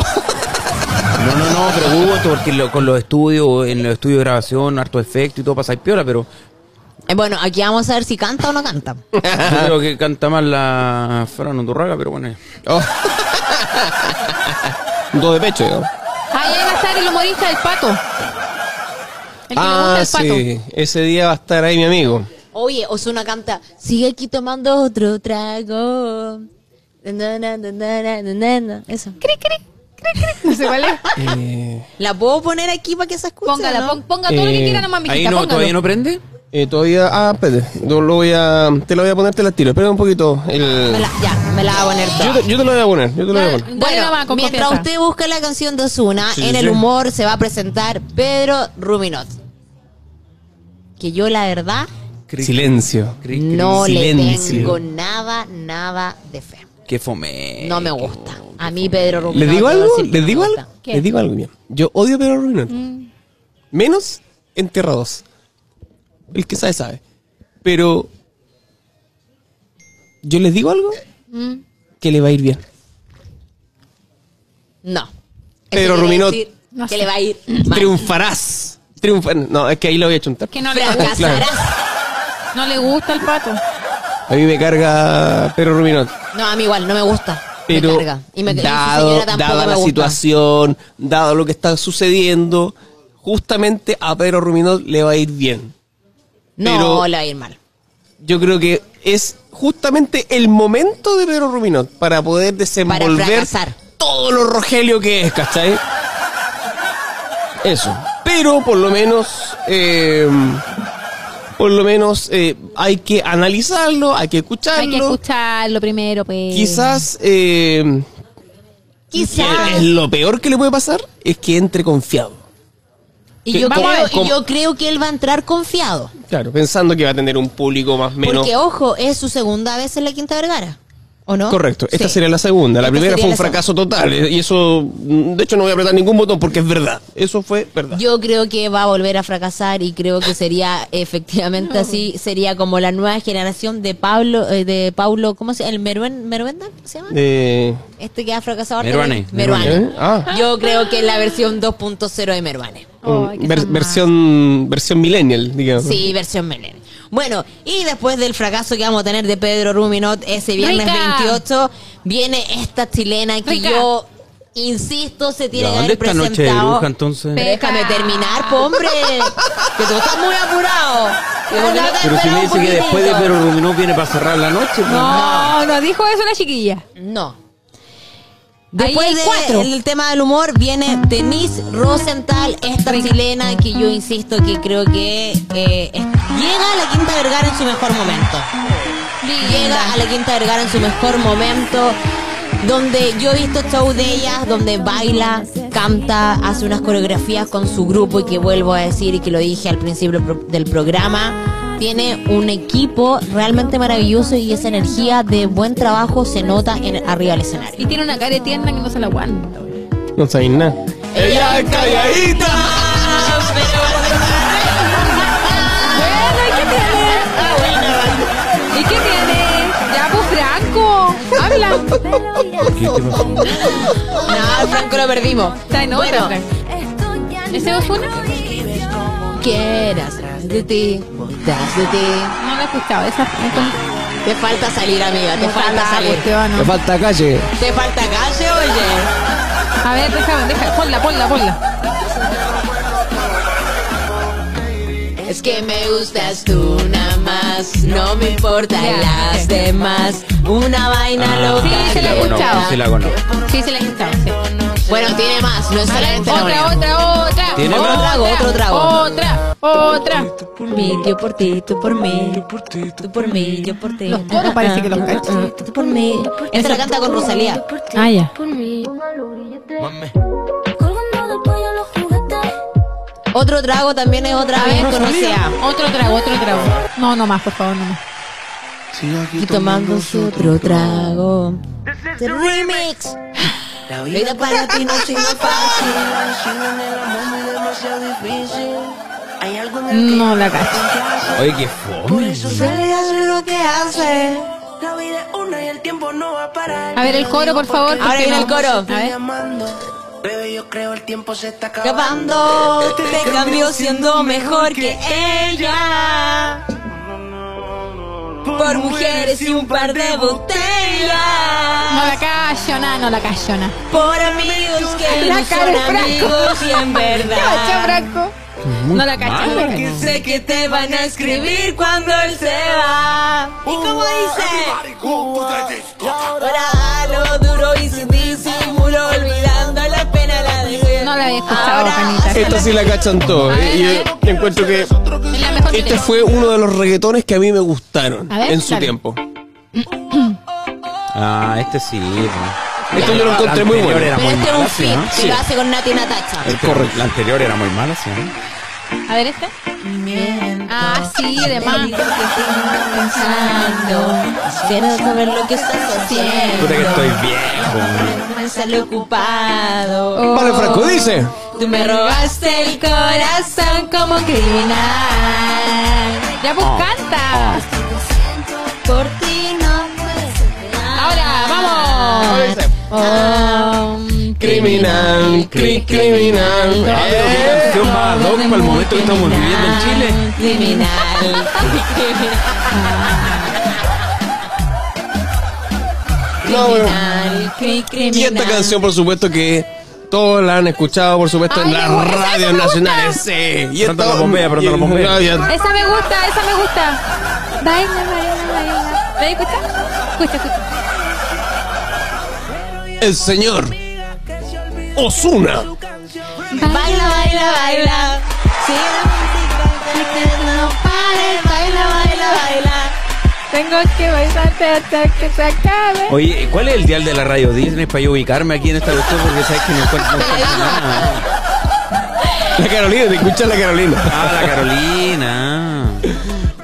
[SPEAKER 8] No, no, no, pero hubo porque lo- con los estudios, en los estudios de grabación, harto efecto y todo pasa y piola, pero
[SPEAKER 5] Eh, bueno, aquí vamos a ver si canta o no canta.
[SPEAKER 8] yo creo que canta más la Fran Undurraga, pero bueno.
[SPEAKER 3] oh. Dos de pecho, digamos.
[SPEAKER 4] Ahí va a estar el humorista del pato. El que
[SPEAKER 3] ah,
[SPEAKER 4] le gusta el pato.
[SPEAKER 3] sí. Ese día va a estar ahí mi amigo.
[SPEAKER 5] Oye, Osuna canta, sigue aquí tomando otro trago. Na, na, na, na, na, na, na. Eso.
[SPEAKER 4] Cri, cri, cri, cri. No sé cuál es.
[SPEAKER 5] ¿La puedo poner aquí para que se escuche?
[SPEAKER 4] Póngala,
[SPEAKER 5] no?
[SPEAKER 4] pon- ponga todo lo que
[SPEAKER 3] Eh,
[SPEAKER 4] quiera nomás,
[SPEAKER 8] Ahí
[SPEAKER 4] mijita.
[SPEAKER 8] no,
[SPEAKER 4] póngalo.
[SPEAKER 8] todavía no prende.
[SPEAKER 3] Eh, todavía. Ah, espérate. Yo lo voy a. Te lo voy a poner, te la tiro. Espera un poquito.
[SPEAKER 5] Me
[SPEAKER 3] El,
[SPEAKER 5] la- ya, me la va a poner toda.
[SPEAKER 3] yo, te, yo te lo voy a poner. Yo te lo voy a poner.
[SPEAKER 4] Dale
[SPEAKER 5] Bueno,
[SPEAKER 4] nomás, con
[SPEAKER 5] mientras
[SPEAKER 4] confianza.
[SPEAKER 5] usted busca la canción de Osuna, en el humor se va a presentar Pedro Ruminot. Que yo, la verdad,
[SPEAKER 3] Silencio.
[SPEAKER 8] Cri, cri.
[SPEAKER 5] no
[SPEAKER 3] Silencio.
[SPEAKER 5] le tengo nada, nada de fe.
[SPEAKER 8] Qué fome.
[SPEAKER 3] Eh,
[SPEAKER 5] No me gusta. A mí Pedro Rubio.
[SPEAKER 3] ¿Les digo algo? ¿Les digo algo?
[SPEAKER 5] ¿Qué?
[SPEAKER 3] ¿Les digo algo? Mira, Yo odio a Pedro Rubio.
[SPEAKER 4] Mm.
[SPEAKER 3] Menos enterrados. El que sabe, sabe. Pero. Yo les digo algo
[SPEAKER 4] Mm.
[SPEAKER 3] que le va a ir bien.
[SPEAKER 5] No.
[SPEAKER 3] Pedro Ruminot.
[SPEAKER 5] que le va a ir mal.
[SPEAKER 3] Triunfarás. Triunfa- No, es que ahí lo voy a chuntar.
[SPEAKER 4] Que no le gusta.
[SPEAKER 3] Claro.
[SPEAKER 4] No le gusta el pato.
[SPEAKER 3] A mí me carga Pedro Ruminot.
[SPEAKER 5] No, a mí igual, no me gusta.
[SPEAKER 3] Pero
[SPEAKER 5] me carga. Y me, y su
[SPEAKER 3] dado,
[SPEAKER 5] señora tampoco
[SPEAKER 3] dada
[SPEAKER 5] me
[SPEAKER 3] la
[SPEAKER 5] gusta.
[SPEAKER 3] situación, dado lo que está sucediendo, justamente a Pedro Ruminot le va a ir bien.
[SPEAKER 5] No,
[SPEAKER 3] pero-
[SPEAKER 5] le va a ir mal.
[SPEAKER 3] Yo creo que es justamente el momento de Pedro Ruminot para poder
[SPEAKER 5] Para
[SPEAKER 3] desenvolver
[SPEAKER 5] fracasar.
[SPEAKER 3] todo lo Rogelio que es, ¿cachai? Eso. Pero por lo menos, eh, por lo menos eh, hay que analizarlo, hay que escucharlo.
[SPEAKER 4] Hay que escucharlo primero, pues.
[SPEAKER 3] Quizás eh,
[SPEAKER 5] Quizás.
[SPEAKER 3] es lo peor que le puede pasar es que entre confiado.
[SPEAKER 5] Y
[SPEAKER 3] que-
[SPEAKER 5] yo
[SPEAKER 3] Vamos a
[SPEAKER 5] creo,
[SPEAKER 3] ver cómo-
[SPEAKER 5] yo creo que él va a entrar confiado.
[SPEAKER 3] Claro, pensando que va a tener un público más o menos.
[SPEAKER 5] Porque, ojo, es su segunda vez en la Quinta Vergara. ¿O no?
[SPEAKER 3] Correcto, esta
[SPEAKER 5] Sí.
[SPEAKER 3] sería la segunda. La
[SPEAKER 5] Esta
[SPEAKER 3] primera
[SPEAKER 5] sería
[SPEAKER 3] fue un
[SPEAKER 5] la
[SPEAKER 3] fracaso total. eh, Y eso, mm, de hecho, no voy a apretar ningún botón porque es verdad. Eso fue verdad.
[SPEAKER 5] Yo creo que va a volver a fracasar y creo que sería efectivamente así, sería como la nueva generación de Pablo, eh, de Paulo, ¿cómo se llama? ¿El Meruen, Meruenda se llama?
[SPEAKER 3] Eh,
[SPEAKER 5] Este que ha fracasado. harto.
[SPEAKER 8] Meruane.
[SPEAKER 5] Meruane.
[SPEAKER 3] ¿eh? Ah,
[SPEAKER 5] Yo creo que es la versión 2.0 de Meruane.
[SPEAKER 4] Oh, Ay, qué
[SPEAKER 3] mm, ver-
[SPEAKER 4] tan mal.
[SPEAKER 3] versión, versión millennial, digamos.
[SPEAKER 5] Sí, versión Melen. Bueno, y después del fracaso que vamos a tener de Pedro Ruminot ese viernes
[SPEAKER 4] Rica.
[SPEAKER 5] 28, viene esta chilena que
[SPEAKER 4] Rica.
[SPEAKER 5] yo insisto se tiene
[SPEAKER 8] Ya,
[SPEAKER 5] que
[SPEAKER 8] ¿Dónde
[SPEAKER 5] haber
[SPEAKER 8] está
[SPEAKER 5] presentado.
[SPEAKER 8] Noche de Bruja, entonces?
[SPEAKER 5] Pero déjame terminar, po, hombre. Que tú estás muy apurado. Que vos tenés que
[SPEAKER 8] Pero si
[SPEAKER 5] esperar
[SPEAKER 8] me
[SPEAKER 5] un
[SPEAKER 8] dice que
[SPEAKER 5] poquitito.
[SPEAKER 8] después de Pedro Ruminó viene para cerrar la noche. pues.
[SPEAKER 4] No, no dijo eso la chiquilla.
[SPEAKER 5] No.
[SPEAKER 4] hay
[SPEAKER 5] Después de-
[SPEAKER 4] cuatro.
[SPEAKER 5] del tema del humor viene Denise Rosenthal, esta chilena que yo insisto que creo que eh, es- llega a la Quinta Vergara en su mejor momento. Llega a la Quinta Vergara en su mejor momento, donde yo he visto show de ellas, donde baila, canta, hace unas coreografías con su grupo y que vuelvo a decir y que lo dije al principio pro- del programa. Tiene un equipo realmente maravilloso y esa energía de buen trabajo se nota en, arriba del escenario.
[SPEAKER 4] Y tiene una cara de tierna que no se la aguanta.
[SPEAKER 3] No sabéis nada.
[SPEAKER 5] Ella es
[SPEAKER 3] calladita.
[SPEAKER 4] Bueno, ¿y qué tiene? ¿Y qué tiene? Ya, pues Franco, habla.
[SPEAKER 5] No, Franco lo perdimos.
[SPEAKER 4] Está en otra,
[SPEAKER 5] Bueno,
[SPEAKER 4] Franco. ¿Ese Ozuna?
[SPEAKER 5] quieras tras de ti, tras de ti.
[SPEAKER 4] No la he escuchado. Esa,
[SPEAKER 5] Te falta salir, amiga, te falta salir.
[SPEAKER 3] Me falta calle.
[SPEAKER 5] Te falta calle, oye.
[SPEAKER 4] A ver, déjame, déjame. Ponla, ponla, ponla.
[SPEAKER 5] Es que me gustas tú nada más, no me importan
[SPEAKER 4] Ya,
[SPEAKER 5] las
[SPEAKER 4] ok.
[SPEAKER 5] demás. Una vaina
[SPEAKER 8] Ah,
[SPEAKER 5] loca.
[SPEAKER 4] Sí, se
[SPEAKER 8] sí
[SPEAKER 4] la
[SPEAKER 8] la
[SPEAKER 4] he escuchado.
[SPEAKER 8] conozco, sí la conozco.
[SPEAKER 4] Sí, se la he escuchado. sí.
[SPEAKER 5] Bueno, tiene más, no es solamente la
[SPEAKER 4] Otra,
[SPEAKER 5] moneda.
[SPEAKER 4] otra, otra.
[SPEAKER 8] ¿Tiene
[SPEAKER 4] otra,
[SPEAKER 8] más?
[SPEAKER 5] Otro trago, otro
[SPEAKER 4] Otra, otra.
[SPEAKER 5] mí, yo por ti, tú por mí, tú por mí, yo por ti.
[SPEAKER 4] Los coros parece que los cachan.
[SPEAKER 5] Tú por mí. Esta la canta con Rosalía.
[SPEAKER 4] Ah, ya.
[SPEAKER 5] Otro trago también es otra
[SPEAKER 4] A
[SPEAKER 5] vez
[SPEAKER 4] ver,
[SPEAKER 5] con Rosalía.
[SPEAKER 4] Otro trago, otro trago. No, no más, por favor, no más.
[SPEAKER 5] Y tomándose otro trago. The remix. La vida para ti no ha sido fácil.
[SPEAKER 4] No la cacho.
[SPEAKER 8] Oye, qué fome.
[SPEAKER 4] A ver, el coro, por favor.
[SPEAKER 5] Ahora
[SPEAKER 4] porque
[SPEAKER 5] viene
[SPEAKER 4] no-
[SPEAKER 5] el coro.
[SPEAKER 4] A ver.
[SPEAKER 5] Acabando, te cambió Este siendo mejor que ella. Por mujeres y un par de
[SPEAKER 4] No
[SPEAKER 5] botellas.
[SPEAKER 4] la callo, nada, no la callo, nada.
[SPEAKER 5] Por amigos que
[SPEAKER 4] La
[SPEAKER 5] no
[SPEAKER 4] cara
[SPEAKER 5] son
[SPEAKER 4] de Franco.
[SPEAKER 5] amigos y en
[SPEAKER 4] Cacho,
[SPEAKER 5] verdad.
[SPEAKER 4] Franco. No la cacho, no la cacho.
[SPEAKER 5] Sé que te van a escribir cuando él se va. ¿Y cómo dice? Uh, Ahora a lo duro y sin disimulo, olvidando la pena la dejé.
[SPEAKER 4] No la había escuchado,
[SPEAKER 5] Ahora,
[SPEAKER 4] Juanita.
[SPEAKER 3] Esta sí la cachan todos. eh, Y yo encuentro que
[SPEAKER 4] Es la mejor
[SPEAKER 3] este
[SPEAKER 4] que
[SPEAKER 3] fue uno de los reggaetones que a mí me gustaron
[SPEAKER 4] A ver,
[SPEAKER 3] en su
[SPEAKER 4] dale.
[SPEAKER 3] tiempo.
[SPEAKER 8] Ah, este sí. pues.
[SPEAKER 3] Esto yo lo encontré muy
[SPEAKER 8] La anterior
[SPEAKER 3] bueno.
[SPEAKER 8] era
[SPEAKER 5] Pero
[SPEAKER 8] muy
[SPEAKER 5] este es
[SPEAKER 8] mala,
[SPEAKER 5] un fit
[SPEAKER 8] sí, ¿no?
[SPEAKER 5] que lo hace con Nati Natacha.
[SPEAKER 8] Este- La anterior era muy mala, sí. ¿no?
[SPEAKER 4] A ver este. Ah, sí, de más.
[SPEAKER 5] Quiero saber lo que estás haciendo.
[SPEAKER 8] Puta que estoy viejo.
[SPEAKER 5] Me sale ocupado.
[SPEAKER 3] Vale, Franco, dice.
[SPEAKER 5] Tú me robaste el corazón como criminal.
[SPEAKER 4] Ya pues canta.
[SPEAKER 5] Ah. Por ti no puedes esperar.
[SPEAKER 4] Ahora, vamos. Um,
[SPEAKER 3] Criminal, cri- criminal.
[SPEAKER 8] Ah, pero qué
[SPEAKER 3] Eh.
[SPEAKER 8] canción más ad hoc para el momento que estamos viviendo en Chile.
[SPEAKER 5] Criminal.
[SPEAKER 3] No, bueno.
[SPEAKER 5] Criminal. cri- criminal.
[SPEAKER 3] Y esta canción, por supuesto, que todos la han escuchado, por supuesto, en
[SPEAKER 4] Ay,
[SPEAKER 3] las
[SPEAKER 4] me gusta, esa
[SPEAKER 3] radios
[SPEAKER 4] me gusta.
[SPEAKER 3] nacionales. Sí. Y
[SPEAKER 8] Pronto la bombea, pronto la
[SPEAKER 3] y-
[SPEAKER 8] bombea.
[SPEAKER 3] y- y-
[SPEAKER 4] Esa me gusta, esa me gusta. Baila, baila, baila. ¿Me escucha? Escucha, escucha.
[SPEAKER 3] El señor Osuna.
[SPEAKER 5] Baila, baila, baila. Sigue la música, que no pares. Baila, baila, baila.
[SPEAKER 4] Tengo que bailarte hasta que se acabe.
[SPEAKER 8] Oye, ¿cuál es el dial de la radio Disney para yo ubicarme aquí en esta cuestión? Porque sabes que no encuentro, no encuentro nada.
[SPEAKER 3] La Carolina, te escuchas la Carolina.
[SPEAKER 8] Ah, la Carolina.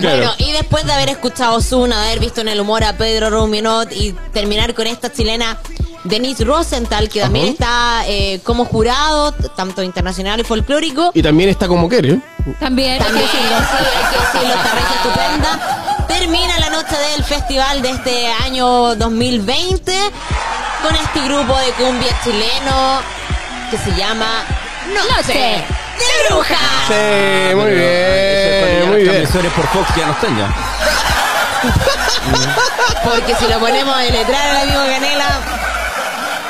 [SPEAKER 5] Bueno, y después de haber escuchado Zuna, haber visto en el humor a Pedro Ruminot y terminar con esta chilena Denise Rosenthal, que también está eh, como jurado, t- tanto internacional y folclórico.
[SPEAKER 3] Y también está como quiere.
[SPEAKER 4] También.
[SPEAKER 5] También, sí, hay que decirlo, esta regia estupenda. Termina la noche del festival de este año 2020 con este grupo de cumbia chileno que se llama Noche de Brujas.
[SPEAKER 3] Sí, muy
[SPEAKER 8] Ah, Ese,
[SPEAKER 3] bien. Muy
[SPEAKER 8] cuando ya Los
[SPEAKER 3] bien.
[SPEAKER 8] transmisores por Fox ya no están ya.
[SPEAKER 5] Porque si lo ponemos a letrar al amigo Canela.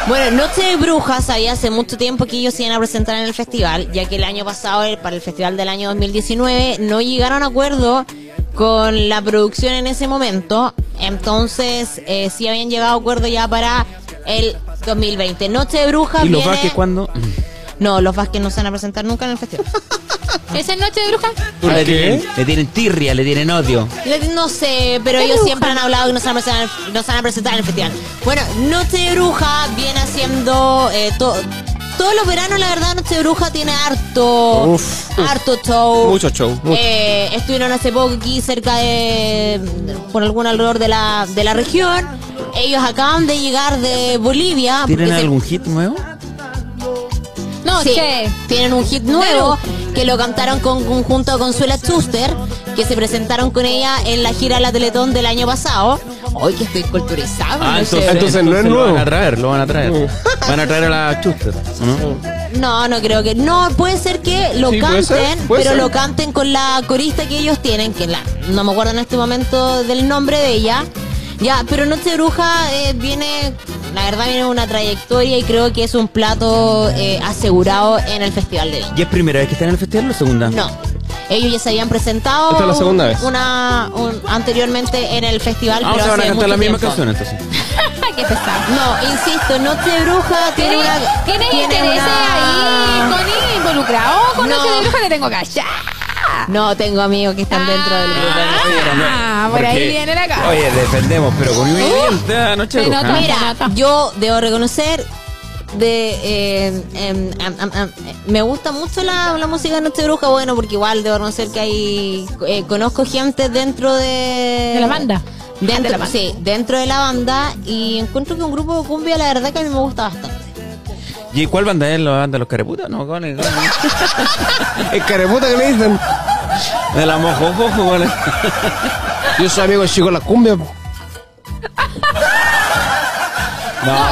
[SPEAKER 5] Bueno, Noche de Brujas había hace mucho tiempo que ellos se iban a presentar en el festival, ya que el año pasado, el- para el festival del año 2019, no llegaron a acuerdo con la producción en ese momento. Entonces, eh, sí habían llegado a acuerdo ya para el 2020. Noche de Brujas.
[SPEAKER 8] ¿Y los
[SPEAKER 5] viene-
[SPEAKER 8] Vázquez cuándo?
[SPEAKER 5] No, los Vázquez no se van a presentar nunca en el festival.
[SPEAKER 4] ¿Esa es Noche de Bruja?
[SPEAKER 3] ¿Por
[SPEAKER 8] Ah, le,
[SPEAKER 3] qué?
[SPEAKER 8] Tienen, le tienen tirria, le tienen odio.
[SPEAKER 5] Le- No sé, pero ellos siempre han hablado que no se, van a presentar, no se van a presentar en el festival. Bueno, Noche de Bruja viene haciendo eh, to- todos los veranos, la verdad, Noche de Bruja tiene harto,
[SPEAKER 3] Uf.
[SPEAKER 5] harto show.
[SPEAKER 3] Mucho show. mucho.
[SPEAKER 5] Eh, estuvieron hace poco aquí cerca de. por algún alrededor de la, de la región. Ellos acaban de llegar de Bolivia.
[SPEAKER 8] ¿Tienen
[SPEAKER 5] porque se-
[SPEAKER 8] algún hit nuevo?
[SPEAKER 5] Sí,
[SPEAKER 4] Noche.
[SPEAKER 5] tienen un hit nuevo que lo cantaron con conjunto a Consuela Schuster, que se presentaron con ella en la gira La Teletón del año pasado. Hoy que estoy culturizado.
[SPEAKER 3] Ah,
[SPEAKER 5] no, sé.
[SPEAKER 3] entonces no es nuevo. Mm.
[SPEAKER 8] Lo van a traer, lo van a traer. Van a traer a la Chuster. ¿no?
[SPEAKER 5] no, no creo que. No, puede ser que lo
[SPEAKER 3] Sí, puede
[SPEAKER 5] canten,
[SPEAKER 3] ser, puede
[SPEAKER 5] pero
[SPEAKER 3] ser.
[SPEAKER 5] lo canten con la corista que ellos tienen, que la, no me acuerdo en este momento del nombre de ella. Ya, pero Noche Bruja eh, viene, la verdad viene una trayectoria y creo que es un plato eh, asegurado en el Festival de Viña.
[SPEAKER 8] ¿Y es primera vez que están en el festival o segunda?
[SPEAKER 5] No. Ellos ya se habían presentado.
[SPEAKER 3] Esta es la segunda vez.
[SPEAKER 5] Una, un- anteriormente en el festival.
[SPEAKER 8] Ah, o
[SPEAKER 5] pero
[SPEAKER 8] sea, van a
[SPEAKER 5] hace
[SPEAKER 8] cantar la
[SPEAKER 5] mucho
[SPEAKER 8] misma
[SPEAKER 5] tiempo. Ah,
[SPEAKER 8] canción entonces.
[SPEAKER 4] Ay, qué pesado.
[SPEAKER 5] No, insisto, Noche de Bruja tiene
[SPEAKER 4] ¿Tiene,
[SPEAKER 5] una.
[SPEAKER 4] ¿tiene,
[SPEAKER 5] tiene
[SPEAKER 4] intereses
[SPEAKER 5] una-
[SPEAKER 4] ahí, Connie, involucrado? Con
[SPEAKER 5] No.
[SPEAKER 4] Noche de Bruja le tengo callada.
[SPEAKER 5] No, tengo amigos que están dentro del grupo.
[SPEAKER 4] Ah, por ahí
[SPEAKER 8] Porque-
[SPEAKER 4] viene la cara.
[SPEAKER 8] Oye, defendemos, pero con una idea noche
[SPEAKER 4] se
[SPEAKER 8] roja.
[SPEAKER 4] nota.
[SPEAKER 5] Uh, Mira,
[SPEAKER 4] Nata.
[SPEAKER 5] yo debo reconocer de eh, em, am, am, am, eh, me gusta mucho la, la música de Noche Bruja, bueno, porque igual debo reconocer que hay eh, conozco gente dentro de
[SPEAKER 4] De la banda.
[SPEAKER 5] Dentro,
[SPEAKER 4] de la banda.
[SPEAKER 5] Sí, dentro de la banda y encuentro que un grupo de cumbia la verdad que a mí me gusta bastante.
[SPEAKER 8] ¿Y cuál banda es? ¿La banda de los careputas? No, ¿cuál es?
[SPEAKER 3] Es careputa que le dicen.
[SPEAKER 8] De la mojojojo, ¿cuál es?
[SPEAKER 3] Yo soy amigo del chico de la cumbia.
[SPEAKER 8] No,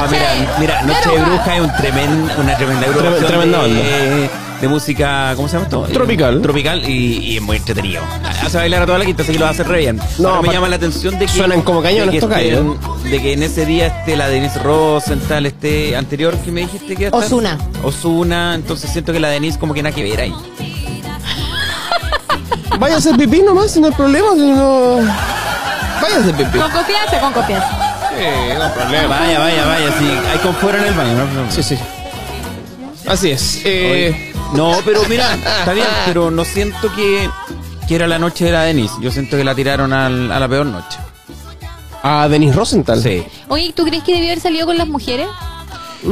[SPEAKER 4] Noche
[SPEAKER 8] mira, mira, Noche de
[SPEAKER 4] Bruja.
[SPEAKER 8] Bruja es un tremen- una tremenda agrupación
[SPEAKER 3] tremenda banda.
[SPEAKER 8] de, de música, ¿cómo se llama esto?
[SPEAKER 3] Tropical.
[SPEAKER 8] Tropical y, y es muy entretenido. Hace bailar a toda la quinta, así que lo hace re bien.
[SPEAKER 3] No,
[SPEAKER 8] No, me
[SPEAKER 3] aparte-
[SPEAKER 8] llama la atención de que...
[SPEAKER 3] Suenan como cañones
[SPEAKER 8] de que
[SPEAKER 3] estos gallos.
[SPEAKER 8] estén- De que en ese día esté la Denise Rosenthal, este anterior que me dijiste que... iba a estar.
[SPEAKER 5] Ozuna.
[SPEAKER 8] Osuna, entonces siento que la Denise como que nada que ver ahí.
[SPEAKER 3] Vaya a hacer pipí nomás, si no hay problema. Si no... Vaya a hacer pipí.
[SPEAKER 4] Con confianza, con confianza.
[SPEAKER 8] Vaya, vaya, vaya, sí, hay con fuera en el baño, ¿no?
[SPEAKER 3] Sí, sí. Así es. Eh,
[SPEAKER 8] No, pero mira, está bien, pero no siento que, que era la noche de la Denise. Yo siento que la tiraron al- a la peor noche.
[SPEAKER 3] a Denis Rosenthal.
[SPEAKER 8] Sí.
[SPEAKER 4] Oye, ¿tú crees que debió haber salido con las mujeres?
[SPEAKER 8] Es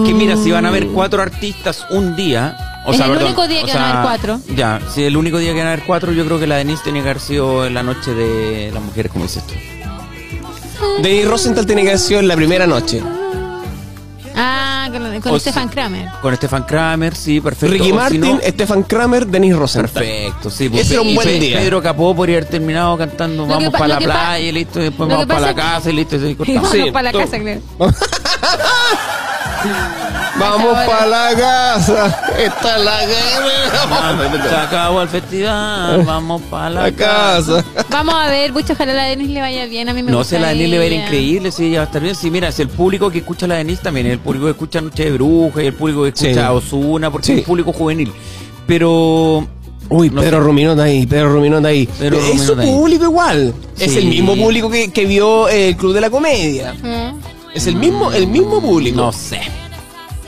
[SPEAKER 8] que mira, si van a haber cuatro artistas un día, O
[SPEAKER 4] Es
[SPEAKER 8] sea,
[SPEAKER 4] el
[SPEAKER 8] perdón,
[SPEAKER 4] único día
[SPEAKER 8] o
[SPEAKER 4] que
[SPEAKER 8] sea,
[SPEAKER 4] van a haber cuatro.
[SPEAKER 8] Ya, si el único día que van a haber cuatro, yo creo que la Denise tenía que haber sido en la noche de las mujeres, como dices tú.
[SPEAKER 3] De Rosenthal tiene que haber sido en la primera noche.
[SPEAKER 4] Ah, con, con
[SPEAKER 8] O
[SPEAKER 4] Stefan
[SPEAKER 8] sí.
[SPEAKER 4] Kramer.
[SPEAKER 8] Con Stefan Kramer, sí, perfecto.
[SPEAKER 3] Ricky
[SPEAKER 8] O si
[SPEAKER 3] Martin,
[SPEAKER 8] no-
[SPEAKER 3] Stefan Kramer, Denis Rosenthal.
[SPEAKER 8] Perfecto, sí. pues,
[SPEAKER 3] Ese era un
[SPEAKER 8] y
[SPEAKER 3] buen
[SPEAKER 8] Pe-
[SPEAKER 3] día.
[SPEAKER 8] Pedro Capó podría haber terminado cantando
[SPEAKER 4] Lo
[SPEAKER 8] Vamos
[SPEAKER 4] que pa-
[SPEAKER 8] para
[SPEAKER 4] lo
[SPEAKER 8] la
[SPEAKER 4] que pa-
[SPEAKER 8] playa y listo, y después
[SPEAKER 4] lo
[SPEAKER 8] vamos
[SPEAKER 4] que
[SPEAKER 8] para la
[SPEAKER 4] pasa-
[SPEAKER 8] casa y listo, y se
[SPEAKER 4] Y
[SPEAKER 8] cortamos.
[SPEAKER 4] vamos para la
[SPEAKER 8] todo.
[SPEAKER 4] casa, creo.
[SPEAKER 3] Vamos
[SPEAKER 4] Ahora.
[SPEAKER 3] para la casa. Esta es la guerra.
[SPEAKER 8] Se acabó el festival, vamos para la,
[SPEAKER 3] La casa.
[SPEAKER 4] Vamos a ver, mucho ojalá la Denise le vaya bien. A mí me
[SPEAKER 8] No
[SPEAKER 4] gusta
[SPEAKER 8] sé, la Denise le va a ir
[SPEAKER 4] ella.
[SPEAKER 8] increíble, sí, ella va a estar bien. Sí, mira, si el público que escucha a la Denise también, el público que escucha Noche de Bruja, y el público que escucha
[SPEAKER 3] Sí.
[SPEAKER 8] a Osuna, porque
[SPEAKER 3] Sí.
[SPEAKER 8] es un público juvenil. Pero.
[SPEAKER 3] Uy,
[SPEAKER 8] no
[SPEAKER 3] Pedro
[SPEAKER 8] sé.
[SPEAKER 3] Ruminón ahí, Pedro Ruminón ahí.
[SPEAKER 8] Pedro
[SPEAKER 3] es su
[SPEAKER 8] Ruminón ahí.
[SPEAKER 3] público igual. Es
[SPEAKER 8] Sí.
[SPEAKER 3] el mismo público que, que vio eh, el Club de la Comedia.
[SPEAKER 4] Mm.
[SPEAKER 3] Es el mismo, el mismo público.
[SPEAKER 8] No sé.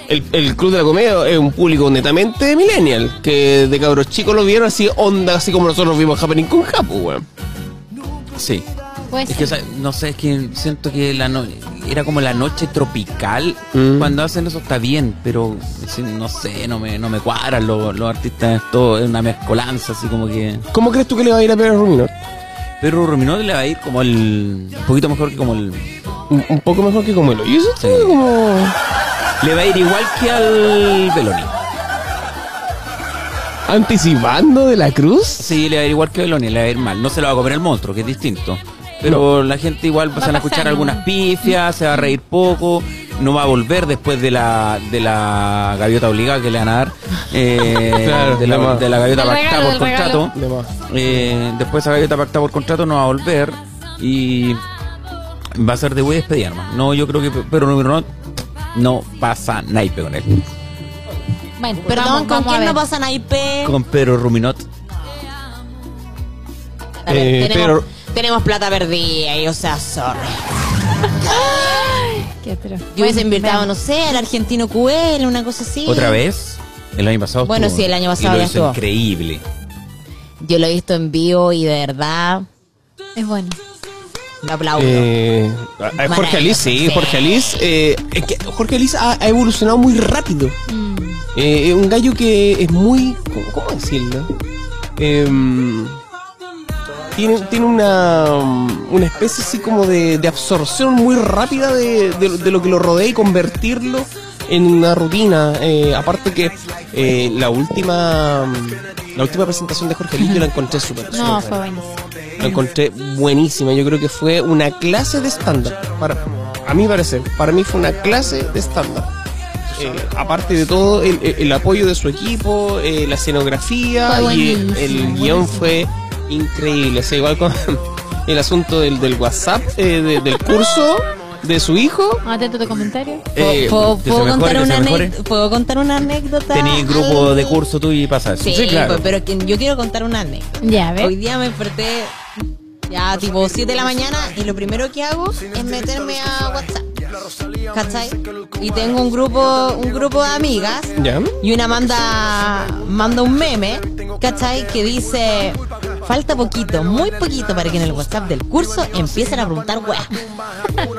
[SPEAKER 3] El, el Club de la Comedia es un público netamente de millennial, que de cabros chicos lo vieron así onda, así como nosotros vimos Happening con Japu, weón.
[SPEAKER 8] Sí.
[SPEAKER 4] Pues
[SPEAKER 8] Es que, o
[SPEAKER 4] sí.
[SPEAKER 8] sea, no sé, es que siento que la no- era como la noche tropical.
[SPEAKER 3] Mm.
[SPEAKER 8] Cuando hacen eso está bien, pero sí, no sé, no me, no me cuadran los, los artistas. Todo es una mezcolanza, así como que.
[SPEAKER 3] ¿Cómo crees tú que le va a ir a Pedro Ruminón?
[SPEAKER 8] Pero Ruminó le va a ir como el. Un poquito mejor que como el.
[SPEAKER 3] Un, un poco mejor que como el hoyo. Y eso
[SPEAKER 8] Sí.
[SPEAKER 3] es como.
[SPEAKER 8] Le va a ir igual que al Beloni.
[SPEAKER 3] Anticipando de la cruz.
[SPEAKER 8] Sí, le va a ir igual que Beloni, le va a ir mal. No se lo va a comer el monstruo, que es distinto. Pero la gente igual va
[SPEAKER 4] a
[SPEAKER 8] a escuchar
[SPEAKER 4] pasar, ¿no?
[SPEAKER 8] algunas pifias, se va a reír poco, no va a volver después de la, de la gaviota obligada que le van a dar, eh,
[SPEAKER 3] Claro,
[SPEAKER 8] de, la,
[SPEAKER 3] además.
[SPEAKER 8] de la gaviota
[SPEAKER 4] Del
[SPEAKER 8] pactada por
[SPEAKER 4] regalo, del
[SPEAKER 8] contrato.
[SPEAKER 3] De más.
[SPEAKER 8] Eh, después esa gaviota pactada por contrato no va a volver y va a ser de voy a despedir, hermano. No, yo creo que pero no, no, no pasa naipe con él.
[SPEAKER 4] Bueno,
[SPEAKER 5] Perdón,
[SPEAKER 4] vamos,
[SPEAKER 5] ¿con
[SPEAKER 4] vamos a
[SPEAKER 5] quién no
[SPEAKER 4] ver.
[SPEAKER 5] pasan ahí, P?
[SPEAKER 8] Con Pedro Ruminot.
[SPEAKER 5] A ver,
[SPEAKER 3] Eh,
[SPEAKER 5] tenemos,
[SPEAKER 3] Pedro-
[SPEAKER 5] tenemos plata perdida y, o sea, sorry.
[SPEAKER 4] Qué atroz.
[SPEAKER 5] Yo hubiese
[SPEAKER 4] Bueno,
[SPEAKER 5] invitado,
[SPEAKER 4] veamos.
[SPEAKER 5] no sé, al argentino QL, una cosa así.
[SPEAKER 8] ¿Otra vez? El año pasado
[SPEAKER 5] Bueno,
[SPEAKER 8] estuvo.
[SPEAKER 5] sí, el año pasado
[SPEAKER 8] y lo
[SPEAKER 5] ya
[SPEAKER 8] hizo
[SPEAKER 5] estuvo.
[SPEAKER 8] increíble.
[SPEAKER 5] Yo lo he visto en vivo y de verdad
[SPEAKER 4] Es bueno.
[SPEAKER 5] me aplaudo.
[SPEAKER 3] Eh, a- a Jorge Alice, sí,
[SPEAKER 5] Sí.
[SPEAKER 3] Jorge Alice. eh, es que Jorge Alice ha, ha evolucionado muy rápido.
[SPEAKER 4] Mm.
[SPEAKER 3] Eh, es un gallo que es muy. ¿Cómo, cómo decirlo? Em, tiene, tiene una, una especie así como de, de absorción muy rápida de, de- de lo que lo rodea y convertirlo en una rutina. Eh, aparte que eh, la última la última presentación de Jorge Alice yo la encontré súper
[SPEAKER 4] No,
[SPEAKER 3] súper
[SPEAKER 4] fue buenísimo.
[SPEAKER 3] la encontré buenísima. Yo creo que fue una clase de estándar. Para, a mi parecer, para mí fue una clase de estándar. Eh, aparte de todo, el, el- el apoyo de su equipo, eh, la escenografía
[SPEAKER 4] Fue
[SPEAKER 3] y el, el
[SPEAKER 4] buenísimo,
[SPEAKER 3] guión
[SPEAKER 4] buenísimo.
[SPEAKER 3] fue increíble. O sea, igual con el asunto del, del WhatsApp, eh, de- del curso de su hijo. Ah,
[SPEAKER 4] Atento a tu comentario.
[SPEAKER 5] ¿Puedo-
[SPEAKER 8] Eh,
[SPEAKER 5] ¿Puedo,
[SPEAKER 8] que
[SPEAKER 5] puedo
[SPEAKER 8] se
[SPEAKER 5] contar
[SPEAKER 8] mejore, que
[SPEAKER 5] una
[SPEAKER 8] se mejore.
[SPEAKER 5] anécdota, ¿Puedo contar una anécdota?
[SPEAKER 8] Tenés grupo de curso tú y pasa eso.
[SPEAKER 5] Sí, pues, pero que- yo quiero contar una anécdota.
[SPEAKER 4] Ya, a ver.
[SPEAKER 5] Hoy día me desperté ya tipo 7 de la mañana y lo primero que hago es meterme a WhatsApp. ¿Cachai? Y tengo un grupo, un grupo de amigas
[SPEAKER 3] ¿Ya?
[SPEAKER 5] y una manda manda un meme, ¿cachai? Que dice, falta poquito, muy poquito para que en el WhatsApp del curso empiecen a preguntar weá.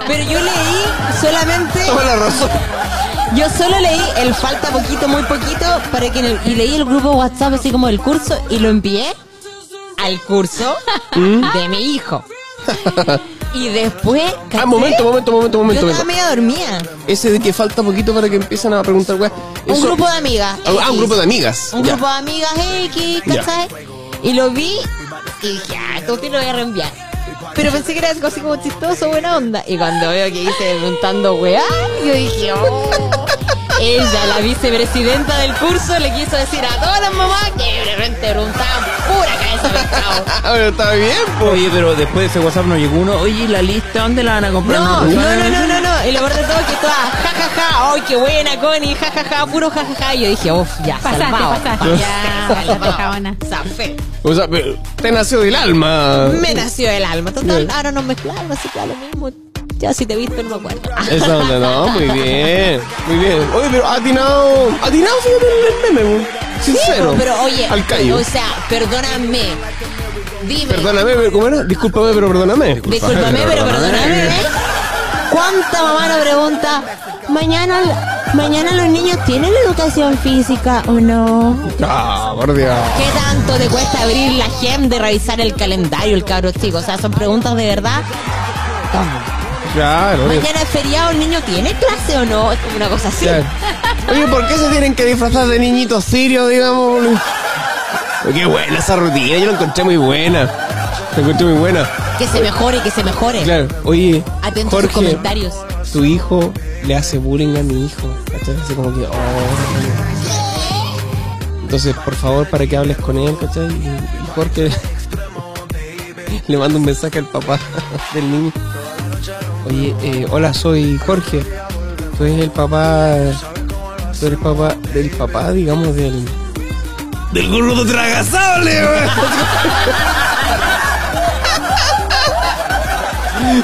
[SPEAKER 5] Pero yo leí solamente,
[SPEAKER 3] Toda la razón.
[SPEAKER 5] yo solo leí el falta poquito, muy poquito, para que en el- y leí el grupo WhatsApp así como del curso y lo envié al curso
[SPEAKER 3] ¿Mm?
[SPEAKER 5] de mi hijo. Y después,
[SPEAKER 3] Ah,
[SPEAKER 5] ¿cachai?
[SPEAKER 3] momento, momento, momento, momento.
[SPEAKER 5] yo
[SPEAKER 3] momento.
[SPEAKER 5] estaba media dormida.
[SPEAKER 3] Ese de que falta poquito para que empiezan a preguntar, weá.
[SPEAKER 5] Un
[SPEAKER 3] Eso-
[SPEAKER 5] grupo de amigas.
[SPEAKER 3] Ah, un
[SPEAKER 5] X.
[SPEAKER 3] grupo de amigas.
[SPEAKER 5] un
[SPEAKER 3] Ya.
[SPEAKER 5] grupo de amigas X,
[SPEAKER 3] Ya.
[SPEAKER 5] ¿cachai? Y lo vi y dije, ah, esto sí lo voy a reenviar. Pero pensé que era algo así como chistoso, buena onda. Y cuando veo que dice preguntando weá, yo dije, oh. Ella, la vicepresidenta del curso, le quiso decir a todas las mamás que de repente preguntaban pura cabeza de pescado.
[SPEAKER 3] Ah, pero está bien, pues.
[SPEAKER 8] Oye, pero después de ese WhatsApp nos llegó uno. Oye, ¿y la lista? ¿Dónde la van a comprar?
[SPEAKER 5] No, no,
[SPEAKER 8] ¿Dónde
[SPEAKER 5] no,
[SPEAKER 8] van a-
[SPEAKER 5] no,
[SPEAKER 3] ¿eh?
[SPEAKER 5] no, no. Y lo peor de todo es que todas, jajaja, ay, qué buena, Connie, jajaja, puro jajaja. Y yo dije, uff, ya,
[SPEAKER 4] Pasaste,
[SPEAKER 5] salvado.
[SPEAKER 4] pasaste. Ya,
[SPEAKER 5] salvado,
[SPEAKER 4] jajaona.
[SPEAKER 5] zafé.
[SPEAKER 3] O sea, pero te nació del alma.
[SPEAKER 5] Me nació el alma. Total,
[SPEAKER 3] Bien.
[SPEAKER 5] ahora nos mezclaron, así que a lo mismo. Ya si te he visto, no me acuerdo.
[SPEAKER 3] Esa onda, no, muy bien, muy bien. Oye, pero atinado, atinado fíjate el meme, weón. sincero.
[SPEAKER 5] pues, Pero oye,
[SPEAKER 3] al callo.
[SPEAKER 5] o sea, perdóname. Dime.
[SPEAKER 3] perdóname, pero ¿cómo era? Discúlpame, pero perdóname.
[SPEAKER 5] Discúlpame, pero perdóname. ¿Cuánta mamá nos pregunta? Mañana, Mañana los niños tienen educación física o no.
[SPEAKER 3] Ah, por Dios.
[SPEAKER 5] ¿Qué tanto te cuesta abrir la gem de revisar el calendario, el cabro chico? O sea, son preguntas de verdad.
[SPEAKER 3] Claro. oye.
[SPEAKER 5] Mañana es feriado, el niño tiene clase o no. Es como una cosa así.
[SPEAKER 3] Claro. Oye, ¿por qué se tienen que disfrazar de niñitos sirios, digamos? boludo? Oye, Qué buena esa rutina, yo la encontré muy buena. La encontré muy buena.
[SPEAKER 5] Que se mejore, que se mejore.
[SPEAKER 3] Claro, oye,
[SPEAKER 5] Atentos a
[SPEAKER 3] Jorge,
[SPEAKER 5] los comentarios.
[SPEAKER 3] tu hijo le hace bullying a mi hijo. ¿cachai? Así como que, oh. Entonces, por favor, para que hables con él, ¿cachai? Y y Jorge le manda un mensaje al papá del niño. Oye, eh, hola, soy Jorge. Tú eres el papá. Tú eres papá del papá, digamos, del. Del gordo tragasable,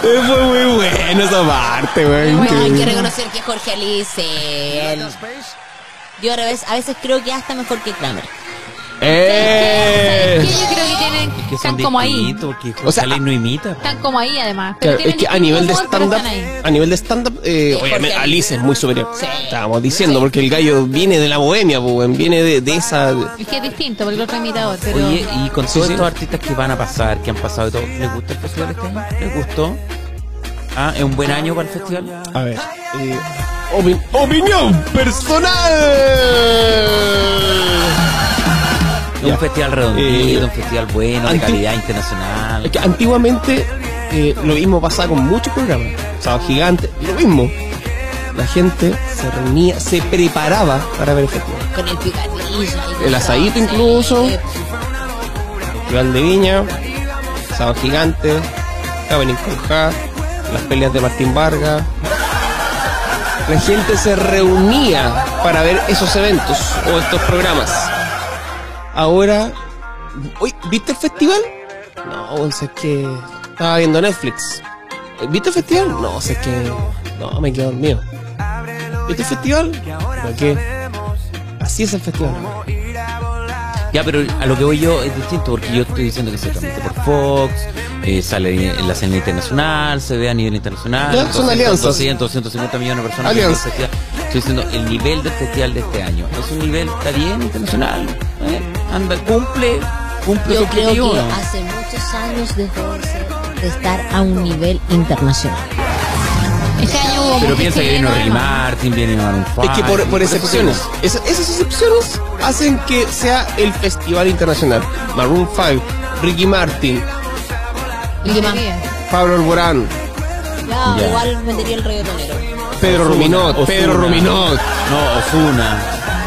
[SPEAKER 3] Fue muy bueno esa parte, weón.
[SPEAKER 5] Bueno, hay que
[SPEAKER 3] Increíble.
[SPEAKER 5] reconocer que Jorge Alice. él- Yo a veces, a veces creo que hasta mejor que Kramer.
[SPEAKER 3] ¡Eh!
[SPEAKER 4] Que yo creo que tienen.
[SPEAKER 8] Que
[SPEAKER 4] están
[SPEAKER 8] son
[SPEAKER 4] como ahí.
[SPEAKER 8] distintos, que
[SPEAKER 3] O sea,
[SPEAKER 8] Jalil no imita.
[SPEAKER 4] Están como ahí, además. Pero
[SPEAKER 3] Claro, es
[SPEAKER 4] tienen
[SPEAKER 3] que a
[SPEAKER 4] distinto
[SPEAKER 3] nivel de
[SPEAKER 4] humor, pero
[SPEAKER 3] stand-up,
[SPEAKER 4] están ahí.
[SPEAKER 3] a nivel de stand-up, eh, obviamente Alice es muy superior.
[SPEAKER 5] Sí.
[SPEAKER 3] Estábamos diciendo, porque el gallo viene de la bohemia, po, weón, viene de, de esa.
[SPEAKER 4] Es que es distinto, porque el otro imitador. Pero...
[SPEAKER 8] Oye, y con
[SPEAKER 3] Sí,
[SPEAKER 8] todos
[SPEAKER 3] sí.
[SPEAKER 8] estos artistas que van a pasar, que han pasado y todo, ¿les gusta el festival este año? ¿Les gustó? Ah, ¿es un buen año para el festival?
[SPEAKER 3] A ver. eh, opi- opinión personal.
[SPEAKER 8] Es
[SPEAKER 3] Ya.
[SPEAKER 8] un festival redondito,
[SPEAKER 3] Eh,
[SPEAKER 8] un festival bueno, de
[SPEAKER 3] anti-
[SPEAKER 8] calidad internacional.
[SPEAKER 3] Es que antiguamente eh, lo mismo pasaba con muchos programas. Sábado Gigante, lo mismo. La gente se reunía, se preparaba para ver el festival.
[SPEAKER 5] Con el picadillo.
[SPEAKER 3] El asadito incluso. Festival de Viña, Sábado Gigante, Cabernet con Ja, las peleas de Martín Vargas. La gente se reunía para ver esos eventos o estos programas. Ahora, uy, ¿viste el festival? No, o sea, es que estaba viendo Netflix. ¿Viste el festival? No, o sea, es que no, me quedé dormido. ¿Viste el festival? ¿Pero qué? Así es el festival.
[SPEAKER 8] Ya, pero a lo que voy yo es distinto, porque yo estoy diciendo que se transmite por Fox, eh, sale en la escena internacional, se ve a nivel internacional.
[SPEAKER 3] Ya, son alianzas.
[SPEAKER 8] 200, 250 millones de personas.
[SPEAKER 3] Alianzas.
[SPEAKER 8] que ven el festival. Estoy diciendo el nivel del festival de este año. Es un nivel, está bien, internacional. eh, anda, cumple, cumple
[SPEAKER 5] Yo
[SPEAKER 8] su
[SPEAKER 5] creo
[SPEAKER 8] objetivo,
[SPEAKER 5] que
[SPEAKER 8] ¿no?
[SPEAKER 5] hace muchos años dejó de ser- de estar a un nivel internacional.
[SPEAKER 4] Este año hubo
[SPEAKER 8] Pero
[SPEAKER 4] mucho
[SPEAKER 8] piensa que viene
[SPEAKER 4] chileno,
[SPEAKER 8] Ricky
[SPEAKER 4] además.
[SPEAKER 8] Martin, viene Maroon
[SPEAKER 3] Es que por,
[SPEAKER 8] five,
[SPEAKER 3] por
[SPEAKER 8] eso
[SPEAKER 3] excepciones.
[SPEAKER 8] que-
[SPEAKER 3] Esa- esas excepciones hacen que sea el festival internacional. Maroon 5, Ricky Martin,
[SPEAKER 5] Lima.
[SPEAKER 3] Pablo Alborán,
[SPEAKER 5] Ya,
[SPEAKER 8] Ya.
[SPEAKER 5] igual metería el reggaetonero.
[SPEAKER 3] Pedro Ruminot,
[SPEAKER 8] Ozuna.
[SPEAKER 3] Pedro Ruminot,
[SPEAKER 8] No, Ozuna.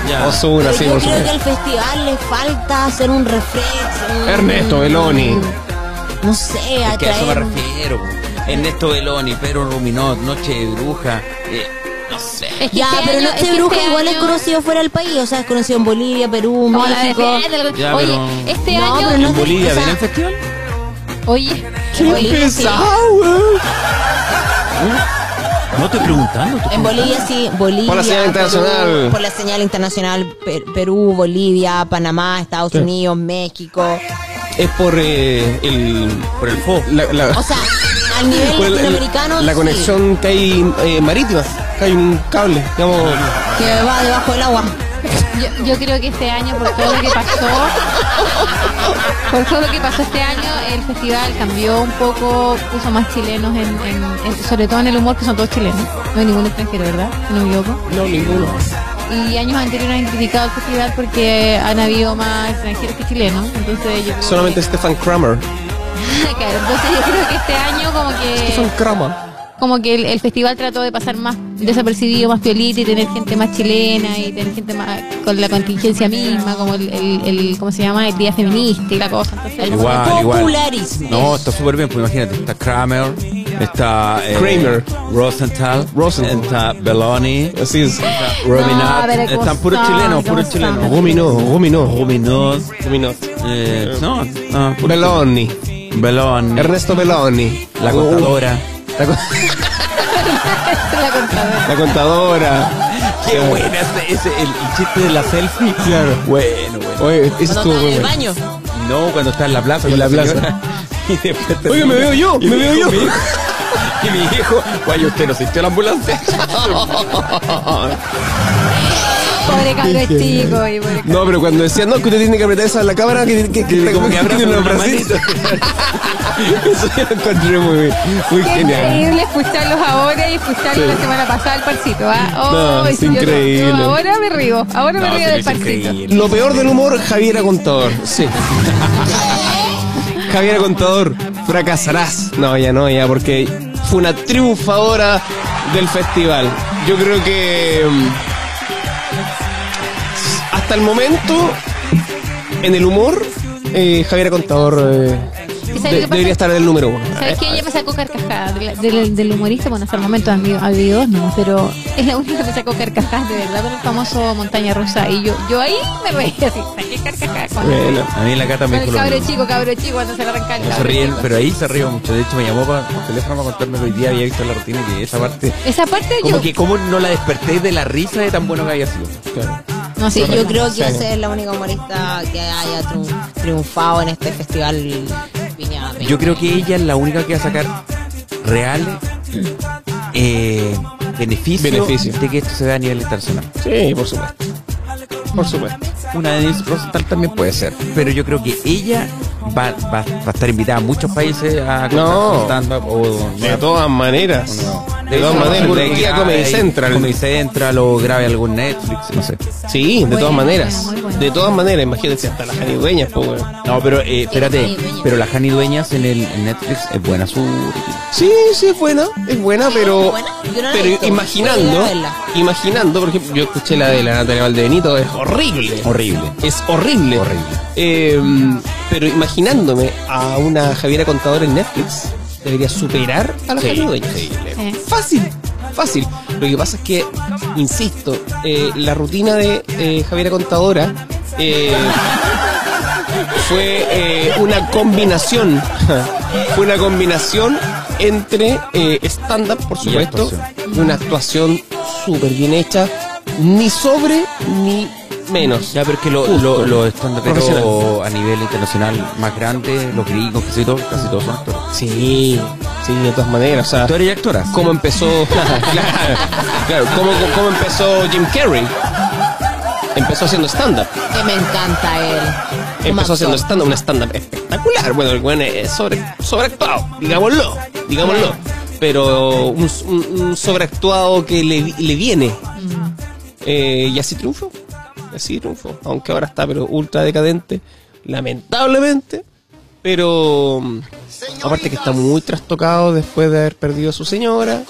[SPEAKER 8] Ya.
[SPEAKER 3] Osuna, sí,
[SPEAKER 5] Pero yo
[SPEAKER 3] por
[SPEAKER 5] creo que
[SPEAKER 3] supuesto.
[SPEAKER 5] al festival le falta hacer un refresco. un-
[SPEAKER 3] Ernesto Beloni.
[SPEAKER 5] No sé,
[SPEAKER 8] Es que a eso me
[SPEAKER 5] atraer.
[SPEAKER 8] refiero. Ernesto Beloni, Pedro Ruminot, Noche de Bruja. eh, no sé.
[SPEAKER 4] Es que
[SPEAKER 5] Ya,
[SPEAKER 4] este
[SPEAKER 5] pero
[SPEAKER 4] año-
[SPEAKER 5] no
[SPEAKER 4] que
[SPEAKER 5] este brujo
[SPEAKER 4] este
[SPEAKER 5] igual es
[SPEAKER 4] año-
[SPEAKER 5] conocido fuera del país. O sea, es conocido en Bolivia, Perú,
[SPEAKER 4] No, la
[SPEAKER 5] México.
[SPEAKER 4] defiende,
[SPEAKER 8] Ya,
[SPEAKER 4] Oye,
[SPEAKER 8] pero-
[SPEAKER 4] este
[SPEAKER 5] No,
[SPEAKER 4] año.
[SPEAKER 5] pero no-
[SPEAKER 8] ¿En Bolivia
[SPEAKER 5] o sea,
[SPEAKER 8] viene el festival?
[SPEAKER 4] Oye,
[SPEAKER 5] En Bolivia, sí.
[SPEAKER 3] Ah,
[SPEAKER 8] No estoy preguntando. estoy
[SPEAKER 5] En Bolivia sí, Bolivia.
[SPEAKER 3] Por la señal internacional.
[SPEAKER 5] por la señal internacional, Per- Perú, Bolivia, Panamá, Estados Unidos, México.
[SPEAKER 3] Es por eh, el.
[SPEAKER 8] Por el foco.
[SPEAKER 3] La, la-
[SPEAKER 5] O sea, al nivel
[SPEAKER 3] por el- el-
[SPEAKER 5] latinoamericano.
[SPEAKER 3] Pues, la
[SPEAKER 5] sí,
[SPEAKER 3] conexión que hay eh, marítima, que hay un cable, digamos.
[SPEAKER 5] que va debajo del agua.
[SPEAKER 4] yo, yo creo que este año, por todo lo que pasó, por todo lo que pasó este año, el festival cambió un poco, puso más chilenos, en, en- en- sobre todo en el humor, que son todos chilenos. No hay ningún extranjero, ¿verdad? Si No me equivoco.
[SPEAKER 3] No, ninguno.
[SPEAKER 4] Y años anteriores han criticado el festival porque han habido más extranjeros que chilenos. Entonces yo creo
[SPEAKER 3] Solamente
[SPEAKER 4] que,
[SPEAKER 3] Stefan Kramer.
[SPEAKER 4] Claro, entonces yo creo que este año como que
[SPEAKER 3] Stefan Kramer.
[SPEAKER 4] como que el, el festival trató de pasar más desapercibido, más piolita y tener gente más chilena y tener gente más con la contingencia misma, como el, el, el- ¿cómo se llama? el día feminista y la cosa. Entonces,
[SPEAKER 5] El
[SPEAKER 8] Igual, igual.
[SPEAKER 5] popularismo.
[SPEAKER 8] No, está súper bien, pues imagínate, está Kramer, está eh,
[SPEAKER 3] Kramer.
[SPEAKER 8] Rosenthal,
[SPEAKER 3] Rosenthal.
[SPEAKER 8] está Belloni,
[SPEAKER 3] Así es.
[SPEAKER 8] Ruminat,
[SPEAKER 4] pero ¿cómo
[SPEAKER 8] están puros
[SPEAKER 4] son?
[SPEAKER 8] chilenos, puros
[SPEAKER 4] ¿Cómo son?
[SPEAKER 8] chilenos.
[SPEAKER 3] Ruminot, Ruminot,
[SPEAKER 8] Ruminot,
[SPEAKER 3] Ruminot.
[SPEAKER 8] eh, no, no, puros
[SPEAKER 3] Beloni.
[SPEAKER 8] chilenos. Belloni,
[SPEAKER 3] Ernesto Beloni.
[SPEAKER 8] la contadora.
[SPEAKER 3] La, co-
[SPEAKER 4] la contadora.
[SPEAKER 3] la contadora.
[SPEAKER 8] Oh. Qué buena ese, ese- el, el chiste de la selfie.
[SPEAKER 3] Claro.
[SPEAKER 8] Bueno, bueno.
[SPEAKER 3] Oye, eso
[SPEAKER 5] Cuando
[SPEAKER 3] estuvo
[SPEAKER 5] estaba en
[SPEAKER 3] muy
[SPEAKER 5] el
[SPEAKER 3] bueno.
[SPEAKER 5] baño.
[SPEAKER 8] No, cuando está en la plaza.
[SPEAKER 3] En
[SPEAKER 8] con
[SPEAKER 3] la plaza.
[SPEAKER 8] señora. Y después te-
[SPEAKER 3] Oye, me veo yo,
[SPEAKER 8] y
[SPEAKER 3] me veo yo.
[SPEAKER 8] mi hijo- Y mi hijo, guay, usted no asistió a la ambulancia.
[SPEAKER 4] Pobre cabro chico. y pobre-
[SPEAKER 3] No, pero cuando decían, no, que usted tiene que apretar esa en la cámara, que, que, que, que,
[SPEAKER 8] como que abraza
[SPEAKER 3] tiene
[SPEAKER 8] con
[SPEAKER 3] los
[SPEAKER 8] la
[SPEAKER 3] bracitos. Eso yo lo encontré muy, muy
[SPEAKER 4] Qué
[SPEAKER 3] genial.
[SPEAKER 4] increíble escucharlos ahora y escucharlos
[SPEAKER 3] Sí.
[SPEAKER 4] la semana pasada al parcito. ¿ah?
[SPEAKER 3] No,
[SPEAKER 4] Ay,
[SPEAKER 3] es
[SPEAKER 4] si yo no-
[SPEAKER 3] increíble.
[SPEAKER 4] no, ahora me río, ahora me
[SPEAKER 8] No,
[SPEAKER 4] río
[SPEAKER 8] se lo
[SPEAKER 4] del
[SPEAKER 8] hizo
[SPEAKER 4] parcito.
[SPEAKER 8] increíble.
[SPEAKER 3] Lo peor del humor, Javiera Contador. Sí. Javiera Contador, fracasarás. No, ya no, ya, porque fue una triunfadora del festival. Yo creo que. mm, Hasta el momento, en el humor, eh, Javiera Contador eh,
[SPEAKER 4] ¿Y sabes
[SPEAKER 3] de-
[SPEAKER 4] lo que pasa?
[SPEAKER 3] debería estar en el número uno.
[SPEAKER 4] ¿Sabes qué? Ella me sacó carcajadas de la- del, del humorista, bueno, hasta el momento han habido- ha habido dos, no, pero es la única que me sacó carcajadas de verdad con el famoso Montaña Rusa. Y yo, yo ahí me reí así, saqué carcajadas con,
[SPEAKER 3] Bueno.
[SPEAKER 8] A mí en la cata
[SPEAKER 4] con
[SPEAKER 8] me
[SPEAKER 4] el
[SPEAKER 8] dijo lo
[SPEAKER 4] cabro
[SPEAKER 8] mismo.
[SPEAKER 4] chico, cabro chico, cuando se le arranca el
[SPEAKER 8] No se
[SPEAKER 4] cabro
[SPEAKER 8] ríen,
[SPEAKER 4] chico.
[SPEAKER 8] pero ahí se ríe mucho. De hecho, me llamó pa- por teléfono para contarme que hoy día había visto la rutina y que esa parte.
[SPEAKER 4] Esa parte
[SPEAKER 8] Como
[SPEAKER 4] yo.
[SPEAKER 8] que, ¿cómo no la desperté de la risa de tan bueno que había sido?
[SPEAKER 4] No
[SPEAKER 13] Sí,
[SPEAKER 4] sé, yo
[SPEAKER 13] yo creo que
[SPEAKER 3] Sí.
[SPEAKER 13] esa es la única humorista que haya triun- triunfado en este festival Viña.
[SPEAKER 8] Yo creo que ella es la única que va a sacar real eh, beneficio,
[SPEAKER 3] Beneficio.
[SPEAKER 8] de que esto se da a nivel internacional.
[SPEAKER 3] Sí, por supuesto. Por supuesto.
[SPEAKER 8] Una de Denise Rosenthal también puede ser, pero yo creo que ella va, va- va a estar invitada a muchos países a
[SPEAKER 3] No.
[SPEAKER 8] contar su stand-up o
[SPEAKER 3] De todas maneras. De todas
[SPEAKER 8] hecho,
[SPEAKER 3] maneras. De
[SPEAKER 8] seguro
[SPEAKER 3] aquí
[SPEAKER 8] que
[SPEAKER 3] a Comedy
[SPEAKER 8] grave ahí,
[SPEAKER 3] Central.
[SPEAKER 8] Comedy Central o grave algún Netflix, no sé.
[SPEAKER 3] Sí, de todas
[SPEAKER 4] Bueno,
[SPEAKER 3] maneras.
[SPEAKER 4] bueno, bueno.
[SPEAKER 3] De todas maneras, imagínense, hasta las janidueñas, pues, weón.
[SPEAKER 8] No, pero eh, espérate,
[SPEAKER 13] Sí, dueña.
[SPEAKER 8] pero la Jani Dueñas en el en Netflix es buena su rutina.
[SPEAKER 3] Sí, sí, es buena, es buena, pero,
[SPEAKER 13] es buena. Yo no la he
[SPEAKER 3] pero
[SPEAKER 13] visto.
[SPEAKER 3] imaginando,
[SPEAKER 13] Voy a verla.
[SPEAKER 3] imaginando, por ejemplo, yo escuché la de la Natalia Valdebenito, es horrible.
[SPEAKER 8] Horrible.
[SPEAKER 3] Es horrible.
[SPEAKER 8] Horrible.
[SPEAKER 3] Eh, pero imaginándome a una Javiera Contador en Netflix, debería superar a la
[SPEAKER 8] Sí,
[SPEAKER 3] Javiera Dueñas.
[SPEAKER 8] sí.
[SPEAKER 4] Sí.
[SPEAKER 3] Fácil, fácil. Lo que pasa es que, insisto, eh, la rutina de eh, Javiera Contadora eh, fue eh, una combinación. fue una combinación entre eh, stand-up, por supuesto,
[SPEAKER 8] actuación.
[SPEAKER 3] y una actuación súper bien hecha, ni sobre ni menos.
[SPEAKER 8] Ya, pero es que lo-
[SPEAKER 3] Justo.
[SPEAKER 8] lo- los estandarteros
[SPEAKER 3] Profesional.
[SPEAKER 8] a nivel internacional más grandes, los gringos, casi todos, casi todos son actores.
[SPEAKER 3] Sí, sí, de todas maneras. O sea,
[SPEAKER 8] ¿Actores y actoras?
[SPEAKER 3] cómo empezó claro, claro, cómo, cómo empezó Jim Carrey empezó haciendo stand up
[SPEAKER 13] que me encanta él. Como
[SPEAKER 3] empezó
[SPEAKER 13] actor.
[SPEAKER 3] haciendo stand up un stand up espectacular bueno el buen es sobre sobreactuado digámoslo digámoslo pero un, un- un sobreactuado que le, le viene Eh, y así triunfó así triunfó aunque ahora está pero ultra decadente lamentablemente pero mm, aparte que está muy trastocado después de haber perdido a su señora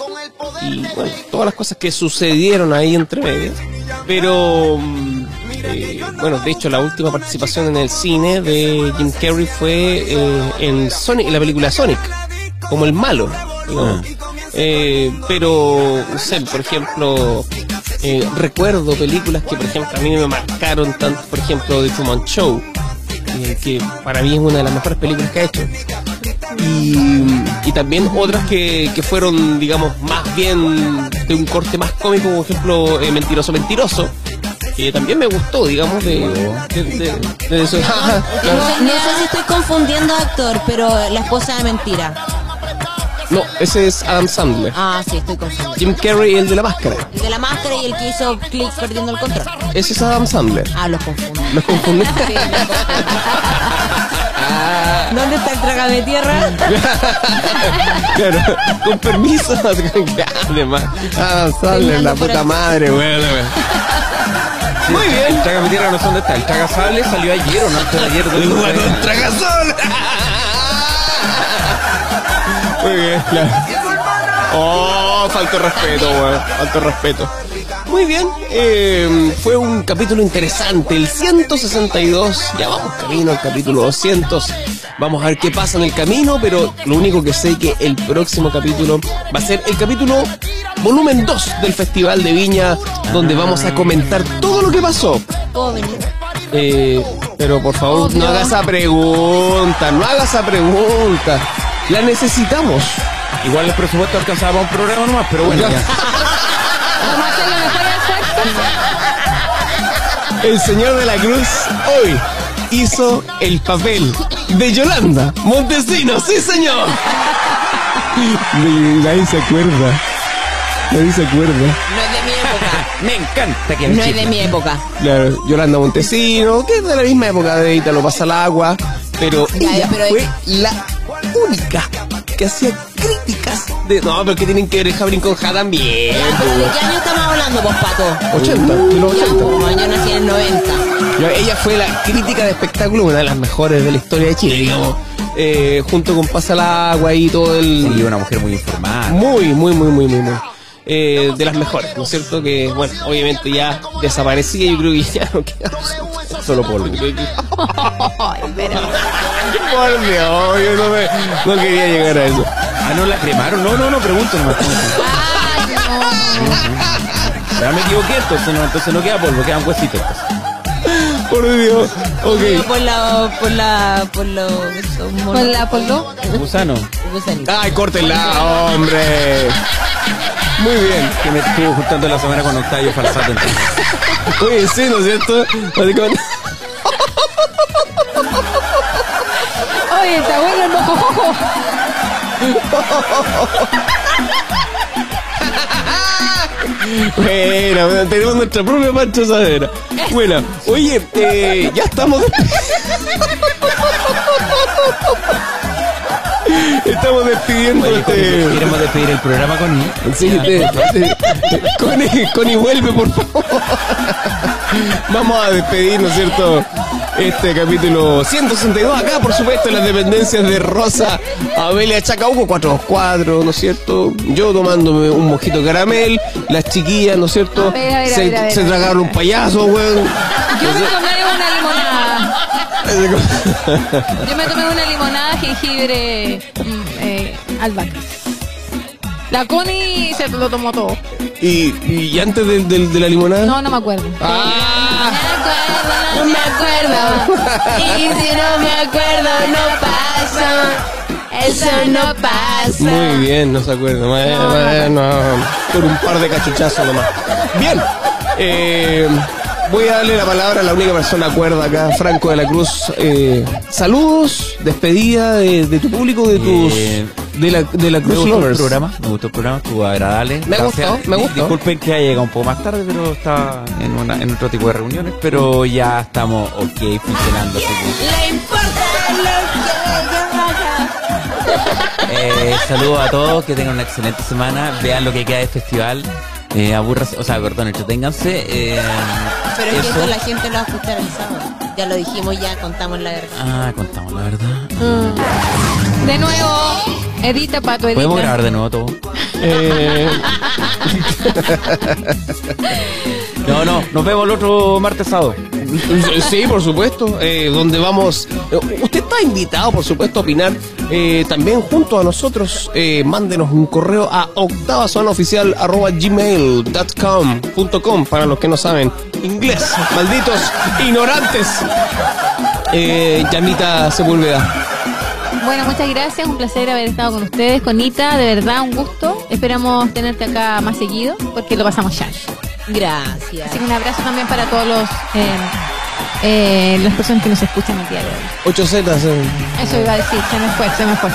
[SPEAKER 3] y bueno, todas las cosas que sucedieron ahí entre medias. Pero, mm, eh, bueno, de hecho la última participación en el cine de Jim Carrey fue eh, en, Sonic, en la película Sonic, como el malo. digamos. Eh, pero, no sé, por ejemplo, eh, recuerdo películas que, por ejemplo, a mí me marcaron tanto, por ejemplo, The Truman Show, eh, que para mí es una de las mejores películas que ha hecho y, y también otras que, que fueron, digamos, más bien de un corte más cómico, como ejemplo eh, Mentiroso Mentiroso, que también me gustó, digamos, de, de, de- de eso.
[SPEAKER 13] No, sé- no sé si estoy confundiendo a actor, pero la esposa de mentira.
[SPEAKER 3] No, ese es Adam Sandler.
[SPEAKER 13] Ah, sí, estoy confundiendo.
[SPEAKER 3] Jim Carrey, el de la máscara.
[SPEAKER 13] El de la máscara y el que hizo clic perdiendo el control.
[SPEAKER 3] Ese es Adam Sandler.
[SPEAKER 13] Ah, los confundo.
[SPEAKER 3] Los confundí.
[SPEAKER 13] Sí, los confundo. ¿Dónde está el trágame tierra?
[SPEAKER 3] claro, con permiso. Además,
[SPEAKER 8] Ah,
[SPEAKER 3] Adam Sandler, la
[SPEAKER 13] Caminando por
[SPEAKER 3] puta
[SPEAKER 13] ahí.
[SPEAKER 3] madre, weón. Muy bien.
[SPEAKER 8] El Traga mi tierra no sé dónde está. El Traga Sable salió ayer o no antes de ayer. ¿dónde
[SPEAKER 3] El
[SPEAKER 8] está?
[SPEAKER 3] guatón tragasol. Muy bien, claro. Oh, falto de respeto, weón. Falto de respeto. Muy bien, eh, fue un capítulo interesante, el 162. Ya vamos camino al capítulo 200. Vamos a ver qué pasa en el camino, pero lo único que sé es que el próximo capítulo va a ser el capítulo volumen 2 del Festival de Viña, donde vamos a comentar todo lo que pasó.
[SPEAKER 13] ¿Puedo venir?
[SPEAKER 3] Eh, pero por favor, no hagas esa pregunta, no hagas esa pregunta. La necesitamos.
[SPEAKER 8] Igual el presupuesto alcanzaba para un programa nomás, pero bueno.
[SPEAKER 3] Ya.
[SPEAKER 8] ya.
[SPEAKER 4] Vamos a hacer lo mejor esfuerzo.
[SPEAKER 3] El señor de la cruz hoy hizo el papel de Yolanda Montesinos, sí señor. Ni- Nadie se acuerda. Nadie se acuerda.
[SPEAKER 13] No es de mi época.
[SPEAKER 8] Me encanta que me
[SPEAKER 13] No es de
[SPEAKER 8] chiflen.
[SPEAKER 13] mi época.
[SPEAKER 3] Claro, Yolanda Montesino, que es de la misma época de Ítalo pasa el agua, pero
[SPEAKER 13] Ya,
[SPEAKER 3] ella
[SPEAKER 13] pero
[SPEAKER 3] fue
[SPEAKER 13] es-
[SPEAKER 3] la única que hacía críticas de... No, pero que tienen que ver Jabrin con Ja también.
[SPEAKER 13] Pero ¿De qué año estamos hablando, vos, Pato?
[SPEAKER 3] 80, de los
[SPEAKER 13] Ya,
[SPEAKER 3] 80.
[SPEAKER 13] po, yo nací en el 90.
[SPEAKER 3] Ya, Ella fue la crítica de espectáculo, una de las mejores de la historia de Chile, digamos. Eh, junto con Pasa el agua y todo el...
[SPEAKER 8] Sí, una mujer muy informada.
[SPEAKER 3] Muy, muy, muy, muy, muy, muy. Eh, de las mejores, ¿no es cierto? Que, bueno, obviamente ya desaparecía, yo creo que ya no queda
[SPEAKER 8] Solo polvo.
[SPEAKER 3] Por Dios, yo no, me- no quería llegar a eso.
[SPEAKER 8] Ah, no la cremaron. No, no, no, pregunto nomás.
[SPEAKER 4] Ay, no.
[SPEAKER 8] Pero me equivoqué, entonces no, entonces no queda polvo, quedan huesitos. pues.
[SPEAKER 3] Por Dios,
[SPEAKER 13] Pero
[SPEAKER 3] ok.
[SPEAKER 13] Por la. Por la. Por los. esos monos-
[SPEAKER 4] Con la polvo.
[SPEAKER 8] Gusano.
[SPEAKER 13] gusanitos.
[SPEAKER 3] Ay, córtenla, hombre. Muy bien.
[SPEAKER 8] Que me estuvo juntando la semana con Octavio Falsato. entonces.
[SPEAKER 3] Oye, sí, ¿no es cierto? Básicamente-
[SPEAKER 4] Oye, está bueno el mojojojo.
[SPEAKER 3] Bueno, tenemos nuestra propia pancha asadera. Bueno, oye, eh, ya estamos. Estamos despidiendo
[SPEAKER 8] Oye,
[SPEAKER 3] este.
[SPEAKER 8] Connie, Queremos despedir el programa con
[SPEAKER 3] Sí, te- te- Connie, Connie, vuelve, por favor. Vamos a despedir, ¿no es cierto? Este capítulo 162, acá, por supuesto, en las dependencias de Rosa Abelia Chacauco, 424, ¿no es cierto? Yo tomándome un mojito caramel, las chiquillas, ¿no es cierto?
[SPEAKER 4] A ver, a ver, a
[SPEAKER 3] se
[SPEAKER 4] ver, a ver,
[SPEAKER 3] se
[SPEAKER 4] a ver,
[SPEAKER 3] tragaron
[SPEAKER 4] a ver.
[SPEAKER 3] un payaso, weón.
[SPEAKER 4] Yo me tomé una limonada. Yo me tomé una limonada jengibre mm, eh, albahaca. La Connie se lo tomó todo.
[SPEAKER 3] Y, y antes del- del- de, la limonada.
[SPEAKER 4] No, no me acuerdo.
[SPEAKER 3] Ah.
[SPEAKER 4] No me acuerdo. Y si no me acuerdo, no pasa. Eso no pasa.
[SPEAKER 3] Muy bien, no se acuerda. Bueno, bueno, por un par de cachuchazos nomás. Bien. eh, voy a darle la palabra a la única persona cuerda acá, Franco de la Cruz. Eh, saludos, despedida de, de tu público, de tus.
[SPEAKER 8] Eh,
[SPEAKER 3] de la, de la
[SPEAKER 8] Me
[SPEAKER 3] Cruz
[SPEAKER 8] gustó el
[SPEAKER 3] Lovers.
[SPEAKER 8] programa, me gustó el programa, estuvo agradable.
[SPEAKER 3] Me
[SPEAKER 8] Gracias.
[SPEAKER 3] gustó, me
[SPEAKER 8] Di-
[SPEAKER 3] gustó.
[SPEAKER 8] Disculpen que haya llegado un poco más tarde, pero estaba en, una, en otro tipo de reuniones, pero ya estamos ok funcionando. así que,
[SPEAKER 13] Le importa lo
[SPEAKER 8] eh, saludos a todos, que tengan una excelente semana, vean lo que queda de festival, eh, aburras, o sea, perdón, entreténganse. eh,
[SPEAKER 13] que. Pero es que
[SPEAKER 8] eso.
[SPEAKER 13] esto la gente lo va a escuchar el sábado. Ya lo dijimos, ya contamos la verdad.
[SPEAKER 8] Ah, contamos la verdad.
[SPEAKER 4] De nuevo, edita pato, edita.
[SPEAKER 8] ¿Podemos grabar de nuevo todo?
[SPEAKER 3] Eh,
[SPEAKER 8] No, no, nos vemos el otro martes sábado.
[SPEAKER 3] Sí, por supuesto, eh, donde vamos. eh, Usted está invitado, por supuesto, a opinar eh, también junto a nosotros. Eh, mándenos un correo a octavazonaoficial.gmail.com para los que no saben inglés, malditos ignorantes. Eh, Llamita Sepúlveda.
[SPEAKER 4] Bueno, muchas gracias, un placer haber estado con ustedes, Conita, de verdad, un gusto. Esperamos tenerte acá más seguido, porque lo pasamos ya.
[SPEAKER 13] Gracias.
[SPEAKER 4] Así que un abrazo también para todos los eh, eh, las personas que nos escuchan el día de hoy.
[SPEAKER 3] 8 Z,
[SPEAKER 4] Eso iba a decir, se me fue, se me fue.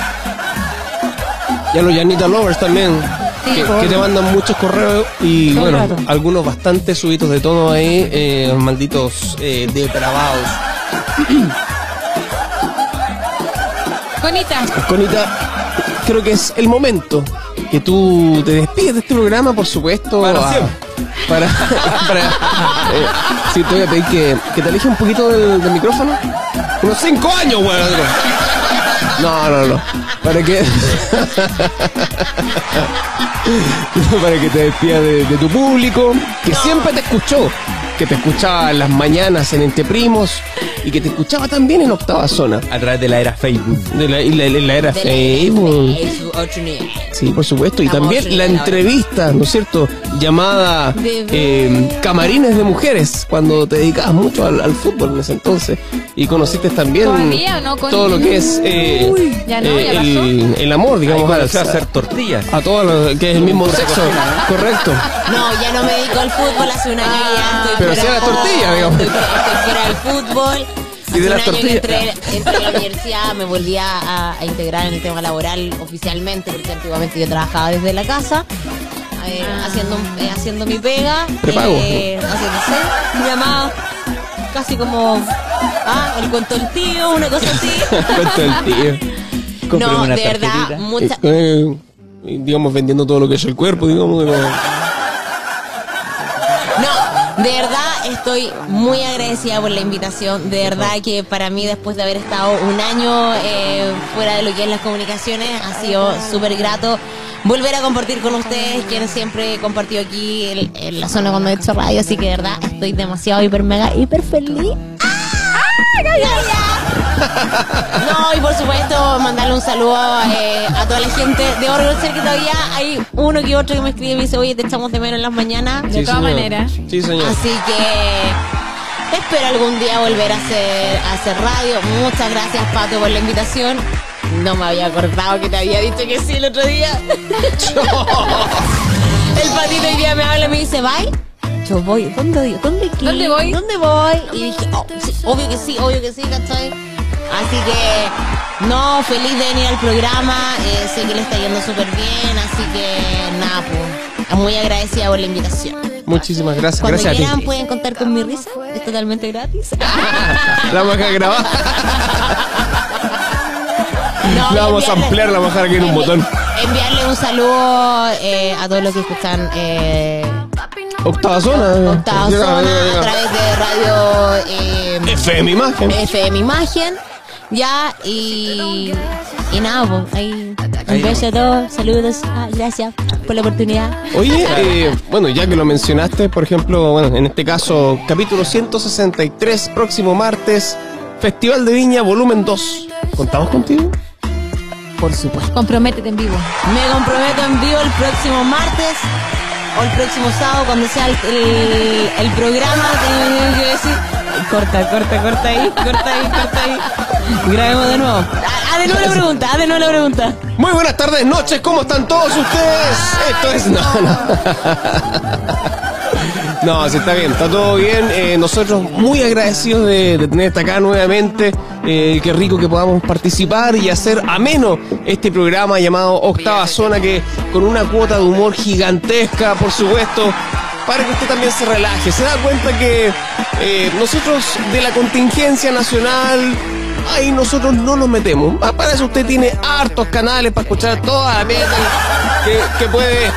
[SPEAKER 3] y a los Llanita Lovers también.
[SPEAKER 4] Sí,
[SPEAKER 3] que,
[SPEAKER 4] por-
[SPEAKER 3] que te mandan muchos correos y
[SPEAKER 4] Todo el
[SPEAKER 3] bueno,
[SPEAKER 4] rato.
[SPEAKER 3] algunos bastante subitos de tono ahí, eh, malditos eh, depravados.
[SPEAKER 4] Conita,
[SPEAKER 3] Conita, creo que es el momento que tú te despides de este programa, por supuesto.
[SPEAKER 8] Para
[SPEAKER 3] a-
[SPEAKER 8] siempre.
[SPEAKER 3] Para, para- eh, sí, te voy a pedir que, que te alejes un poquito del, del micrófono. Unos cinco años, weón. No, no, no. Para que. para que te despidas de, de tu público, que siempre te escuchó. Que te escuchaba en las mañanas en Entre Primos y que te escuchaba también en Octava Zona.
[SPEAKER 8] A través de la era Facebook.
[SPEAKER 3] De la, y la- la- la era
[SPEAKER 13] De la-
[SPEAKER 3] Facebook.
[SPEAKER 13] Es su otro nivel.
[SPEAKER 3] Sí, por supuesto. Y
[SPEAKER 13] Estamos
[SPEAKER 3] también la
[SPEAKER 13] horrible ahora.
[SPEAKER 3] entrevista, ¿no es cierto? Llamada
[SPEAKER 13] De
[SPEAKER 3] eh, Camarines de Mujeres, cuando te dedicabas mucho al, al fútbol en ese entonces. Y conociste también
[SPEAKER 4] Todavía, ¿no? Con-
[SPEAKER 3] todo lo que es eh,
[SPEAKER 4] Uy, ya no,
[SPEAKER 3] eh,
[SPEAKER 4] ya
[SPEAKER 3] el, el amor, digamos,
[SPEAKER 8] Vamos a
[SPEAKER 3] al-
[SPEAKER 8] hacer tortillas.
[SPEAKER 3] a, todos los que es el mismo sexo. Correcto.
[SPEAKER 13] No, ya no me dedico al fútbol hace un año y ya estoy
[SPEAKER 3] Pero
[SPEAKER 13] fuera-
[SPEAKER 3] hacía la tortilla, digamos.
[SPEAKER 13] Estoy, fuera- estoy fuera del fútbol.
[SPEAKER 8] Y
[SPEAKER 5] un
[SPEAKER 8] de las
[SPEAKER 5] año que
[SPEAKER 8] tortillas.
[SPEAKER 5] entré, entré a la universidad, me volví a, a integrar en el tema laboral oficialmente, porque antiguamente yo trabajaba desde la casa, eh, haciendo, eh, haciendo mi pega.
[SPEAKER 8] Prepago.
[SPEAKER 5] eh, haciendo, sí, mi mamá casi como, ah, el cuento del tío, una cosa así.
[SPEAKER 3] Cuento del tío.
[SPEAKER 5] Cómprame No, una de verdad, tarjetita. mucha-
[SPEAKER 3] Eh, eh, digamos, vendiendo todo lo que es el cuerpo, digamos. Pero...
[SPEAKER 5] No, de verdad estoy muy agradecida por la invitación. De verdad que para mí, después de haber estado un año eh, fuera de lo que es las comunicaciones, ha sido súper grato volver a compartir con ustedes, quienes siempre he compartido aquí en, en la zona cuando he hecho radio. Así que de verdad estoy demasiado hiper mega, hiper feliz. ¡Ah! ¡Ay, ay, ay! No, y por supuesto, mandarle un saludo eh, a toda la gente de Orgulcer, que todavía hay uno que otro que me escribe y me dice, oye, te echamos de menos en las mañanas.
[SPEAKER 4] De todas maneras.
[SPEAKER 3] Sí, señor.
[SPEAKER 5] Así que espero algún día volver a hacer, a hacer radio. Muchas gracias, Pato, por la invitación. No me había acordado que te había dicho que sí el otro día. el patito hoy día me habla y me dice, bye. Yo voy, ¿dónde, voy? ¿Dónde, qué?
[SPEAKER 4] ¿Dónde voy?
[SPEAKER 5] ¿Dónde voy? Y dije, oh, sí, obvio que sí, obvio que sí, ¿cachai? Así que, no, feliz de venir al programa. eh, sé que le está yendo súper bien, así que, nada, pues, muy agradecida por la invitación.
[SPEAKER 3] Muchísimas gracias.
[SPEAKER 5] Cuando
[SPEAKER 3] gracias
[SPEAKER 5] quieran
[SPEAKER 3] a ti.
[SPEAKER 5] pueden contar con mi risa, es totalmente gratis.
[SPEAKER 3] La vamos a dejar grabar.
[SPEAKER 5] No,
[SPEAKER 3] la vamos a
[SPEAKER 5] enviarle-
[SPEAKER 3] ampliar, la vamos a dejar aquí en un botón.
[SPEAKER 5] Enviarle un saludo eh, a todos los que escuchan eh,
[SPEAKER 3] Octava zona.
[SPEAKER 5] Octava
[SPEAKER 3] Ya,
[SPEAKER 5] Zona
[SPEAKER 3] ya, ya.
[SPEAKER 5] a través de radio eh,
[SPEAKER 3] FM Imagen.
[SPEAKER 5] FM Imagen, ya y y nada, pues, ahí
[SPEAKER 3] Ahí
[SPEAKER 5] un beso a todos, saludos, ah, gracias por la oportunidad.
[SPEAKER 3] Oye, eh, bueno, ya que lo mencionaste, por ejemplo, bueno, en este caso, capítulo 163, próximo martes, Festival de Viña, volumen 2. ¿Contamos contigo?
[SPEAKER 5] Por supuesto.
[SPEAKER 4] Comprométete en vivo.
[SPEAKER 5] Me comprometo en vivo el próximo martes o el próximo sábado cuando sea el, el- el programa. Tengo que decir. Corta, corta, corta ahí, corta ahí, corta ahí. Grabemos de nuevo. Ah, de nuevo la pregunta, ah, de nuevo la pregunta.
[SPEAKER 3] Muy buenas tardes, noches, ¿cómo están todos ustedes? Esto es. No, no. No, sí, está bien, está todo bien. Eh, nosotros muy agradecidos de, de tenerte acá nuevamente. Eh, qué rico que podamos participar y hacer ameno este programa llamado Octava Zona, que con una cuota de humor gigantesca, por supuesto, para que usted también se relaje. Se da cuenta que eh, nosotros de la contingencia nacional, ahí nosotros no nos metemos. Ah, Para eso usted tiene hartos canales para escuchar toda la mierda que- que puede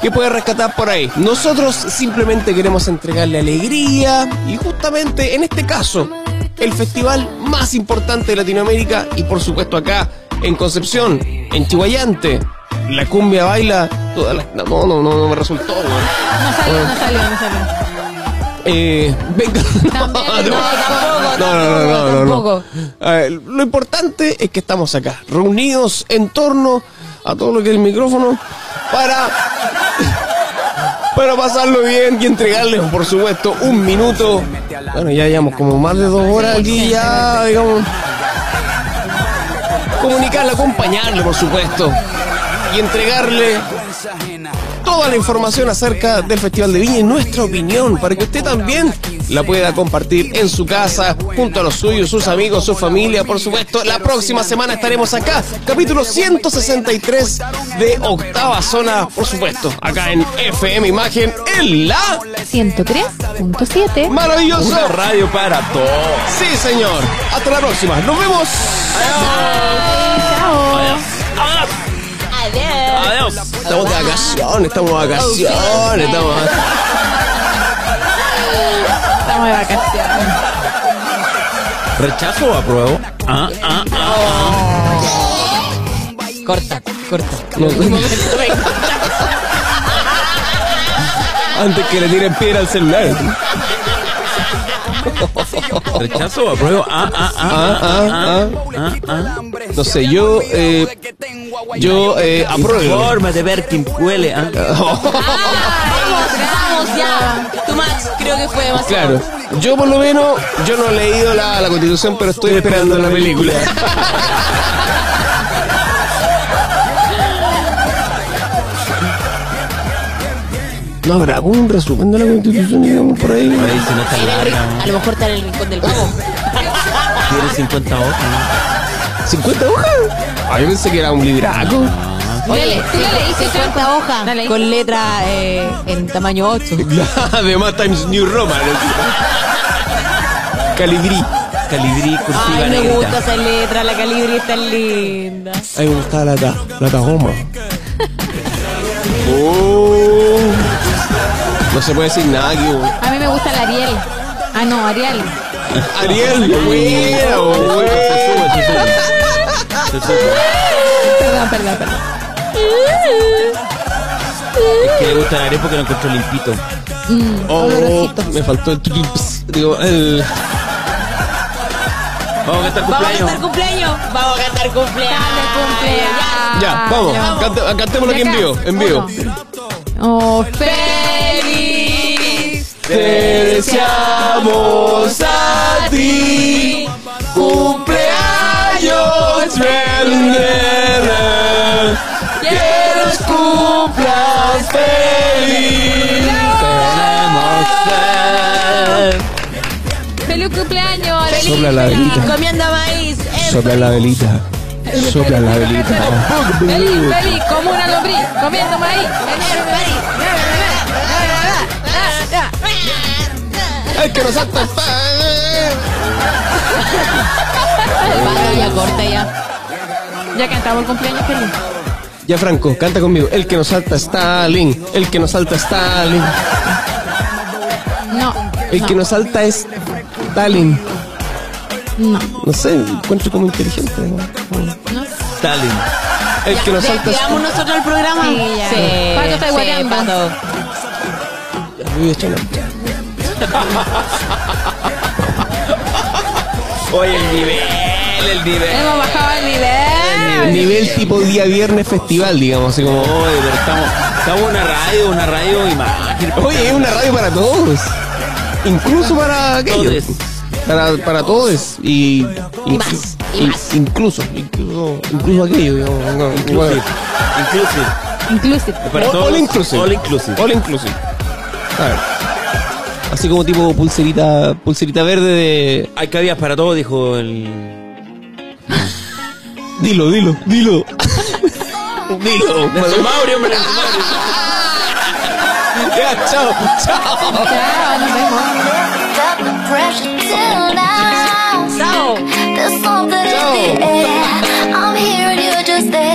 [SPEAKER 3] que puede rescatar por ahí. Nosotros simplemente queremos entregarle alegría y justamente en este caso, el festival más importante de Latinoamérica y por supuesto acá en Concepción, en Chihuayante, la cumbia baila, todas las- no, no, no, no me resultó. weón.
[SPEAKER 4] No salió, no salió, no salió.
[SPEAKER 3] Eh, venga, no, no, no, no, no, no, no. A ver, lo importante es que estamos acá, reunidos en torno a todo lo que es el micrófono para para pasarlo bien y entregarles, por supuesto, un minuto. Bueno, ya llevamos como más de dos horas aquí, ya, digamos. Comunicarle, acompañarle, por supuesto. Y entregarle toda la información acerca del Festival de Viña y nuestra opinión para que usted también la pueda compartir en su casa, junto a los suyos, sus amigos, su familia, por supuesto. La próxima semana estaremos acá, capítulo 163 de Octava Zona, por supuesto, acá en FM Imagen, en la
[SPEAKER 4] 103.7.
[SPEAKER 3] maravillosa
[SPEAKER 8] Ah, radio para todos.
[SPEAKER 3] Sí, señor. Hasta la próxima. Nos vemos.
[SPEAKER 4] Chao.
[SPEAKER 5] Adiós.
[SPEAKER 3] Estamos de vacaciones, estamos de vacaciones, estamos...
[SPEAKER 4] Estamos de vacaciones.
[SPEAKER 8] ¿Rechazo o apruebo? Ah, ah, ah.
[SPEAKER 5] Corta, corta.
[SPEAKER 3] Antes que le tiren piedra al celular.
[SPEAKER 8] ¿Rechazo o apruebo? Ah, ah, ah.
[SPEAKER 3] Ah, ah,
[SPEAKER 8] ah, ah.
[SPEAKER 3] No sé, yo... Eh, yo eh, apruebo.
[SPEAKER 8] Infórmate, Berkin, huele. ah.
[SPEAKER 5] Vamos, vamos ya. Tú Max, creo que fue demasiado.
[SPEAKER 3] Claro. Yo por lo menos, yo no he leído la, la constitución, pero estoy esperando la película. ¿No habrá algún resumen de la constitución, digamos, por ahí?
[SPEAKER 8] Ahí se nota
[SPEAKER 5] En el ri-
[SPEAKER 8] larga,
[SPEAKER 5] a lo mejor está en el rincón del vago.
[SPEAKER 8] ¿no? Tiene 50 hojas.
[SPEAKER 3] ¿50 hojas? Ah, yo pensé que era un libraco.
[SPEAKER 5] Oye, tú la leíste 50 hojas con letra eh, en tamaño 8.
[SPEAKER 3] Además, Times New Roman. Calibrí.
[SPEAKER 8] Calibrí cursiva
[SPEAKER 5] Ay, me
[SPEAKER 8] negrita.
[SPEAKER 5] gusta esa letra, la calibri está linda.
[SPEAKER 3] A mí me gustaba la, ta, la Tahoma. Oh. No se puede decir nada aquí. weón.
[SPEAKER 4] A mí me gusta la Ariel. Ah, no, Ariel.
[SPEAKER 3] Ariel, buena, buena.
[SPEAKER 8] Se sube, se sube. Se sube.
[SPEAKER 4] Perdón, perdón, perdón.
[SPEAKER 8] Es que le gusta la arepa que lo encontró limpito.
[SPEAKER 3] Oh, me faltó el clips. Digo, el.
[SPEAKER 8] Vamos a cantar
[SPEAKER 5] Vamos a
[SPEAKER 8] cumpleaños.
[SPEAKER 5] cantar cumpleaños. Vamos a cantar cumpleaños.
[SPEAKER 3] Ya, vamos. cante- ah, cantémoslo aquí en vivo. En vivo.
[SPEAKER 4] Oh,
[SPEAKER 5] Feliz
[SPEAKER 3] Te deseamos a ti cumpleaños feliz. Que los cumplas feliz.
[SPEAKER 4] feliz cumpleaños. Feliz
[SPEAKER 3] Sopla la
[SPEAKER 4] cumpleaños.
[SPEAKER 3] velita.
[SPEAKER 5] Comiendo maíz. Eso.
[SPEAKER 3] Sopla la velita. Sopla la velita.
[SPEAKER 4] Feliz, feliz, como una lombriz, comiendo maíz.
[SPEAKER 3] El que nos salta el pan.
[SPEAKER 5] Vale, ya corta ya.
[SPEAKER 4] Ya cantamos el cumpleaños feliz.
[SPEAKER 3] Ya Franco, canta conmigo. El que nos salta es Stalin. El que nos salta es Stalin.
[SPEAKER 4] No,
[SPEAKER 3] El que nos salta es Stalin.
[SPEAKER 4] no,
[SPEAKER 3] No sé, encuentro como inteligente. ¿no?
[SPEAKER 4] no.
[SPEAKER 8] Stalin.
[SPEAKER 3] El que nos
[SPEAKER 5] Ya,
[SPEAKER 3] salta es
[SPEAKER 5] despidamos nosotros el programa.
[SPEAKER 4] Sí, ya. Pato está
[SPEAKER 5] sí,
[SPEAKER 4] guareando.
[SPEAKER 5] Pato.
[SPEAKER 3] Uy, chale.
[SPEAKER 8] Oye, el nivel, el nivel.
[SPEAKER 4] Hemos bajado el nivel.
[SPEAKER 3] Nivel tipo día viernes festival, digamos, así como.
[SPEAKER 8] Oye, pero estamos, estamos una radio, una radio imagen.
[SPEAKER 3] Oye, es una radio para todos. Incluso para aquellos.
[SPEAKER 8] Todes.
[SPEAKER 3] Para, para todos. Y. y-
[SPEAKER 5] Más, y
[SPEAKER 3] in-
[SPEAKER 5] más.
[SPEAKER 3] Incluso, incluso, incluso aquellos, digamos. no,
[SPEAKER 8] Inclusive.
[SPEAKER 3] bueno.
[SPEAKER 8] Inclusive.
[SPEAKER 4] Inclusive.
[SPEAKER 8] Para
[SPEAKER 3] all,
[SPEAKER 8] todos.
[SPEAKER 3] all inclusive.
[SPEAKER 8] All inclusive.
[SPEAKER 3] All inclusive. A ver. Así como tipo pulserita, pulserita verde de.
[SPEAKER 8] Hay cabidas para todos, dijo el.
[SPEAKER 3] Dilo, dilo, dilo. dilo.
[SPEAKER 8] Nelson Mauri, hombre. Nelson Mauri.
[SPEAKER 3] Ya, chao, chao.
[SPEAKER 4] Chao, nos vemos.
[SPEAKER 5] Sao.
[SPEAKER 1] There's something in the air. I'm here and you're just there. I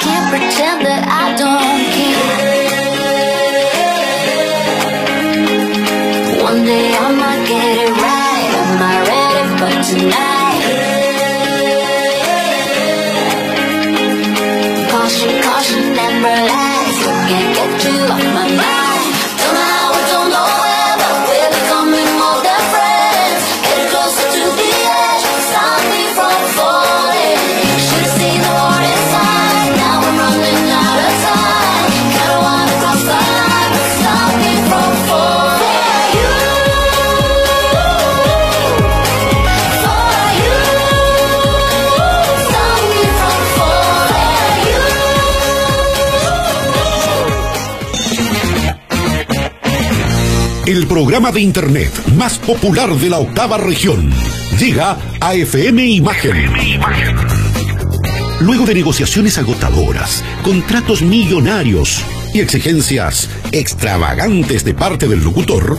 [SPEAKER 1] can't pretend that I don't care. One day I might get it right. Am I ready for tonight? Caution, caution, amber lights. I can't get you off my mind. Don't know how, I don't know where, but we're becoming more than friends. Getting closer to the edge, stop me from falling. Should've seen the warning signs. Now I'm running out of time. Kinda wanna cross the line, but stop me from falling. For you.
[SPEAKER 2] El programa de internet más popular de la octava región llega a FM Imagen. Luego de negociaciones agotadoras, contratos millonarios y exigencias extravagantes de parte del locutor,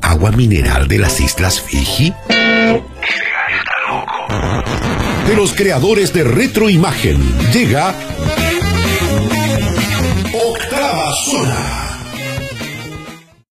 [SPEAKER 2] agua mineral de las Islas Fiji. De los creadores de Retroimagen llega Octava Zona.